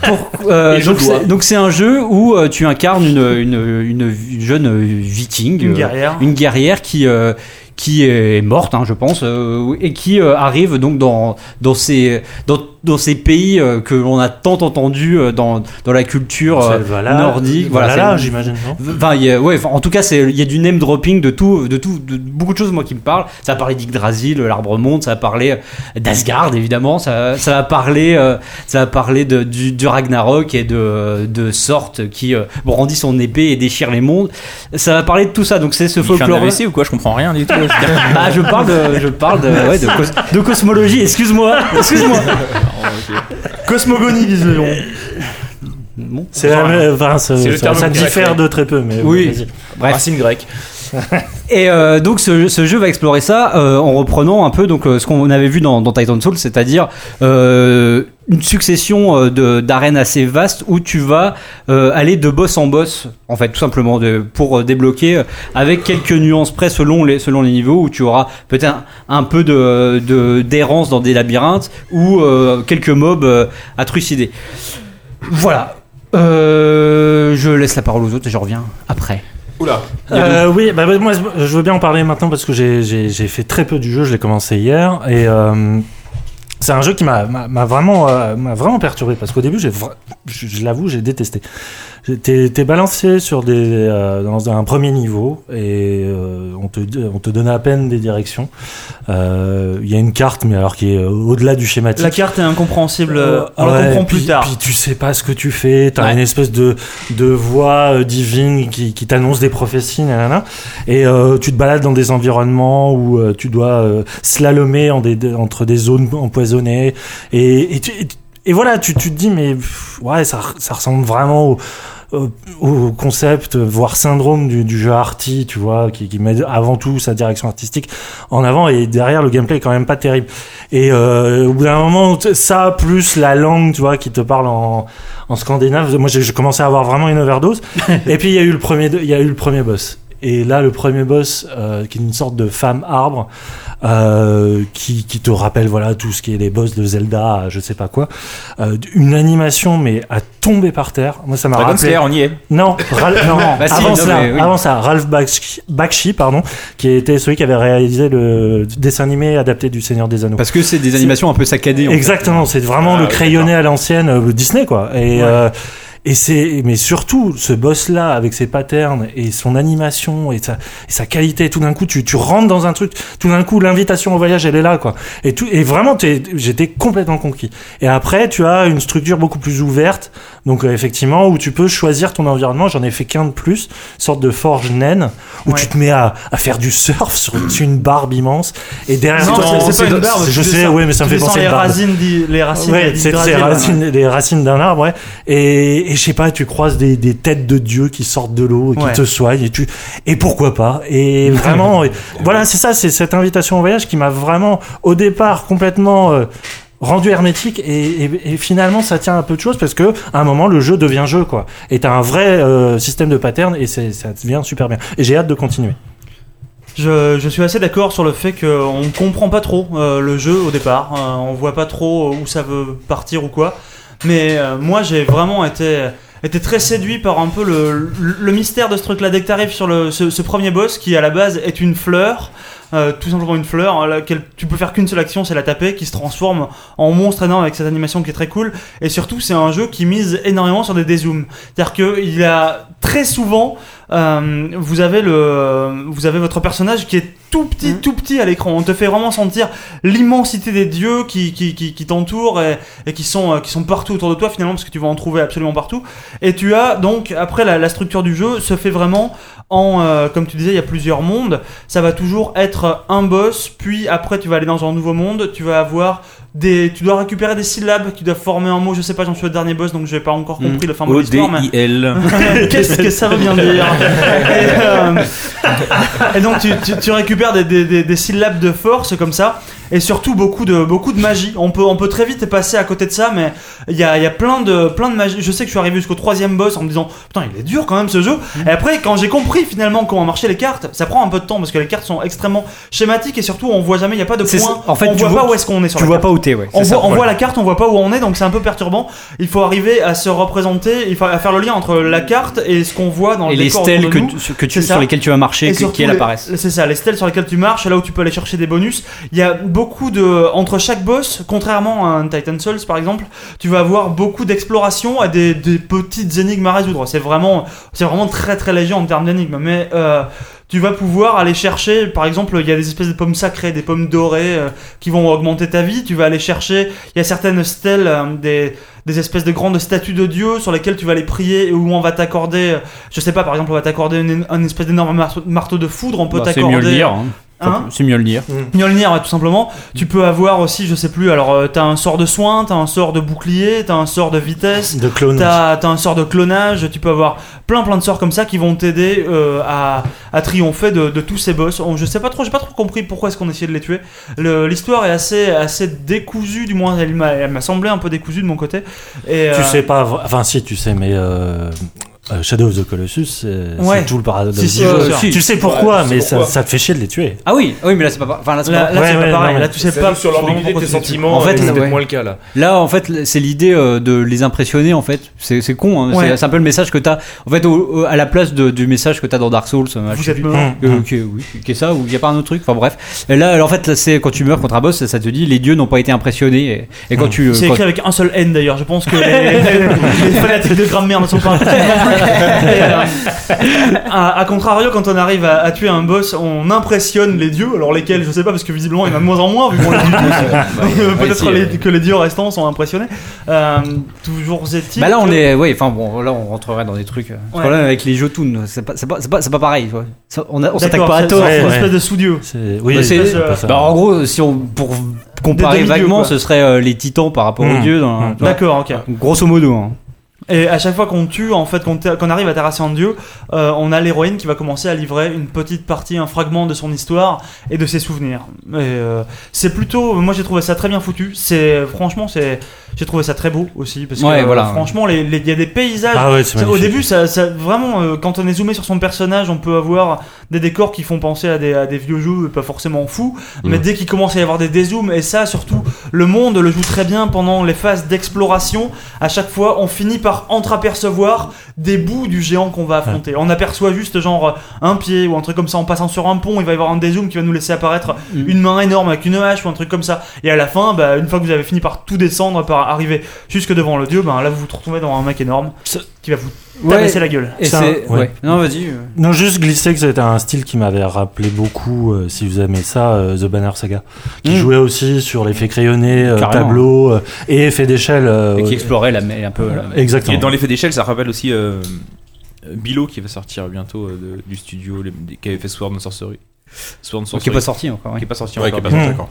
Speaker 9: pour- euh,
Speaker 6: Et je
Speaker 9: donc
Speaker 6: dois.
Speaker 9: c'est- donc c'est un jeu où euh, tu incarnes une, une, une jeune euh, viking,
Speaker 4: Une
Speaker 9: euh,
Speaker 4: guerrière.
Speaker 9: une guerrière qui euh, qui est morte, hein, je pense, euh, et qui euh, arrive donc dans dans ces dans, dans ces pays euh, que l'on a tant entendu euh, dans dans la culture euh,
Speaker 8: Valhalla,
Speaker 9: nordique. Voilà,
Speaker 8: Valhalla,
Speaker 9: c'est-
Speaker 8: j'imagine, non
Speaker 9: Enfin, il y a- ouais, enfin, en tout cas, c'est- il y a du name dropping de tout, de tout, de beaucoup de choses moi qui me parlent. Ça a parlé d'Yggdrasil, euh, l'arbre monde, ça a parlé d'Asgard évidemment, ça, ça a parlé, euh, ça a parlé de, du, du Ragnarok et de de sorte qui euh, brandit son épée et déchire les mondes. Ça a parlé de tout ça, donc c'est ce
Speaker 6: Il fait un
Speaker 9: folklore.
Speaker 6: AVC ou quoi Je comprends rien du tout.
Speaker 9: Ah, je parle de, je parle de, ouais, de, cos- de cosmologie. Excuse-moi, excuse-moi.
Speaker 8: Cosmogonie, disons.
Speaker 4: Euh,
Speaker 8: C'est la même- enfin, ça-
Speaker 9: C'est le
Speaker 8: ça,
Speaker 9: terme
Speaker 8: ça
Speaker 9: grec,
Speaker 8: diffère
Speaker 9: ouais.
Speaker 8: de très peu, mais
Speaker 9: Oui.
Speaker 8: vas-y.
Speaker 9: Bref.
Speaker 5: Racine grecque.
Speaker 9: Et euh, donc ce, ce jeu va explorer ça euh, en reprenant un peu donc euh, ce qu'on avait vu dans, dans Titan Souls, c'est-à-dire euh, une succession euh, de d'arènes assez vastes où tu vas euh, aller de boss en boss, en fait tout simplement de, pour euh, débloquer euh, avec quelques nuances près selon les selon les niveaux où tu auras peut-être un, un peu de de- d'errance dans des labyrinthes ou euh, quelques mobs euh, à trucider. Voilà. Euh, je laisse la parole aux autres et je reviens après.
Speaker 2: Oula.
Speaker 8: Euh, oui, bah, bah, moi je veux bien en parler maintenant parce que j'ai- j'ai j'ai fait très peu du jeu, je l'ai commencé hier et euh, C'est un jeu qui m'a- m'a m'a vraiment, euh, m'a vraiment perturbé parce qu'au début, j'ai vra- je, je l'avoue, j'ai détesté. J'ai- T'es t'es balancé sur des, euh, dans un premier niveau et euh, on, te, on te donnait à peine des directions. Euh, Il y a une carte, mais alors qui est au-delà du schématique.
Speaker 4: La carte est incompréhensible,
Speaker 8: Euh,
Speaker 4: on la
Speaker 8: ouais,
Speaker 4: comprend
Speaker 8: puis-
Speaker 4: plus tard.
Speaker 8: Puis tu sais pas ce que tu fais, t'as une espèce de, de voix euh, divine qui, qui t'annonce des prophéties, nanana. Et euh, tu te balades dans des environnements où euh, tu dois euh, slalomer en des- entre des zones empoisonnées. Et, et tu- et tu- et voilà, tu, tu te dis, mais pff, ouais, ça, re- ça ressemble vraiment au, au- au concept, euh, voire syndrome du, du jeu arty, tu vois, qui, qui met avant tout sa direction artistique en avant et derrière le gameplay est quand même pas terrible. Et euh, au bout d'un moment, t- ça plus la langue, tu vois, qui te parle en, en scandinave. Moi, j'ai j'ai commencé à avoir vraiment une overdose. et puis il y a eu le premier, il y a eu le premier boss. Et là, le premier boss, euh, qui est une sorte de femme arbre, euh, qui, qui te rappelle voilà tout ce qui est les boss de Zelda, euh, je sais pas quoi. Euh, une animation mais à tomber par terre. Moi, ça m'a
Speaker 12: Dragon
Speaker 8: rappelé.
Speaker 12: Slayer, on y est.
Speaker 8: Non, Ral- non,
Speaker 12: Bah si,
Speaker 8: avant,
Speaker 12: non,
Speaker 8: ça,
Speaker 12: mais oui.
Speaker 8: avant ça, Ralph Bakshi, Bakshi, pardon, qui était celui qui avait réalisé le dessin animé adapté du Seigneur des Anneaux.
Speaker 9: Parce que c'est des animations un peu saccadées. en fait.
Speaker 8: Exactement, c'est vraiment
Speaker 9: Ah,
Speaker 8: le
Speaker 9: oui,
Speaker 8: crayonné à l'ancienne euh, Disney quoi. Et
Speaker 9: Ouais.
Speaker 8: euh, et c'est mais surtout ce boss là avec ses patterns et son animation et sa et sa qualité tout d'un coup tu tu rentres dans un truc tout d'un coup l'invitation au voyage elle est là quoi. Et tout et vraiment t'es- j'étais complètement conquis. Et après tu as une structure beaucoup plus ouverte donc euh, effectivement où tu peux choisir ton environnement, j'en ai fait qu'un de plus, sorte de forge naine où tu te mets à, à faire du surf sur une- sur une barbe immense et derrière
Speaker 4: Non,
Speaker 8: toi
Speaker 4: c'est pas une barbe,
Speaker 8: je
Speaker 4: tu
Speaker 8: sais
Speaker 4: descends-
Speaker 8: ouais mais ça me
Speaker 4: tu
Speaker 8: fait
Speaker 4: descends
Speaker 8: penser à
Speaker 4: les
Speaker 8: une barbe.
Speaker 4: racines d'i- les Ah, racines hein.
Speaker 8: Ouais,
Speaker 4: du
Speaker 8: c'est
Speaker 4: Brésil.
Speaker 8: c'est les racines les racines d'un arbre ouais et, et je sais pas tu croises des, des têtes de dieux qui sortent de l'eau et qui
Speaker 4: Ouais.
Speaker 8: te soignent et tu et pourquoi pas et vraiment et- voilà c'est ça c'est cette invitation au voyage qui m'a vraiment au départ complètement euh, rendu hermétique et, et- et finalement ça tient à peu de choses parce que à un moment le jeu devient jeu quoi et t'as un vrai euh, système de pattern et c'est- ça devient super bien et j'ai hâte de continuer
Speaker 4: Je, je suis assez d'accord sur le fait qu'on ne comprend pas trop euh, le jeu au départ. Euh, on voit pas trop où ça veut partir ou quoi. Mais euh, moi, j'ai vraiment été, été très séduit par un peu le, le- le mystère de ce truc-là. Dès que t'arrives sur le, ce, ce premier boss qui, à la base, est une fleur. euh, tout simplement une fleur, à laquelle tu peux faire qu'une seule action, c'est la taper, qui se transforme en monstre énorme avec cette animation qui est très cool. Et surtout, c'est un jeu qui mise énormément sur des dézooms. C'est-à-dire qu'il a très souvent euh, vous avez le, vous avez votre personnage qui est tout petit, tout petit à l'écran. On te fait vraiment sentir l'immensité des dieux qui qui, qui, qui t'entourent et, et qui sont euh, qui sont partout autour de toi finalement parce que tu vas en trouver absolument partout. Et tu as donc après la, la structure du jeu se fait vraiment en euh, comme tu disais il y a plusieurs mondes. Ça va toujours être un boss puis après tu vas aller dans un nouveau monde. Tu vas avoir des, tu dois récupérer des syllabes qui doivent former un mot. Je sais pas, j'en suis au dernier boss donc j'ai pas encore compris le fin mot de l'histoire. mais-
Speaker 6: O-D-I-L.
Speaker 4: Qu'est-ce que ça veut bien dire et, euh, et donc tu, tu- tu récupères des, des- des- des syllabes de force comme ça, et surtout beaucoup de, beaucoup de magie. On peut, on peut très vite passer à côté de ça, mais il y a, il y a plein, de, plein de magie. Je sais que je suis arrivé jusqu'au troisième boss en me disant Putain, il est dur quand même ce jeu.
Speaker 9: Mhm.
Speaker 4: Et après, quand j'ai compris finalement comment marchaient les cartes, ça prend un peu de temps parce que les cartes sont extrêmement schématiques et surtout on voit jamais, il n'y a pas de
Speaker 9: C'est-
Speaker 4: point.
Speaker 9: en fait,
Speaker 4: on
Speaker 9: tu
Speaker 4: voit,
Speaker 9: vois-
Speaker 4: pas où est-ce qu'on est sur
Speaker 9: tu
Speaker 4: la
Speaker 9: vois
Speaker 4: carte.
Speaker 9: pas où t'es, ouais.
Speaker 4: On,
Speaker 9: C'est ça,
Speaker 4: voit, on voit
Speaker 9: voilà.
Speaker 4: la carte, on voit pas où on est, donc c'est un peu perturbant. Il faut arriver à se représenter, il faut à faire le lien entre la carte et ce qu'on voit dans
Speaker 9: Et
Speaker 4: le
Speaker 9: les
Speaker 4: décor
Speaker 9: stèles
Speaker 4: autour
Speaker 9: que
Speaker 4: de nous.
Speaker 9: tu- que tu-
Speaker 4: C'est ça.
Speaker 9: sur lesquelles tu vas marcher,
Speaker 4: Et
Speaker 9: que- qui
Speaker 4: surtout
Speaker 9: elles
Speaker 4: les-
Speaker 9: apparaissent.
Speaker 4: C'est ça, les stèles sur lesquelles tu marches, là où tu peux aller chercher des bonus. Il y a beaucoup de entre chaque boss, contrairement à un Titan Souls par exemple, tu vas avoir beaucoup d'exploration et des, des petites énigmes à résoudre. C'est vraiment c'est vraiment très très léger en termes d'énigmes, mais euh, tu vas pouvoir aller chercher, par exemple, il y a des espèces de pommes sacrées, des pommes dorées euh, qui vont augmenter ta vie. Tu vas aller chercher, il y a certaines stèles, euh, des, des espèces de grandes statues de dieux sur lesquelles tu vas aller prier et où on va t'accorder, euh, je sais pas, par exemple, on va t'accorder une- un espèce d'énorme marteau, marteau de foudre. On peut
Speaker 9: Bah, c'est
Speaker 4: t'accorder.
Speaker 9: mieux le dire. hein. Enfin,
Speaker 4: Hein
Speaker 9: c'est mieux le dire.
Speaker 4: Mjolnir, ouais, tout simplement. Tu peux avoir aussi, je sais plus, alors euh, t'as un sort de soin, t'as un sort de bouclier, t'as un sort de vitesse,
Speaker 8: De clonage.
Speaker 4: T'as, t'as un sort de clonage, tu peux avoir plein plein de sorts comme ça qui vont t'aider euh, à, à triompher de, de tous ces boss. On- je sais pas trop, j'ai pas trop compris pourquoi est-ce qu'on essayait de les tuer. Le- l'histoire est assez, assez décousue, du moins elle m'a, elle m'a semblé un peu décousue de mon côté. Et,
Speaker 8: tu
Speaker 4: euh,
Speaker 8: sais pas vra- enfin si tu sais mais euh, Euh, Shadow of the Colossus, euh,
Speaker 9: Ouais.
Speaker 8: c'est tout le paradoxe.
Speaker 9: Si,
Speaker 8: du
Speaker 9: si,
Speaker 8: jeu.
Speaker 9: bien sûr.
Speaker 8: tu
Speaker 9: Si.
Speaker 8: sais pourquoi,
Speaker 9: Ouais,
Speaker 8: mais
Speaker 9: pourquoi.
Speaker 8: Ça, ça te fait chier de les tuer.
Speaker 9: Ah oui, oui, mais là c'est pas, enfin, là, c'est
Speaker 8: Là- là,
Speaker 9: pas,
Speaker 8: c'est pas Ouais, ouais, pareil. ouais.
Speaker 5: Là, tu sais Ça pas joue sur l'ambiguïté de tes vraiment sentiments, pourquoi tu les tues. mais c'est peut-être moins le cas, là.
Speaker 9: Là, en fait, c'est l'idée euh, de les impressionner, en fait. C'est c'est con, hein.
Speaker 5: Ouais.
Speaker 9: c'est- c'est un peu le message que t'as. En fait, au- au- à la place de- du message que t'as dans Dark Souls, euh, je sais
Speaker 4: êtes
Speaker 9: plus.
Speaker 4: mort.
Speaker 8: Mmh.
Speaker 9: Euh, qui est- oui, qui est ça, ou il n'y a pas un autre truc, enfin bref. Et là, alors, en fait, là, c'est quand tu meurs contre un boss, ça, ça te dit les dieux n'ont pas été impressionnés. Et, et quand tu. euh,
Speaker 4: C'est
Speaker 9: quand-
Speaker 4: écrit avec un seul N d'ailleurs, je pense que les, les fanatiques de grammaire ne sont pas Et, euh, à, à contrario, quand on arrive à, à tuer un boss, on impressionne les dieux, alors lesquels je sais pas, parce que visiblement il y en a de moins en moins, vu qu'on les tue tous. Donc, euh,
Speaker 9: ouais,
Speaker 4: Peut-être
Speaker 9: si,
Speaker 4: les-
Speaker 9: ouais.
Speaker 4: que les dieux restants sont impressionnés. Euh, toujours est-il.
Speaker 9: Bah là, on
Speaker 4: que-
Speaker 9: est. Oui, enfin bon, là, on rentrerait dans des trucs. euh,
Speaker 4: Ouais.
Speaker 9: Voilà, avec les Jotun, c'est pas, c'est pas, c'est pas, c'est pas pareil. tu vois. Ça- on a- on s'attaque
Speaker 4: D'accord,
Speaker 9: pas à
Speaker 4: c'est-
Speaker 9: tort.
Speaker 4: c'est une espèce de sous-dieu.
Speaker 8: C'est-
Speaker 9: Bah, c'est-
Speaker 4: espèce de-
Speaker 9: bah, en gros, si on pour comparer
Speaker 4: demi-dieux,
Speaker 9: vaguement,
Speaker 4: quoi.
Speaker 9: ce serait euh, les Titans par rapport aux
Speaker 4: Mmh.
Speaker 9: dieux. dans-
Speaker 4: Mmh.
Speaker 9: tu vois.
Speaker 4: D'accord, ok.
Speaker 9: Grosso modo. hein.
Speaker 4: Et à chaque fois qu'on tue, en fait, qu'on qu'on arrive à terrasser un dieu, euh, on a l'héroïne qui va commencer à livrer une petite partie, un fragment de son histoire et de ses souvenirs. Et, euh, c'est plutôt, moi j'ai trouvé ça très bien foutu. C'est franchement, c'est, j'ai trouvé ça très beau aussi parce que
Speaker 9: Ouais,
Speaker 4: euh,
Speaker 9: voilà.
Speaker 4: franchement, les- les- il y a des paysages.
Speaker 8: Ah ouais, c'est
Speaker 4: Ça, au
Speaker 8: magnifique.
Speaker 4: début, ça, ça- vraiment, euh, quand on est zoomé sur son personnage, on peut avoir des décors qui font penser à des, à des vieux jeux, pas forcément fous. Mais
Speaker 8: Mhm.
Speaker 4: dès qu'il commence à y avoir des dézooms, et ça, surtout, le monde le joue très bien pendant les phases d'exploration. À chaque fois, on finit par entre-apercevoir des bouts du géant qu'on va affronter. On aperçoit juste, genre, un pied ou un truc comme ça en passant sur un pont. Il va y avoir un dézoom qui va nous laisser apparaître
Speaker 8: Mm.
Speaker 4: une main énorme avec une hache ou un truc comme ça. Et à la fin, bah, une fois que vous avez fini par tout descendre, par arriver jusque devant le dieu, bah, là, vous vous retrouvez dans un mec énorme qui va vous tabasser la gueule.
Speaker 8: Ça,
Speaker 6: hein.
Speaker 8: ouais.
Speaker 9: Non, vas-y. euh,
Speaker 8: Non, juste glisser que c'était un style qui m'avait rappelé beaucoup, euh, si vous aimez ça, euh, The Banner Saga, qui
Speaker 9: Mm.
Speaker 8: jouait aussi sur l'effet crayonné, euh,
Speaker 9: Carrément.
Speaker 8: tableau euh, et effet d'échelle. euh,
Speaker 9: Et qui explorait la mer un peu. là.
Speaker 8: Exactement.
Speaker 6: Et dans l'effet d'échelle, ça rappelle aussi euh, Bilo qui va sortir bientôt euh, de- du studio les- qui avait fait Sword and Sorcery. Sword and Sorcery.
Speaker 9: Qui est pas sorti encore, Hmm. ouais.
Speaker 6: Qui est pas sorti
Speaker 2: Ouais, qui est
Speaker 6: encore.
Speaker 2: pas sorti encore.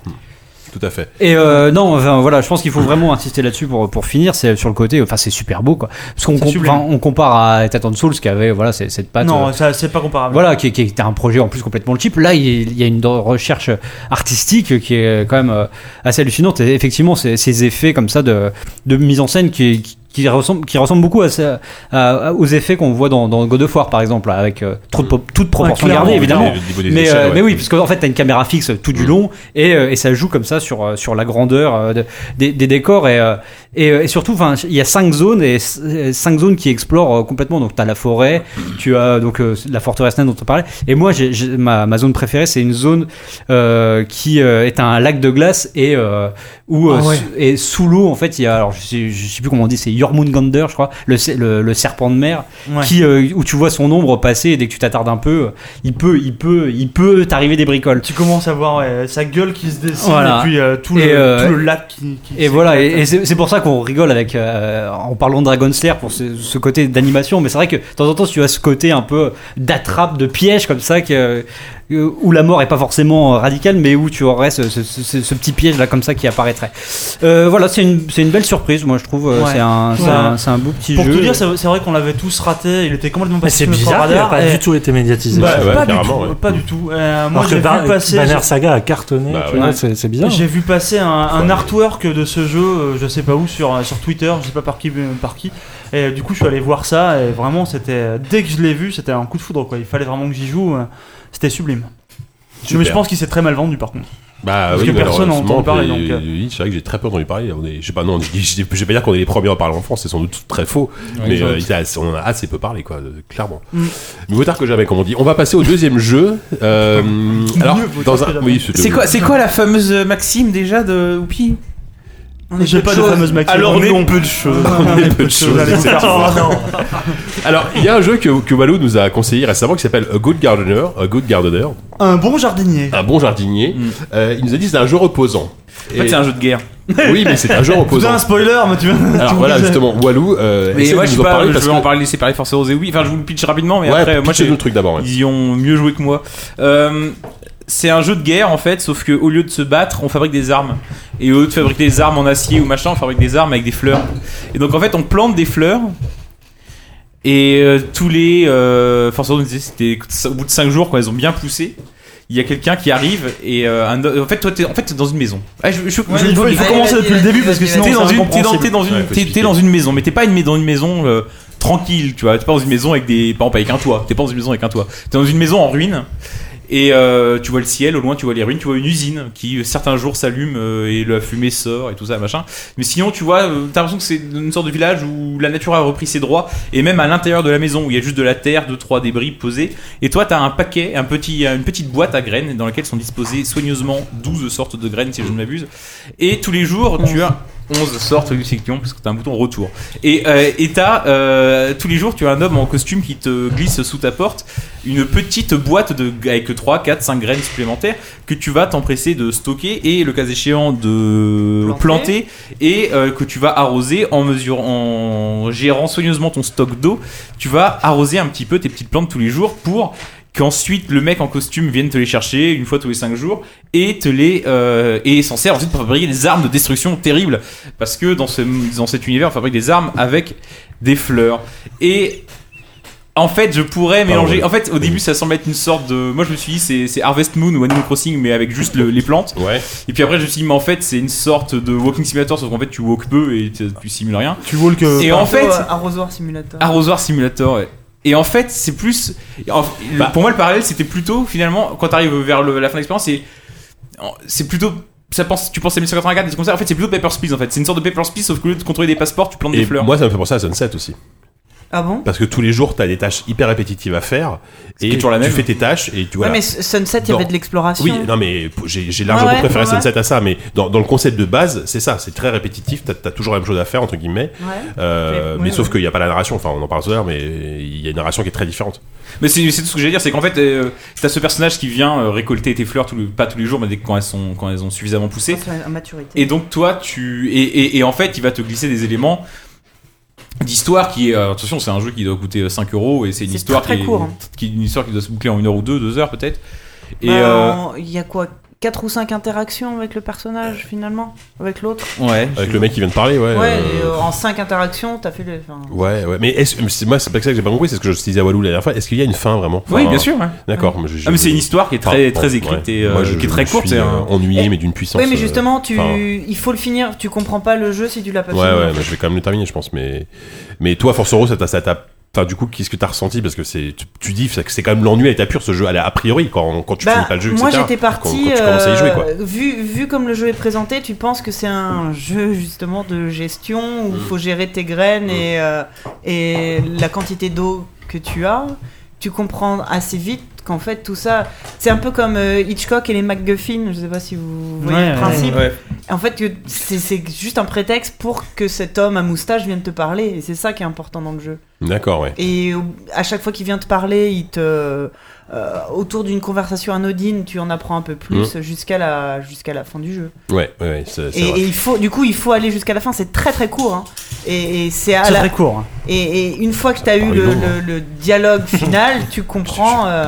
Speaker 2: Tout à fait.
Speaker 9: Et euh, non, enfin voilà, je pense qu'il faut vraiment insister là-dessus pour pour finir. C'est sur le côté, enfin c'est super beau quoi. Parce qu'on
Speaker 4: C'est
Speaker 9: com-
Speaker 4: sublime.
Speaker 9: enfin, on compare à Titan Souls qui avait voilà c'est- cette patte.
Speaker 4: non,
Speaker 9: euh,
Speaker 4: ça, c'est pas comparable.
Speaker 9: Voilà, qui, qui était un projet en plus complètement cheap. Là, il il y a une recherche artistique qui est quand même euh, assez hallucinante. Et effectivement, ces, ces effets comme ça de, de mise en scène qui, qui, qui ressemblent, qui ressemblent beaucoup à, ça- à- à- aux effets qu'on voit dans, dans God of War, par exemple, là, avec euh, trop de po- toute proportion
Speaker 2: Ouais, clairement,
Speaker 9: gardée, évidemment.
Speaker 2: au niveau des
Speaker 9: Mais,
Speaker 2: échelles,
Speaker 9: euh,
Speaker 2: ouais. Mm.
Speaker 9: mais oui, parce qu'en fait, t'as une caméra fixe tout du long et, euh, et ça joue comme ça sur, euh, sur la grandeur euh, de- des, des décors. Et, euh, et, euh, et surtout, 'fin, il y a cinq zones et c- euh, cinq zones qui explorent euh, complètement. Donc, t'as la forêt,
Speaker 2: Mm.
Speaker 9: tu as donc euh, la forteresse naine dont on parlait. Et moi, j'ai j'ai- ma, ma zone préférée, c'est une zone euh, qui euh, est un lac de glace et euh, où euh,
Speaker 13: Ah ouais.
Speaker 9: sous- et sous l'eau, en fait, il y a alors je sais, je sais plus comment on dit, c'est Jormungandr, je crois, le, se- le, le serpent de mer,
Speaker 4: Ouais.
Speaker 9: qui euh, où tu vois son ombre passer et dès que tu t'attardes un peu, euh, il peut, il peut, il peut t'arriver des bricoles.
Speaker 4: Tu commences à voir ouais, sa gueule qui se dessine
Speaker 9: Voilà.
Speaker 4: et puis euh, tout, le,
Speaker 9: Et, euh,
Speaker 4: tout le lac qui, qui
Speaker 9: Et voilà, et, et c'est c'est pour ça qu'on rigole avec euh, en parlant de Dragon Slayer pour ce, ce côté d'animation, mais c'est vrai que de temps en temps tu as ce côté un peu d'attrape, de piège comme ça, que, euh, où la mort est pas forcément euh, radicale, mais où tu aurais ce, ce- ce- ce petit piège là comme ça qui apparaîtrait. Euh, voilà, c'est une, c'est une belle surprise, moi je trouve. euh,
Speaker 4: Ouais.
Speaker 9: C'est un, c'est
Speaker 4: Ouais.
Speaker 9: un- c'est un beau petit
Speaker 4: Pour
Speaker 9: jeu.
Speaker 4: tout dire, c'est c'est vrai qu'on l'avait tous raté, il était complètement
Speaker 8: Mais
Speaker 4: passé
Speaker 8: c'est
Speaker 4: sous notre
Speaker 8: bizarre, il n'a
Speaker 4: radar.
Speaker 8: pas
Speaker 4: et-
Speaker 8: du tout été médiatisé.
Speaker 4: Bah, pas, du tout, pas du tout. Euh, moi
Speaker 8: Alors que
Speaker 4: j'ai vu
Speaker 8: Ban-
Speaker 4: passer.
Speaker 8: Banner
Speaker 4: j'ai-
Speaker 8: Saga a cartonné, tu vois, c'est c'est bizarre.
Speaker 4: J'ai vu passer un, un artwork de ce jeu, euh, je sais pas où, sur, euh, sur Twitter, je sais pas par qui, mais par qui. Et euh, du coup, je suis allé voir ça, et vraiment, c'était. euh, Dès que je l'ai vu, c'était un coup de foudre, quoi. Il fallait vraiment que j'y joue, euh, c'était sublime.
Speaker 2: Super.
Speaker 4: Mais je pense qu'il s'est très mal vendu, par contre.
Speaker 2: Bah
Speaker 4: Parce
Speaker 2: oui,
Speaker 4: que personne n'a entendu
Speaker 2: malheureusement,
Speaker 4: parler,
Speaker 2: puis,
Speaker 4: donc. euh,
Speaker 2: oui, c'est vrai que j'ai très peu entendu parler. On est, je sais pas, non, je, dis- je dis- je vais pas dire qu'on est les premiers à en parler en France, c'est sans doute très faux,
Speaker 6: Ouais,
Speaker 2: mais
Speaker 6: exact.
Speaker 2: euh, il y a- on a assez peu parlé, quoi, euh, clairement.
Speaker 6: Mm.
Speaker 9: Hmm.
Speaker 2: Mieux vaut tard que jamais, comme on dit. On va passer au deuxième jeu. euh, alors,
Speaker 14: Mieux vaut
Speaker 2: dans
Speaker 14: tard que
Speaker 2: un,
Speaker 14: jamais.
Speaker 2: oui, le-
Speaker 14: C'est quoi, c'est quoi la fameuse
Speaker 6: euh,
Speaker 14: maxime déjà de Oupi On est
Speaker 4: J'ai
Speaker 14: peu
Speaker 4: pas de
Speaker 14: choses.
Speaker 4: fameuse maxime.
Speaker 14: Alors
Speaker 4: On est
Speaker 14: non.
Speaker 4: peu de choses.
Speaker 2: On est peu de choses,
Speaker 4: allez, c'est
Speaker 2: effectivement.
Speaker 4: parti.
Speaker 2: Alors, il y a un jeu que, que Walou nous a conseillé récemment qui s'appelle A Good Gardener. A Good Gardener.
Speaker 4: Un bon jardinier.
Speaker 2: Un bon jardinier. Euh, il nous a dit que c'est un jeu reposant.
Speaker 6: En fait, c'est un jeu de guerre.
Speaker 2: Oui, mais c'est un jeu reposant.
Speaker 4: Putain, un spoiler, mais tu veux.
Speaker 2: Alors
Speaker 4: tu
Speaker 2: voilà,
Speaker 4: veux-
Speaker 2: justement, Walou. Euh,
Speaker 6: Mais
Speaker 2: essaie
Speaker 6: moi,
Speaker 2: de
Speaker 6: je, sais
Speaker 2: nous en
Speaker 6: pas,
Speaker 2: parler
Speaker 6: je
Speaker 2: parce
Speaker 6: veux
Speaker 2: que-
Speaker 6: en parler laisser parler forcément aux oui. Enfin, je vous le pitch rapidement, mais
Speaker 2: Ouais,
Speaker 6: après, moi,
Speaker 2: pitchez-nous
Speaker 6: j'ai-
Speaker 2: le truc d'abord, ouais.
Speaker 6: Ils y ont mieux joué que moi. Euh, c'est un jeu de guerre en fait, sauf que au lieu de se battre, on fabrique des armes. Et au lieu de fabriquer des armes en acier ou machin, on fabrique des armes avec des fleurs. Et donc en fait, on plante des fleurs. Et euh, tous les euh, forceurs nous disaient, c'était au bout de 5 jours, quand ils ont bien poussé. Il y a quelqu'un qui arrive et euh, un o- en fait toi t'es en fait t'es dans une maison. Ah, je, je-
Speaker 4: Ouais,
Speaker 6: je-
Speaker 4: il faut- il faut
Speaker 6: Allez,
Speaker 4: commencer
Speaker 6: vas-y,
Speaker 4: depuis le
Speaker 6: vas-y,
Speaker 4: début
Speaker 6: vas-y,
Speaker 4: parce que
Speaker 6: vas-y,
Speaker 4: sinon,
Speaker 6: t'es dans
Speaker 4: c'est
Speaker 6: une t'es dans,
Speaker 4: incompréhensible.
Speaker 6: t'es dans une
Speaker 4: Ouais, faut
Speaker 6: t'es- t'es dans une maison mais t'es pas une mais- dans une maison euh, tranquille, tu vois. T'es pas dans une maison avec des. Par exemple, avec un toit. T'es pas dans une maison avec un toit. T'es dans une maison en ruine. Et euh, tu vois le ciel, au loin tu vois les ruines, tu vois une usine qui euh, certains jours s'allume euh, et la fumée sort et tout ça machin. Mais sinon tu vois, euh, t'as l'impression que c'est une sorte de village où la nature a repris ses droits et même à l'intérieur de la maison où il y a juste de la terre, deux trois débris posés. Et toi t'as un paquet, un petit, une petite boîte à graines dans laquelle sont disposées soigneusement 12 sortes de graines si je ne m'abuse. Et tous les jours tu as 11 sortes du section parce que t'as un bouton retour. Et euh, et t'as euh, tous les jours tu as un homme en costume qui te glisse sous ta porte une petite boîte de avec 3 4 5 graines supplémentaires que tu vas t'empresser de stocker et le cas échéant de planter, et euh, que tu vas arroser en mesure en gérant soigneusement ton stock d'eau, tu vas arroser un petit peu tes petites plantes tous les jours pour qu'ensuite le mec en costume vienne te les chercher une fois tous les 5 jours et te les euh, et s'en sert ensuite pour fabriquer des armes de destruction terribles parce que dans ce dans cet univers on fabrique des armes avec des fleurs et en fait, je pourrais mélanger. En fait, au début, ça semble être une sorte de. Moi, je me suis dit, c'est- c'est Harvest Moon ou Animal Crossing, mais avec juste le- les plantes. Et puis après, je me suis dit, mais en fait, c'est une sorte de Walking Simulator, sauf qu'en fait, tu walk peu et tu tu simules rien. Tu walk. Et en fait, Ah.
Speaker 7: arrosoir simulator.
Speaker 6: Arrosoir Simulator. ouais. Et en fait, c'est plus. en- le-
Speaker 2: Bah.
Speaker 6: pour moi, le parallèle, c'était plutôt finalement quand t'arrives vers le- la fin de l'expérience, c'est en- c'est plutôt. Ça pense, tu penses à 1984, des trucs comme ça. En fait, c'est plutôt Paper Please. En fait, c'est une sorte de Paper Please, sauf qu'au lieu de contrôler des passeports, tu plantes
Speaker 2: Et
Speaker 6: des fleurs.
Speaker 2: moi, ça me fait penser à Sunset aussi.
Speaker 7: Ah bon
Speaker 2: Parce que tous les jours, t'as des tâches hyper répétitives à faire. Et
Speaker 6: toujours la
Speaker 2: tu
Speaker 6: même.
Speaker 2: fais tes tâches et tu vois.
Speaker 7: Ouais, mais Sunset, il y avait de l'exploration.
Speaker 2: Oui, non, mais p- j'ai j'ai largement
Speaker 7: Ouais, ouais,
Speaker 2: préféré
Speaker 7: ouais, ouais.
Speaker 2: Sunset à ça. Mais dans, dans le concept de base, c'est ça. C'est très répétitif. T'as as toujours la même chose à faire, entre guillemets. Euh,
Speaker 6: Ouais,
Speaker 2: mais
Speaker 6: ouais,
Speaker 2: sauf
Speaker 6: ouais.
Speaker 2: qu'il n'y a pas la narration. Enfin, on en parle tout à l'heure, mais il y a une narration qui est très différente.
Speaker 6: Mais c'est c'est tout ce que j'allais dire, c'est qu'en fait, euh, t'as ce personnage qui vient euh, récolter tes fleurs, tout le- pas tous les jours, mais dès que- quand elles, sont, quand elles ont suffisamment poussé.
Speaker 7: À maturité.
Speaker 6: Et donc toi, tu et, et- et en fait, il va te glisser des éléments d'histoire qui est euh, attention, c'est un jeu qui doit coûter euh, 5 euros et c'est une
Speaker 7: C'est
Speaker 6: histoire
Speaker 7: très, très
Speaker 6: qui, est-
Speaker 7: court, hein.
Speaker 6: qui est une histoire qui doit se boucler en une heure ou deux, deux heures peut-être. Et
Speaker 7: Bah,
Speaker 6: euh,
Speaker 7: en- Il y a quoi 4 ou 5 interactions avec le personnage finalement Avec l'autre
Speaker 6: ouais,
Speaker 2: avec le mec qui vient de parler, ouais.
Speaker 7: Ouais, euh,
Speaker 2: euh,
Speaker 7: et, euh, en 5 interactions, t'as fait le. enfin,
Speaker 2: Ouais, ouais, mais est-ce- mais c'est- moi, c'est pas ça que j'ai pas compris, c'est ce que je disais à Walou la dernière fois. Est-ce qu'il y a une fin vraiment
Speaker 6: Oui, bien sûr, ouais.
Speaker 2: D'accord.
Speaker 6: Ouais.
Speaker 2: mais je-
Speaker 6: Ah, mais c'est
Speaker 2: je-
Speaker 6: une histoire qui est très-
Speaker 2: Enfin,
Speaker 6: très
Speaker 2: bon,
Speaker 6: écrite
Speaker 2: ouais.
Speaker 6: et, euh,
Speaker 2: Moi, je-
Speaker 6: qui est très
Speaker 2: je
Speaker 6: courte,
Speaker 2: suis,
Speaker 6: c'est
Speaker 2: euh,
Speaker 6: un-
Speaker 2: Ennuyé, mais d'une puissance.
Speaker 7: Oui, mais
Speaker 2: euh,
Speaker 7: justement, tu...
Speaker 2: enfin,
Speaker 7: il faut le finir. Tu comprends pas le jeu si tu l'as pas
Speaker 2: Ouais,
Speaker 7: fini.
Speaker 2: ouais, mais je vais quand même le terminer, je pense. Mais, mais toi, Force Euro, ça t'a. ça t'a- Enfin, du coup, qu'est-ce que t'as ressenti Parce que c'est, tu, tu dis que c'est quand même l'ennui à état pur ce jeu, à la- a priori, quand, quand tu
Speaker 7: Bah,
Speaker 2: finis pas le jeu,
Speaker 7: moi
Speaker 2: etc.
Speaker 7: j'étais
Speaker 2: Quand- quand
Speaker 7: parti. euh,
Speaker 2: tu commences à y jouer, quoi.
Speaker 7: vu, vu comme le jeu est présenté, tu penses que c'est un jeu justement de gestion où
Speaker 2: Mm.
Speaker 7: il faut gérer tes graines et, euh, et la quantité d'eau que tu as. Tu comprends assez vite qu'en fait tout ça. C'est un peu comme euh, Hitchcock et les MacGuffin, je sais pas si vous voyez
Speaker 14: Ouais,
Speaker 7: le
Speaker 14: ouais,
Speaker 7: principe.
Speaker 14: ouais.
Speaker 7: En fait, que c'est c'est juste un prétexte pour que cet homme à moustache vienne te parler et c'est ça qui est important dans le jeu.
Speaker 2: D'accord, ouais.
Speaker 7: Et au- à chaque fois qu'il vient te parler, il te euh, autour d'une conversation anodine, tu en apprends un peu plus
Speaker 2: Mm.
Speaker 7: jusqu'à la jusqu'à la fin du jeu.
Speaker 2: Ouais, ouais, ouais, c'est, c'est
Speaker 7: Et,
Speaker 2: vrai.
Speaker 7: et il faut du coup il faut aller jusqu'à la fin. C'est très très court. hein. Et, et c'est à
Speaker 4: C'est
Speaker 7: la-
Speaker 4: très court, hein.
Speaker 7: Et, et une fois que tu as eu
Speaker 2: parle
Speaker 7: le,
Speaker 2: Ah, long, hein.
Speaker 7: le- le dialogue final, tu comprends. euh,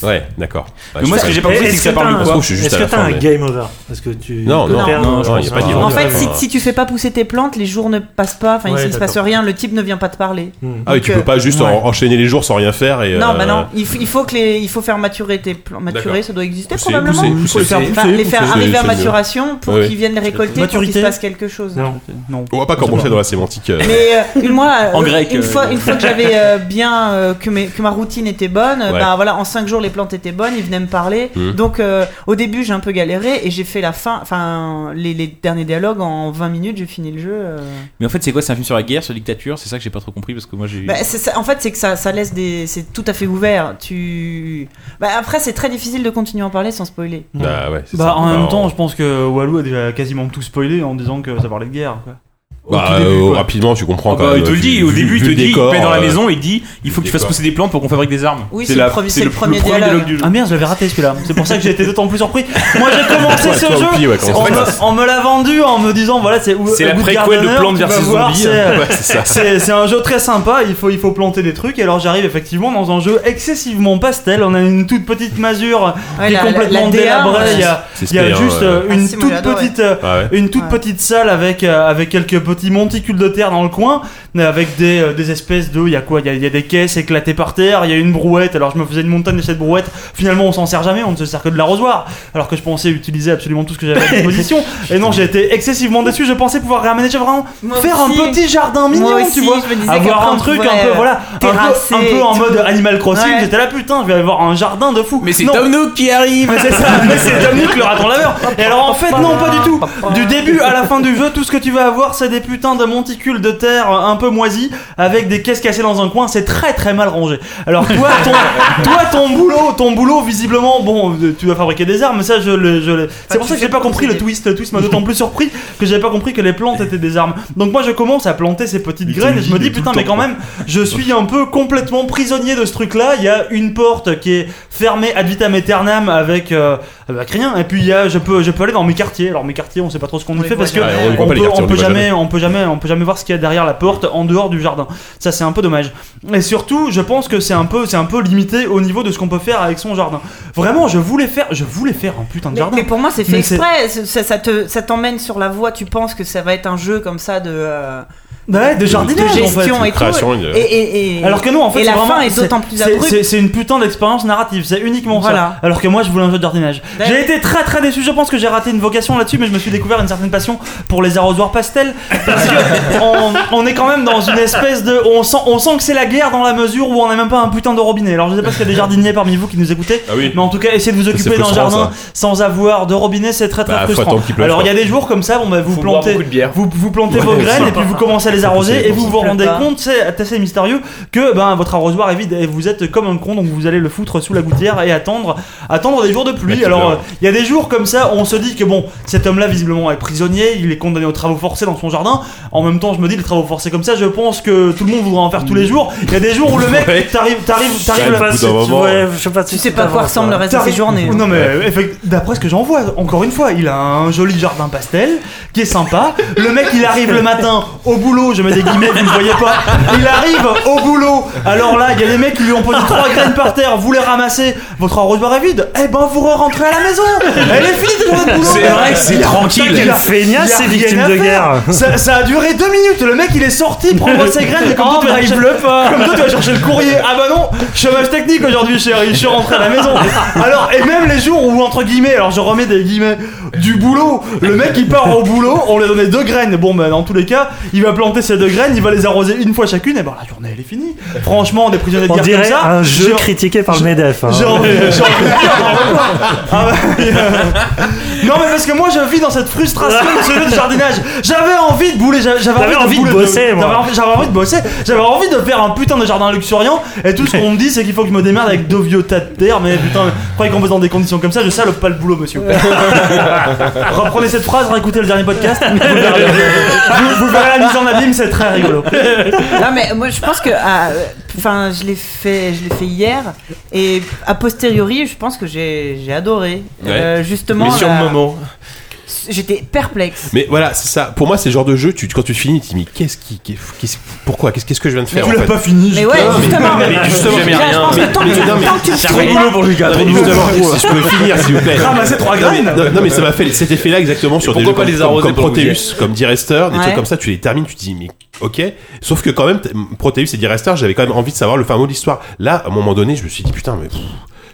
Speaker 2: Ouais, d'accord. Ouais,
Speaker 6: Mais moi,
Speaker 2: je-
Speaker 6: ce que j'ai pas compris,
Speaker 8: Eh,
Speaker 2: Est-ce
Speaker 6: c'est que ça
Speaker 2: t'as
Speaker 6: parle de
Speaker 2: un-
Speaker 6: quoi
Speaker 2: Oh, je suis juste à la fin, mais-
Speaker 8: over Parce que tu.
Speaker 2: Non,
Speaker 8: peux
Speaker 2: non,
Speaker 8: perdre,
Speaker 2: non,
Speaker 8: je
Speaker 2: non, il
Speaker 8: pense.
Speaker 2: hein. y a pas de-
Speaker 7: En fait,
Speaker 2: Ouais,
Speaker 7: si,
Speaker 2: ouais.
Speaker 7: si tu fais pas pousser tes plantes, les jours ne passent pas. Enfin,
Speaker 2: Ouais,
Speaker 7: il se passe
Speaker 2: d'accord.
Speaker 7: rien. Le type ne vient pas te parler.
Speaker 2: Ah oui,
Speaker 7: Donc,
Speaker 2: tu
Speaker 7: euh,
Speaker 2: peux pas juste en-
Speaker 7: ouais.
Speaker 2: enchaîner les jours sans rien faire et.
Speaker 7: Non,
Speaker 2: euh,
Speaker 7: bah non, il, f- il faut que les, il faut faire maturer tes plants. Maturer,
Speaker 2: D'accord.
Speaker 7: ça doit exister
Speaker 2: Pousser,
Speaker 7: probablement.
Speaker 2: pousser, pousser,
Speaker 7: Faut les faire-
Speaker 2: pousser,
Speaker 7: enfin, les faire
Speaker 2: pousser,
Speaker 7: arriver à
Speaker 2: c'est mieux.
Speaker 7: maturation pour
Speaker 2: Ouais.
Speaker 7: qu'ils viennent les récolter, pour qu'il se
Speaker 2: Maturité.
Speaker 7: passe quelque chose.
Speaker 4: non.
Speaker 2: On va pas
Speaker 4: Je sais
Speaker 2: commencer
Speaker 4: pas.
Speaker 2: dans la sémantique. euh,
Speaker 7: Mais euh, une- moi, euh,
Speaker 2: En grec,
Speaker 7: une,
Speaker 2: euh,
Speaker 7: fois, une fois que j'avais euh, bien euh, que, mes- que ma routine était bonne, euh,
Speaker 2: Ouais.
Speaker 7: bah voilà, en 5 jours les plantes étaient bonnes, ils venaient me parler.
Speaker 2: Mhm.
Speaker 7: Donc euh, au début j'ai un peu galéré et j'ai fait la fin, enfin les, les derniers dialogues en 20 minutes, j'ai fini le jeu. euh.
Speaker 6: Mais en fait, c'est quoi C'est un film sur la guerre, sur la dictature C'est ça que j'ai pas trop compris parce que moi j'ai.
Speaker 7: Bah, c'est ça- en fait, c'est que ça, ça laisse des. C'est tout à fait ouvert. Tu. Bah, après, c'est très difficile de continuer à en parler sans spoiler.
Speaker 2: Bah ouais, c'est
Speaker 4: Bah
Speaker 2: ça.
Speaker 4: en
Speaker 2: Bah,
Speaker 4: même
Speaker 2: on-
Speaker 4: temps, je pense que Walou a déjà quasiment tout spoilé en disant que ça parlait de guerre. Quoi. Au
Speaker 2: Bah,
Speaker 4: tout début,
Speaker 2: euh,
Speaker 4: quoi.
Speaker 2: rapidement, tu comprends
Speaker 4: Ah
Speaker 2: quand
Speaker 4: bah,
Speaker 2: même.
Speaker 4: il te le
Speaker 2: vu-
Speaker 4: dit, au
Speaker 2: vu-
Speaker 4: début,
Speaker 2: vu
Speaker 4: il te
Speaker 2: le
Speaker 4: dit, il
Speaker 2: décor,
Speaker 6: met dans la
Speaker 2: euh,
Speaker 6: maison et il dit il faut que tu fasses
Speaker 2: décor.
Speaker 6: pousser des plantes pour qu'on fabrique des armes.
Speaker 7: Oui, c'est le
Speaker 6: la-
Speaker 7: premier-
Speaker 6: c'est
Speaker 7: c'est le premier dialogue
Speaker 6: du jeu.
Speaker 4: Ah merde, je l'avais raté celui-là. C'est pour ça que j'ai été d'autant plus surpris. Moi j'ai commencé
Speaker 6: Toi,
Speaker 4: ce
Speaker 6: toi,
Speaker 4: jeu,
Speaker 6: au pire, ouais, comment
Speaker 4: on,
Speaker 6: ça
Speaker 4: me,
Speaker 6: se passe
Speaker 4: on me l'a vendu en me disant voilà c'est où-
Speaker 6: C'est la
Speaker 4: Good
Speaker 6: préquel
Speaker 4: Gardener,
Speaker 6: de Plants
Speaker 4: tu vas
Speaker 6: versus
Speaker 4: voir,
Speaker 6: Zombies.
Speaker 4: c'est- euh,
Speaker 6: Ouais, c'est euh, ça.
Speaker 4: C'est c'est un jeu très sympa, il faut, il faut planter des trucs. Et alors j'arrive effectivement dans un jeu excessivement pastel. On a une toute petite masure
Speaker 7: Ouais,
Speaker 4: qui
Speaker 7: la-
Speaker 4: est
Speaker 7: la-
Speaker 4: complètement
Speaker 7: la DA,
Speaker 4: délabrée.
Speaker 7: ouais.
Speaker 4: Il y a,
Speaker 2: C'est
Speaker 4: il y a
Speaker 2: spé, hein,
Speaker 4: juste euh,
Speaker 2: ouais.
Speaker 4: une
Speaker 7: Ah,
Speaker 4: toute
Speaker 7: Simulado, ouais.
Speaker 4: petite, euh,
Speaker 2: Ah ouais.
Speaker 4: une toute petite salle avec euh, avec quelques petit monticule de terre dans le coin, mais avec des, euh, des espèces de. Il y a quoi Il y a- il y, a des caisses éclatées par terre, il y a une brouette. Alors je me faisais une montagne de cette brouette. Finalement, on s'en sert jamais, on ne se sert que de l'arrosoir. Alors que je pensais utiliser absolument tout ce que j'avais à disposition. Et non, j'ai été excessivement déçu. Je pensais pouvoir réaménager vraiment. faire
Speaker 7: aussi.
Speaker 4: un petit jardin
Speaker 7: Moi
Speaker 4: mignon,
Speaker 7: aussi,
Speaker 4: tu vois.
Speaker 7: je me disais
Speaker 4: avoir
Speaker 7: qu'après,
Speaker 4: un
Speaker 7: on
Speaker 4: truc un
Speaker 7: pourrait,
Speaker 4: peu,
Speaker 7: euh,
Speaker 4: voilà. Un peu, un
Speaker 7: terrasser
Speaker 4: peu en
Speaker 7: et
Speaker 4: mode
Speaker 7: tout.
Speaker 4: Animal Crossing.
Speaker 7: Ouais.
Speaker 4: J'étais là, putain, je vais avoir un jardin de fou. Mais
Speaker 14: c'est Tom Nook qui arrive.
Speaker 4: Mais c'est ça, mais c'est Tom Nook, le raton laveur. Et alors en fait, non, pas du tout. Du début à la fin du jeu, tout ce que tu vas avoir, c'est des putains de monticules de terre euh, un peu moisis avec des caisses cassées dans un coin. C'est très très mal rangé. Alors toi, ton, toi, ton boulot, ton boulot, visiblement, bon, euh, tu vas fabriquer des armes. Ça, je le, je le- C'est pour ça que j'ai pas compris le twist. Le twist m'a d'autant plus surpris que j'avais pas compris que les plantes étaient des armes. Donc moi, je commence à planter ces petites graines et je me dis putain, mais quand même, je suis un peu complètement prisonnier de ce truc-là. Il y a une porte qui est fermée ad vitam aeternam avec, euh, avec rien. Et puis il y a, je peux, je peux aller dans mes quartiers. Alors mes quartiers, on sait pas trop ce qu'on y fait parce que
Speaker 2: voit jamais. Ouais, on y voit
Speaker 4: on
Speaker 2: pas
Speaker 4: peut,
Speaker 2: les quartiers,
Speaker 4: on
Speaker 2: on
Speaker 4: peut
Speaker 2: les voit
Speaker 4: jamais,
Speaker 2: jamais.
Speaker 4: on peut jamais, on peut jamais voir ce qu'il y a derrière la porte en dehors du jardin. Ça, c'est un peu dommage. Et surtout, je pense que c'est un peu, c'est un peu limité au niveau de ce qu'on peut faire avec son jardin. Vraiment, je voulais faire, je voulais faire un putain de
Speaker 7: Mais,
Speaker 4: jardin.
Speaker 7: mais pour moi, c'est fait
Speaker 4: Mais
Speaker 7: exprès. Ça, ça te, ça t'emmène sur la voie. Tu penses que ça va être un jeu comme ça de. euh,
Speaker 4: Ouais, de jardinage
Speaker 7: de gestion
Speaker 4: en fait.
Speaker 7: et tout.
Speaker 2: euh.
Speaker 7: Et, et- et-
Speaker 4: alors que non, en fait,
Speaker 7: et la
Speaker 4: c'est vraiment-
Speaker 7: fin est d'autant
Speaker 4: c'est-
Speaker 7: plus
Speaker 4: c'est-
Speaker 7: abrupte.
Speaker 4: C'est c'est une putain d'expérience narrative, c'est uniquement
Speaker 7: Voilà.
Speaker 4: ça. Alors que moi, je voulais un jeu de jardinage.
Speaker 2: Ben
Speaker 7: D'ailleurs-
Speaker 4: J'ai été très très déçu. Je pense que j'ai raté une vocation là-dessus, mais je me suis découvert une certaine passion pour les arrosoirs pastels. Parce que on, on est quand même dans une espèce de, on sent, on sent que c'est la guerre dans la mesure où on n'a même pas un putain de robinet. Alors je sais pas s'il y a des jardiniers parmi vous qui nous écoutez, mais en tout cas, essayez de vous
Speaker 2: Ah Ça, c'est
Speaker 4: occuper d'un
Speaker 2: frustrant,
Speaker 4: jardin
Speaker 2: ça.
Speaker 4: sans avoir de robinet, c'est très très
Speaker 2: Bah, faut
Speaker 4: frustrant.
Speaker 2: attendre qu'il pleuve,
Speaker 4: Alors il y a
Speaker 2: quoi.
Speaker 4: des jours comme ça, bon bah vous
Speaker 2: boire
Speaker 4: plantez,
Speaker 2: beaucoup de bière.
Speaker 4: vous vous plantez
Speaker 2: Ouais,
Speaker 4: vos
Speaker 2: c'est
Speaker 4: graines
Speaker 2: ça.
Speaker 4: et puis vous commencez à les arroser et vous vous
Speaker 2: Il pleut
Speaker 4: rendez
Speaker 2: pas.
Speaker 4: compte compte, c'est assez mystérieux, que ben, votre arrosoir est vide et vous êtes comme un con, donc vous allez le foutre sous la gouttière et attendre, attendre des jours de pluie.
Speaker 2: Merci,
Speaker 4: Alors,
Speaker 2: Florent.
Speaker 4: euh, il y a des jours comme ça, on se dit que bon, cet homme-là, visiblement, est prisonnier, il est condamné aux travaux forcés dans son jardin. En même temps, je me dis, les travaux forcés comme ça, je pense que tout le monde voudra en faire tous les jours. Il y a des jours où le mec,
Speaker 8: Ouais.
Speaker 4: t'arrives, t'arrives,
Speaker 8: Je sais
Speaker 4: t'arrives
Speaker 8: pas si tu- ouais, je sais pas si
Speaker 7: Tu sais pas à quoi ressemble le reste de ses
Speaker 4: T'arrives-
Speaker 7: journées. hein.
Speaker 4: Non, mais
Speaker 7: Ouais.
Speaker 4: euh, effect- d'après ce que j'en vois, encore une fois, il a un joli jardin pastel qui est sympa. Le mec, il arrive le matin au boulot, je mets des guillemets, vous ne voyez pas. Il arrive au boulot. Alors là, il y a des mecs qui lui ont posé trois graines par terre, vous les ramassez, votre arrosoir est vide. Eh ben, vous rentrez à la maison. Elle est finie, cette journée de boulot.
Speaker 14: C'est vrai que c'est
Speaker 4: Il y a-
Speaker 14: tranquille.
Speaker 4: il y a-
Speaker 14: Quel
Speaker 8: feignasse,
Speaker 4: il y a
Speaker 8: c'est
Speaker 4: rien
Speaker 8: victime
Speaker 4: à
Speaker 8: de
Speaker 4: faire.
Speaker 8: guerre.
Speaker 4: Ça, ça a duré deux minutes. Le mec, il est sorti prendre ses graines. et Comme
Speaker 14: Oh,
Speaker 4: toi, tu vas
Speaker 14: bah, il
Speaker 4: chercher-
Speaker 14: pleut pas.
Speaker 4: Comme toi, tu vas chercher le courrier. Ah bah non, chômage technique aujourd'hui, chérie. Je suis rentré à la maison. Alors, et même les jours où, entre guillemets, alors je remets des guillemets, du boulot, le mec il part au boulot, on lui a donné deux graines. Bon, bah dans tous les cas, il va planter ces deux graines, il va les arroser une fois chacune. Et bah la journée, elle est finie. Franchement, on est prisonniers de
Speaker 8: On
Speaker 4: guerre comme
Speaker 8: dirait
Speaker 4: ça.
Speaker 8: un jeu
Speaker 4: J'ai-
Speaker 8: critiqué par le Medef. hein.
Speaker 4: j'ai envie, j'ai envie de dire, non, non. Ah bah, euh, Non mais parce que moi je vis dans cette frustration de ce jeu de jardinage. J'avais envie de bouler, j'a- j'avais
Speaker 8: J'avais envie de
Speaker 4: bouler
Speaker 8: bosser, moi.
Speaker 4: j'avais envie- J'avais envie de bosser, j'avais envie de faire un putain de jardin luxuriant. Et tout ce qu'on me dit c'est qu'il faut que je me démerde avec deux vieux tas de terre. Mais putain, vous croyez qu'on bosse dans des conditions comme ça, je salope pas le boulot, monsieur. Reprenez cette phrase, réécoutez le dernier podcast. Vous, le verrez. Vous- vous verrez la mise en abîme, c'est très rigolo.
Speaker 7: non mais moi je pense que ah, euh, enfin je l'ai fait je l'ai fait hier et a posteriori je pense que j'ai j'ai adoré Euh, justement
Speaker 2: Mais sur
Speaker 7: la-
Speaker 2: le moment.
Speaker 7: j'étais perplexe
Speaker 2: Mais voilà, c'est ça. Pour moi, c'est le genre de jeu, tu, quand tu finis, tu te dis, mais qu'est-ce qui. qu'est-ce- pourquoi Qu'est-ce qu'est-ce que je viens de faire
Speaker 4: tu
Speaker 2: en
Speaker 4: l'as
Speaker 2: fait
Speaker 4: pas fini,
Speaker 7: Mais ouais,
Speaker 2: Non, mais-
Speaker 7: justement.
Speaker 2: mais justement,
Speaker 7: Jamais rien. Je pense que tant que-
Speaker 2: non, mais-
Speaker 7: tant que tu le
Speaker 2: c'est
Speaker 7: trouves
Speaker 2: rigolo
Speaker 7: pas-
Speaker 2: pour Giga,
Speaker 7: Non, mais
Speaker 2: trop
Speaker 7: justement,
Speaker 2: rigolo.
Speaker 7: si
Speaker 2: je peux finir, s'il vous plaît.
Speaker 4: Ramasser trois graines.
Speaker 2: Non, mais- Non, mais ça m'a fait cet effet-là exactement sur des jeux
Speaker 4: pourquoi
Speaker 2: comme,
Speaker 4: pas les arroser
Speaker 2: comme,
Speaker 4: pendant que vous y
Speaker 2: Proteus,
Speaker 4: êtes
Speaker 2: comme D-Rester, des
Speaker 4: Ouais.
Speaker 2: trucs comme ça, tu les termines, tu te dis, mais ok. Sauf que quand même, t- Proteus et D-Rester, j'avais quand même envie de savoir le fin mot de l'histoire. Là, à un moment donné, je me suis dit, putain, mais. pff,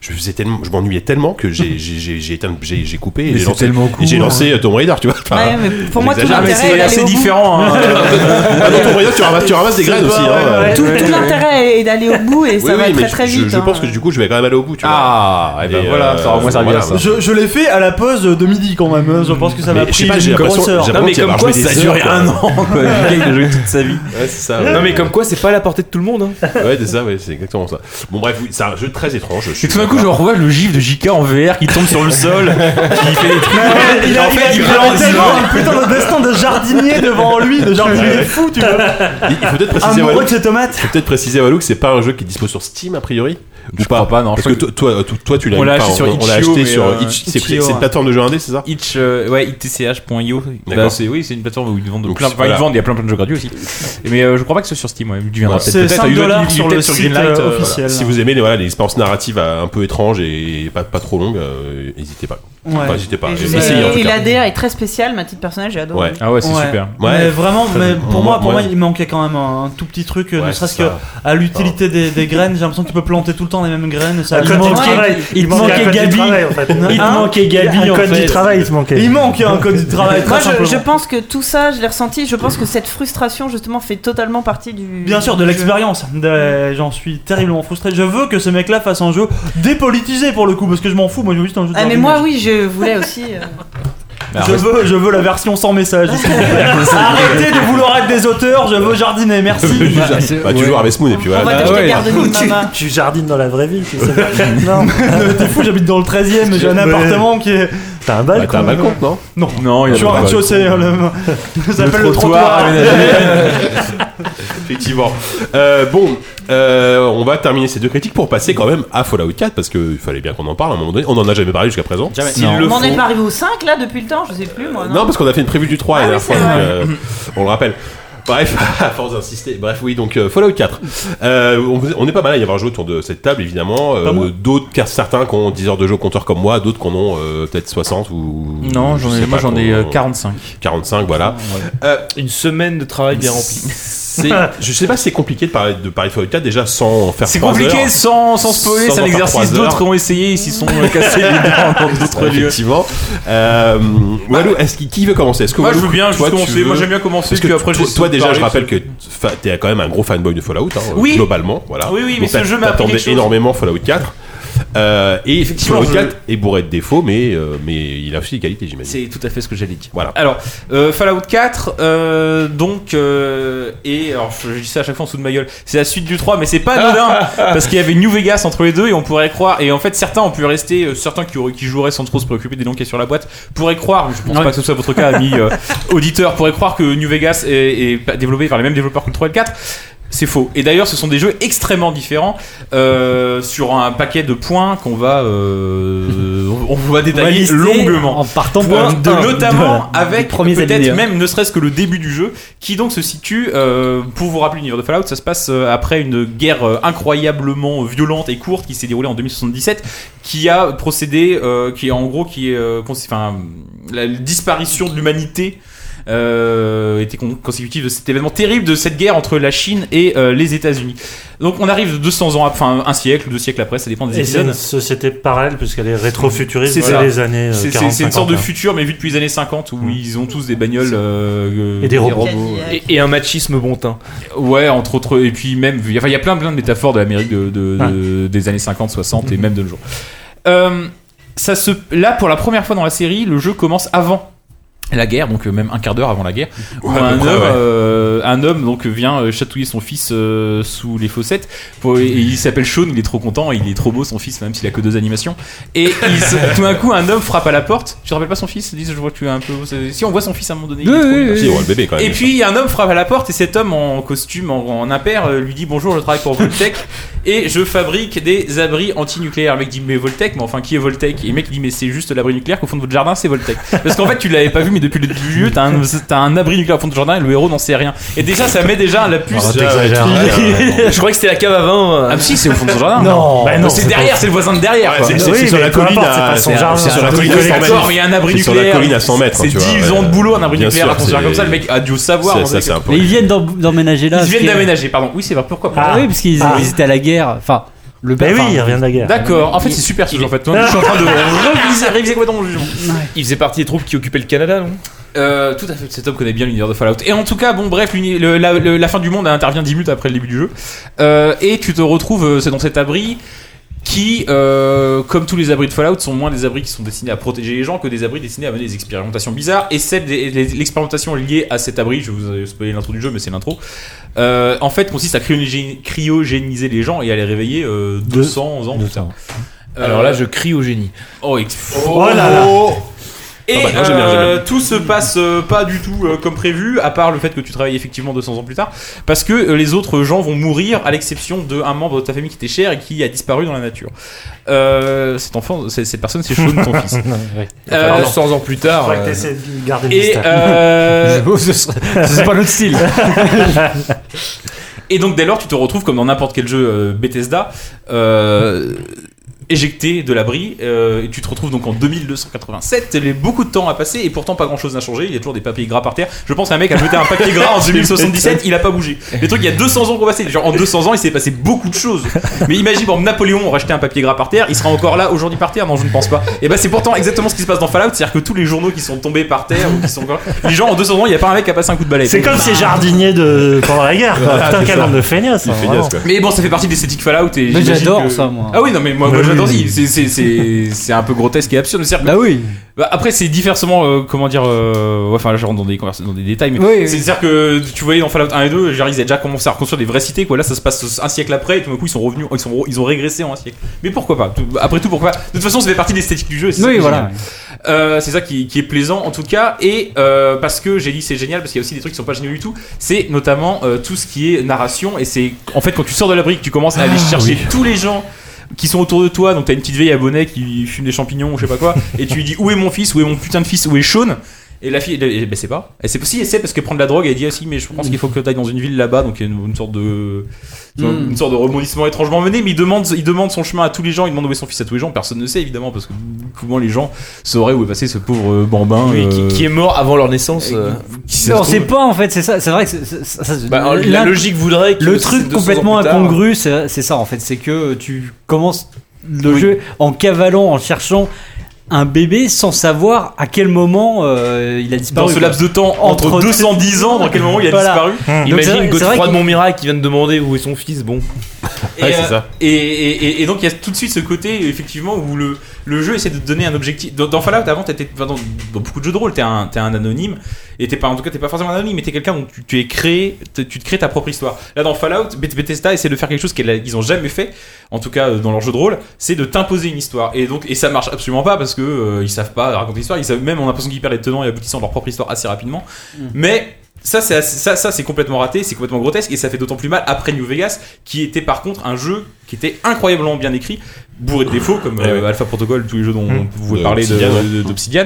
Speaker 2: Je faisais tellement, je m'ennuyais tellement que j'ai j'ai j'ai j'ai éteint- j'ai- j'ai coupé et
Speaker 14: Mais
Speaker 2: j'ai
Speaker 14: c'est
Speaker 2: lancé,
Speaker 14: tellement
Speaker 2: et j'ai
Speaker 14: cool,
Speaker 2: lancé euh, Tomb Raider, tu vois. Enfin,
Speaker 7: Ouais, mais pour moi, tout
Speaker 2: j'exagère.
Speaker 7: l'intérêt Ah, mais c'est est d'aller assez au bout. différent, hein.
Speaker 2: Ah, dans Tomb Raider, tu ramasses, tu ramasses des graines aussi. hein.
Speaker 7: tout tout l'intérêt est d'aller au bout et ça
Speaker 2: Oui,
Speaker 7: va
Speaker 2: oui, mais
Speaker 7: très très
Speaker 2: je-
Speaker 7: vite
Speaker 2: Je
Speaker 7: hein.
Speaker 2: pense que du coup, je vais quand même aller au bout, tu vois. Ah,
Speaker 6: eh ben voilà, ça aura au moins servi à ça.
Speaker 4: Je, je l'ai fait à la pause de midi quand même. hein. Je pense que ça m'a
Speaker 6: Ah Mais je sais
Speaker 4: pris
Speaker 6: pas, j'ai
Speaker 4: une
Speaker 6: l'impression-
Speaker 4: grosse heure.
Speaker 6: j'ai l'impression
Speaker 2: bah,
Speaker 6: qu'il va rejouer des heures, quoi.
Speaker 4: Le gars, il a joué
Speaker 2: toute sa vie. Ouais, c'est ça. ouais.
Speaker 5: Non, mais comme quoi, c'est pas à la portée de tout le monde. hein.
Speaker 2: Ouais, c'est ça, ouais, c'est exactement ça. Bon, bref, oui, c'est un jeu très étrange. Je
Speaker 12: Et
Speaker 2: suis
Speaker 12: tout d'un coup, je me revois le gif de JK en VR qui tombe sur le sol, qui fait des trucs.
Speaker 4: Ouais, il a,
Speaker 12: Et en
Speaker 4: il
Speaker 12: fait,
Speaker 4: a-
Speaker 12: il
Speaker 4: il a
Speaker 12: ramène des
Speaker 4: tellement
Speaker 12: gens.
Speaker 4: un putain de destin de jardinier devant lui, de jardinier
Speaker 2: Ouais.
Speaker 4: fou, tu vois.
Speaker 2: Il il faut peut-être préciser,
Speaker 4: Amoureux
Speaker 2: Walou-
Speaker 4: de ces tomates.
Speaker 2: il faut peut-être préciser Walou que c'est pas un jeu qui est dispo sur Steam a priori. Ou pas, non. Parce que, toi, toi, toi, toi, tu l'as
Speaker 6: On
Speaker 2: eu
Speaker 6: l'a
Speaker 2: pas,
Speaker 6: acheté sur
Speaker 2: on- on l'a
Speaker 6: itch.io,
Speaker 2: acheté
Speaker 6: mais,
Speaker 2: sur
Speaker 6: euh,
Speaker 2: itch- c'est-
Speaker 6: itch.io,
Speaker 2: C'est une
Speaker 6: ouais.
Speaker 2: plateforme de jeux indés, c'est ça
Speaker 6: Itch, euh, ouais, itch.io.
Speaker 2: D'accord.
Speaker 6: Bah, c'est, oui, c'est une plateforme où ils vendent de
Speaker 2: Donc,
Speaker 6: plein, enfin,
Speaker 2: voilà.
Speaker 6: ils vendent, il y a plein plein de jeux gratuits aussi. Mais euh, je crois pas que ce soit sur Steam, ouais. Il viendra
Speaker 2: Voilà.
Speaker 6: peut-être. Peut-être à Ubi- il est peut-être Greenlight, euh, voilà.
Speaker 2: Si vous aimez les, voilà, les expériences narratives euh, un peu étranges et pas, pas trop longues, euh, n'hésitez pas.
Speaker 4: Ouais.
Speaker 2: Enfin, n'hésitez pas. euh,
Speaker 4: Et je-
Speaker 2: Essayez en tout
Speaker 7: Et
Speaker 2: cas.
Speaker 7: l'ADR est très spécial, ma petite personnage, j'ai adoré.
Speaker 2: Ouais. Ah ouais, c'est super. Ouais.
Speaker 4: Mais vraiment,
Speaker 2: Très
Speaker 4: mais
Speaker 2: bien.
Speaker 4: pour moi,
Speaker 2: Moi-
Speaker 4: pour moi,
Speaker 2: moi-
Speaker 4: il manquait quand même un, un tout petit truc, euh, ne
Speaker 2: Ouais,
Speaker 4: serait-ce
Speaker 2: c'est
Speaker 4: que
Speaker 2: ça.
Speaker 4: à l'utilité des, des graines. J'ai l'impression que tu peux planter tout le temps les mêmes graines. Ça
Speaker 8: Un code
Speaker 4: alimente-
Speaker 8: du travail. Il te manquait
Speaker 4: un code du
Speaker 8: Gabi.
Speaker 4: travail, en
Speaker 8: Il
Speaker 4: fait.
Speaker 8: te
Speaker 4: Hein
Speaker 8: manquait Gabi,
Speaker 4: Un
Speaker 8: en
Speaker 4: code du
Speaker 8: fait.
Speaker 4: travail, il te manquait. Il manque un code du travail.
Speaker 7: Moi,
Speaker 4: très
Speaker 7: je,
Speaker 4: simplement.
Speaker 7: je pense que tout ça, je l'ai ressenti. Je pense que cette frustration, justement, fait totalement partie du.
Speaker 4: Bien sûr, de
Speaker 7: du
Speaker 4: l'expérience. De- J'en suis terriblement frustré. Je veux que ce mec-là fasse un jeu dépolitisé pour le coup, parce que je m'en fous. Moi, je veux juste un jeu.
Speaker 7: jeu. Ah, mais
Speaker 4: d'ordinateur.
Speaker 7: moi, oui, je voulais aussi. euh,
Speaker 4: Je veux, je veux la version sans message. s'il vous plaît. Arrêtez de vouloir être des auteurs, je veux jardiner, merci.
Speaker 2: Bah, tu joues à Harvest Moon et puis voilà. bah
Speaker 4: t'acheter
Speaker 2: Ouais.
Speaker 4: Garden Moon,
Speaker 8: tu,
Speaker 4: maman.
Speaker 8: tu jardines dans la vraie vie. tu sais.
Speaker 4: non, t'es fou, j'habite dans le 13 e j'ai un
Speaker 8: Ouais.
Speaker 4: appartement qui est.
Speaker 8: T'as un
Speaker 4: Bah,
Speaker 8: balcon.
Speaker 4: t'as un balcon,
Speaker 2: non
Speaker 4: Non,
Speaker 6: non,
Speaker 4: je suis au rez-de-chaussée. hein, le- Ça s'appelle le trottoir.
Speaker 2: Effectivement. Euh, bon, euh, on va terminer ces deux critiques pour passer quand même à Fallout 4 parce qu'il fallait bien qu'on en parle à un moment donné. On en a jamais parlé jusqu'à présent. S'il le
Speaker 7: On en est
Speaker 2: faut-
Speaker 7: pas arrivé au 5 là depuis le temps, je sais plus moi. Non, Ah
Speaker 2: Non, parce qu'on a fait une preview du 3 la dernière
Speaker 7: oui,
Speaker 2: fois,
Speaker 7: c'est
Speaker 2: donc,
Speaker 7: vrai.
Speaker 2: euh, on le rappelle. Bref, à force d'insister. Bref, oui, donc euh, Fallout 4. Euh, on, on est pas mal à y avoir joué autour de cette table, évidemment. Euh,
Speaker 5: Pas moi.
Speaker 2: d'autres, car certains qui ont 10 heures de jeu au compteur comme moi, d'autres qui en ont euh, peut-être 60 ou.
Speaker 6: Non,
Speaker 2: je
Speaker 6: j'en ai-
Speaker 2: sais
Speaker 6: moi,
Speaker 2: pas,
Speaker 6: j'en ai,
Speaker 2: qu'on-
Speaker 6: euh, 45.
Speaker 2: 45, voilà.
Speaker 5: Euh, Une semaine de travail bien rempli.
Speaker 2: C'est, je sais pas si c'est compliqué de parler de, parler de Fallout 4 déjà sans en faire
Speaker 6: C'est
Speaker 2: trois
Speaker 6: compliqué
Speaker 2: heures.
Speaker 6: sans, sans spoiler,
Speaker 2: Sans
Speaker 6: c'est
Speaker 2: en
Speaker 6: un
Speaker 2: faire
Speaker 6: exercice.
Speaker 2: trois heures.
Speaker 6: D'autres ont essayé, ils s'y sont euh, cassés les dents dans d'autres lieux.
Speaker 2: Effectivement. Euh, Walou, est-ce qui, qui veut commencer Est-ce que
Speaker 6: Moi,
Speaker 2: Walou,
Speaker 6: je veux bien, je
Speaker 2: toi,
Speaker 6: veux
Speaker 2: tu
Speaker 6: commencer. Moi,
Speaker 2: veux-
Speaker 6: j'aime bien commencer,
Speaker 2: Parce que
Speaker 6: puis après,
Speaker 2: toi,
Speaker 6: j'essaie
Speaker 2: toi,
Speaker 6: de
Speaker 2: déjà,
Speaker 6: parler,
Speaker 2: je rappelle que fa- t'es quand même un gros fanboy de Fallout, hein,
Speaker 6: Oui.
Speaker 2: globalement. Voilà.
Speaker 6: Oui, oui, mais
Speaker 2: Donc,
Speaker 6: ce
Speaker 2: t'a-
Speaker 6: jeu m'a appris
Speaker 2: t'attendais
Speaker 6: quelque chose.
Speaker 2: énormément Fallout 4. Euh, et
Speaker 6: Effectivement,
Speaker 2: effectivement, Fallout
Speaker 6: je-
Speaker 2: 4 est bourré de défauts, mais, euh, mais il a aussi des qualités, j'imagine.
Speaker 6: C'est tout à fait ce que j'allais dire.
Speaker 2: Voilà.
Speaker 6: Alors, euh, Fallout 4, euh, donc, euh, et alors je, je dis ça à chaque fois en dessous de ma gueule, c'est la suite du 3, mais c'est pas anodin, parce qu'il y avait New Vegas entre les deux, et on pourrait croire, et en fait certains ont pu rester, euh, certains qui, auraient- qui joueraient sans trop se préoccuper des noms qu'il y a sur la boîte, pourraient croire, mais je pense
Speaker 5: Ouais.
Speaker 6: pas que ce soit votre cas, ami euh, auditeur, pourraient croire que New Vegas est, est pas développé par les mêmes développeurs que le 3 et le 4. C'est faux. Et d'ailleurs, ce sont des jeux extrêmement différents euh, sur un paquet de points qu'on va, euh, on va détailler
Speaker 5: lister
Speaker 6: longuement.
Speaker 9: en partant
Speaker 6: Point
Speaker 9: par- de-
Speaker 6: notamment
Speaker 9: de-
Speaker 6: avec
Speaker 9: des premiers
Speaker 6: peut-être
Speaker 9: alinéas.
Speaker 6: même ne serait-ce que le début du jeu, qui donc se situe, euh, pour vous rappeler l'univers de Fallout, ça se passe euh, après une guerre euh, incroyablement violente et courte qui s'est déroulée en 2077, qui a procédé, euh, qui est en gros, qui est, euh, consi- enfin, la disparition de l'humanité. euh, était con- consécutive de cet événement terrible de cette guerre entre la Chine et euh, les États-Unis. Donc on arrive 200 ans, ap- enfin un siècle, deux siècles après, ça dépend des
Speaker 8: Et c'est
Speaker 6: épisodes.
Speaker 8: une société parallèle puisqu'elle est rétrofuturiste
Speaker 6: C'est
Speaker 8: c'est
Speaker 6: ça.
Speaker 8: les années euh,
Speaker 6: C'est- c'est-
Speaker 8: 40.
Speaker 6: C'est une sorte de
Speaker 8: 50,
Speaker 6: futur, mais vu depuis les années 50, où ils ont tous des bagnoles. euh,
Speaker 8: Et des robots.
Speaker 6: Et, un machisme bon teint. Ouais, entre autres. Et puis même, il y a- enfin, il y a plein, plein de métaphores de l'Amérique de, de- de- des années 50, 60
Speaker 2: Mm-hmm.
Speaker 6: et même de nos jours. Euh, ça se, là, pour la première fois dans la série, le jeu commence avant la guerre, donc euh, même un quart d'heure avant la guerre, où
Speaker 2: Ouais, à
Speaker 6: un,
Speaker 2: peu près,
Speaker 6: homme,
Speaker 2: ouais.
Speaker 6: euh, un homme donc vient euh, chatouiller son fils euh, sous les fossettes. Pour- et il s'appelle Sean, il est trop content, il est trop beau son fils, même s'il a que deux animations. Et il se- tout d'un coup, un homme frappe à la porte. Tu te rappelles pas son fils Dis, je vois que tu es un peu. Si on voit son fils à un moment donné, il est
Speaker 2: Oui,
Speaker 6: trop
Speaker 2: oui,
Speaker 6: mignon.
Speaker 2: oui, Si, on voit le bébé, quand même,
Speaker 6: Et
Speaker 2: bien
Speaker 6: puis il y a un homme frappe à la porte et cet homme en costume, en, en impair, euh, lui dit bonjour, je travaille pour Voltech et je fabrique des abris antinucléaires. Le mec dit mais Voltech, mais enfin qui est Voltech Et le mec dit mais c'est juste l'abri nucléaire qu'au fond de votre jardin c'est Voltech. Parce qu'en fait tu l'avais pas vu mais depuis le début du jeu, t'as un, t'as un abri nucléaire au fond de ton jardin et le héros n'en sait rien. Et déjà ça met déjà la puce.
Speaker 5: Ah, t'exagères.
Speaker 6: je croyais que c'était la cave à vin. Ah mais si c'est au fond de son
Speaker 8: hein.
Speaker 6: jardin.
Speaker 5: Non. Bah non,
Speaker 6: c'est
Speaker 5: c'est
Speaker 6: derrière,
Speaker 5: pas-
Speaker 6: c'est le voisin de
Speaker 2: Ah,
Speaker 6: derrière.
Speaker 5: Ouais,
Speaker 6: quoi.
Speaker 5: c'est- c'est- Oui, c'est sur mais la peu
Speaker 2: hein,
Speaker 5: colline importe, à- c'est pas son
Speaker 6: c'est-
Speaker 5: jardin.
Speaker 6: c'est sur la
Speaker 5: C'est
Speaker 6: colline à
Speaker 5: sur la
Speaker 6: 100
Speaker 5: colline.
Speaker 6: mètres. Il y a un abri
Speaker 5: C'est
Speaker 6: nucléaire.
Speaker 5: sur la colline à 100 mètres,
Speaker 6: C'est
Speaker 5: tu vois,
Speaker 6: 10
Speaker 5: ouais.
Speaker 6: ans de boulot, un abri
Speaker 5: Bien
Speaker 6: nucléaire
Speaker 5: sûr,
Speaker 6: à construire
Speaker 5: c'est-
Speaker 6: comme ça. Le mec a dû savoir.
Speaker 5: C'est-
Speaker 6: on
Speaker 5: ça,
Speaker 6: dirait
Speaker 5: c'est
Speaker 6: que-
Speaker 5: un peu
Speaker 9: Mais ils viennent d'en- d'emménager là.
Speaker 6: Ils viennent
Speaker 9: parce que-
Speaker 6: d'aménager, pardon. Oui, c'est vrai. Pourquoi pas
Speaker 9: Ah oui, parce qu'ils
Speaker 6: Ah.
Speaker 9: ils étaient à la guerre. Enfin, le
Speaker 6: Ben oui,
Speaker 9: enfin,
Speaker 6: ils reviennent de la
Speaker 5: Ah,
Speaker 6: guerre. D'accord. En fait, c'est super ce jeu, en fait. Je suis en train de réviser, réviser quoi dans mon jugement.
Speaker 5: Il faisait partie des troupes qui occupaient le Canada, non
Speaker 6: Euh, tout à fait, cet homme connaît bien l'univers de Fallout. Et en tout cas, bon, bref, l'uni- le- la, le- la fin du monde elle intervient 10 minutes après le début du jeu. Euh, et tu te retrouves euh, c'est dans cet abri qui, euh, comme tous les abris de Fallout, sont moins des abris qui sont destinés à protéger les gens que des abris destinés à mener des expérimentations bizarres. Et celle des- les- l'expérimentation liée à cet abri, je vous ai spoilé l'intro du jeu, mais c'est l'intro, euh, en fait consiste à cryogé- cryogéniser les gens et à les réveiller euh, 200 ans plus tard. Euh,
Speaker 5: Alors là, je crie au génie.
Speaker 6: Oh, ex-
Speaker 5: Oh là là.
Speaker 6: Et
Speaker 2: Ah bah, non, j'aime bien, j'aime
Speaker 6: euh,
Speaker 2: bien.
Speaker 6: tout se passe euh, pas du tout euh, comme prévu, à part le fait que tu travailles effectivement 200 ans plus tard, parce que euh, les autres gens vont mourir, à l'exception d'un membre de ta famille qui t'est cher et qui a disparu dans la nature. Euh, cet enfant, c'est- cette personne, c'est Sean, ton fils.
Speaker 5: Ouais.
Speaker 6: Euh,
Speaker 5: Enfin, 200 ans plus tard.
Speaker 6: Faudrait que
Speaker 5: euh,
Speaker 6: t'essaies de garder le
Speaker 5: et,
Speaker 6: mystère.
Speaker 5: euh,
Speaker 6: Je- ce serait- ce serait pas notre style. Et donc dès lors, tu te retrouves comme dans n'importe quel jeu euh, Bethesda, euh, éjecté de l'abri, euh, et tu te retrouves donc en 2287. Il y a beaucoup de temps à passer, et pourtant pas grand-chose n'a changé. Il y a toujours des papiers gras par terre. Je pense qu'un mec a jeté un papier gras en 2077, il a pas bougé. Les trucs, il y a 200 ans qu'on passé. Genre en 200 ans, il s'est passé beaucoup de choses. Mais imagine, bon, Napoléon aurait jeté un papier gras par terre, il sera encore là aujourd'hui par terre. Non, je ne pense pas. Et bah c'est pourtant exactement ce qui se passe dans Fallout, c'est-à-dire que tous les journaux qui sont tombés par terre ou qui sont encore- les gens en 200 ans, il n'y a pas un mec qui a passé un coup de balai.
Speaker 8: C'est comme
Speaker 6: Bah,
Speaker 8: ces jardiniers de pendant la guerre. quoi.
Speaker 6: Ah,
Speaker 8: Putain,
Speaker 6: c'est
Speaker 8: quel
Speaker 6: ça.
Speaker 8: nombre de feignasses. hein, vraiment.
Speaker 6: Mais bon, ça fait partie de l'esthétique Fallout. Et
Speaker 8: Mais
Speaker 6: j'imagine
Speaker 8: j'adore
Speaker 6: que-
Speaker 8: ça,
Speaker 9: Oh.
Speaker 8: moi.
Speaker 6: Ah oui, non, mais moi,
Speaker 8: Bah
Speaker 6: moi
Speaker 8: oui.
Speaker 6: j'adore. si, c'est- c'est- C'est c'est un peu grotesque et absurde. Bah oui. après, c'est diversement. euh, comment dire. euh, ouais, enfin, là, je rentre dans des, conversations- dans des détails. Mais
Speaker 5: Oui, oui.
Speaker 6: c'est-à-dire que tu voyais dans Fallout 1 et 2, genre, ils avaient déjà commencé à reconstruire des vraies cités. Quoi. Là, ça se passe un siècle après. Et tout d'un coup, ils sont revenus. Ils, sont, ils ont régressé en un siècle. Mais pourquoi pas Tout- Après tout, pourquoi pas De toute façon, ça fait partie de l'esthétique du jeu. et c'est ça
Speaker 9: Oui,
Speaker 6: qui est
Speaker 9: voilà.
Speaker 6: génial. Euh, c'est ça qui, qui est plaisant en tout cas et euh, parce que j'ai dit c'est génial parce qu'il y a aussi des trucs qui sont pas géniaux du tout c'est notamment euh, tout ce qui est narration et c'est en fait quand tu sors de la brique tu commences à aller
Speaker 5: Ah,
Speaker 6: chercher
Speaker 5: oui.
Speaker 6: tous les gens qui sont autour de toi donc t'as une petite vieille abonnée qui fume des champignons ou je sais pas quoi et tu lui dis où est mon fils où est mon putain de fils où est Sean et la fille, elle, elle, ben, sait pas. Elle sait pas si elle sait parce qu'elle prend de la drogue. Elle dit aussi, mais je pense qu'il faut que t'ailles dans une ville là-bas. Donc il y a une, une sorte de
Speaker 5: Mm.
Speaker 6: une sorte de rebondissement étrangement mené. Mais il demande, il demande son chemin à tous les gens. Il demande où est son fils à tous les gens. Personne ne sait évidemment parce que comment les gens sauraient où est passé ce pauvre euh, Eh, bambin
Speaker 5: Oui, qui- qui est
Speaker 6: mort avant leur naissance.
Speaker 9: on sait pas en fait, c'est ça, c'est vrai que c'est- c'est- ça- ça-
Speaker 5: Bah, alors, la
Speaker 9: l'int-
Speaker 5: logique voudrait que
Speaker 9: Euh, le
Speaker 5: c'est
Speaker 9: truc
Speaker 5: 200 ans
Speaker 9: complètement
Speaker 5: plus tard.
Speaker 9: incongru, c'est c'est ça en fait, c'est que tu commences le jeu en cavalant, en cherchant un bébé sans savoir à quel moment euh, il a disparu.
Speaker 5: Dans ce
Speaker 9: quoi.
Speaker 5: laps de temps, entre 210 ans, dans quel moment il a
Speaker 9: Voilà.
Speaker 5: disparu.
Speaker 9: Donc, c'est vrai-
Speaker 5: Imagine
Speaker 9: c'est vrai
Speaker 5: Godefroy de
Speaker 9: qu'il-
Speaker 5: Montmirail qui vient de demander où est son fils. Bon.
Speaker 6: Et, euh, Et, et- et- et donc il y a tout de suite ce côté effectivement où le, le jeu essaie de te donner un objectif. Dans, dans Fallout avant, t'étais enfin, dans, dans beaucoup de jeux de rôle, t'es un, t'es un anonyme et t'es pas en tout cas t'es pas forcément un anonyme, mais t'es quelqu'un dont tu, tu es créé, t- tu te crées ta propre histoire. Là dans Fallout, Beth- Bethesda essaie de faire quelque chose qu'elle a- qu'ils ont jamais fait, en tout cas euh, dans leur jeu de rôle, c'est de t'imposer une histoire. Et donc et ça marche absolument pas parce que euh, ils savent pas raconter l'histoire, ils savent même on a l'impression qu'ils perdent les tenants et aboutissants de leur propre histoire assez rapidement. Mm. Mais ça, c'est assez- ça, ça, c'est complètement raté, c'est complètement grotesque et ça fait d'autant plus mal après New Vegas, qui était par contre un jeu qui était incroyablement bien écrit, bourré de défauts comme euh, Alpha Protocol, tous les jeux dont
Speaker 5: Mm.
Speaker 6: vous pouvez
Speaker 5: De
Speaker 6: parler de-
Speaker 5: Obsidian, ouais.
Speaker 6: de- d'Obsidian.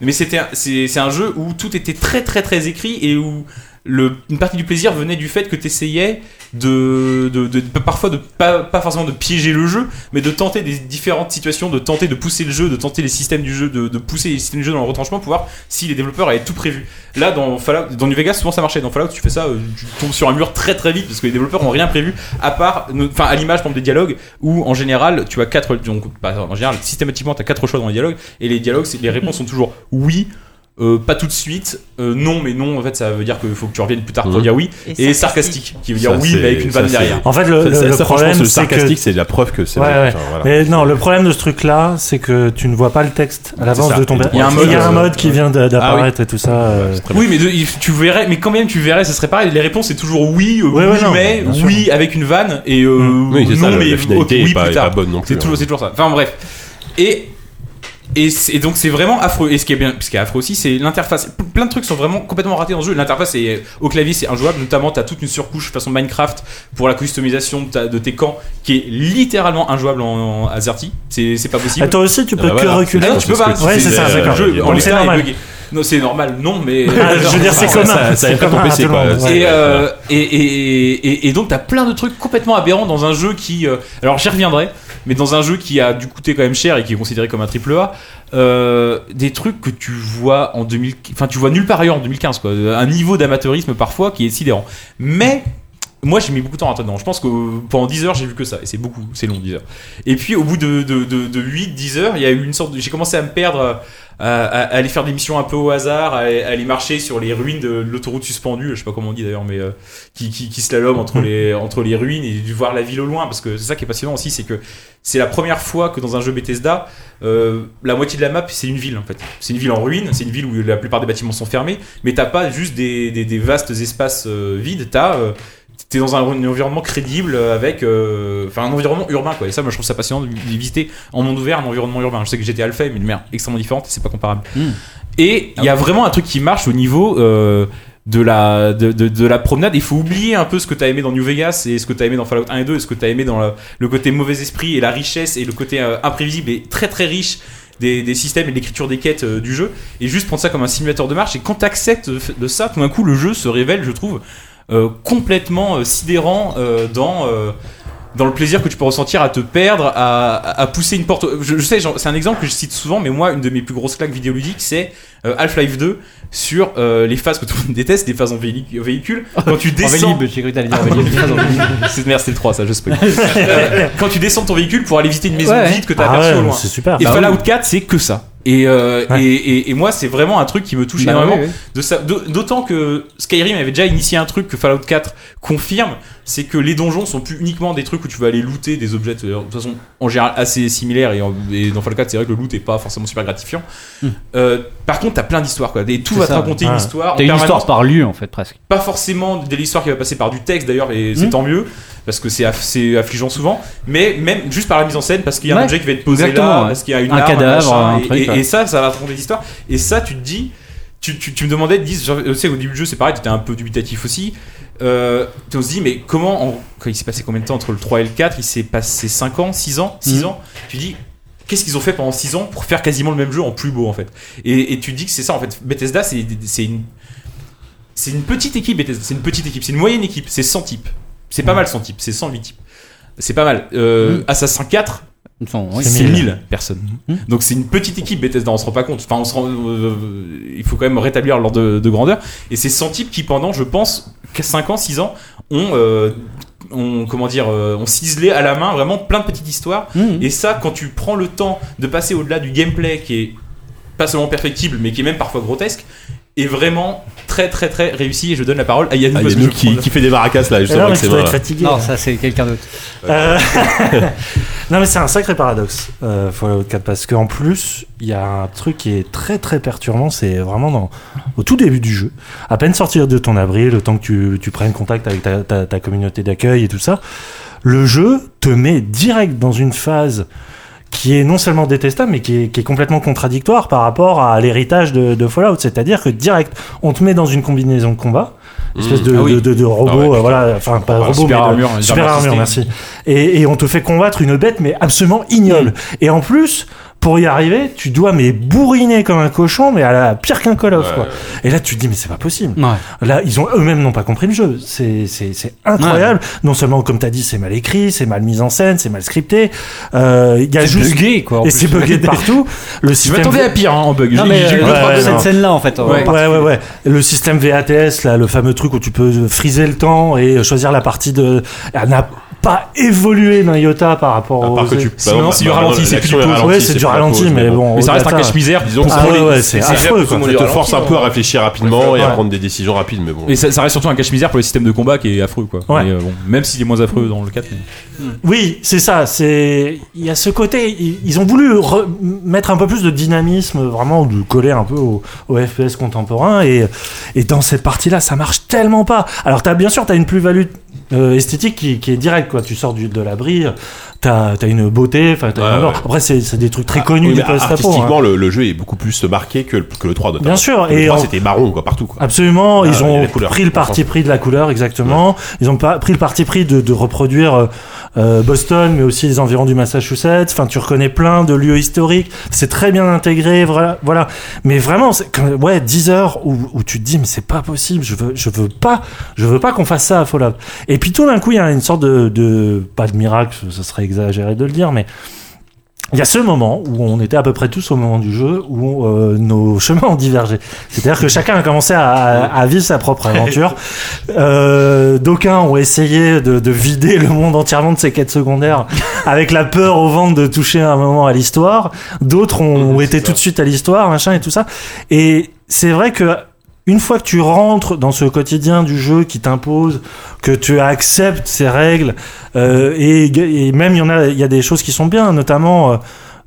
Speaker 6: Mais c'était, un- c'est c'est un jeu où tout était très très très écrit et où le, une partie du plaisir venait du fait que t'essayais de, de, de- parfois de pas, pas forcément de piéger le jeu, mais de tenter des différentes situations, de tenter de pousser le jeu, de tenter les systèmes du jeu, de, de pousser les systèmes du jeu dans le retranchement pour voir si les développeurs avaient tout prévu. Là, dans Fallout, dans New Vegas, souvent ça marchait. Dans Fallout, tu fais ça, euh, tu tombes sur un mur très très vite parce que les développeurs ont rien prévu à part, ne- enfin à l'image par exemple, des dialogues où en général tu as quatre, donc pas- en général systématiquement tu as quatre choix dans les dialogues et les dialogues, c'est- les réponses sont toujours oui. euh, pas tout de suite, euh, non, mais non, en fait, ça veut dire qu'il faut que tu reviennes plus tard pour
Speaker 2: Mhm.
Speaker 6: dire oui,
Speaker 2: Et
Speaker 6: et, sarcastique, qui veut dire
Speaker 2: Ça,
Speaker 6: oui,
Speaker 2: c'est-
Speaker 6: mais avec une
Speaker 2: ça,
Speaker 6: vanne
Speaker 2: c'est-
Speaker 6: derrière.
Speaker 8: En fait, le,
Speaker 2: Ça,
Speaker 8: le-
Speaker 2: ça,
Speaker 8: le
Speaker 2: ça, franchement,
Speaker 8: problème,
Speaker 2: c'est le
Speaker 8: c'est que
Speaker 2: sarcastique, c'est la preuve que c'est
Speaker 8: Ouais,
Speaker 2: vrai.
Speaker 8: ouais.
Speaker 2: Enfin, voilà.
Speaker 8: Mais non, le problème de ce truc-là, c'est que tu ne vois pas le texte à l'avance
Speaker 6: C'est ça.
Speaker 8: de ton.
Speaker 6: Il y a un
Speaker 8: Il y a
Speaker 6: mode,
Speaker 8: un
Speaker 6: euh, Ah
Speaker 8: mode qui vient d'a- d'apparaître et tout ça. euh.
Speaker 6: Oui, mais de- il- tu verrais, mais quand même tu verrais, ce serait pareil. Les réponses c'est toujours oui, euh, oui,
Speaker 8: non,
Speaker 6: mais
Speaker 8: bien sûr.
Speaker 6: oui avec une vanne et euh,
Speaker 2: Mmh. Oui, c'est
Speaker 6: non,
Speaker 2: ça, la-
Speaker 6: mais
Speaker 2: la finalité
Speaker 6: ok,
Speaker 2: est
Speaker 6: oui
Speaker 2: pas-
Speaker 6: plus
Speaker 2: est
Speaker 6: tard.
Speaker 2: pas bonne non plus,
Speaker 6: C'est toujours,
Speaker 2: hein.
Speaker 6: c'est toujours ça. Enfin bref. Et et, c'est- et donc c'est vraiment affreux. Et ce qui est bien, ce qui est affreux aussi, c'est l'interface. P- Plein de trucs sont vraiment complètement ratés dans le jeu. L'interface est au clavier, c'est injouable. Notamment, t'as toute une surcouche façon Minecraft pour la customisation de, ta- de tes camps qui est littéralement injouable en, en AZERTY. C'est c'est pas possible.
Speaker 8: Ah, toi aussi, tu peux que reculer.
Speaker 6: Ah non, tu peux
Speaker 8: C'est ce
Speaker 6: pas.
Speaker 8: que tu Ouais, c'est ça,
Speaker 6: disais,
Speaker 8: d'accord.
Speaker 6: le jeu, en
Speaker 8: Donc,
Speaker 6: l'état,
Speaker 8: c'est
Speaker 6: est
Speaker 8: normal.
Speaker 6: bugué. Non, c'est normal, non, mais.
Speaker 8: Ah, je veux dire, c'est
Speaker 6: Ça,
Speaker 8: commun.
Speaker 6: ça- ça
Speaker 8: C'est
Speaker 6: aide pas ton
Speaker 8: commun à
Speaker 6: PC,
Speaker 8: tout le
Speaker 6: quoi.
Speaker 8: monde, ouais.
Speaker 6: Et, euh, et, et, et, et donc, t'as plein de trucs complètement aberrants dans un jeu qui. euh, alors, j'y reviendrai, mais dans un jeu qui a dû coûter quand même cher et qui est considéré comme un triple A. euh, des trucs que tu vois en 2000, enfin tu vois nulle part ailleurs en 2015 quoi, un niveau d'amateurisme parfois qui est sidérant. Mais moi j'ai mis beaucoup de temps à rentrer dedans. Je pense que euh, pendant 10 heures j'ai vu que ça et c'est beaucoup, c'est long 10 heures. Et puis au bout de, de, de, 8-10 heures, il y a eu une sorte de- j'ai commencé à me perdre euh, à, à- à aller faire des missions un peu au hasard, à, à aller marcher sur les ruines de l'autoroute suspendue, je sais pas comment on dit d'ailleurs, mais euh, qui, qui, qui slalom entre les, entre les ruines et de voir la ville au loin, parce que c'est ça qui est passionnant aussi, c'est que c'est la première fois que dans un jeu Bethesda, euh, la moitié de la map c'est une ville en fait. C'est une ville en ruine, c'est une ville où la plupart des bâtiments sont fermés, mais t'as pas juste des, des, des vastes espaces euh, vides, t'as euh, t'es dans un, un environnement crédible avec, euh, enfin, un environnement urbain, quoi. Et ça, moi, je trouve ça passionnant de vi- visiter en monde ouvert un environnement urbain. Je sais que GTA le fait, mais de manière extrêmement différente, et c'est pas comparable. Et il y a vraiment un truc qui marche au niveau euh, de, la, de, de- de la promenade. Il faut oublier un peu ce que t'as aimé dans New Vegas et ce que t'as aimé dans Fallout 1 et 2 et ce que t'as aimé dans la- le côté mauvais esprit et la richesse et le côté euh, imprévisible et très très riche des, des systèmes et de l'écriture des quêtes euh, du jeu. Et juste prendre ça comme un simulateur de marche. Et quand t'acceptes de, f- de ça, tout d'un coup, le jeu se révèle, je trouve, euh, complètement euh, sidérant euh, dans. euh, dans le plaisir que tu peux ressentir à te perdre, à, à- à pousser une porte. Je, je sais, j'en- c'est un exemple que je cite souvent, mais moi, une de mes plus grosses claques vidéoludiques, c'est euh, Half-Life 2 sur euh, les phases que tout le monde déteste, les phases en véhi- véhicule. Quand tu
Speaker 9: En
Speaker 6: descends.
Speaker 9: Vélib, j'ai cru que t'allais dire Vélib, les phases en Vélib.
Speaker 6: C'est- Merde, c'est le 3, ça, je spoil. Euh, Quand tu descends de ton véhicule pour aller visiter une maison
Speaker 9: Ouais, ouais.
Speaker 6: vide que t'as
Speaker 8: Ah
Speaker 6: aperçue
Speaker 8: ouais,
Speaker 6: au loin.
Speaker 8: c'est super.
Speaker 6: Et
Speaker 8: Bah
Speaker 6: Fallout
Speaker 8: oui.
Speaker 6: 4, c'est que ça. Et, euh, et, et- et moi, c'est vraiment un truc qui me touche
Speaker 9: Bah
Speaker 6: énormément.
Speaker 9: oui, oui.
Speaker 6: De ça- de- D'autant que Skyrim avait déjà initié un truc que Fallout 4 confirme, c'est que les donjons sont plus uniquement des trucs où tu vas aller looter des objets, de toute façon en général assez similaires, et, en- et dans Fallout 4 c'est vrai que le loot est pas forcément super gratifiant.
Speaker 9: Hmm.
Speaker 6: Euh, par contre t'as plein d'histoires quoi, et tout
Speaker 9: C'est
Speaker 6: va te
Speaker 9: ça.
Speaker 6: raconter
Speaker 9: Ouais.
Speaker 6: une histoire. en
Speaker 9: T'as une histoire
Speaker 6: permanence.
Speaker 9: par lieu en fait presque.
Speaker 6: Pas forcément de l'histoire qui va passer par du texte d'ailleurs, et c'est
Speaker 9: Hmm.
Speaker 6: tant mieux, parce que c'est aff- c'est affligeant souvent, mais même juste par la mise en scène, parce qu'il y a
Speaker 9: Ouais.
Speaker 6: un objet qui va être posé
Speaker 9: Exactement,
Speaker 6: là,
Speaker 9: ouais.
Speaker 6: parce qu'il y a une
Speaker 9: Un
Speaker 6: arme,
Speaker 9: cadavre,
Speaker 6: machin,
Speaker 9: un
Speaker 6: et-
Speaker 9: truc,
Speaker 6: et-
Speaker 9: ouais.
Speaker 6: et ça, ça va raconter l'histoire. Et ça, tu te dis, tu, tu, tu me demandais, de dire, genre, euh, tu sais, au début du jeu, c'est pareil, tu étais un peu dubitatif aussi. Euh, on se dit, mais comment, en- quand il s'est passé combien de temps entre le 3 et le 4 Il s'est passé 5 ans, 6 ans, 6
Speaker 9: Mhm.
Speaker 6: ans. Tu dis, qu'est-ce qu'ils ont fait pendant 6 ans pour faire quasiment le même jeu en plus beau, en fait Et, et tu dis que c'est ça, en fait. Bethesda, c'est c'est une. C'est une petite équipe, Bethesda. C'est une petite équipe, c'est une moyenne équipe, c'est 100 types. C'est
Speaker 9: Mhm.
Speaker 6: pas mal 100 types, c'est 108 types. C'est pas mal. Euh,
Speaker 9: Mm.
Speaker 6: Assassin 4,
Speaker 9: oui.
Speaker 6: c'est
Speaker 9: C'est
Speaker 6: 1000.
Speaker 9: mille.
Speaker 6: personnes.
Speaker 8: Hum.
Speaker 6: Donc c'est une petite équipe, Bethesda, on se rend pas compte. Enfin, on se rend- euh, il faut quand même rétablir l'ordre de, de grandeur. Et c'est 100 types qui, pendant, je pense, 5 ans, 6 ans, ont. euh, ont, comment dire, euh, ont ciselé à la main vraiment plein de petites histoires.
Speaker 8: Hum.
Speaker 6: Et ça, quand tu prends le temps de passer au-delà du gameplay qui est pas seulement perfectible, mais qui est même parfois grotesque, est vraiment très très très réussi. Et je donne la parole à Yannou
Speaker 2: Ah,
Speaker 6: parce que
Speaker 2: Yannou
Speaker 6: je
Speaker 2: qui,
Speaker 6: prends-
Speaker 2: qui fait des barracas là, justement, avec ses mains, là.
Speaker 9: Non, ça c'est quelqu'un d'autre.
Speaker 8: Euh, non mais c'est un sacré paradoxe euh, Fallout 4 parce qu'en plus il y a un truc qui est très très perturbant c'est vraiment dans, au tout début du jeu à peine sortir de ton abri le temps que tu, tu prennes contact avec ta, ta- ta communauté d'accueil et tout ça le jeu te met direct dans une phase qui est non seulement détestable, mais qui est, qui est complètement contradictoire par rapport à l'héritage de, de Fallout. C'est-à-dire que direct, on te met dans une combinaison de combat, une espèce de,
Speaker 2: Ah oui.
Speaker 8: de, de- de robot, euh, voilà, enfin pas
Speaker 2: Ah,
Speaker 8: robot,
Speaker 2: super
Speaker 8: mais de-
Speaker 2: armure, les
Speaker 8: super
Speaker 2: armures
Speaker 8: armure,
Speaker 2: assistées.
Speaker 8: merci. Et, et on te fait combattre une bête, mais absolument
Speaker 2: Mmh.
Speaker 8: ignoble. Et en plus, pour y arriver, tu dois mais bourriner comme un cochon, mais à la pire qu'un Call of. quoi. Et là, tu te dis, mais c'est pas possible. Là, ils ont eux-mêmes n'ont pas compris le jeu. C'est c'est- c'est incroyable. Non seulement, comme tu as dit, c'est mal écrit, c'est mal mis en scène, c'est mal scripté. Euh, Il y a
Speaker 9: C'est
Speaker 8: juste
Speaker 9: bugué, quoi, en
Speaker 8: Et
Speaker 9: plus.
Speaker 8: c'est bugué de partout. Le
Speaker 9: Je
Speaker 8: système
Speaker 9: m'attendais à pire, hein, en bug.
Speaker 8: Non,
Speaker 9: J'ai-
Speaker 8: mais,
Speaker 9: j'ai eu
Speaker 8: euh,
Speaker 9: deux, trois
Speaker 8: ouais,
Speaker 9: bugs. Cette
Speaker 8: non.
Speaker 9: scène-là, en fait, en
Speaker 8: Ouais, ouais,
Speaker 9: particulier.
Speaker 8: ouais, ouais. Le système VATS, là, le fameux truc où tu peux friser le temps et choisir la partie de. Elle n'a pas évolué d'un iota par rapport au.
Speaker 2: part que tu-
Speaker 8: Sinon-
Speaker 2: bah,
Speaker 8: c'est
Speaker 2: bah,
Speaker 8: du
Speaker 2: bah,
Speaker 8: ralenti,
Speaker 2: bah,
Speaker 8: c'est plus
Speaker 2: l'action est
Speaker 8: du pause.
Speaker 2: ralentie,
Speaker 8: Ouais, c'est
Speaker 2: c'est
Speaker 8: du
Speaker 2: pas
Speaker 8: ralenti,
Speaker 2: pause,
Speaker 8: mais
Speaker 2: mais
Speaker 8: bon.
Speaker 2: bon. Mais ça reste
Speaker 8: au-delà
Speaker 2: un
Speaker 8: de ça-
Speaker 2: cache-misère, disons,
Speaker 8: Ah
Speaker 2: pour les-
Speaker 8: ouais, ouais, c'est
Speaker 2: c'est- c'est-
Speaker 8: affreux, quoi.
Speaker 2: ça te force un peu à réfléchir rapidement et à prendre des décisions rapides, mais bon.
Speaker 6: Et ça, ça reste surtout un cache-misère pour le système de combat qui est affreux, quoi. Mais, euh, bon, même s'il est moins affreux dans le 4. mais-
Speaker 8: Oui, c'est ça. C'est il y a ce côté. Ils ils ont voulu re- mettre un peu plus de dynamisme, vraiment, de coller un peu au, au FPS contemporain. Et, et dans cette partie-là, ça marche tellement pas. Alors, as, bien sûr, t'as une plus-value euh, esthétique qui, qui est directe, quoi. Tu sors du, de l'abri, t'as as une beauté. Enfin, t'as une
Speaker 2: Ouais,
Speaker 8: odeur.
Speaker 2: ouais.
Speaker 8: Après, c'est c'est des trucs très connus
Speaker 2: Oui,
Speaker 8: du
Speaker 2: mais
Speaker 8: post-apo. hein.
Speaker 2: artistiquement, le, le jeu est beaucoup plus marqué que le, que le 3 notamment.
Speaker 8: Bien sûr,
Speaker 2: Le
Speaker 8: et
Speaker 2: 3
Speaker 8: en-
Speaker 2: c'était marron quoi partout quoi.
Speaker 8: Absolument,
Speaker 2: Ah,
Speaker 8: ils
Speaker 2: il y a
Speaker 8: ont
Speaker 2: la couleur,
Speaker 8: pris le
Speaker 2: on comprend.
Speaker 8: parti pris de la couleur, exactement. Ils ont pas pris le parti pris de, de reproduire euh, euh, Boston, mais aussi les environs du Massachusetts. Enfin, tu reconnais plein de lieux historiques. C'est très bien intégré, voilà. voilà. Mais vraiment, c'est quand- ouais, 10 heures où, où tu te dis, mais c'est pas possible. Je veux, je veux pas, je veux pas qu'on fasse ça à Fallout. Et puis tout d'un coup, il y a une sorte de, de pas de miracle, ce serait exagéré de le dire, mais il y a ce moment où on était à peu près tous au moment du jeu où euh, nos chemins ont divergé. C'est-à-dire que chacun a commencé à, à vivre sa propre aventure. Euh, D'aucuns ont essayé de, de vider le monde entièrement de ses quêtes secondaires avec la peur au ventre de toucher un moment à l'histoire. D'autres ont été tout de suite à l'histoire, machin et tout ça. Et c'est vrai que une fois que tu rentres dans ce quotidien du jeu qui t'impose, que tu acceptes ces règles, euh, et, et même il y en a, il y a des choses qui sont bien, notamment euh,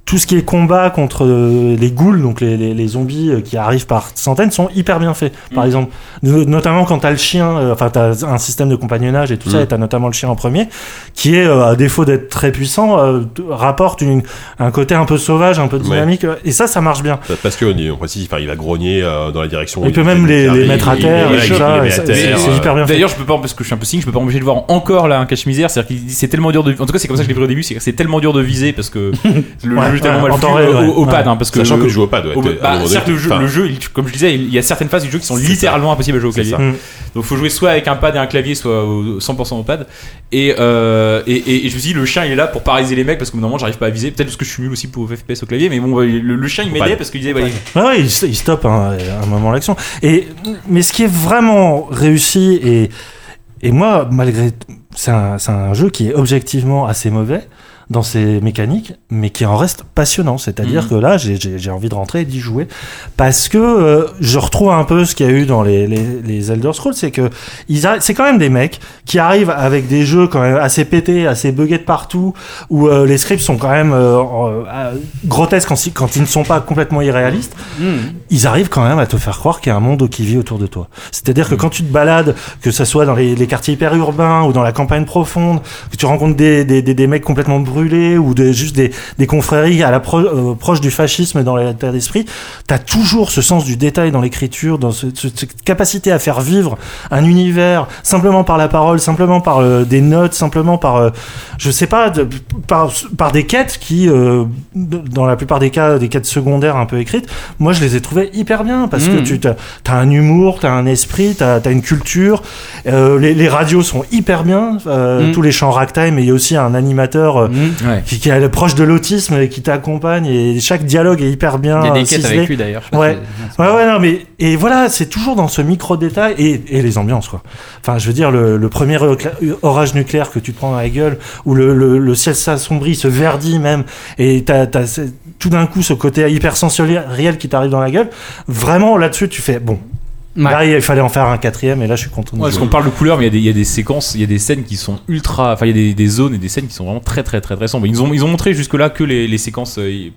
Speaker 8: tout ce qui est combat contre euh, les ghouls, donc les, les- les zombies euh, qui arrivent par centaines, sont hyper bien faits.
Speaker 2: Mm.
Speaker 8: Par exemple, no- notamment quand t'as le chien, euh, enfin t'as un système de compagnonnage et tout ça,
Speaker 15: Mm.
Speaker 8: et t'as notamment le chien en premier, qui est, euh, à défaut d'être très puissant, euh, t- rapporte une- un côté un peu sauvage, un peu dynamique, euh, et ça, ça marche bien.
Speaker 2: Parce que on est- on précise, enfin, il va grogner euh, dans la direction. où
Speaker 8: Il peut même les- les mettre à
Speaker 2: il-
Speaker 8: terre,
Speaker 2: il-
Speaker 8: et
Speaker 2: il-
Speaker 8: tout
Speaker 2: il-
Speaker 8: ça,
Speaker 2: il-
Speaker 8: et
Speaker 2: il-
Speaker 8: ça-
Speaker 2: il- il- il-
Speaker 8: c'est
Speaker 2: il-
Speaker 8: hyper bien fait.
Speaker 6: D'ailleurs, je peux pas, parce que je suis un peu signe, je peux pas empêcher de voir encore là un cache-misère. C'est-à-dire qu'il dit c'est tellement dur de. En tout cas, c'est comme ça que je l'ai pris au début, c'est que c'est tellement dur de viser parce que le
Speaker 2: Ouais,
Speaker 6: jeu est tellement
Speaker 2: ouais,
Speaker 6: mal
Speaker 2: en temps
Speaker 6: foutu,
Speaker 2: réel,
Speaker 6: au-
Speaker 2: ouais.
Speaker 6: au, au pad.
Speaker 2: Ouais.
Speaker 6: hein, parce que
Speaker 2: Sachant que le jeu au pad, ouais, t'es- à un
Speaker 6: bah,
Speaker 2: moment
Speaker 6: c'est-à-dire que
Speaker 2: donné,
Speaker 6: le jeu,
Speaker 2: enfin-
Speaker 6: le jeu, il- comme je disais, il il y a certaines phases du jeu qui sont littéralement impossibles à jouer au clavier. Mm.
Speaker 2: ça.
Speaker 6: Donc faut jouer soit avec un pad et un clavier, soit au- 100% au pad. Et, euh, et, et- et je me suis dit, le chien il est là pour paralyser les mecs parce que normalement j'arrive pas à viser. Peut-être parce que je suis nul aussi pour FPS au clavier, mais bon, le, le chien il m'aidait
Speaker 8: pad.
Speaker 6: parce qu'il disait, bah,
Speaker 8: Ouais, ouais, il, st- il stoppe hein, à un moment l'action. Et mais ce qui est vraiment réussi et et moi malgré c'est un, c'est un jeu qui est objectivement assez mauvais dans ses mécaniques, mais qui en reste passionnant. C'est-à-dire
Speaker 15: Mhm.
Speaker 8: que là, j'ai- j'ai j'ai envie de rentrer et d'y jouer parce que euh, je retrouve un peu ce qu'il y a eu dans les, les, les Elder Scrolls, c'est que ils arri- c'est quand même des mecs qui arrivent avec des jeux quand même assez pétés, assez buggés de partout, où euh, les scripts sont quand même euh, en- euh, grotesques en si- quand ils ne sont pas complètement irréalistes ils arrivent quand même à te faire croire qu'il y a un monde qui vit autour de toi. C'est-à-dire que quand tu te balades, que ça soit dans les, les quartiers hyper urbains ou dans la campagne profonde, que tu rencontres des, des, des, des mecs complètement brûlés ou des- juste des, des confréries à la pro- euh, proche du fascisme dans l'état d'esprit, t'as toujours ce sens du détail dans l'écriture, dans ce- ce- cette capacité à faire vivre un univers simplement par la parole, simplement par euh, des notes, simplement par, euh, je sais pas, de- par, par des quêtes qui, euh, de- dans la plupart des cas, des quêtes secondaires un peu écrites, moi je les ai trouvées hyper bien parce que
Speaker 15: Mm.
Speaker 8: tu as, un humour, t'as un esprit, t'as as une culture. euh, les, les radios sont hyper bien, euh,
Speaker 15: Mm.
Speaker 8: tous les chants ragtime, et il y a aussi un animateur euh,
Speaker 15: Ouais.
Speaker 8: qui, qui est proche de l'autisme et qui t'accompagne et chaque dialogue est hyper bien.
Speaker 15: Il y a des
Speaker 8: euh,
Speaker 15: quêtes
Speaker 8: ciselé.
Speaker 15: avec lui, d'ailleurs, je sais pas
Speaker 8: Ouais.
Speaker 15: si-
Speaker 8: Ouais, ouais, non, mais et voilà, c'est toujours dans ce micro détail et, et les ambiances quoi. Enfin, je veux dire le, le premier ocla- orage nucléaire que tu te prends dans la gueule où le, le, le ciel s'assombrit, se verdit même, et t'as, t'as ce- tout d'un coup ce côté hypersensoriel qui t'arrive dans la gueule. Vraiment là-dessus, tu fais bon. Là, il fallait en faire un quatrième, et là, je suis content. de
Speaker 6: Ouais, parce
Speaker 8: jouer.
Speaker 6: qu'on parle de couleurs, mais il y a des- il y, a des séquences, il y a des scènes qui sont ultra. Enfin, il y a des, des zones et des scènes qui sont vraiment très, très, très, très sombres. Ils ont, ils ont montré jusque-là que les, les séquences euh,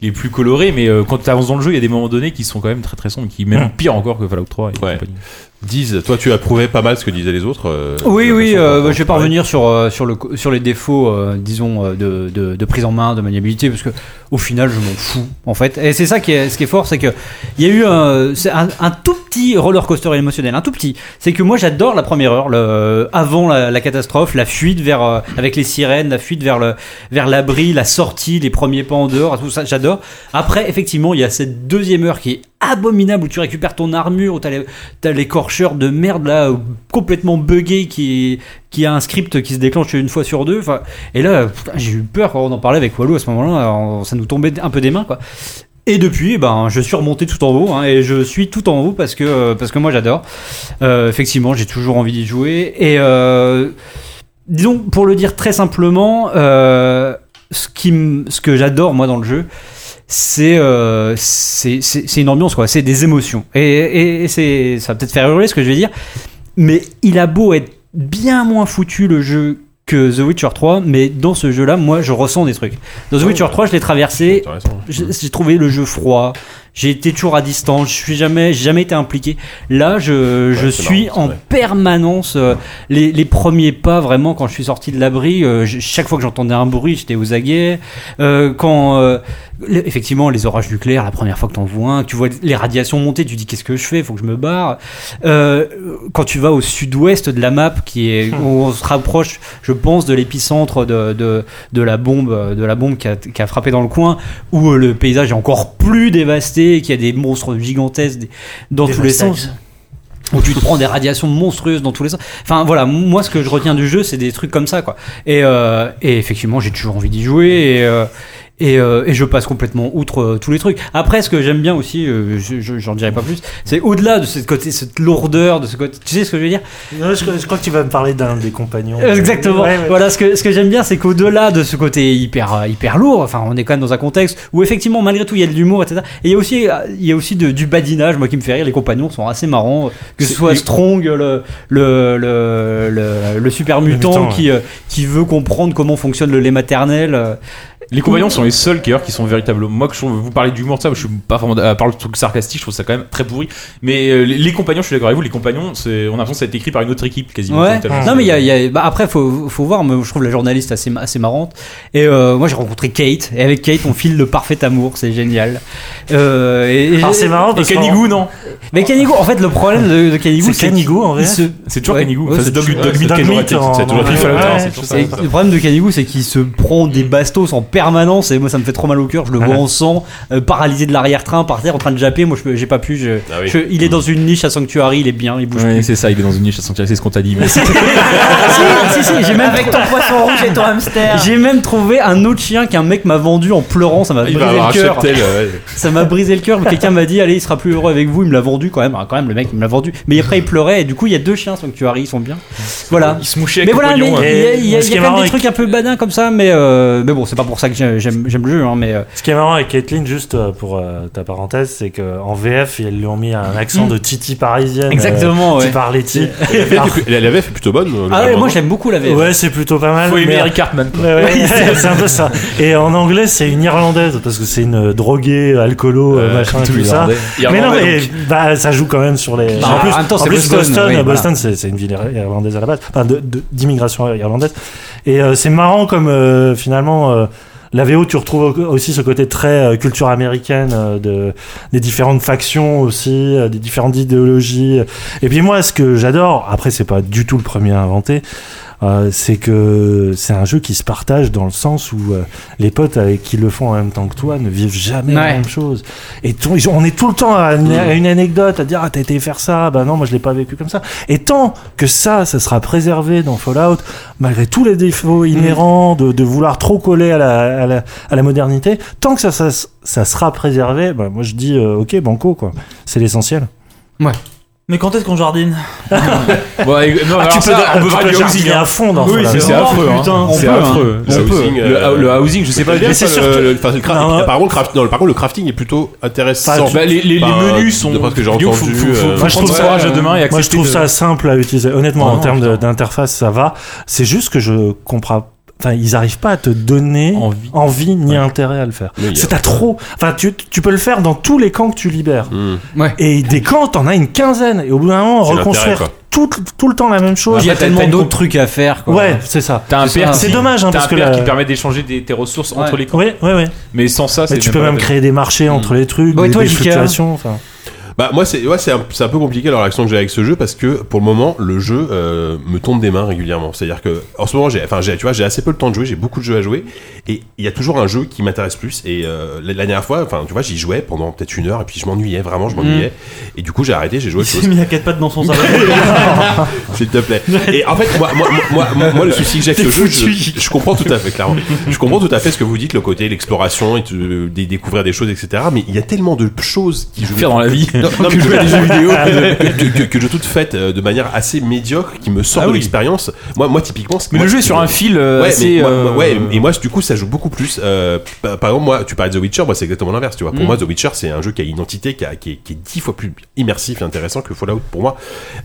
Speaker 6: les plus colorées, mais euh, quand tu avances dans le jeu, il y a des moments donnés qui sont quand même très, très sombres, qui même
Speaker 2: Ouais.
Speaker 6: pire encore que Fallout 3. Et
Speaker 2: Ouais. Disent, toi, tu approuvais pas mal ce que disaient les autres. euh,
Speaker 9: Oui,
Speaker 2: j'ai
Speaker 9: oui,
Speaker 2: l'impression
Speaker 9: euh,
Speaker 2: qu'on-
Speaker 9: je vais pas revenir sur, euh, sur, le, co- sur les défauts, euh, disons, euh, de, de, de prise en main, de maniabilité, parce que au final, je m'en fous, en fait. Et c'est ça qui est, ce qui est fort, c'est que il y a eu un, c'est un, un tout petit roller coaster émotionnel, un tout petit. C'est que moi, j'adore la première heure, le, euh, avant la, la catastrophe, la fuite vers, euh, avec les sirènes, la fuite vers le, vers l'abri, la sortie, les premiers pas en dehors, tout ça, j'adore. Après, effectivement, il y a cette deuxième heure qui est abominable où tu récupères ton armure, où t'as les- t'as l'écorcheur de merde là, euh, complètement buggé qui, qui a un script qui se déclenche une fois sur deux. Enfin, et là, putain, j'ai eu peur quand on en parlait avec Walou à ce moment-là, on- ça nous tombait un peu des mains quoi. Et depuis, ben, je suis remonté tout en haut hein, et je suis tout en haut parce que, euh, parce que moi j'adore. Euh, effectivement, j'ai toujours envie d'y jouer et euh, disons, pour le dire très simplement, euh, ce, qui m- ce que j'adore moi dans le jeu, c'est euh, c'est- c'est c'est une ambiance, quoi. C'est des émotions. Et, et- et c'est ça va peut-être faire hurler ce que je vais dire, mais il a beau être bien moins foutu le jeu que The Witcher 3, mais dans ce jeu-là, moi, je ressens des trucs. Dans The Witcher 3, je l'ai traversé, j'ai j'ai trouvé le jeu froid, j'ai été toujours à distance, je suis jamais, j'ai jamais été impliqué. Là, je, je
Speaker 15: c'est
Speaker 9: suis
Speaker 15: marrant,
Speaker 9: en
Speaker 15: ouais.
Speaker 9: permanence euh, les, les premiers pas vraiment quand je suis sorti de l'abri euh, j- chaque fois que j'entendais un bruit j'étais aux aguets Euh, quand euh, le- effectivement les orages nucléaires la première fois que t'en vois un que tu vois les radiations monter tu dis qu'est-ce que je fais faut que je me barre Euh, quand tu vas au sud-ouest de la map qui est où on se rapproche je pense de l'épicentre de, de, de la bombe euh, de la bombe qui a, qui a frappé dans le coin où euh, le paysage est encore plus dévasté qu'il y a des monstres gigantesques des- dans tous les
Speaker 15: Dévastage.
Speaker 9: sens où tu te prends des radiations monstrueuses dans tous les sens. Enfin voilà, moi ce que je retiens du jeu, c'est des trucs comme ça quoi. Et, euh, et effectivement, j'ai toujours envie d'y jouer et, euh, et, euh, et je passe complètement outre euh, tous les trucs. Après, ce que j'aime bien aussi, euh, je- je- j'en dirai pas plus, c'est au-delà de cette côté, cette lourdeur, de ce côté. Tu sais ce que je veux dire
Speaker 8: Non, je, je crois que tu vas me parler d'un des compagnons.
Speaker 9: euh, Exactement.
Speaker 8: Ouais, ouais.
Speaker 9: Voilà, ce que, ce que j'aime bien, c'est qu'au-delà de ce côté hyper, euh, hyper lourd, enfin, on est quand même dans un contexte où effectivement, malgré tout, il y a de l'humour, etc. Et il y a aussi, euh, il y a aussi de- du badinage, moi, qui me fait rire. Les compagnons sont assez marrants. Que ce
Speaker 15: C'est-
Speaker 9: soit
Speaker 15: il-
Speaker 9: Strong, le, le, le, le, le super
Speaker 15: Le
Speaker 9: mutant,
Speaker 15: mutant,
Speaker 9: qui, euh, qui veut comprendre comment fonctionne le lait maternel. euh,
Speaker 6: Les compagnons sont les seuls qui, d'ailleurs, qui sont véritablement. Moi, que je trouve, vous parlez d'humour, de ça, je suis pas vraiment. À part le truc sarcastique, je trouve ça quand même très pourri. Mais euh, les- les compagnons, je suis d'accord avec vous, les compagnons, c'est- on a l'impression que ça a été écrit par une autre équipe quasiment.
Speaker 9: Ouais.
Speaker 6: Totalement.
Speaker 9: Non mais il y a, il y a- bah, après faut faut voir. Mais je trouve la journaliste assez assez marrante. Et euh, moi j'ai rencontré Kate. Et avec Kate on file le parfait amour. C'est génial. Euh, et, et-
Speaker 8: Alors, Ah, c'est marrant
Speaker 9: et
Speaker 8: parce
Speaker 9: Canigou
Speaker 8: qu'en-
Speaker 9: non. Mais Canigou en fait le problème de, de Canigou
Speaker 8: C'est Canigou, en vrai
Speaker 9: il se-
Speaker 8: C'est toujours Canigou.
Speaker 9: ouais,
Speaker 8: Ça, c'est Dog-
Speaker 9: toujours-
Speaker 8: Dog Meat
Speaker 9: c'est-
Speaker 8: Dog Meat
Speaker 9: c'est-
Speaker 8: en-
Speaker 9: c'est toujours-
Speaker 8: en-
Speaker 9: il fallait le
Speaker 8: ouais,
Speaker 9: temps,
Speaker 8: ouais,
Speaker 9: c'est
Speaker 8: c'est
Speaker 9: toujours
Speaker 8: ça.
Speaker 9: ça. Et Le problème de Canigou c'est qu'il se prend des bastos en permanence. Et moi ça me fait trop mal au cœur. Je le vois en sang, euh, paralysé de l'arrière-train, par terre en train de japper. Moi je peux- j'ai pas pu. je-
Speaker 6: Ah oui.
Speaker 9: je- il est dans une niche à Sanctuary. Il est bien. Il bouge
Speaker 6: Ouais, c'est ça, il est dans une niche à sentir, c'est ce qu'on t'a dit. mais-
Speaker 9: si, si, j'ai même
Speaker 7: Avec ton poisson rouge et ton hamster.
Speaker 9: J'ai même trouvé un autre chien qu'un mec m'a vendu en pleurant, ça m'a
Speaker 2: Il
Speaker 9: brisé
Speaker 2: va avoir un
Speaker 9: Ah, le cœur. Ah.
Speaker 2: cheptel, ouais.
Speaker 9: Ça m'a brisé le cœur, mais quelqu'un m'a dit allez, il sera plus heureux avec vous, il me l'a vendu quand même, Ah, quand même le mec il me l'a vendu. Mais après il pleurait et du coup il y a deux chiens Sanctuary, ils sont bien. Voilà. Ils
Speaker 5: se mouchaient
Speaker 9: Mais
Speaker 5: avec
Speaker 9: voilà,
Speaker 5: le
Speaker 9: mais il y
Speaker 2: hein.
Speaker 5: pognon, hein.
Speaker 9: a,
Speaker 5: ouais.
Speaker 9: il y a-
Speaker 5: Ce
Speaker 9: il
Speaker 5: qui
Speaker 9: y
Speaker 5: est
Speaker 9: a plein
Speaker 5: marrant
Speaker 9: de
Speaker 5: avec-
Speaker 9: trucs un peu badins comme ça, mais euh, mais bon, c'est pas pour ça que j'ai- j'aime j'aime le jeu hein, mais euh,
Speaker 8: Ce qui est marrant avec Caitlyn, juste euh, pour euh, ta parenthèse, c'est qu'en VF, ils lui ont mis un accent
Speaker 9: Mm.
Speaker 8: de titi parisienne.
Speaker 6: Euh,
Speaker 8: Euh,
Speaker 9: Exactement,
Speaker 8: Tu
Speaker 9: ouais.
Speaker 8: parlais ti.
Speaker 2: Et La VF est- la- la VF est plutôt bonne. euh,
Speaker 9: Ah ouais,
Speaker 2: vraiment.
Speaker 9: moi j'aime beaucoup la VF.
Speaker 8: Ouais, c'est plutôt pas mal.
Speaker 9: Faut aimer
Speaker 8: mais-
Speaker 9: Eric Cartman, quoi.
Speaker 8: Ouais, ouais,
Speaker 9: Oui, c'est-
Speaker 8: c'est un peu ça. Et en anglais, c'est une Irlandaise parce que c'est une droguée, alcoolo, euh, machin,
Speaker 12: tous
Speaker 8: tout
Speaker 12: les
Speaker 8: ça.
Speaker 12: Irlandais.
Speaker 8: Mais non,
Speaker 12: Irlandais,
Speaker 8: mais bah, ça joue quand même sur les.
Speaker 12: Bah,
Speaker 8: en plus,
Speaker 12: en même temps, c'est
Speaker 8: plus,
Speaker 12: Boston,
Speaker 8: Boston,
Speaker 12: oui,
Speaker 8: Boston,
Speaker 12: voilà.
Speaker 8: c'est c'est une ville ir- irlandaise à la base, enfin, de- de- d'immigration irlandaise. Et euh, c'est marrant comme euh, finalement. euh, la VO, tu retrouves au- aussi ce côté très euh, culture américaine euh, de des différentes factions aussi, euh, des différentes idéologies. Et puis moi, ce que j'adore, après c'est pas du tout le premier à inventer, euh, c'est que c'est un jeu qui se partage dans le sens où euh, les potes avec qui le font en même temps que toi ne vivent jamais la
Speaker 9: Ouais.
Speaker 8: même chose. Et tout- ils- on est tout le temps à, une- à une anecdote, à dire ah t'as été faire ça, bah non moi je l'ai pas vécu comme ça. Et tant que ça, ça sera préservé dans Fallout, malgré tous les défauts inhérents de, de vouloir trop coller à la, à la, à la modernité, tant que ça, ça, ça sera préservé, bah, moi je dis euh, ok banco quoi, c'est l'essentiel.
Speaker 4: Mais quand est-ce qu'on jardine
Speaker 6: Ouais, non,
Speaker 8: Ah,
Speaker 6: alors
Speaker 8: tu peux-
Speaker 6: ça, on
Speaker 8: tu
Speaker 6: peut
Speaker 8: peux
Speaker 6: parler du
Speaker 8: jardiner
Speaker 6: housing.
Speaker 8: à fond dans
Speaker 6: Oui,
Speaker 8: Fallout.
Speaker 6: c'est c'est
Speaker 8: Oh,
Speaker 6: affreux.
Speaker 8: putain.
Speaker 6: hein.
Speaker 8: On
Speaker 6: C'est
Speaker 8: peut, hein.
Speaker 6: affreux.
Speaker 8: On
Speaker 6: Le
Speaker 8: peut.
Speaker 6: housing, euh, Le housing, je sais pas
Speaker 2: Mais
Speaker 6: bien.
Speaker 2: c'est
Speaker 6: enfin,
Speaker 2: surtout-
Speaker 6: le- le-
Speaker 2: enfin, le craft-
Speaker 9: hein.
Speaker 8: Non,
Speaker 2: Par contre, le craft- non, par contre, le crafting est plutôt intéressant.
Speaker 6: Bah, les- les- les
Speaker 2: Enfin,
Speaker 6: menus sont-
Speaker 2: De ce que j'ai
Speaker 6: Guillaume,
Speaker 2: entendu.
Speaker 6: faut- faut- faut-
Speaker 2: euh,
Speaker 8: Moi je, trouve ça,
Speaker 6: courage à demain et
Speaker 8: moi, je
Speaker 6: accepter
Speaker 8: trouve
Speaker 6: de-
Speaker 8: ça simple à utiliser. Honnêtement,
Speaker 6: Ah
Speaker 8: en
Speaker 6: non,
Speaker 8: termes de- d'interface, ça va. C'est juste que je comprends. Enfin, ils arrivent pas à te donner envie, ni intérêt à le faire.
Speaker 2: Mais il y a-
Speaker 8: C'est à trop. Enfin, tu, tu peux le faire dans tous les camps que tu libères. Et des camps, t'en as une quinzaine. Et au bout d'un moment,
Speaker 9: C'est
Speaker 8: reconstruire
Speaker 9: l'intérêt,
Speaker 8: tout, tout le temps la même chose.
Speaker 9: il y a tellement d'autres trucs à faire quoi.
Speaker 8: Ouais, c'est ça.
Speaker 6: T'as un
Speaker 8: C'est
Speaker 6: père
Speaker 8: ça. C'est
Speaker 6: qui-
Speaker 8: dommage, hein,
Speaker 6: t'as
Speaker 8: parce
Speaker 6: un
Speaker 8: que
Speaker 6: père
Speaker 8: la-
Speaker 6: qui permet d'échanger des- tes ressources entre
Speaker 8: Ouais.
Speaker 6: les camps.
Speaker 8: Oui, oui, oui.
Speaker 6: Mais sans ça, c'est
Speaker 8: Mais tu peux
Speaker 6: pas
Speaker 8: même
Speaker 6: la peine.
Speaker 8: créer des marchés entre les trucs,
Speaker 6: Ouais,
Speaker 8: des,
Speaker 6: toi,
Speaker 8: des
Speaker 6: JK.
Speaker 8: fluctuations. enfin.
Speaker 2: Bah moi c'est ouais, c'est un, c'est un peu compliqué la réaction que j'ai avec ce jeu parce que pour le moment le jeu euh, me tombe des mains régulièrement c'est à dire que en ce moment j'ai enfin j'ai tu vois j'ai assez peu le temps de jouer j'ai beaucoup de jeux à jouer et il y a toujours un jeu qui m'intéresse plus et euh, la, la dernière fois enfin tu vois j'y jouais pendant peut-être une heure et puis je m'ennuyais vraiment
Speaker 9: Mm.
Speaker 2: je m'ennuyais et du coup j'ai arrêté j'ai joué à
Speaker 4: Il
Speaker 2: autre chose
Speaker 4: s'est mis à quatre pattes dans son salon.
Speaker 2: S'il te plaît. Et en fait, moi, moi, moi, moi, moi, le souci que j'ai avec le jeu, je, je comprends tout à fait, clairement. Je comprends tout à fait ce que vous dites, le côté, l'exploration, et de- de- découvrir des choses, etc. Mais il y a tellement de choses qui je
Speaker 6: Faire dans la vie
Speaker 2: Non, non,
Speaker 6: que
Speaker 2: mais je
Speaker 6: jouer à des jeux vidéo.
Speaker 2: que, que- que- que je toute faite euh, de manière assez médiocre, qui me sort
Speaker 6: Ah
Speaker 2: de
Speaker 6: oui.
Speaker 2: l'expérience. Moi, moi, typiquement. c'est-
Speaker 6: Mais
Speaker 2: moi,
Speaker 6: le jeu est
Speaker 2: c'est-
Speaker 6: sur un fil, euh,
Speaker 2: Ouais,
Speaker 6: assez,
Speaker 2: mais moi-
Speaker 6: euh,
Speaker 2: moi- ouais, et moi, du coup, ça joue beaucoup plus. Euh, par par exemple, moi, tu parlais de The Witcher, moi, c'est exactement l'inverse, tu vois. Pour
Speaker 6: Mm.
Speaker 2: moi, The Witcher, c'est un jeu qui a une identité, qui, a- qui est, qui est dix fois plus immersif et intéressant que Fallout pour moi.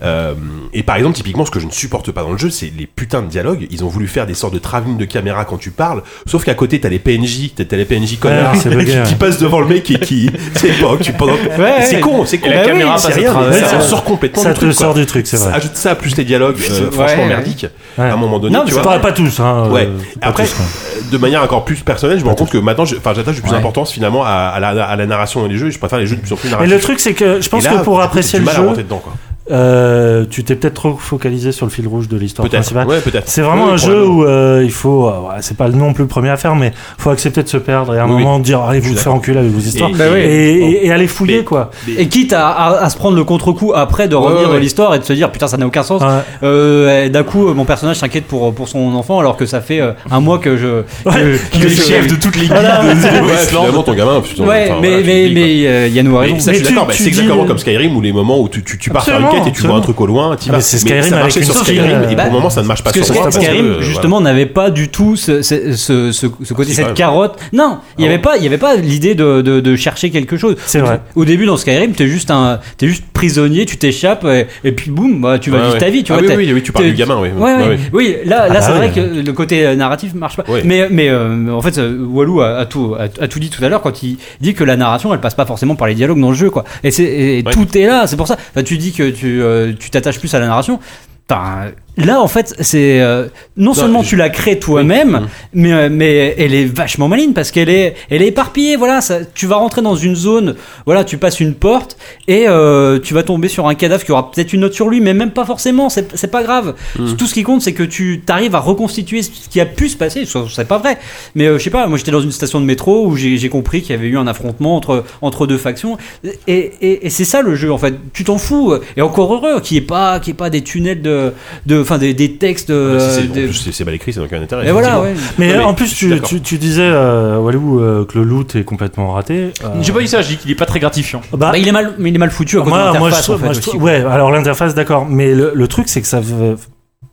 Speaker 2: Euh, et par exemple, typiquement, ce que je ne supporte pas dans le jeu, c'est les putains de dialogues. Ils ont voulu faire des sortes de travelling de caméra quand tu parles, sauf qu'à côté, t'as les PNJ, t'as t'as les PNJ connards
Speaker 8: Ouais, c'est bugué,
Speaker 2: qui, qui
Speaker 8: ouais.
Speaker 2: passent devant le mec et qui. C'est pas, tu pendant.
Speaker 8: Ouais,
Speaker 2: c'est
Speaker 8: ouais.
Speaker 2: con, c'est con.
Speaker 8: Et la Bah oui, caméra
Speaker 2: c'est
Speaker 8: passe à
Speaker 2: rien,
Speaker 8: travers.
Speaker 2: mais Ça
Speaker 8: Ouais.
Speaker 2: sort complètement
Speaker 8: Ça
Speaker 2: du
Speaker 8: te
Speaker 2: truc.
Speaker 8: sort
Speaker 2: quoi.
Speaker 8: du truc, c'est vrai.
Speaker 2: Ajoute ça à plus les dialogues, euh,
Speaker 8: Ouais.
Speaker 2: franchement merdiques. À un moment donné,
Speaker 8: Non,
Speaker 2: tu
Speaker 8: mais
Speaker 2: vois.
Speaker 8: pas, pas tous. Hein,
Speaker 2: Ouais.
Speaker 8: euh, pas
Speaker 2: Après,
Speaker 8: tous, quoi.
Speaker 2: euh, de manière encore plus personnelle, je me rends compte que maintenant, je- enfin, j'attache de plus
Speaker 8: Ouais.
Speaker 2: d'importance finalement à, à la, à la narration et les jeux. et Je préfère les jeux de plus en plus
Speaker 8: Mais
Speaker 2: narratifs.
Speaker 8: le truc, c'est que je pense
Speaker 2: Ah, Et là,
Speaker 8: que pour
Speaker 2: du coup,
Speaker 8: apprécier
Speaker 2: j'ai
Speaker 8: le
Speaker 2: du mal à
Speaker 8: jeu,
Speaker 2: rentrer dedans, quoi.
Speaker 8: euh, tu t'es peut-être trop focalisé sur le fil rouge de l'histoire
Speaker 2: Peut-être.
Speaker 8: principale.
Speaker 2: Ouais, peut-être.
Speaker 8: C'est vraiment
Speaker 2: Oui,
Speaker 8: un
Speaker 2: oui,
Speaker 8: jeu où euh, il faut, euh, ouais, c'est pas non plus le premier à faire, mais faut accepter de se perdre et à un
Speaker 9: Oui, oui.
Speaker 8: moment dire allez vous faire enculer avec vos histoires
Speaker 9: Et- Bah oui.
Speaker 8: et, et- et aller fouiller
Speaker 9: Mais-
Speaker 8: quoi.
Speaker 9: Et quitte à, à- à se prendre le contre-coup après de
Speaker 8: Ouais,
Speaker 9: revenir
Speaker 8: ouais, ouais.
Speaker 9: dans l'histoire et de se dire putain ça n'a aucun
Speaker 2: Ah.
Speaker 9: sens. Euh, et D'un coup euh, mon personnage s'inquiète pour, pour son enfant alors que ça fait euh, un mois que je. que- que je- Voilà.
Speaker 2: Ouais, finalement, ton gamin, putain,
Speaker 9: Ouais,
Speaker 2: enfin,
Speaker 9: mais
Speaker 2: voilà, tu
Speaker 9: mais
Speaker 2: le dis,
Speaker 9: mais euh, Yannou a
Speaker 2: quoi.
Speaker 9: raison.
Speaker 2: Mais ça, je suis d'accord, bah, c'est exactement comme Skyrim ou les moments où tu, tu, tu pars faire une
Speaker 8: Absolument,
Speaker 2: et tu vois un truc au loin, t'y
Speaker 8: Ah,
Speaker 2: vas.
Speaker 8: mais c'est Skyrim
Speaker 2: Mais ça
Speaker 8: avec
Speaker 2: marchait
Speaker 8: une
Speaker 2: sur
Speaker 8: source,
Speaker 2: Skyrim,
Speaker 8: euh,
Speaker 2: et pour
Speaker 8: bah,
Speaker 2: le moment, ça ne marche pas
Speaker 9: Parce que
Speaker 2: sur moi, parce que, euh,
Speaker 9: Skyrim,
Speaker 2: voilà. Ah,
Speaker 9: justement, n'avait pas du tout ce, ce, ce, ce- ce côté,
Speaker 2: si, quand
Speaker 9: cette
Speaker 2: même. Ah
Speaker 9: carotte. Non, il n'y avait pas, il y avait pas l'idée de, de, de chercher quelque chose.
Speaker 8: C'est vrai.
Speaker 9: Au début, dans Skyrim, t'es juste un, t'es juste prisonnier, tu t'échappes, et, et puis boum, bah, tu vas
Speaker 2: Ouais,
Speaker 9: vivre
Speaker 2: ouais.
Speaker 9: ta vie, tu
Speaker 2: Ah
Speaker 9: vois.
Speaker 2: oui,
Speaker 9: t'es-
Speaker 2: oui, oui, tu parles
Speaker 9: t'es-
Speaker 2: du gamin, oui.
Speaker 9: Ouais, ouais.
Speaker 2: Ouais, ouais.
Speaker 9: Oui, là, là,
Speaker 2: Ah,
Speaker 9: c'est
Speaker 2: bah
Speaker 9: vrai
Speaker 2: oui.
Speaker 9: que le côté euh, narratif marche pas.
Speaker 2: Ouais.
Speaker 9: Mais, mais, euh, en fait, euh, Walou a, a tout, a, a tout dit tout à l'heure quand il dit que la narration, elle passe pas forcément par les dialogues dans le jeu, quoi. Et c'est, et tout est là, c'est pour ça. Enfin, tu dis que tu, euh, tu t'attaches plus à la narration. Ben, là, en fait, c'est euh, non seulement tu la crées toi-même, mais euh, mais elle est vachement maligne parce qu'elle est elle est éparpillée. Voilà, ça- tu vas rentrer dans une zone, voilà, tu passes une porte et euh, tu vas tomber sur un cadavre qui aura peut-être une note sur lui, mais même pas forcément. C'est c'est pas grave. Tout ce qui compte, c'est que tu t'arrives à reconstituer ce qui a pu se passer. Ça, C'est pas vrai, mais euh, je sais pas. Moi, j'étais dans une station de métro où j'ai j'ai compris qu'il y avait eu un affrontement entre entre deux factions et, et- et c'est ça le jeu en fait. Tu t'en fous euh, et encore heureux qu'il n'y ait pas qu'il y ait pas des tunnels de de enfin des, des textes.
Speaker 2: Ah, Si
Speaker 9: euh,
Speaker 2: c'est-
Speaker 9: des-
Speaker 2: en plus, c'est c'est mal écrit, ça n'a aucun intérêt.
Speaker 9: Mais voilà,
Speaker 2: effectivement.
Speaker 9: ouais.
Speaker 8: Mais
Speaker 2: Non,
Speaker 8: en plus,
Speaker 2: je suis
Speaker 8: tu,
Speaker 2: d'accord.
Speaker 8: tu, tu disais, euh, Walou, euh, que le loot est complètement raté. euh,
Speaker 6: J'ai pas dit ça, je dis qu'il est pas très gratifiant.
Speaker 8: Bah,
Speaker 9: il est mal mais il est mal foutu. à cause de
Speaker 8: moi, moi, je
Speaker 9: l'interface,
Speaker 8: trouve,
Speaker 9: en fait,
Speaker 8: moi, je
Speaker 9: aussi.
Speaker 8: trouve- ouais, alors l'interface, d'accord. Mais le, le truc, c'est que ça, veut-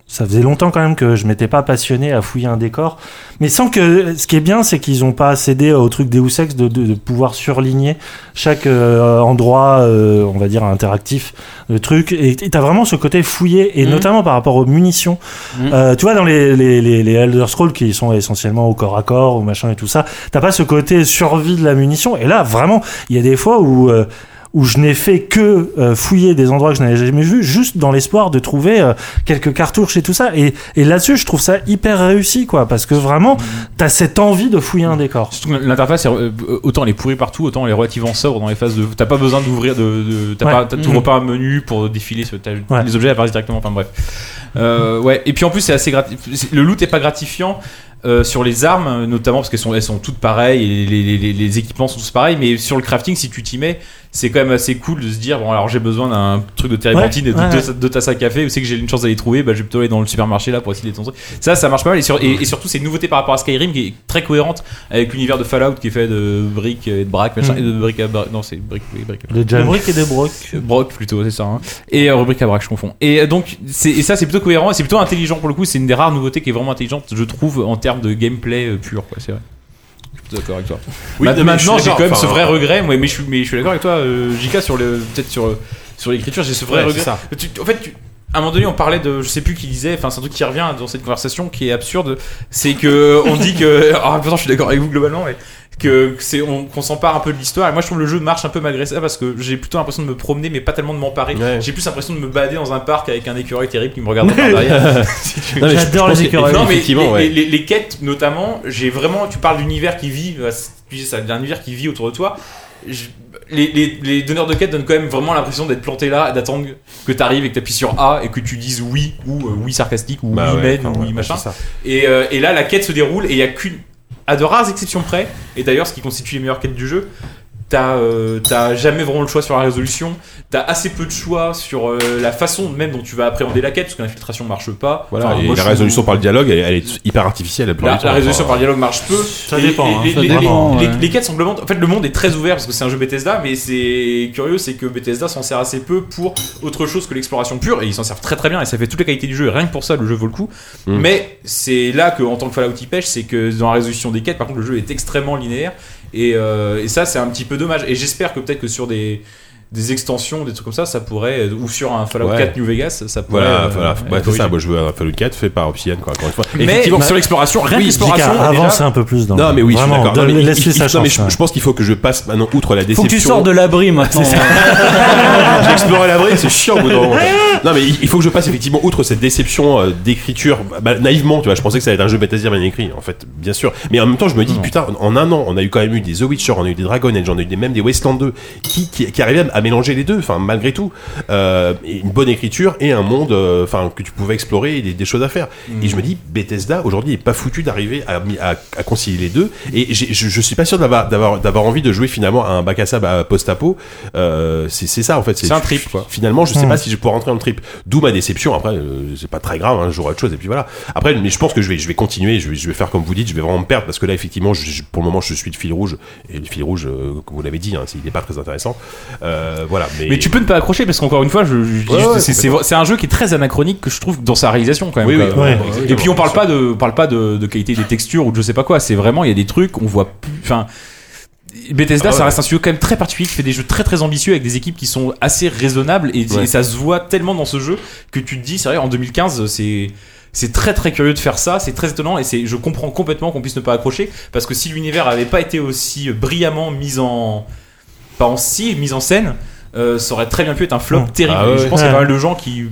Speaker 8: ça faisait longtemps quand même que je m'étais pas passionné à fouiller un décor. Mais sans que, ce qui est bien, c'est qu'ils ont pas cédé au truc Deus Ex de, de, de pouvoir surligner chaque euh, endroit, euh, on va dire, interactif, le truc. Et t'as vraiment ce côté fouillé, et
Speaker 9: Mm.
Speaker 12: Mhm.
Speaker 8: notamment par rapport aux munitions.
Speaker 12: Mhm.
Speaker 8: Euh, tu vois, dans les, les, les, les Elder Scrolls qui sont essentiellement au corps à corps ou machin et tout ça, t'as pas ce côté survie de la munition. Et là, vraiment, il y a des fois où, euh, où je n'ai fait que euh, fouiller des endroits que je n'avais jamais vus, juste dans l'espoir de trouver euh, quelques cartouches et tout ça. Et, et là-dessus, je trouve ça hyper réussi, quoi, parce que vraiment, t'as cette envie de fouiller un décor.
Speaker 6: Surtout que L'interface, est, euh, autant elle est pourrie partout, autant elle est relativement sobre dans les phases de. T'as pas besoin d'ouvrir de. de- t'as
Speaker 8: Ouais.
Speaker 6: pas, t'as- t'ouvres
Speaker 8: Mhm.
Speaker 6: pas un menu pour défiler ce, t'as-
Speaker 8: Ouais.
Speaker 6: les objets apparaissent directement. Enfin bref. Euh, ouais. Et puis en plus, c'est assez gratifiant. Le loot est pas gratifiant. euh, sur les armes, notamment parce qu'elles sont, elles sont toutes pareilles, et les, les- les- les équipements sont tous pareils, mais sur le crafting, si tu t'y mets, c'est quand même assez cool de se dire bon, alors j'ai besoin d'un truc de téléportine
Speaker 12: Ouais,
Speaker 6: et de,
Speaker 12: ouais,
Speaker 6: de-
Speaker 12: ouais.
Speaker 6: de tasse à café, où c'est que j'ai une chance d'aller trouver, bah, je vais plutôt aller dans le supermarché là pour essayer de truc. Ça, ça marche pas mal. Et, sur- et- et surtout, c'est une nouveauté par rapport à Skyrim qui est très cohérente avec l'univers de Fallout qui est fait de briques et de braques, machin,
Speaker 8: Mm.
Speaker 6: et de briques à bra- Non, c'est briques, oui, briques.
Speaker 8: De jam. De briques et de brocs.
Speaker 6: Euh, Brocs plutôt, c'est ça. hein. Et euh, rubrique à braques, je confonds. Et euh, donc, c'est- et ça, c'est plutôt cohérent et c'est plutôt intelligent pour le coup. C'est une des rares nouveautés qui est vraiment intelligente, je trouve, en termes de gameplay euh, pur, quoi, c'est vrai. Je suis plutôt D'accord avec toi.
Speaker 2: Oui,
Speaker 6: Ma-
Speaker 2: non, mais je suis
Speaker 6: maintenant, j'ai
Speaker 2: d'accord,
Speaker 6: quand même
Speaker 2: enfin,
Speaker 6: ce vrai regret, moi, mais je suis, mais je suis d'accord avec toi, euh, JK, sur le, peut-être sur, euh, sur l'écriture, j'ai ce vrai
Speaker 2: Ouais,
Speaker 6: regret.
Speaker 2: c'est ça.
Speaker 6: Tu- en fait, tu- à un moment donné, on parlait de, je sais plus qui disait, enfin, c'est un truc qui revient dans cette conversation qui est absurde, c'est que on dit que, ah, pourtant, je suis d'accord avec vous globalement, mais que que c'est, on, qu'on s'empare un peu de l'histoire. Et moi, je trouve le jeu marche un peu malgré ça parce que j'ai plutôt l'impression de me promener, mais pas tellement de m'emparer. J'ai plus l'impression de me balader dans un parc avec un écureuil terrible qui me regarde par derrière. Si tu veux.
Speaker 2: Non, mais je- je J'adore les pense que- écureuils.
Speaker 6: Non, mais
Speaker 2: effectivement,
Speaker 6: les-
Speaker 2: ouais.
Speaker 6: les- les, les quêtes notamment, j'ai vraiment. Tu parles d'univers qui vit, euh, tu disais ça, d'un univers qui vit autour de toi. Je- les, les- les donneurs de quêtes donnent quand même vraiment l'impression d'être planté là, d'attendre que tu arrives et que tu appuies sur A et que tu dises oui ou euh, oui sarcastique ou
Speaker 2: Bah
Speaker 6: oui
Speaker 2: ouais,
Speaker 6: mène
Speaker 2: enfin,
Speaker 6: ou
Speaker 2: ouais,
Speaker 6: oui
Speaker 2: ouais,
Speaker 6: machin.
Speaker 2: c'est ça.
Speaker 6: Et, euh, et là, la quête se déroule et il y a qu'une. à de rares exceptions près, et d'ailleurs, ce qui constitue les meilleures quêtes du jeu, t'as euh, t'as jamais vraiment le choix sur la résolution, t'as assez peu de choix sur euh, la façon même dont tu vas appréhender la quête, parce que l'infiltration marche pas.
Speaker 2: Voilà,
Speaker 6: Enfin,
Speaker 2: et
Speaker 6: moi,
Speaker 2: la
Speaker 6: je-
Speaker 2: résolution par le dialogue, elle, elle est hyper artificielle. la plupart
Speaker 6: la,
Speaker 2: du temps,
Speaker 6: la résolution
Speaker 2: enfin.
Speaker 6: par dialogue marche peu.
Speaker 2: Ça
Speaker 6: Et-
Speaker 2: dépend,
Speaker 6: et-
Speaker 2: hein,
Speaker 6: les,
Speaker 2: ça
Speaker 6: les-
Speaker 2: dépend,
Speaker 6: les-
Speaker 2: ouais.
Speaker 6: les quêtes sont globantes. En fait, le monde est très ouvert parce que c'est un jeu Bethesda, mais c'est curieux, c'est que Bethesda s'en sert assez peu pour autre chose que l'exploration pure. Et ils s'en servent très très bien et ça fait toute la qualité du jeu. Et rien que pour ça, le jeu vaut le coup.
Speaker 2: Mm.
Speaker 6: Mais c'est là que, en tant que Fallout, il pêche, c'est que dans la résolution des quêtes, par contre, le jeu est extrêmement linéaire. Et, euh, et ça, c'est un petit peu dommage. Et j'espère que peut-être que sur des des extensions, des trucs comme ça, ça pourrait, euh, ou sur un Fallout
Speaker 2: Ouais.
Speaker 6: 4 New Vegas, ça pourrait.
Speaker 2: Voilà,
Speaker 6: euh,
Speaker 2: voilà.
Speaker 6: être
Speaker 2: Ouais, c'est ça.
Speaker 6: corrigé.
Speaker 2: Moi, je veux un Fallout 4 fait par Obsidian, quoi, encore une fois.
Speaker 6: Mais- bah, sur l'exploration, rien que
Speaker 2: Oui,
Speaker 6: l'exploration,
Speaker 2: Jika,
Speaker 6: déjà-
Speaker 8: avance un peu plus dans-
Speaker 2: Non, mais oui,
Speaker 8: Vraiment,
Speaker 2: je suis d'accord. Non,
Speaker 8: donne-
Speaker 2: mais il-
Speaker 8: laisse-lui
Speaker 2: il-
Speaker 8: sa
Speaker 2: non,
Speaker 8: chance,
Speaker 2: mais je,
Speaker 8: ouais.
Speaker 2: je pense qu'il faut que je passe maintenant outre la
Speaker 9: Faut
Speaker 2: déception.
Speaker 9: que tu sors de l'abri maintenant.
Speaker 2: J'ai exploré l'abri, c'est chiant au bout d'un moment. Non, mais il il faut que je passe effectivement outre cette déception euh, d'écriture. Bah, naïvement, tu vois, je pensais que ça allait être un jeu Bethesda bien écrit, en fait, bien sûr. Mais en même temps, je me dis, putain, en en un an, on a eu quand même eu des The Witcher, on a eu des Dragon Age, on a eu des, même des Wasteland 2, qui, qui, qui arrivaient à mélanger les deux, enfin, malgré tout. Euh, et une bonne écriture et un monde euh, enfin que tu pouvais explorer et des, des choses à faire. Et
Speaker 6: Mhm.
Speaker 2: je me dis, Bethesda, aujourd'hui, il est pas foutu d'arriver à, à- à concilier les deux. Et j'ai- je, je suis pas sûr d'avoir, d'avoir, d'avoir envie de jouer finalement à un bac à sable à post-apo. Euh, c'est, c'est ça, en fait.
Speaker 6: C'est un trip, quoi.
Speaker 2: Finalement, je sais
Speaker 6: Mm.
Speaker 2: pas si je pourrais rentrer dans le trip. D'où ma déception. Après, euh, c'est pas très grave, hein, j'aurai autre chose. Et puis voilà. Après, mais je pense que je vais, je vais continuer. Je vais, je vais faire comme vous dites. Je vais vraiment me perdre parce que là, effectivement, je- je- pour le moment, je suis le fil rouge. Et le fil rouge, euh, comme vous l'avez dit, hein, c'est- il n'est pas très intéressant. Euh, Euh, voilà, mais,
Speaker 6: Mais tu peux ne pas accrocher parce qu'encore une fois, je, je dis
Speaker 2: Ouais,
Speaker 6: juste,
Speaker 2: ouais,
Speaker 6: c'est- c'est
Speaker 2: complètement.
Speaker 6: c'est un jeu qui est très anachronique que je trouve dans sa réalisation quand même.
Speaker 2: Oui,
Speaker 6: quoi.
Speaker 2: oui, ouais,
Speaker 6: Euh,
Speaker 2: exactement.
Speaker 6: et puis on parle pas de, on parle pas de, de qualité des textures ou de je sais pas quoi. C'est vraiment il y a des trucs on voit plus. Enfin, Bethesda,
Speaker 2: Ah ouais.
Speaker 6: ça reste un studio quand même très particulier qui fait des jeux très très ambitieux avec des équipes qui sont assez raisonnables et,
Speaker 2: Ouais.
Speaker 6: et ça se voit tellement dans ce jeu que tu te dis c'est vrai en 2015 c'est c'est très très curieux de faire ça, c'est très étonnant et c'est je comprends complètement qu'on puisse ne pas accrocher parce que si l'univers avait pas été aussi brillamment mis en pas en si mis en scène, euh, ça aurait très bien pu être un flop
Speaker 2: Mmh.
Speaker 6: terrible.
Speaker 2: Ah ouais,
Speaker 6: je pense qu'il
Speaker 2: ouais.
Speaker 6: y a pas mal de gens qui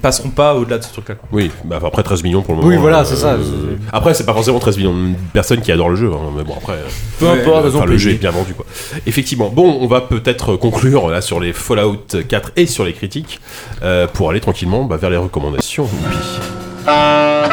Speaker 6: passeront pas au-delà de ce truc-là. quoi.
Speaker 2: Oui, bah, après 13 millions pour le moment. euh,
Speaker 6: Oui, voilà, c'est ça.
Speaker 2: Après, c'est pas forcément 13 millions de personnes qui adorent le jeu, hein, mais bon, après. euh,
Speaker 6: Peu importe,
Speaker 2: euh,
Speaker 6: elles ont
Speaker 2: enfin, le
Speaker 6: payé.
Speaker 2: jeu est bien vendu, quoi. Effectivement. Bon, on va peut-être conclure là sur les Fallout 4 et sur les critiques euh, pour aller tranquillement bah, vers les recommandations. Youpi.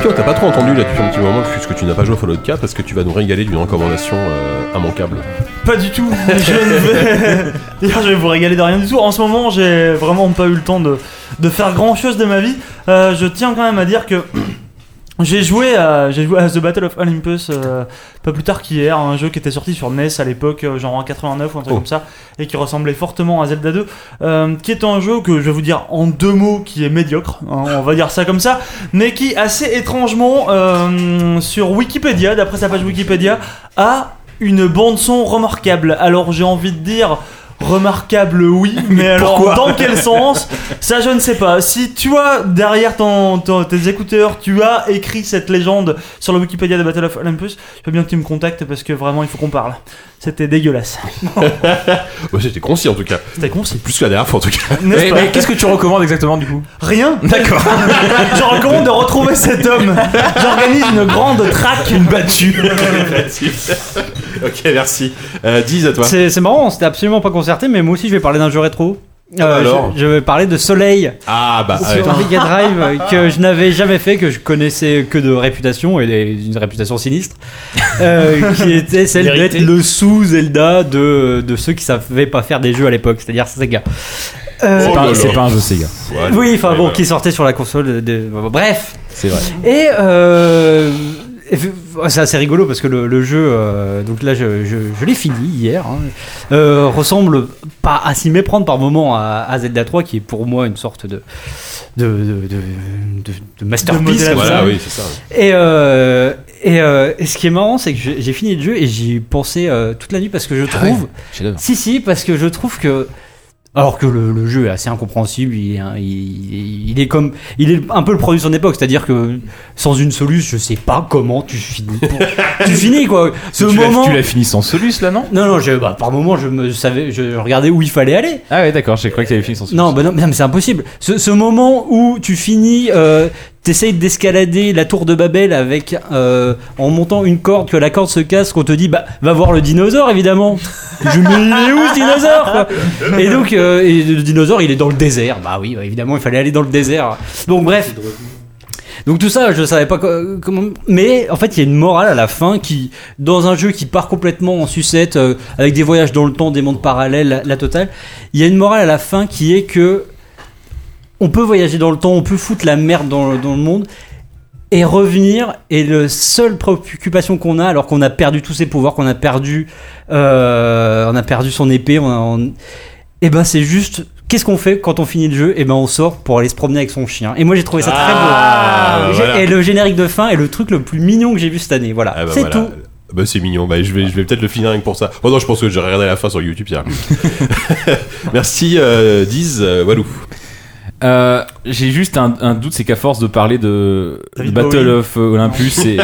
Speaker 2: Pio, t'as pas trop entendu là depuis un petit moment puisque tu n'as pas joué à Fallout 4 parce que tu vas nous régaler d'une recommandation euh, immanquable.
Speaker 4: Pas du tout. Je ne vais... D'ailleurs, je vais vous régaler de rien du tout. En ce moment, j'ai vraiment pas eu le temps de, de faire grand chose de ma vie. Euh, je tiens quand même à dire que. J'ai joué, à, j'ai joué à The Battle of Olympus euh, pas plus tard qu'hier, un jeu qui était sorti sur NES à l'époque, euh, genre en 89 ou un truc comme ça, et qui ressemblait fortement à Zelda 2, euh, qui est un jeu que je vais vous dire en deux mots, qui est médiocre, hein, on va dire ça comme ça, mais qui assez étrangement euh, sur Wikipédia, d'après sa page Wikipédia, a une bande son remarquable. Alors j'ai envie de dire remarquable oui, mais, alors
Speaker 12: pourquoi
Speaker 4: dans quel sens Ça je ne sais pas. Si tu as derrière ton, ton- tes écouteurs, tu as écrit cette légende sur le Wikipédia de Battle of Olympus, je veux bien que tu me contactes parce que vraiment il faut qu'on parle. C'était dégueulasse.
Speaker 2: Ouais, c'était concis en tout cas.
Speaker 4: C'était concis.
Speaker 2: Plus que la dernière fois en tout cas.
Speaker 4: N'est-ce
Speaker 6: Mais,
Speaker 4: pas
Speaker 6: mais qu'est-ce que tu recommandes exactement du coup
Speaker 4: Rien
Speaker 6: D'accord.
Speaker 4: Je recommande de retrouver cet homme. J'organise une grande traque. Une battue.
Speaker 2: ok, merci. Euh, Diz à toi.
Speaker 9: C'est c'est marrant, on s'était absolument pas concerté, mais moi aussi je vais parler d'un jeu rétro. Euh,
Speaker 2: Ah, alors
Speaker 9: je, je vais parler de Soleil.
Speaker 2: Ah bah ouais.
Speaker 9: sur Mega Drive euh, que je n'avais jamais fait, que je connaissais que de réputation et des- une réputation sinistre, euh, qui était celle d'être le sous Zelda de, de ceux qui savaient pas faire des jeux à l'époque, c'est-à-dire Sega.
Speaker 2: oh
Speaker 9: Euh,
Speaker 6: C'est pas, c'est pas un jeu Sega.
Speaker 9: oui, enfin bon,
Speaker 6: voilà.
Speaker 9: qui sortait sur la console. De... Bref.
Speaker 6: C'est vrai.
Speaker 9: Et euh, c'est assez rigolo parce que le, le jeu, euh, donc là je, je- je l'ai fini hier, hein, euh, ressemble pas à s'y méprendre par moment à, à Zelda 3 qui est pour moi une sorte de de, de, de- de- de
Speaker 2: De
Speaker 9: masterpiece.
Speaker 2: modèle
Speaker 9: comme
Speaker 2: Voilà,
Speaker 9: ça.
Speaker 2: oui, c'est ça.
Speaker 9: Et, euh, et, euh, et ce qui est marrant, c'est que j'ai j'ai fini le jeu et j'y ai pensé euh, toute la nuit parce que je trouve.
Speaker 6: Ah chef-d'œuvre.
Speaker 9: si, si, parce que je trouve que. Alors que le, le jeu est assez incompréhensible, il, est un- il- il est comme, il est un peu le produit de son époque, c'est-à-dire que sans une soluce, je sais pas comment tu finis. pour- tu finis quoi. Ce
Speaker 6: Tu l'as-
Speaker 9: moment,
Speaker 6: tu l'as fini sans soluce là, non
Speaker 9: Non, non, je- bah, par moment, je me savais, je regardais où il fallait aller.
Speaker 6: Ah ouais, d'accord, j'ai cru que t'avais fini sans soluce.
Speaker 9: Non, bah non, mais non, mais c'est impossible. Ce, ce moment où tu finis, euh, t'essayes d'escalader la tour de Babel avec euh, en montant une corde, que la corde se casse, qu'on te dit bah va voir le dinosaure évidemment. Je me il est où ce dinosaure quoi Et donc euh, et le dinosaure il est dans le désert. Bah oui, bah, évidemment il fallait aller dans le désert. Donc bref. Donc tout ça, je savais pas co- comment. Mais en fait, il y a une morale à la fin qui, dans un jeu qui part complètement en sucette, euh, avec des voyages dans le temps, des mondes parallèles, la, la totale, il y a une morale à la fin qui est que on peut voyager dans le temps, on peut foutre la merde dans le, dans le monde et revenir. Et le seule préoccupation qu'on a, alors qu'on a perdu tous ses pouvoirs, qu'on a perdu, euh, on a perdu son épée, on a, on- eh ben c'est juste. Qu'est-ce qu'on fait quand on finit le jeu Eh ben on sort pour aller se promener avec son chien. Et moi j'ai trouvé ça très
Speaker 2: Ah,
Speaker 9: beau.
Speaker 2: bah voilà.
Speaker 9: Et le générique de fin est le truc le plus mignon que j'ai vu cette année. Voilà,
Speaker 2: Ah bah
Speaker 9: c'est
Speaker 2: voilà.
Speaker 9: tout.
Speaker 2: Bah c'est mignon, bah, je vais, je vais peut-être le finir rien que pour ça. Oh non, je pense que j'aurais regardé la fin sur YouTube, Pierre. Merci euh, Diz, euh, Walou.
Speaker 6: Euh, j'ai juste un, un doute, c'est qu'à force de parler de, de Battle
Speaker 2: Bowie.
Speaker 6: of Olympus et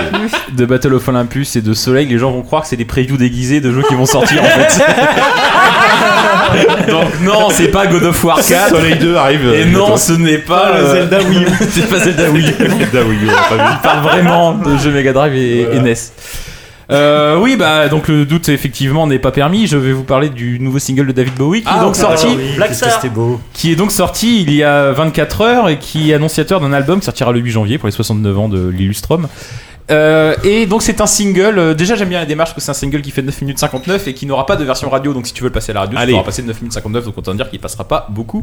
Speaker 6: de Battle of Olympus et de Soleil, les gens vont croire que c'est des previews déguisés de jeux qui vont sortir en fait. Donc non, c'est pas God of War 4.
Speaker 2: Soleil 2 arrive. euh,
Speaker 6: Et non,
Speaker 2: bientôt.
Speaker 6: ce n'est pas
Speaker 2: Ah, Zelda
Speaker 6: Wii. c'est pas Zelda Wii.
Speaker 2: Zelda Wii, on l'a pas vu.
Speaker 6: Il parle vraiment de jeux Mega Drive et, et NES. Euh, oui, bah donc le doute effectivement n'est pas permis. Je vais vous parler du nouveau single de David Bowie qui est donc
Speaker 4: Ah,
Speaker 6: sorti
Speaker 8: beau.
Speaker 6: qui est donc sorti il y a 24 heures et qui est annonciateur d'un album qui sortira le 8 janvier pour les 69 ans de Lillustrom. Euh, et donc c'est un single. euh, déjà j'aime bien la démarche parce que c'est un single qui fait 9 minutes 59 et qui n'aura pas de version radio. Donc si tu veux le passer à la radio,
Speaker 2: Allez.
Speaker 6: tu pourras passer de 9 minutes 59. Donc on dire qu'il passera pas beaucoup.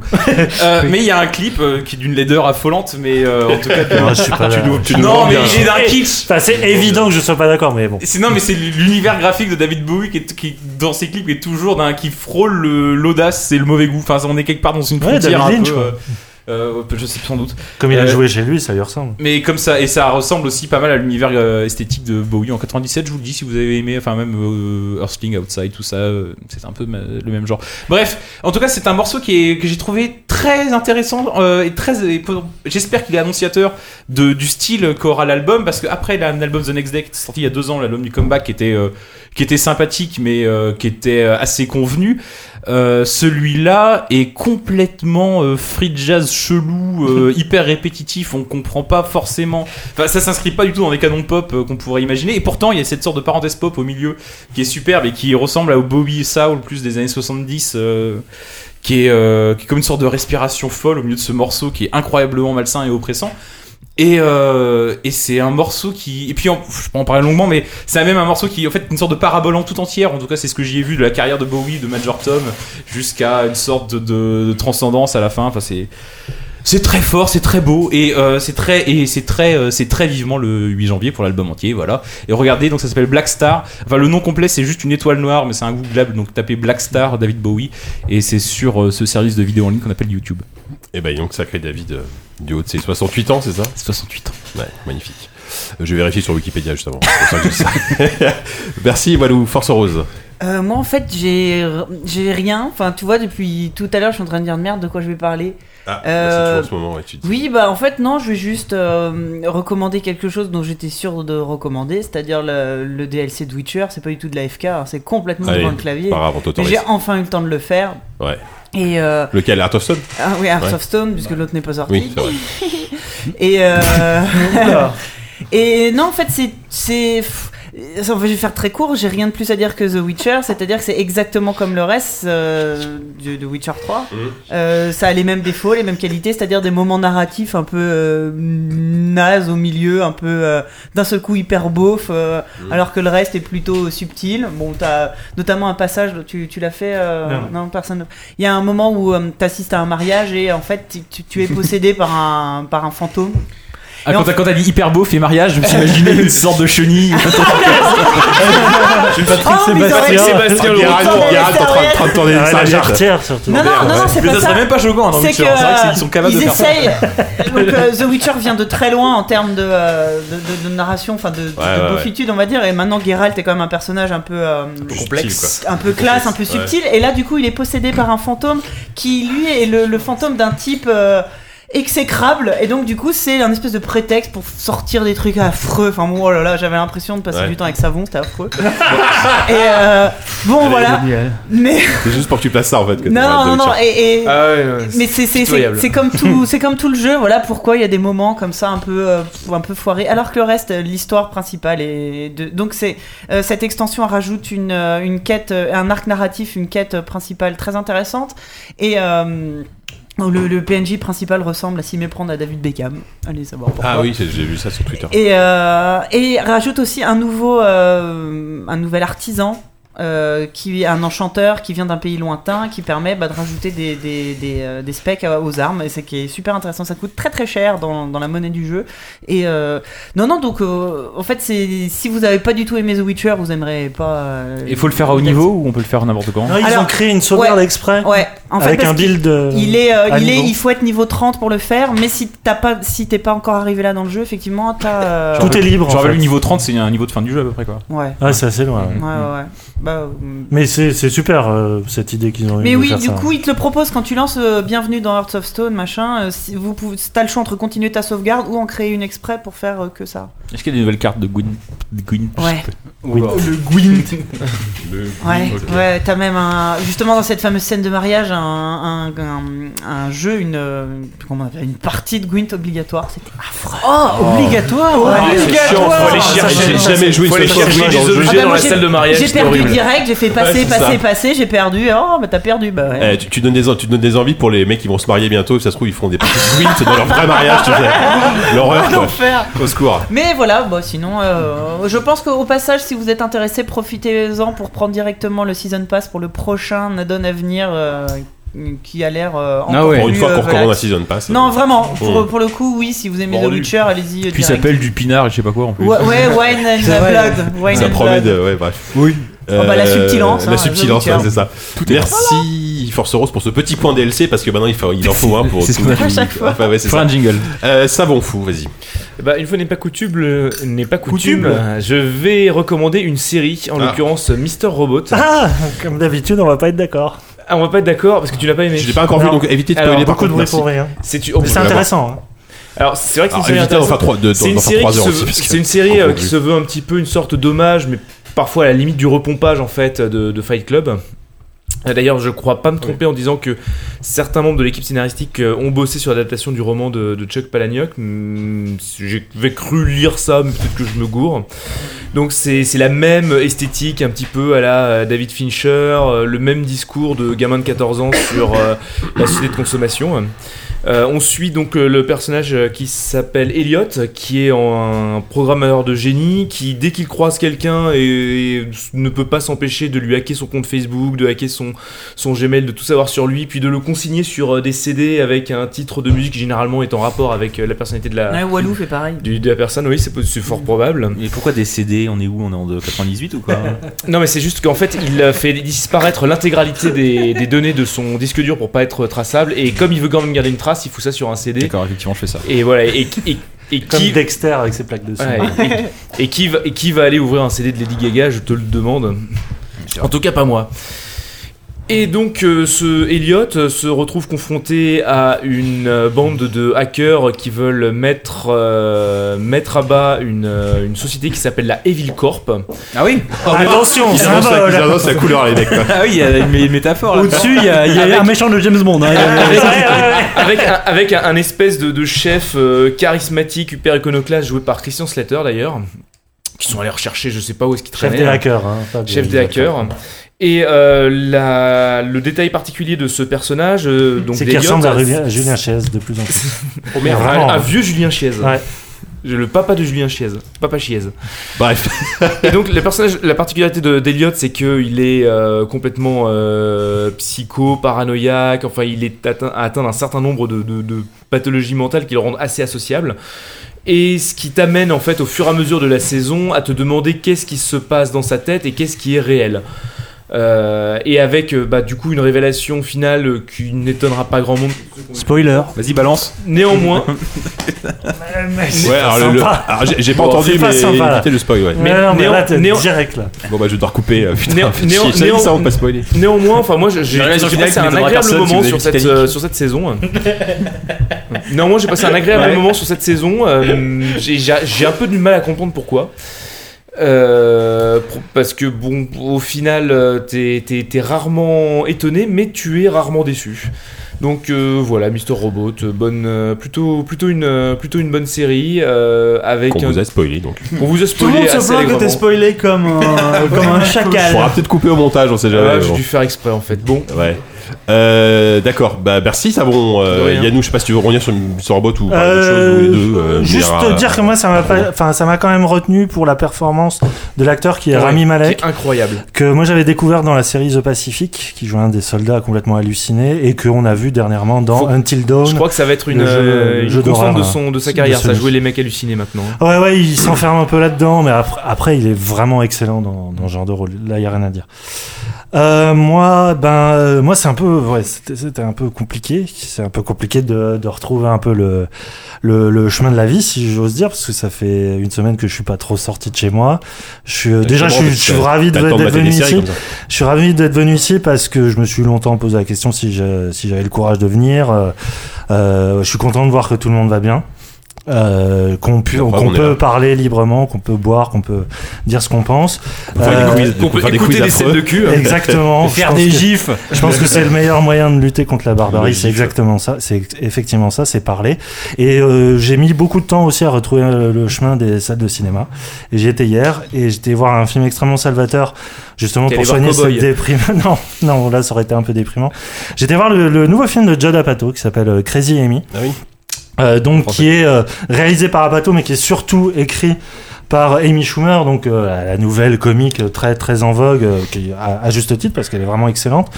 Speaker 6: Euh, Mais il y a un clip euh, qui est d'une laideur affolante. Mais euh, en tout cas,
Speaker 8: Moi, Ah, je suis pas
Speaker 6: tu
Speaker 8: là.
Speaker 6: nous- tu
Speaker 8: Je
Speaker 6: nous
Speaker 8: suis
Speaker 6: non,
Speaker 8: pas
Speaker 6: mais
Speaker 8: bien.
Speaker 6: j'ai d'un kitsch.
Speaker 8: Enfin, c'est évident que je sois pas d'accord, mais bon.
Speaker 6: C'est- non, mais c'est l'univers graphique de David Bowie qui, est- qui, dans ses clips est toujours d'un qui frôle le- l'audace et le mauvais goût. Enfin, on est quelque part dans une
Speaker 8: Ouais,
Speaker 6: frontière
Speaker 8: David
Speaker 6: un
Speaker 8: Lynch,
Speaker 6: peu,
Speaker 8: quoi.
Speaker 6: euh, euh, je sais sans doute.
Speaker 8: Comme il a
Speaker 6: Euh,
Speaker 8: joué chez lui, ça lui ressemble.
Speaker 6: Mais comme ça, et ça ressemble aussi pas mal à l'univers euh, esthétique de Bowie en 97, je vous le dis, si vous avez aimé, enfin même euh, Earthling Outside, tout ça, euh, c'est un peu ma- le même genre. Bref, en tout cas, c'est un morceau qui est, que j'ai trouvé très intéressant euh, et très. et pour- J'espère qu'il est annonciateur de, du style qu'aura l'album, parce qu'après l'album The Next Day, qui est sorti il y a deux ans, l'album du comeback, qui était, euh, qui était sympathique, mais euh, qui était euh, assez convenu. euh, celui-là est complètement euh, free jazz chelou, euh, hyper répétitif, on comprend pas forcément. Enfin, ça s'inscrit pas du tout dans les canons pop euh, qu'on pourrait imaginer. Et pourtant, il y a cette sorte de parenthèse pop au milieu qui est superbe et qui ressemble au Bobby Soul plus des années 70. euh, qui est, euh, qui est comme une sorte de respiration folle au milieu de ce morceau qui est incroyablement malsain et oppressant. Et, euh, et c'est un morceau qui. Et puis, en- je peux en parler longuement, mais c'est même un morceau qui, en fait, une sorte de parabole en tout entière. En tout cas, c'est ce que j'y ai vu de la carrière de Bowie, de Major Tom, jusqu'à une sorte de, de- de transcendance à la fin. Enfin, c'est. C'est très fort, c'est très beau et euh, c'est très et c'est très euh, c'est très vivement le 8 janvier pour l'album entier, voilà. Et regardez, donc ça s'appelle Black Star. Enfin le nom complet c'est juste une étoile noire, mais c'est un googlable, donc tapez Black Star David Bowie et c'est sur euh, ce service de vidéo en ligne qu'on appelle YouTube.
Speaker 2: Et bah, donc sacré David euh, du haut de ses 68 ans, c'est ça
Speaker 6: 68 ans.
Speaker 2: Ouais, magnifique. Euh, Je vais vérifier sur Wikipédia juste avant. c'est pour ça que je dis ça. Merci Walou, force rose.
Speaker 7: Euh, moi, en fait, j'ai j'ai rien. Enfin, tu vois, depuis tout à l'heure, je suis en train de dire merde de quoi je vais parler.
Speaker 2: Ah, bah, c'est
Speaker 7: Euh,
Speaker 2: toujours en ce moment, ouais, tu te dis.
Speaker 7: Oui, bah en fait, non, je vais juste euh, recommander quelque chose dont j'étais sûr de recommander, c'est-à-dire le, le DLC de Witcher. C'est pas du tout de la FK, hein, c'est complètement
Speaker 2: Allez,
Speaker 7: devant le clavier.
Speaker 2: pas grave, on t'autorise.
Speaker 7: Mais j'ai enfin eu le temps de le faire.
Speaker 2: Ouais.
Speaker 7: Et euh,
Speaker 2: Lequel Art of Stone
Speaker 7: Ah oui, Hearts
Speaker 2: Ouais.
Speaker 7: of Stone, puisque l'autre n'est pas sorti.
Speaker 2: Oui, c'est vrai.
Speaker 7: et, euh, et non, en fait, c'est. c'est... pff, ça, Je vais faire très court, j'ai rien de plus à dire que The Witcher, c'est-à-dire que c'est exactement comme le reste euh, de, de Witcher 3.
Speaker 2: Mm.
Speaker 7: Euh, ça a les mêmes défauts, les mêmes qualités, c'est-à-dire des moments narratifs un peu euh, naze au milieu, un peu euh, d'un seul coup hyper beauf, euh,
Speaker 13: Mm.
Speaker 7: alors que le reste est plutôt subtil. Bon, t'as notamment un passage, tu, tu l'as fait, euh,
Speaker 13: Non.
Speaker 7: non, personne. Il y a un moment où euh, t'assistes à un mariage et en fait tu- tu, tu es possédé par un par un fantôme.
Speaker 6: Ah,
Speaker 7: Et
Speaker 6: quand
Speaker 7: en-
Speaker 6: t'as- quand t'as dit hyper beau fait mariage, je me suis imaginé une sorte de chenille. ou un truc comme ça.
Speaker 7: Oh,
Speaker 16: Ah,
Speaker 7: mais ils auraient-
Speaker 6: Patrick Sébastien Laurent.
Speaker 7: Ils auraient laissé rien.
Speaker 8: Ah, la
Speaker 6: serviette.
Speaker 8: jarretière, surtout.
Speaker 7: Non, non, non, non, c'est
Speaker 6: Mais
Speaker 7: pas
Speaker 6: ça
Speaker 7: ça.
Speaker 6: serait même pas choquant, dans
Speaker 7: C'est
Speaker 6: Witcher.
Speaker 7: que, euh,
Speaker 6: C'est vrai qu'ils sont capables
Speaker 7: ils
Speaker 6: de faire ça.
Speaker 7: essayent. Donc, euh, The Witcher vient de très loin en termes de, euh, de, de- de narration, enfin de, de-
Speaker 2: Ouais,
Speaker 7: de
Speaker 2: ouais,
Speaker 7: beaufitude, on va dire. Et maintenant, Geralt est quand même un personnage un peu, euh,
Speaker 2: complexe.
Speaker 7: un peu classe, un peu subtil. Et là, du coup, il est possédé par un fantôme qui, lui, est le, le fantôme d'un type. euh, exécrable et donc du coup c'est un espèce de prétexte pour sortir des trucs affreux enfin bon oh là là j'avais l'impression de passer
Speaker 2: Ouais.
Speaker 7: du temps avec savon c'était affreux et euh, bon voilà mais
Speaker 2: C'est juste pour que tu places ça en fait. que
Speaker 7: Non,
Speaker 2: t'as hâte de
Speaker 7: non, non,
Speaker 2: Witcher.
Speaker 7: et- et- Ah
Speaker 5: euh,
Speaker 7: mais c'est c'est- c'est-
Speaker 2: pitoyable.
Speaker 7: c'est comme tout c'est comme tout le jeu voilà pourquoi il y a des moments comme ça un peu euh, un peu foirés alors que le reste euh, l'histoire principale est de donc c'est euh, cette extension rajoute une euh, une quête euh, un arc narratif une quête euh, principale très intéressante et euh, le, le PNJ principal ressemble à s'y méprendre à David Beckham. Allez savoir pourquoi.
Speaker 2: Ah oui, c'est- j'ai vu ça sur Twitter.
Speaker 7: Et, euh, et rajoute aussi un nouveau, euh, un nouvel artisan. euh, qui est un enchanteur qui vient d'un pays lointain qui permet bah, de rajouter des, des, des, euh, des specs euh, aux armes et c'est qui est super intéressant ça coûte très très cher dans, dans la monnaie du jeu et euh, non non donc euh, en fait c'est si vous avez pas du tout aimé The Witcher vous aimerez pas euh,
Speaker 6: Il faut le faire à haut niveau ou on peut le faire n'importe quand
Speaker 4: Ah,
Speaker 8: Non, ils ont créé une sauvegarde exprès.
Speaker 7: Ouais, en fait,
Speaker 8: Avec
Speaker 7: parce
Speaker 8: un
Speaker 7: qu'il-
Speaker 8: build, euh,
Speaker 7: Il est, euh,
Speaker 8: à
Speaker 7: il est,
Speaker 8: niveau.
Speaker 7: il faut être niveau 30 pour le faire, mais si t'as pas, si t'es pas encore arrivé là dans le jeu, effectivement, t'as. euh,
Speaker 6: Je rappelle, le niveau 30, c'est un niveau de fin du jeu à peu près quoi.
Speaker 7: Ouais.
Speaker 8: Ouais, Ah, c'est assez loin. ouais.
Speaker 7: Ouais, ouais, ouais. Bah, euh,
Speaker 8: Mais c'est c'est super euh, cette idée qu'ils ont eu.
Speaker 7: mais
Speaker 8: de
Speaker 7: oui,
Speaker 8: faire
Speaker 7: du
Speaker 8: ça.
Speaker 7: coup, il te le propose quand tu lances euh, Bienvenue dans Hearts of Stone, machin. euh, si vous pouvez, t'as le choix entre continuer ta sauvegarde ou en créer une exprès pour faire euh, que ça.
Speaker 6: Est-ce qu'il y a des nouvelles cartes de Gwyn de Gwyn
Speaker 7: Ouais.
Speaker 6: Gwyn.
Speaker 7: Le
Speaker 6: Gwyn.
Speaker 7: Ouais,
Speaker 6: ok.
Speaker 7: ouais, t'as même un, justement dans cette fameuse scène de mariage un, un, un- un jeu, une euh, comment on appelle, une partie de Gwent obligatoire. C'était affreux.
Speaker 13: Oh.
Speaker 7: obligatoire.
Speaker 13: Oh,
Speaker 7: ouais.
Speaker 13: c'est chiant, faut aller chercher.
Speaker 7: Ah,
Speaker 13: J'ai jamais joué
Speaker 5: Faut
Speaker 13: sur
Speaker 5: aller
Speaker 13: ce jeu.
Speaker 5: chercher les
Speaker 13: Ah bah,
Speaker 5: objets dans
Speaker 13: moi,
Speaker 5: la
Speaker 13: j'ai-
Speaker 5: salle de mariage,
Speaker 7: J'ai
Speaker 5: c'était
Speaker 7: perdu
Speaker 5: horrible.
Speaker 7: direct, j'ai fait passer,
Speaker 2: Ouais, c'est
Speaker 7: passer,
Speaker 2: ça.
Speaker 7: passer, j'ai perdu. Oh, bah t'as perdu, bah ouais.
Speaker 2: Eh, tu, tu donnes des, en- tu donnes des envies pour les mecs qui vont se marier bientôt, si ça se trouve, ils font des petites tweets dans leur vrai mariage, tu sais. L'horreur, quoi.
Speaker 7: L'enfer.
Speaker 2: Au secours.
Speaker 7: Mais voilà, bon, sinon, euh, je pense qu'au passage, si vous êtes intéressé, profitez-en pour prendre directement le Season Pass pour le prochain add-on à venir euh, qui a l'air. euh, encore
Speaker 2: Pour une
Speaker 7: plus,
Speaker 2: fois
Speaker 7: euh,
Speaker 2: qu'on recommande un
Speaker 7: relax.
Speaker 2: season pass.
Speaker 7: Non, vraiment, pour,
Speaker 2: Mm.
Speaker 7: pour le coup, oui, si vous aimez
Speaker 2: Vendu.
Speaker 7: The Witcher, allez-y. euh,
Speaker 17: Puis ça
Speaker 7: direct.
Speaker 17: s'appelle du pinard et je sais pas quoi en plus.
Speaker 7: Ouais, ouais, Wine and
Speaker 17: C'est vrai.
Speaker 7: Blood. Wine
Speaker 2: ça
Speaker 7: and
Speaker 2: promet
Speaker 7: Blood.
Speaker 2: de. Ouais, bref. Oui.
Speaker 7: Oh, bah, la subtilence, hein,
Speaker 2: la subtilance,
Speaker 7: The Witcher.
Speaker 2: ouais, c'est ça.
Speaker 7: est
Speaker 2: Merci Force Rose pour ce petit point DLC parce que maintenant il, faut, il en faut un pour.
Speaker 17: C'est ce
Speaker 2: tout-
Speaker 17: qu'on a dit. À chaque
Speaker 2: Enfin, ouais, c'est
Speaker 17: Pour
Speaker 2: ça.
Speaker 17: un jingle.
Speaker 2: Euh, savon fou, vas-y.
Speaker 6: Bah, une fois n'est pas coutume, le- n'est pas coutume.
Speaker 4: Coutume.
Speaker 6: Je vais recommander une série, en
Speaker 4: Ah.
Speaker 6: l'occurrence Mister Robot.
Speaker 4: Ah, comme d'habitude, on va pas être d'accord.
Speaker 6: Ah, on va pas être d'accord parce que tu l'as pas aimé.
Speaker 4: Je l'ai pas encore vu, donc évitez de
Speaker 6: Alors,
Speaker 4: spoiler, par Beaucoup de contre, bruit merci. pour rien.
Speaker 6: C'est tu-
Speaker 4: Mais hein. c'est
Speaker 6: on va
Speaker 4: intéressant, hein.
Speaker 6: voir. Alors c'est vrai que c'est une
Speaker 2: Alors,
Speaker 6: série
Speaker 2: évitez d'en
Speaker 6: intéressante.
Speaker 2: faire trois- de-
Speaker 6: C'est
Speaker 2: d'en
Speaker 6: une
Speaker 2: faire
Speaker 6: série,
Speaker 2: trois
Speaker 6: qui
Speaker 2: heures
Speaker 6: se,
Speaker 2: aussi, parce que
Speaker 6: c'est une
Speaker 2: c'est
Speaker 6: série
Speaker 2: encore
Speaker 6: euh, qui
Speaker 2: vu.
Speaker 6: se veut un petit peu une sorte d'hommage, mais parfois à la limite du repompage en fait de, de Fight Club. Euh, D'ailleurs, je crois pas me tromper en disant que certains membres de l'équipe scénaristique euh, ont bossé sur l'adaptation du roman de, de Chuck Palahniuk. Hmm, J'avais cru lire ça, mais peut-être que je me gourre. Donc c'est c'est la même esthétique, un petit peu à la euh, David Fincher, euh, le même discours de gamin de 14 ans sur euh, la société de consommation. Euh, on suit donc euh, le personnage euh, qui s'appelle Elliot, qui est en- un programmeur de génie, qui dès qu'il croise quelqu'un et, et ne peut pas s'empêcher de lui hacker son compte Facebook, de hacker son, son Gmail, de tout savoir sur lui, puis de le consigner sur euh, des CD avec un titre de musique qui généralement est en rapport avec euh, la personnalité de la,
Speaker 7: Ouais, Walou fait pareil.
Speaker 6: du- de la personne, oui, c'est po- c'est fort probable.
Speaker 17: Et pourquoi des CD On est où On est en 98 ou quoi
Speaker 6: Non, mais c'est juste qu'en fait, il euh, fait disparaître l'intégralité des, des données de son disque dur pour pas être traçable. Et comme il veut quand même garder une trace, il fout ça sur un CD.
Speaker 17: D'accord, effectivement, je fais ça.
Speaker 6: Et voilà. Et, et, et
Speaker 4: Comme
Speaker 6: qui...
Speaker 4: Dexter avec ses plaques de sang.
Speaker 6: Ouais, et, et qui va, et qui va aller ouvrir un CD de Lady Gaga Je te le demande. En tout cas, pas moi. Et donc, euh, ce Elliot euh, se retrouve confronté à une euh, bande de hackers qui veulent mettre, euh, mettre à bas une, euh, une société qui s'appelle la Evil Corp. Ah oui
Speaker 4: Attention, Ils annoncent la- symbole. ils annoncent la couleur, les mecs, quoi.
Speaker 6: Ah oui, il y a une, métaphore
Speaker 4: Au-dessus, il y a, il y a un méchant de James Bond. hein. Il y a-
Speaker 6: avec un, avec un, un espèce de, de chef euh, charismatique, hyper iconoclaste, joué par Christian Slater d'ailleurs, qui sont allés rechercher, je sais pas où est-ce qu'ils
Speaker 4: Chef
Speaker 6: traînaient.
Speaker 4: des hackers, hein, pas des-
Speaker 6: chef des
Speaker 4: des hackers.
Speaker 6: hackers. Et euh, la- le détail particulier de ce personnage, euh, donc
Speaker 4: C'est qu'il
Speaker 6: d'Eliott,
Speaker 4: ressemble à
Speaker 6: c'est-
Speaker 4: Julien- Julien Chaise de plus en plus.
Speaker 6: Oh merde,
Speaker 4: Mais
Speaker 6: un,
Speaker 4: vraiment. hein.
Speaker 6: un vieux Julien Chiez.
Speaker 4: Ouais.
Speaker 6: Le papa de Julien Chiez. Papa Chiez. Bref. Et donc, le personnage, la particularité de- d'Eliott, c'est qu'il est euh, complètement euh, psycho, paranoïaque. Enfin, il est atteint, atteint d'un certain nombre de, de- de pathologies mentales qui le rendent assez associable. Et ce qui t'amène, en fait, au fur et à mesure de la saison, à te demander qu'est-ce qui se passe dans sa tête et qu'est-ce qui est réel. Euh, et avec, euh, bah, du coup, une révélation finale euh, qui n'étonnera pas grand monde.
Speaker 4: Spoiler.
Speaker 6: Vas-y, balance. Néanmoins.
Speaker 2: Ouais, alors, le- le- alors, j'ai- j'ai pas entendu, mais évitez le spoil,
Speaker 8: Ah,
Speaker 2: ouais.
Speaker 6: Mais néan- néan-
Speaker 2: Bon, bah, je dois recouper. euh,
Speaker 6: Néan-
Speaker 2: Putain,
Speaker 6: néan-
Speaker 2: j'ai- j'avais dit ça, on
Speaker 6: néan-
Speaker 2: peut pas spoiler.
Speaker 6: Néanmoins, enfin moi j'ai
Speaker 2: La relation
Speaker 6: j'ai
Speaker 2: finale,
Speaker 6: passé
Speaker 2: ça
Speaker 6: un
Speaker 2: m'étonnera
Speaker 6: agréable
Speaker 2: personne si vous
Speaker 6: moment
Speaker 2: avez
Speaker 6: sur
Speaker 2: vu
Speaker 6: cette,
Speaker 2: Titanic.
Speaker 6: euh, sur cette saison. Néanmoins, j'ai passé un agréable
Speaker 2: Ouais.
Speaker 6: moment sur cette saison. euh, j'ai- J'ai j'ai un peu du mal à comprendre pourquoi. Euh, pour- parce que bon, au final, euh, t'es t'es- t'es rarement étonné, mais tu es rarement déçu. Donc euh, voilà, Mister Robot, euh, bonne, euh, plutôt, plutôt une, euh, plutôt une bonne série euh, avec.
Speaker 2: Qu'on
Speaker 6: un-
Speaker 2: vous a spoilé, donc.
Speaker 6: On vous a
Speaker 16: Tout le
Speaker 6: spoilé
Speaker 16: monde
Speaker 6: assez
Speaker 16: se plaint que t'es
Speaker 6: allègrement.
Speaker 16: spoilé comme un, comme un
Speaker 2: On pourra
Speaker 16: chacal.
Speaker 2: peut-être couper au montage, on sait jamais.
Speaker 6: Ah,
Speaker 2: mais
Speaker 6: j'ai
Speaker 2: bon.
Speaker 6: dû faire exprès en fait. Bon.
Speaker 2: Ouais. Euh, D'accord, bah merci Savon.
Speaker 6: De
Speaker 2: Euh,
Speaker 6: rien.
Speaker 2: Yannou, je sais pas si tu veux revenir sur, sur Robot ou parler d'autre
Speaker 4: Euh,
Speaker 2: chose, ou les deux. euh,
Speaker 4: Juste
Speaker 2: euh,
Speaker 4: dire que moi, ça m'a pas- enfin, ça m'a quand même retenu pour la performance de l'acteur qui est
Speaker 6: Ouais,
Speaker 4: Rami Malek.
Speaker 6: qui est incroyable.
Speaker 4: Que moi, j'avais découvert dans la série The Pacific, qui joue un des soldats complètement halluciné, et qu'on a vu dernièrement dans
Speaker 6: Faut-
Speaker 4: Until Dawn.
Speaker 6: Je crois que ça va être une,
Speaker 4: le jeu-
Speaker 6: euh,
Speaker 4: le
Speaker 6: une
Speaker 4: jeu
Speaker 6: constante
Speaker 4: d'horreur,
Speaker 6: de, son, de sa
Speaker 4: hein,
Speaker 6: carrière. ça
Speaker 4: celui-
Speaker 6: jouait les mecs hallucinés maintenant. hein.
Speaker 4: Ouais, ouais, il s'enferme un peu là-dedans, mais après, après, il est vraiment excellent dans, dans ce genre de rôle. Là, il n'y a rien à dire. Euh, moi, ben, euh, moi, c'est un peu, ouais, c'était c'était un peu compliqué. C'est un peu compliqué de, de retrouver un peu le, le, le chemin de la vie, si j'ose dire, parce que ça fait une semaine que je suis pas trop sorti de chez moi. Je suis, euh, déjà, je, suis- je suis ravi de-
Speaker 2: T'as le temps de
Speaker 4: d'être
Speaker 2: mater des
Speaker 4: venu
Speaker 2: séries
Speaker 4: ici.
Speaker 2: comme ça.
Speaker 4: Je suis ravi d'être venu ici parce que je me suis longtemps posé la question si je- si j'avais le courage de venir. Euh, euh, je suis content de voir que tout le monde va bien.
Speaker 8: euh, qu'on pu-
Speaker 2: La preuve,
Speaker 8: qu'on
Speaker 2: on est là.
Speaker 8: peut parler librement, qu'on peut boire, qu'on peut dire ce qu'on pense.
Speaker 2: On
Speaker 6: Euh,
Speaker 2: peut faire des quiz, on peut faire des quiz affreux.
Speaker 6: hein.
Speaker 4: Euh,
Speaker 8: Exactement.
Speaker 2: Et faire
Speaker 8: Je pense
Speaker 2: des
Speaker 8: que-
Speaker 2: gifs.
Speaker 8: Je pense que c'est le meilleur moyen de lutter contre la
Speaker 2: Le
Speaker 8: barbarie. C'est
Speaker 2: gif.
Speaker 8: exactement ça. C'est ex- effectivement ça. C'est parler. Et euh, j'ai mis beaucoup de temps aussi à retrouver euh, le chemin des salles de cinéma. Et j'y étais hier et j'étais voir un film extrêmement salvateur, justement
Speaker 14: T'es
Speaker 8: pour
Speaker 14: allé voir
Speaker 8: soigner cette
Speaker 14: Cowboy.
Speaker 8: déprime. Non, non, là ça aurait été un peu déprimant. J'étais voir le, le nouveau film de Judd Apatow qui s'appelle euh, Crazy Amy.
Speaker 14: Ah
Speaker 8: Euh, donc qui est euh, réalisé par Apatow mais qui est surtout écrit par Amy Schumer, donc euh, la nouvelle comique euh, très très en vogue, euh, qui, à, à juste titre parce qu'elle est vraiment excellente.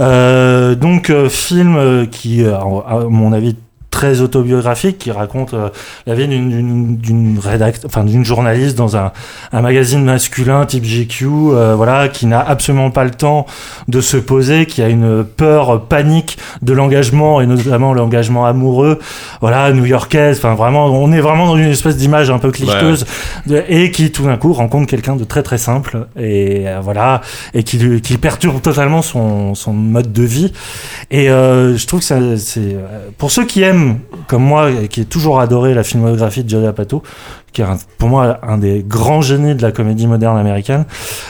Speaker 8: Euh, donc euh, film euh, qui, euh, à mon avis, très autobiographique qui raconte euh, la vie d'une- d'une d'une rédact- enfin d'une journaliste dans un, un magazine masculin type GQ euh, voilà qui n'a absolument pas le temps de se poser qui a une peur euh, panique de l'engagement et notamment l'engagement amoureux voilà new-yorkaise enfin vraiment on est vraiment dans une espèce d'image un peu clicheuse de- et qui tout d'un coup rencontre quelqu'un de très très simple et euh, voilà et qui lui- qui perturbe totalement son son mode de vie et euh, je trouve que ça c'est euh, pour ceux qui aiment comme moi et euh, qui ai toujours adoré la filmographie de Judd Apatow qui est un- pour moi un des grands génies de la comédie moderne américaine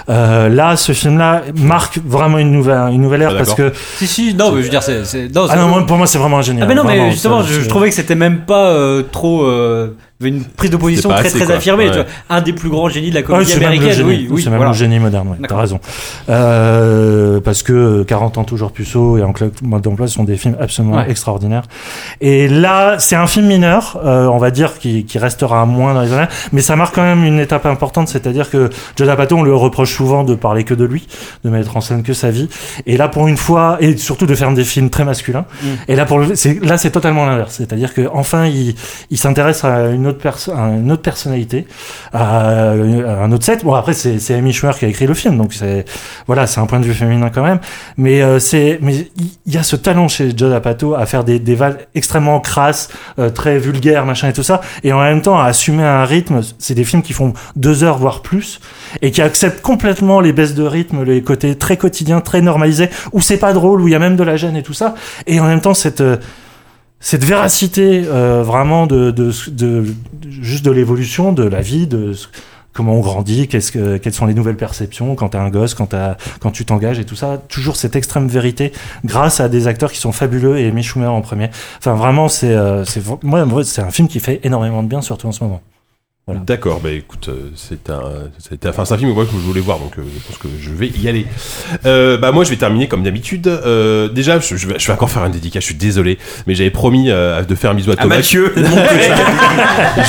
Speaker 8: euh, là ce film là marque vraiment une nouvelle une nouvelle ère
Speaker 9: Ah,
Speaker 8: parce
Speaker 9: d'accord.
Speaker 8: que
Speaker 9: Si, si, non, mais je veux dire, c'est. c'est-
Speaker 8: ah
Speaker 9: c'est-
Speaker 8: non, moi, pour moi c'est vraiment un génie hein,
Speaker 9: Ah, mais non,
Speaker 8: Vraiment,
Speaker 9: mais justement,
Speaker 8: ça,
Speaker 9: je, je
Speaker 8: c'est-
Speaker 9: trouvais que c'était même pas euh, trop. euh, une prise de position
Speaker 8: C'était pas
Speaker 9: très
Speaker 8: assez,
Speaker 9: très
Speaker 8: quoi.
Speaker 9: affirmée.
Speaker 8: Ouais.
Speaker 9: tu vois. Un des plus grands génies de la
Speaker 8: Ah,
Speaker 9: comédie
Speaker 8: c'est même le
Speaker 9: américaine.
Speaker 8: génie.
Speaker 9: oui, oui,
Speaker 8: c'est même
Speaker 9: voilà.
Speaker 8: le génie moderne, oui, t'as
Speaker 9: D'accord.
Speaker 8: raison. Euh, parce que 40 ans toujours puceau et en club mode d'emploi ce sont des films absolument
Speaker 9: Ouais.
Speaker 8: extraordinaires. Et là, c'est un film mineur, euh, on va dire, qui, qui restera moins dans les années, mais ça marque quand même une étape importante, c'est-à-dire que Judd Apatow, on lui reproche souvent de parler que de lui, de mettre en scène que sa vie. Et là, pour une fois, et surtout de faire des films très masculins.
Speaker 14: Mm.
Speaker 8: Et là, pour le, c'est, là, c'est totalement l'inverse. C'est-à-dire que enfin, il, il s'intéresse à une autre personne, à une autre personnalité, à, une- à un autre set. Bon, après, c'est, c'est Amy Schumer qui a écrit le film, donc c'est, voilà, c'est un point de vue féminin quand même. Mais euh, c'est, mais il il y a ce talent chez Judd Apatow à faire des, des vannes extrêmement crasses, euh, très vulgaires, machin et tout ça, et en même temps à assumer un rythme. C'est des films qui font deux heures voire plus et qui acceptent complètement les baisses de rythme, les côtés très quotidiens, très normalisés, où c'est pas drôle, où il y a même de la gêne et tout ça. Et en même temps, cette euh, cette véracité euh, vraiment de, de, de- juste de l'évolution de la vie de ce- comment on grandit qu'est-ce que quelles sont les nouvelles perceptions quand t'es un gosse quand t'as quand tu t'engages et tout ça toujours cette extrême vérité grâce à des acteurs qui sont fabuleux et Amy Schumer en premier enfin vraiment c'est euh, c'est v- moi moi, c'est un film qui fait énormément de bien surtout en ce moment
Speaker 2: D'accord, bah écoute, euh, c'est un, c'est un, enfin, c'est un film moi, que je voulais voir, donc euh, je pense que je vais y aller. Euh, bah moi je vais terminer comme d'habitude. Euh, déjà, je, je vais, je vais encore faire une dédicace, je suis désolé, mais j'avais promis euh, de faire un bisou à
Speaker 6: Ah,
Speaker 2: Thomas.
Speaker 3: Mathieu.
Speaker 2: Mon petit-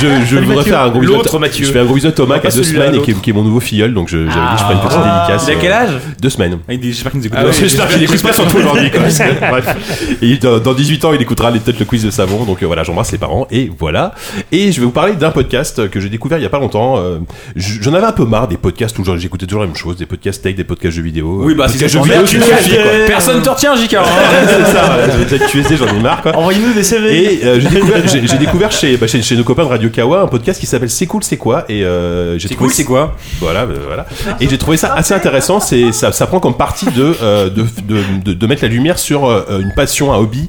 Speaker 2: je je voudrais
Speaker 3: Mathieu.
Speaker 2: faire un gros bisou. à-
Speaker 3: L'autre Mathieu.
Speaker 2: Je fais un gros bisou à Thomas
Speaker 3: Non,
Speaker 2: qui a
Speaker 3: pas
Speaker 2: deux
Speaker 3: celui-là,
Speaker 2: semaines et qui est,
Speaker 3: l'autre.
Speaker 2: qui est mon nouveau filleul, donc je- j'avais dit je ferai une petite
Speaker 3: Ah.
Speaker 2: dédicace. euh,
Speaker 3: Il a quel âge
Speaker 2: Deux semaines.
Speaker 3: J'espère qu'il nous écoute.
Speaker 2: Ah ouais, J'espère qu'il n'écoute pas surtout aujourd'hui. quoi. Bref. Et dans, dans 18 ans, il écoutera les- peut-être le quiz de savon. Donc euh, voilà, j'embrasse ses parents. Et voilà. Et je vais vous parler d'un podcast que j'ai découvert il y a pas longtemps. Euh, j- J'en avais un peu marre des podcasts où genre, j'écoutais toujours la même chose, des podcasts tech, des podcasts jeux vidéo.
Speaker 6: Oui,
Speaker 2: Euh,
Speaker 6: bah, si
Speaker 2: podcasts
Speaker 6: ça t'emmerde,
Speaker 2: ça
Speaker 6: tu
Speaker 2: suffit,
Speaker 6: fais-
Speaker 2: quoi.
Speaker 6: Personne te retient, JK, hein.
Speaker 2: C'est ça. voilà, Je vais peut-être QSD, j'en ai marre. Quoi.
Speaker 4: Envoyez-nous des CV.
Speaker 2: Et euh, j'ai découvert, j'ai- j'ai découvert chez, bah, chez, chez nos copains de Radio Kawa un podcast qui s'appelle C'est cool, c'est quoi Et euh, j'ai trouvé
Speaker 6: cool, c'est quoi
Speaker 2: Voilà, euh, voilà. Et j'ai trouvé ça assez intéressant. C'est ça, ça prend comme partie de, euh, de, de, de- de mettre la lumière sur euh, une passion, un hobby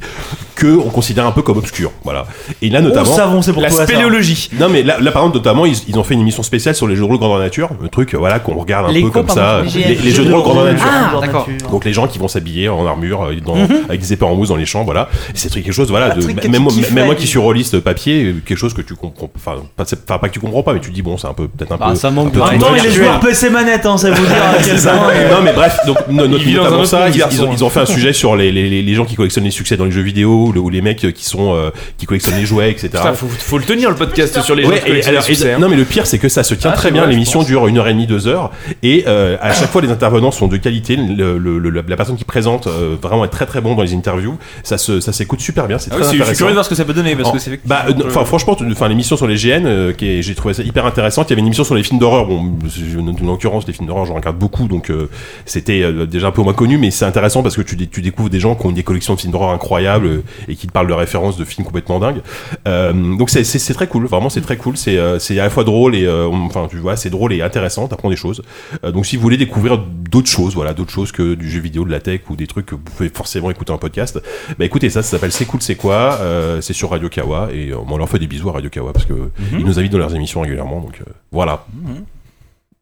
Speaker 2: que on considère un peu comme obscur. Voilà. Et là notamment,
Speaker 4: Oh, savon, c'est pour
Speaker 2: la
Speaker 4: toi, ça.
Speaker 2: spéléologie. Non mais là, là, par exemple notamment ils, ils ont fait une émission spéciale sur les jeux de rôle grandeur nature, le truc euh, voilà qu'on regarde un
Speaker 9: Les
Speaker 2: peu
Speaker 9: quoi,
Speaker 2: comme
Speaker 9: pardon
Speaker 2: ça,
Speaker 9: Les
Speaker 2: les,
Speaker 9: GF.
Speaker 2: les jeux de rôle grandeur nature.
Speaker 9: Ah, d'accord.
Speaker 2: Donc les gens qui vont s'habiller en armure, euh, dans-
Speaker 9: Mhm.
Speaker 2: avec des épées en mousse dans les champs, voilà. Et C'est quelque chose, voilà, de,
Speaker 9: truc que
Speaker 2: même,
Speaker 9: tu
Speaker 2: moi-
Speaker 9: kiffes
Speaker 2: même
Speaker 9: la
Speaker 2: moi
Speaker 9: vie.
Speaker 2: qui suis rôliste papier, euh, quelque chose que tu comprends, enfin pas, c'est- enfin, pas que tu comprends pas, mais tu dis bon, c'est un peu peut-être un
Speaker 9: Bah,
Speaker 2: peu.
Speaker 9: ça
Speaker 2: un
Speaker 9: manque
Speaker 2: peu
Speaker 9: de
Speaker 2: un
Speaker 4: En même temps,
Speaker 2: truc
Speaker 4: il est
Speaker 2: virtuel.
Speaker 4: joueur PC manette, hein, ça vous dire à quel
Speaker 2: C'est ça.
Speaker 4: point. euh,
Speaker 2: Non mais bref, donc no- no-
Speaker 4: Il vit dans un
Speaker 2: notamment
Speaker 4: autre
Speaker 2: ça,
Speaker 4: monde,
Speaker 2: ils,
Speaker 4: ce
Speaker 2: ils ont,
Speaker 4: garçon.
Speaker 2: ils ont fait un sujet sur les, les, les- les gens qui collectionnent les succès dans les jeux vidéo ou, le- ou les mecs qui sont euh, qui collectionnent les jouets, etc.
Speaker 5: Putain, faut, faut le tenir le podcast sur les gens
Speaker 2: Ouais,
Speaker 5: qui
Speaker 2: et
Speaker 5: collectionnent
Speaker 2: alors,
Speaker 5: les succès,
Speaker 2: et-
Speaker 5: hein.
Speaker 2: non mais le pire c'est que ça se tient
Speaker 5: Ah,
Speaker 2: très
Speaker 5: c'est
Speaker 2: bien.
Speaker 5: vrai, je
Speaker 2: L'émission
Speaker 5: pense.
Speaker 2: dure une heure et demie, deux heures, et euh, à chaque fois les intervenants sont de qualité. Le- le- le- la, la personne qui présente euh, vraiment est très très bon dans les interviews. Ça se ça s'écoute super bien. C'est
Speaker 6: Ah
Speaker 2: très
Speaker 6: oui, c'est- je
Speaker 2: intéressant.
Speaker 6: suis curieux de voir ce que ça peut donner, parce
Speaker 2: En-
Speaker 6: que c'est-
Speaker 2: bah, euh, non, enfin franchement, tu- enfin l'émission sur les GN, euh, qui est- j'ai trouvé ça hyper intéressante. Il y avait une émission sur les films d'horreur. Bon, je- en l'occurrence, les films d'horreur, j'en regarde beaucoup, donc euh, c'était euh, déjà un peu moins connu, mais c'est intéressant parce que tu, dé- tu découvres des gens qui ont des collections de films d'horreur incroyables, euh, et qui te parle de références de films complètement dingues. Euh, donc c'est- c'est c'est très cool, vraiment c'est très cool. C'est euh, c'est à la fois drôle et euh, on- enfin tu vois, c'est drôle et intéressant, t'apprends des choses. Euh, donc si vous voulez découvrir d'autres choses, voilà, d'autres choses que du jeu vidéo, de la tech ou des trucs que vous pouvez forcément écouter en podcast, bah écoutez ça, ça s'appelle C'est cool, c'est quoi Euh, C'est sur Radio Kawa et euh, on leur fait des bisous à Radio Kawa parce que
Speaker 6: Mhm.
Speaker 2: ils nous invitent dans leurs émissions régulièrement, donc euh, voilà.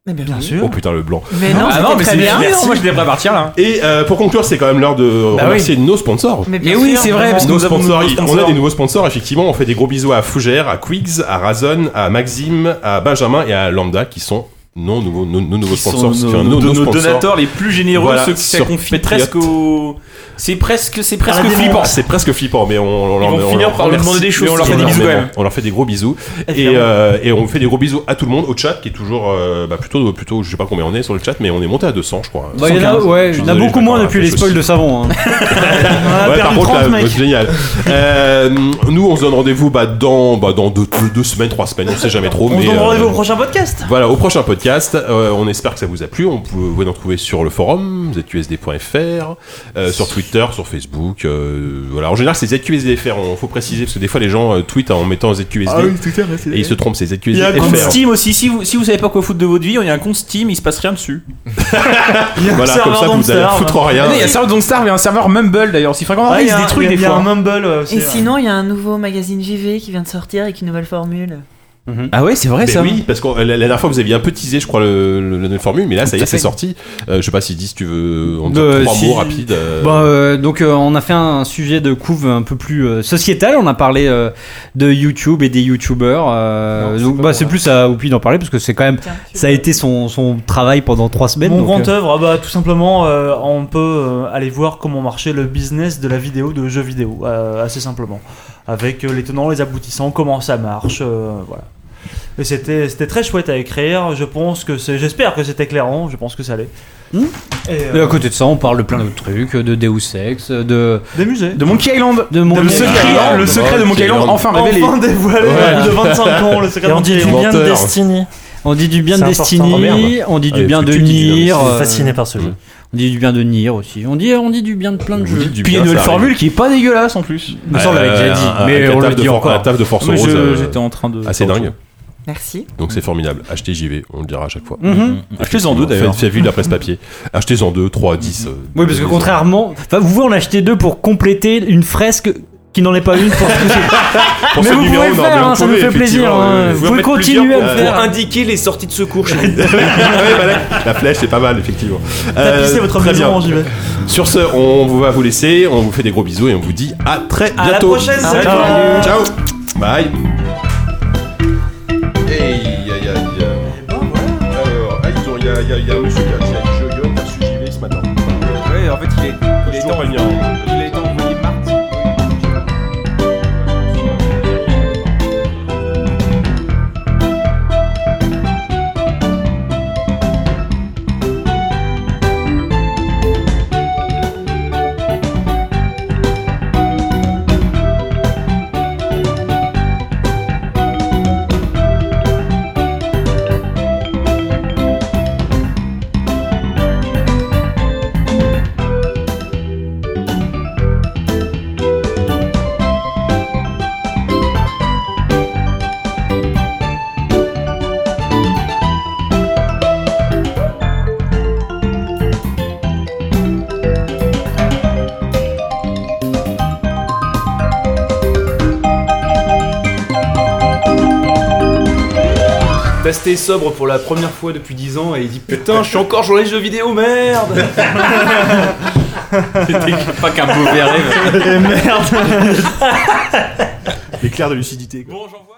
Speaker 7: Eh bien, oui.
Speaker 2: Oh putain, le blanc.
Speaker 7: Mais non,
Speaker 2: Ah
Speaker 7: c'était
Speaker 2: mais
Speaker 7: très
Speaker 2: c'est-
Speaker 7: bien.
Speaker 2: merci.
Speaker 6: Moi, je devrais partir là. hein.
Speaker 2: Et euh, pour conclure, c'est quand même l'heure de remercier nos sponsors.
Speaker 6: Mais bien Mais oui, sûr, c'est vrai, parce que
Speaker 2: nos
Speaker 6: Bah nous avons
Speaker 2: sponsors,
Speaker 6: nos nouveaux
Speaker 2: on a
Speaker 6: sponsors.
Speaker 2: des nouveaux sponsors, effectivement. On fait des gros bisous à Fougère, à Quigs, à Razon, à Maxime, à Benjamin et à Lambda qui sont nos nouveaux, nos, nos nouveaux
Speaker 6: Qui sont
Speaker 2: sponsors.
Speaker 6: nos-
Speaker 2: Enfin,
Speaker 6: de nos
Speaker 2: sponsors.
Speaker 6: donateurs les plus généreux,
Speaker 2: Voilà,
Speaker 6: ceux qui ça
Speaker 2: sur
Speaker 6: confie
Speaker 2: Patriot.
Speaker 6: presque au. C'est presque, c'est presque
Speaker 2: Ah,
Speaker 6: flippant.
Speaker 2: C'est presque flippant, mais on, on,
Speaker 6: Ils
Speaker 2: leur-
Speaker 6: vont
Speaker 2: on
Speaker 6: finir
Speaker 2: leur
Speaker 6: par nous
Speaker 2: remercie,
Speaker 6: demander des
Speaker 2: mais
Speaker 6: choses,
Speaker 2: On leur,
Speaker 6: si
Speaker 2: fait
Speaker 6: on
Speaker 2: des
Speaker 6: leur
Speaker 2: bisous
Speaker 6: demande.
Speaker 2: quand même. On leur fait des gros bisous. Et, euh, et on fait des gros bisous à tout le monde, au chat qui est toujours euh, bah, plutôt, plutôt, je sais pas combien on est sur le chat, mais on est monté à 200, je crois.
Speaker 9: Bah, il y en a,
Speaker 2: 115.
Speaker 9: ouais,
Speaker 2: Je suis
Speaker 9: il y en a
Speaker 2: désolé, je
Speaker 9: beaucoup
Speaker 2: vais
Speaker 9: moins
Speaker 2: pas
Speaker 9: depuis les
Speaker 2: raconter,
Speaker 9: spoils de savon. hein.
Speaker 2: ouais, par
Speaker 9: perdu
Speaker 2: contre,
Speaker 9: 30,
Speaker 2: là,
Speaker 9: mec.
Speaker 2: c'est génial. Euh, nous, on se donne rendez-vous bah, dans, bah, dans deux, deux- deux semaines, trois semaines, on sait jamais trop.
Speaker 4: On
Speaker 2: mais,
Speaker 4: se donne
Speaker 2: euh,
Speaker 4: rendez-vous au prochain podcast.
Speaker 2: Voilà, au prochain podcast. Euh, on espère que ça vous a plu. On peut, vous pouvez nous retrouver sur le forum, zqsd.fr, euh, sur Twitter, sur Facebook. euh, voilà, en général, c'est zqsdfr. Il faut préciser parce que des fois, les gens euh, tweetent en mettant zqsd
Speaker 14: Ah oui, Twitter, ouais, c'est-
Speaker 2: et ils se trompent. C'est zqsdfr.
Speaker 14: Il y a un compte Steam aussi. Si vous, si vous savez pas quoi foutre de votre vie, il y a un compte Steam, il se passe rien dessus.
Speaker 2: Voilà, comme ça, vous allez foutre en rien.
Speaker 14: Mais
Speaker 12: Il y a un serveur Donstar, mais un serveur Mumble d'ailleurs. Si fréquemment,
Speaker 6: Ah,
Speaker 4: Ouais, Ah, il y
Speaker 12: ils
Speaker 4: a
Speaker 12: des
Speaker 4: un-
Speaker 12: trucs
Speaker 4: il y
Speaker 12: des
Speaker 4: a- il y a
Speaker 12: fois.
Speaker 4: un Mumble. euh, c'est
Speaker 7: Et
Speaker 4: vrai.
Speaker 7: sinon, il y a un nouveau magazine JV qui vient de sortir avec une nouvelle formule.
Speaker 12: Ah ouais, c'est vrai
Speaker 2: Mais
Speaker 12: ça.
Speaker 2: Oui, parce que euh, la, la dernière fois vous aviez un peu teasé, je crois, le, le- la nouvelle formule, mais là ça y est,
Speaker 9: Tout à
Speaker 2: c'est
Speaker 9: fait.
Speaker 2: sorti. Euh, je sais pas si dis, si tu veux en
Speaker 9: Euh,
Speaker 2: dire trois
Speaker 9: si-
Speaker 2: mots rapides. euh,
Speaker 9: Bah, euh, donc euh, on a fait un sujet de couve un peu plus euh, sociétal. On a parlé euh, de YouTube et des YouTubers. euh, donc, bah, c'est plus à Oupi d'en parler parce que c'est quand même ça a été son, son travail pendant trois semaines.
Speaker 4: Mon
Speaker 9: donc,
Speaker 4: grand
Speaker 9: euh,
Speaker 4: œuvre, ah bah, tout simplement, euh, on peut euh, aller voir comment marchait le business de la vidéo, de jeux vidéo, euh, assez simplement. Avec euh, les tenants, les aboutissants, comment ça marche, euh, voilà. Et c'était c'était très chouette à écrire, je pense que c'est... J'espère que c'était éclairant, je pense que ça l'est.
Speaker 7: Hmm
Speaker 4: Et,
Speaker 9: et
Speaker 4: euh,
Speaker 9: à côté de ça, on parle de plein d'autres trucs, de Deus Ex, de
Speaker 4: des musées,
Speaker 9: de Monkey Island, de Monkey
Speaker 12: Le
Speaker 6: hein,
Speaker 12: secret, le secret de Monkey Island enfin révélé.
Speaker 4: Enfin dévoilé, au bout de 25 ans, le secret
Speaker 9: Et
Speaker 4: de
Speaker 9: on dit
Speaker 4: Monkey
Speaker 9: du bien
Speaker 4: Island.
Speaker 9: de Destiny. On dit du bien de
Speaker 8: C'est important. Oh,
Speaker 9: Destiny,
Speaker 8: merde.
Speaker 9: on dit
Speaker 8: Ah,
Speaker 9: du bien
Speaker 8: parce que
Speaker 9: de
Speaker 8: tu dis du bien.
Speaker 9: Nier.
Speaker 8: Je suis
Speaker 9: euh,
Speaker 8: fasciné par ce jeu.
Speaker 9: On dit du bien de Nier aussi. On dit, on dit du bien de plein de
Speaker 2: vous
Speaker 9: jeux.
Speaker 2: dites du
Speaker 12: Puis il y a
Speaker 2: bien,
Speaker 12: une
Speaker 2: ça
Speaker 12: nouvelle
Speaker 2: arrive.
Speaker 12: formule qui est pas dégueulasse en plus.
Speaker 2: Euh, un- un- avec la table de For- La table de Force
Speaker 12: Mais
Speaker 2: Rose.
Speaker 12: je-
Speaker 2: euh,
Speaker 12: J'étais en train de.
Speaker 2: Assez dingue.
Speaker 7: Merci.
Speaker 2: Donc c'est formidable. Achetez JV, on le dira à chaque fois.
Speaker 9: Mhm. Mhm.
Speaker 2: Achetez-en deux d'ailleurs. Faites vivre la presse papier. Achetez-en deux, trois, dix. euh,
Speaker 9: Oui, parce que
Speaker 2: euh,
Speaker 9: contrairement, enfin, vous pouvez en acheter deux pour compléter une fresque qui n'en est pas une pour ce
Speaker 2: Pour
Speaker 9: Mais
Speaker 2: ce
Speaker 9: vous
Speaker 2: numéro,
Speaker 9: pouvez le
Speaker 2: non, mais
Speaker 9: faire,
Speaker 2: on
Speaker 9: hein, ça nous
Speaker 2: pouvait,
Speaker 9: fait plaisir.
Speaker 2: effectivement,
Speaker 9: hein.
Speaker 2: euh,
Speaker 9: Vous
Speaker 2: vous
Speaker 9: pouvez
Speaker 2: en faites
Speaker 9: continuer à
Speaker 2: plusieurs
Speaker 9: le
Speaker 2: pour-
Speaker 9: faire.
Speaker 2: pour
Speaker 6: indiquer les sorties de secours chez
Speaker 2: Ouais, bah là, la flèche c'est pas mal effectivement.
Speaker 4: Tapissez votre
Speaker 2: Euh, très
Speaker 4: maison,
Speaker 2: bien.
Speaker 4: j'y vais.
Speaker 2: Sur ce, on vous va vous laisser, on vous fait des gros bisous et on vous dit à très
Speaker 4: À la
Speaker 2: bientôt.
Speaker 4: prochaine, salut.
Speaker 2: Ciao. Ciao. Bye. Hey, aïe, aïe, aïe. Alors, ah, ils ont- il y a- il y a- il y a un monsieur qui a- qui a dit, je gueule parce que j'y vais ce matin.
Speaker 12: Ouais, en fait, il est.
Speaker 2: Il est temps
Speaker 12: Il est temps de mardi.
Speaker 5: Testé sobre pour la première fois depuis 10 ans et il dit putain, je suis encore sur les jeux vidéo, merde
Speaker 6: C'était pas qu'un beau rêve.
Speaker 4: Et merde
Speaker 2: L'éclair de lucidité.
Speaker 5: Bon, j'envoie.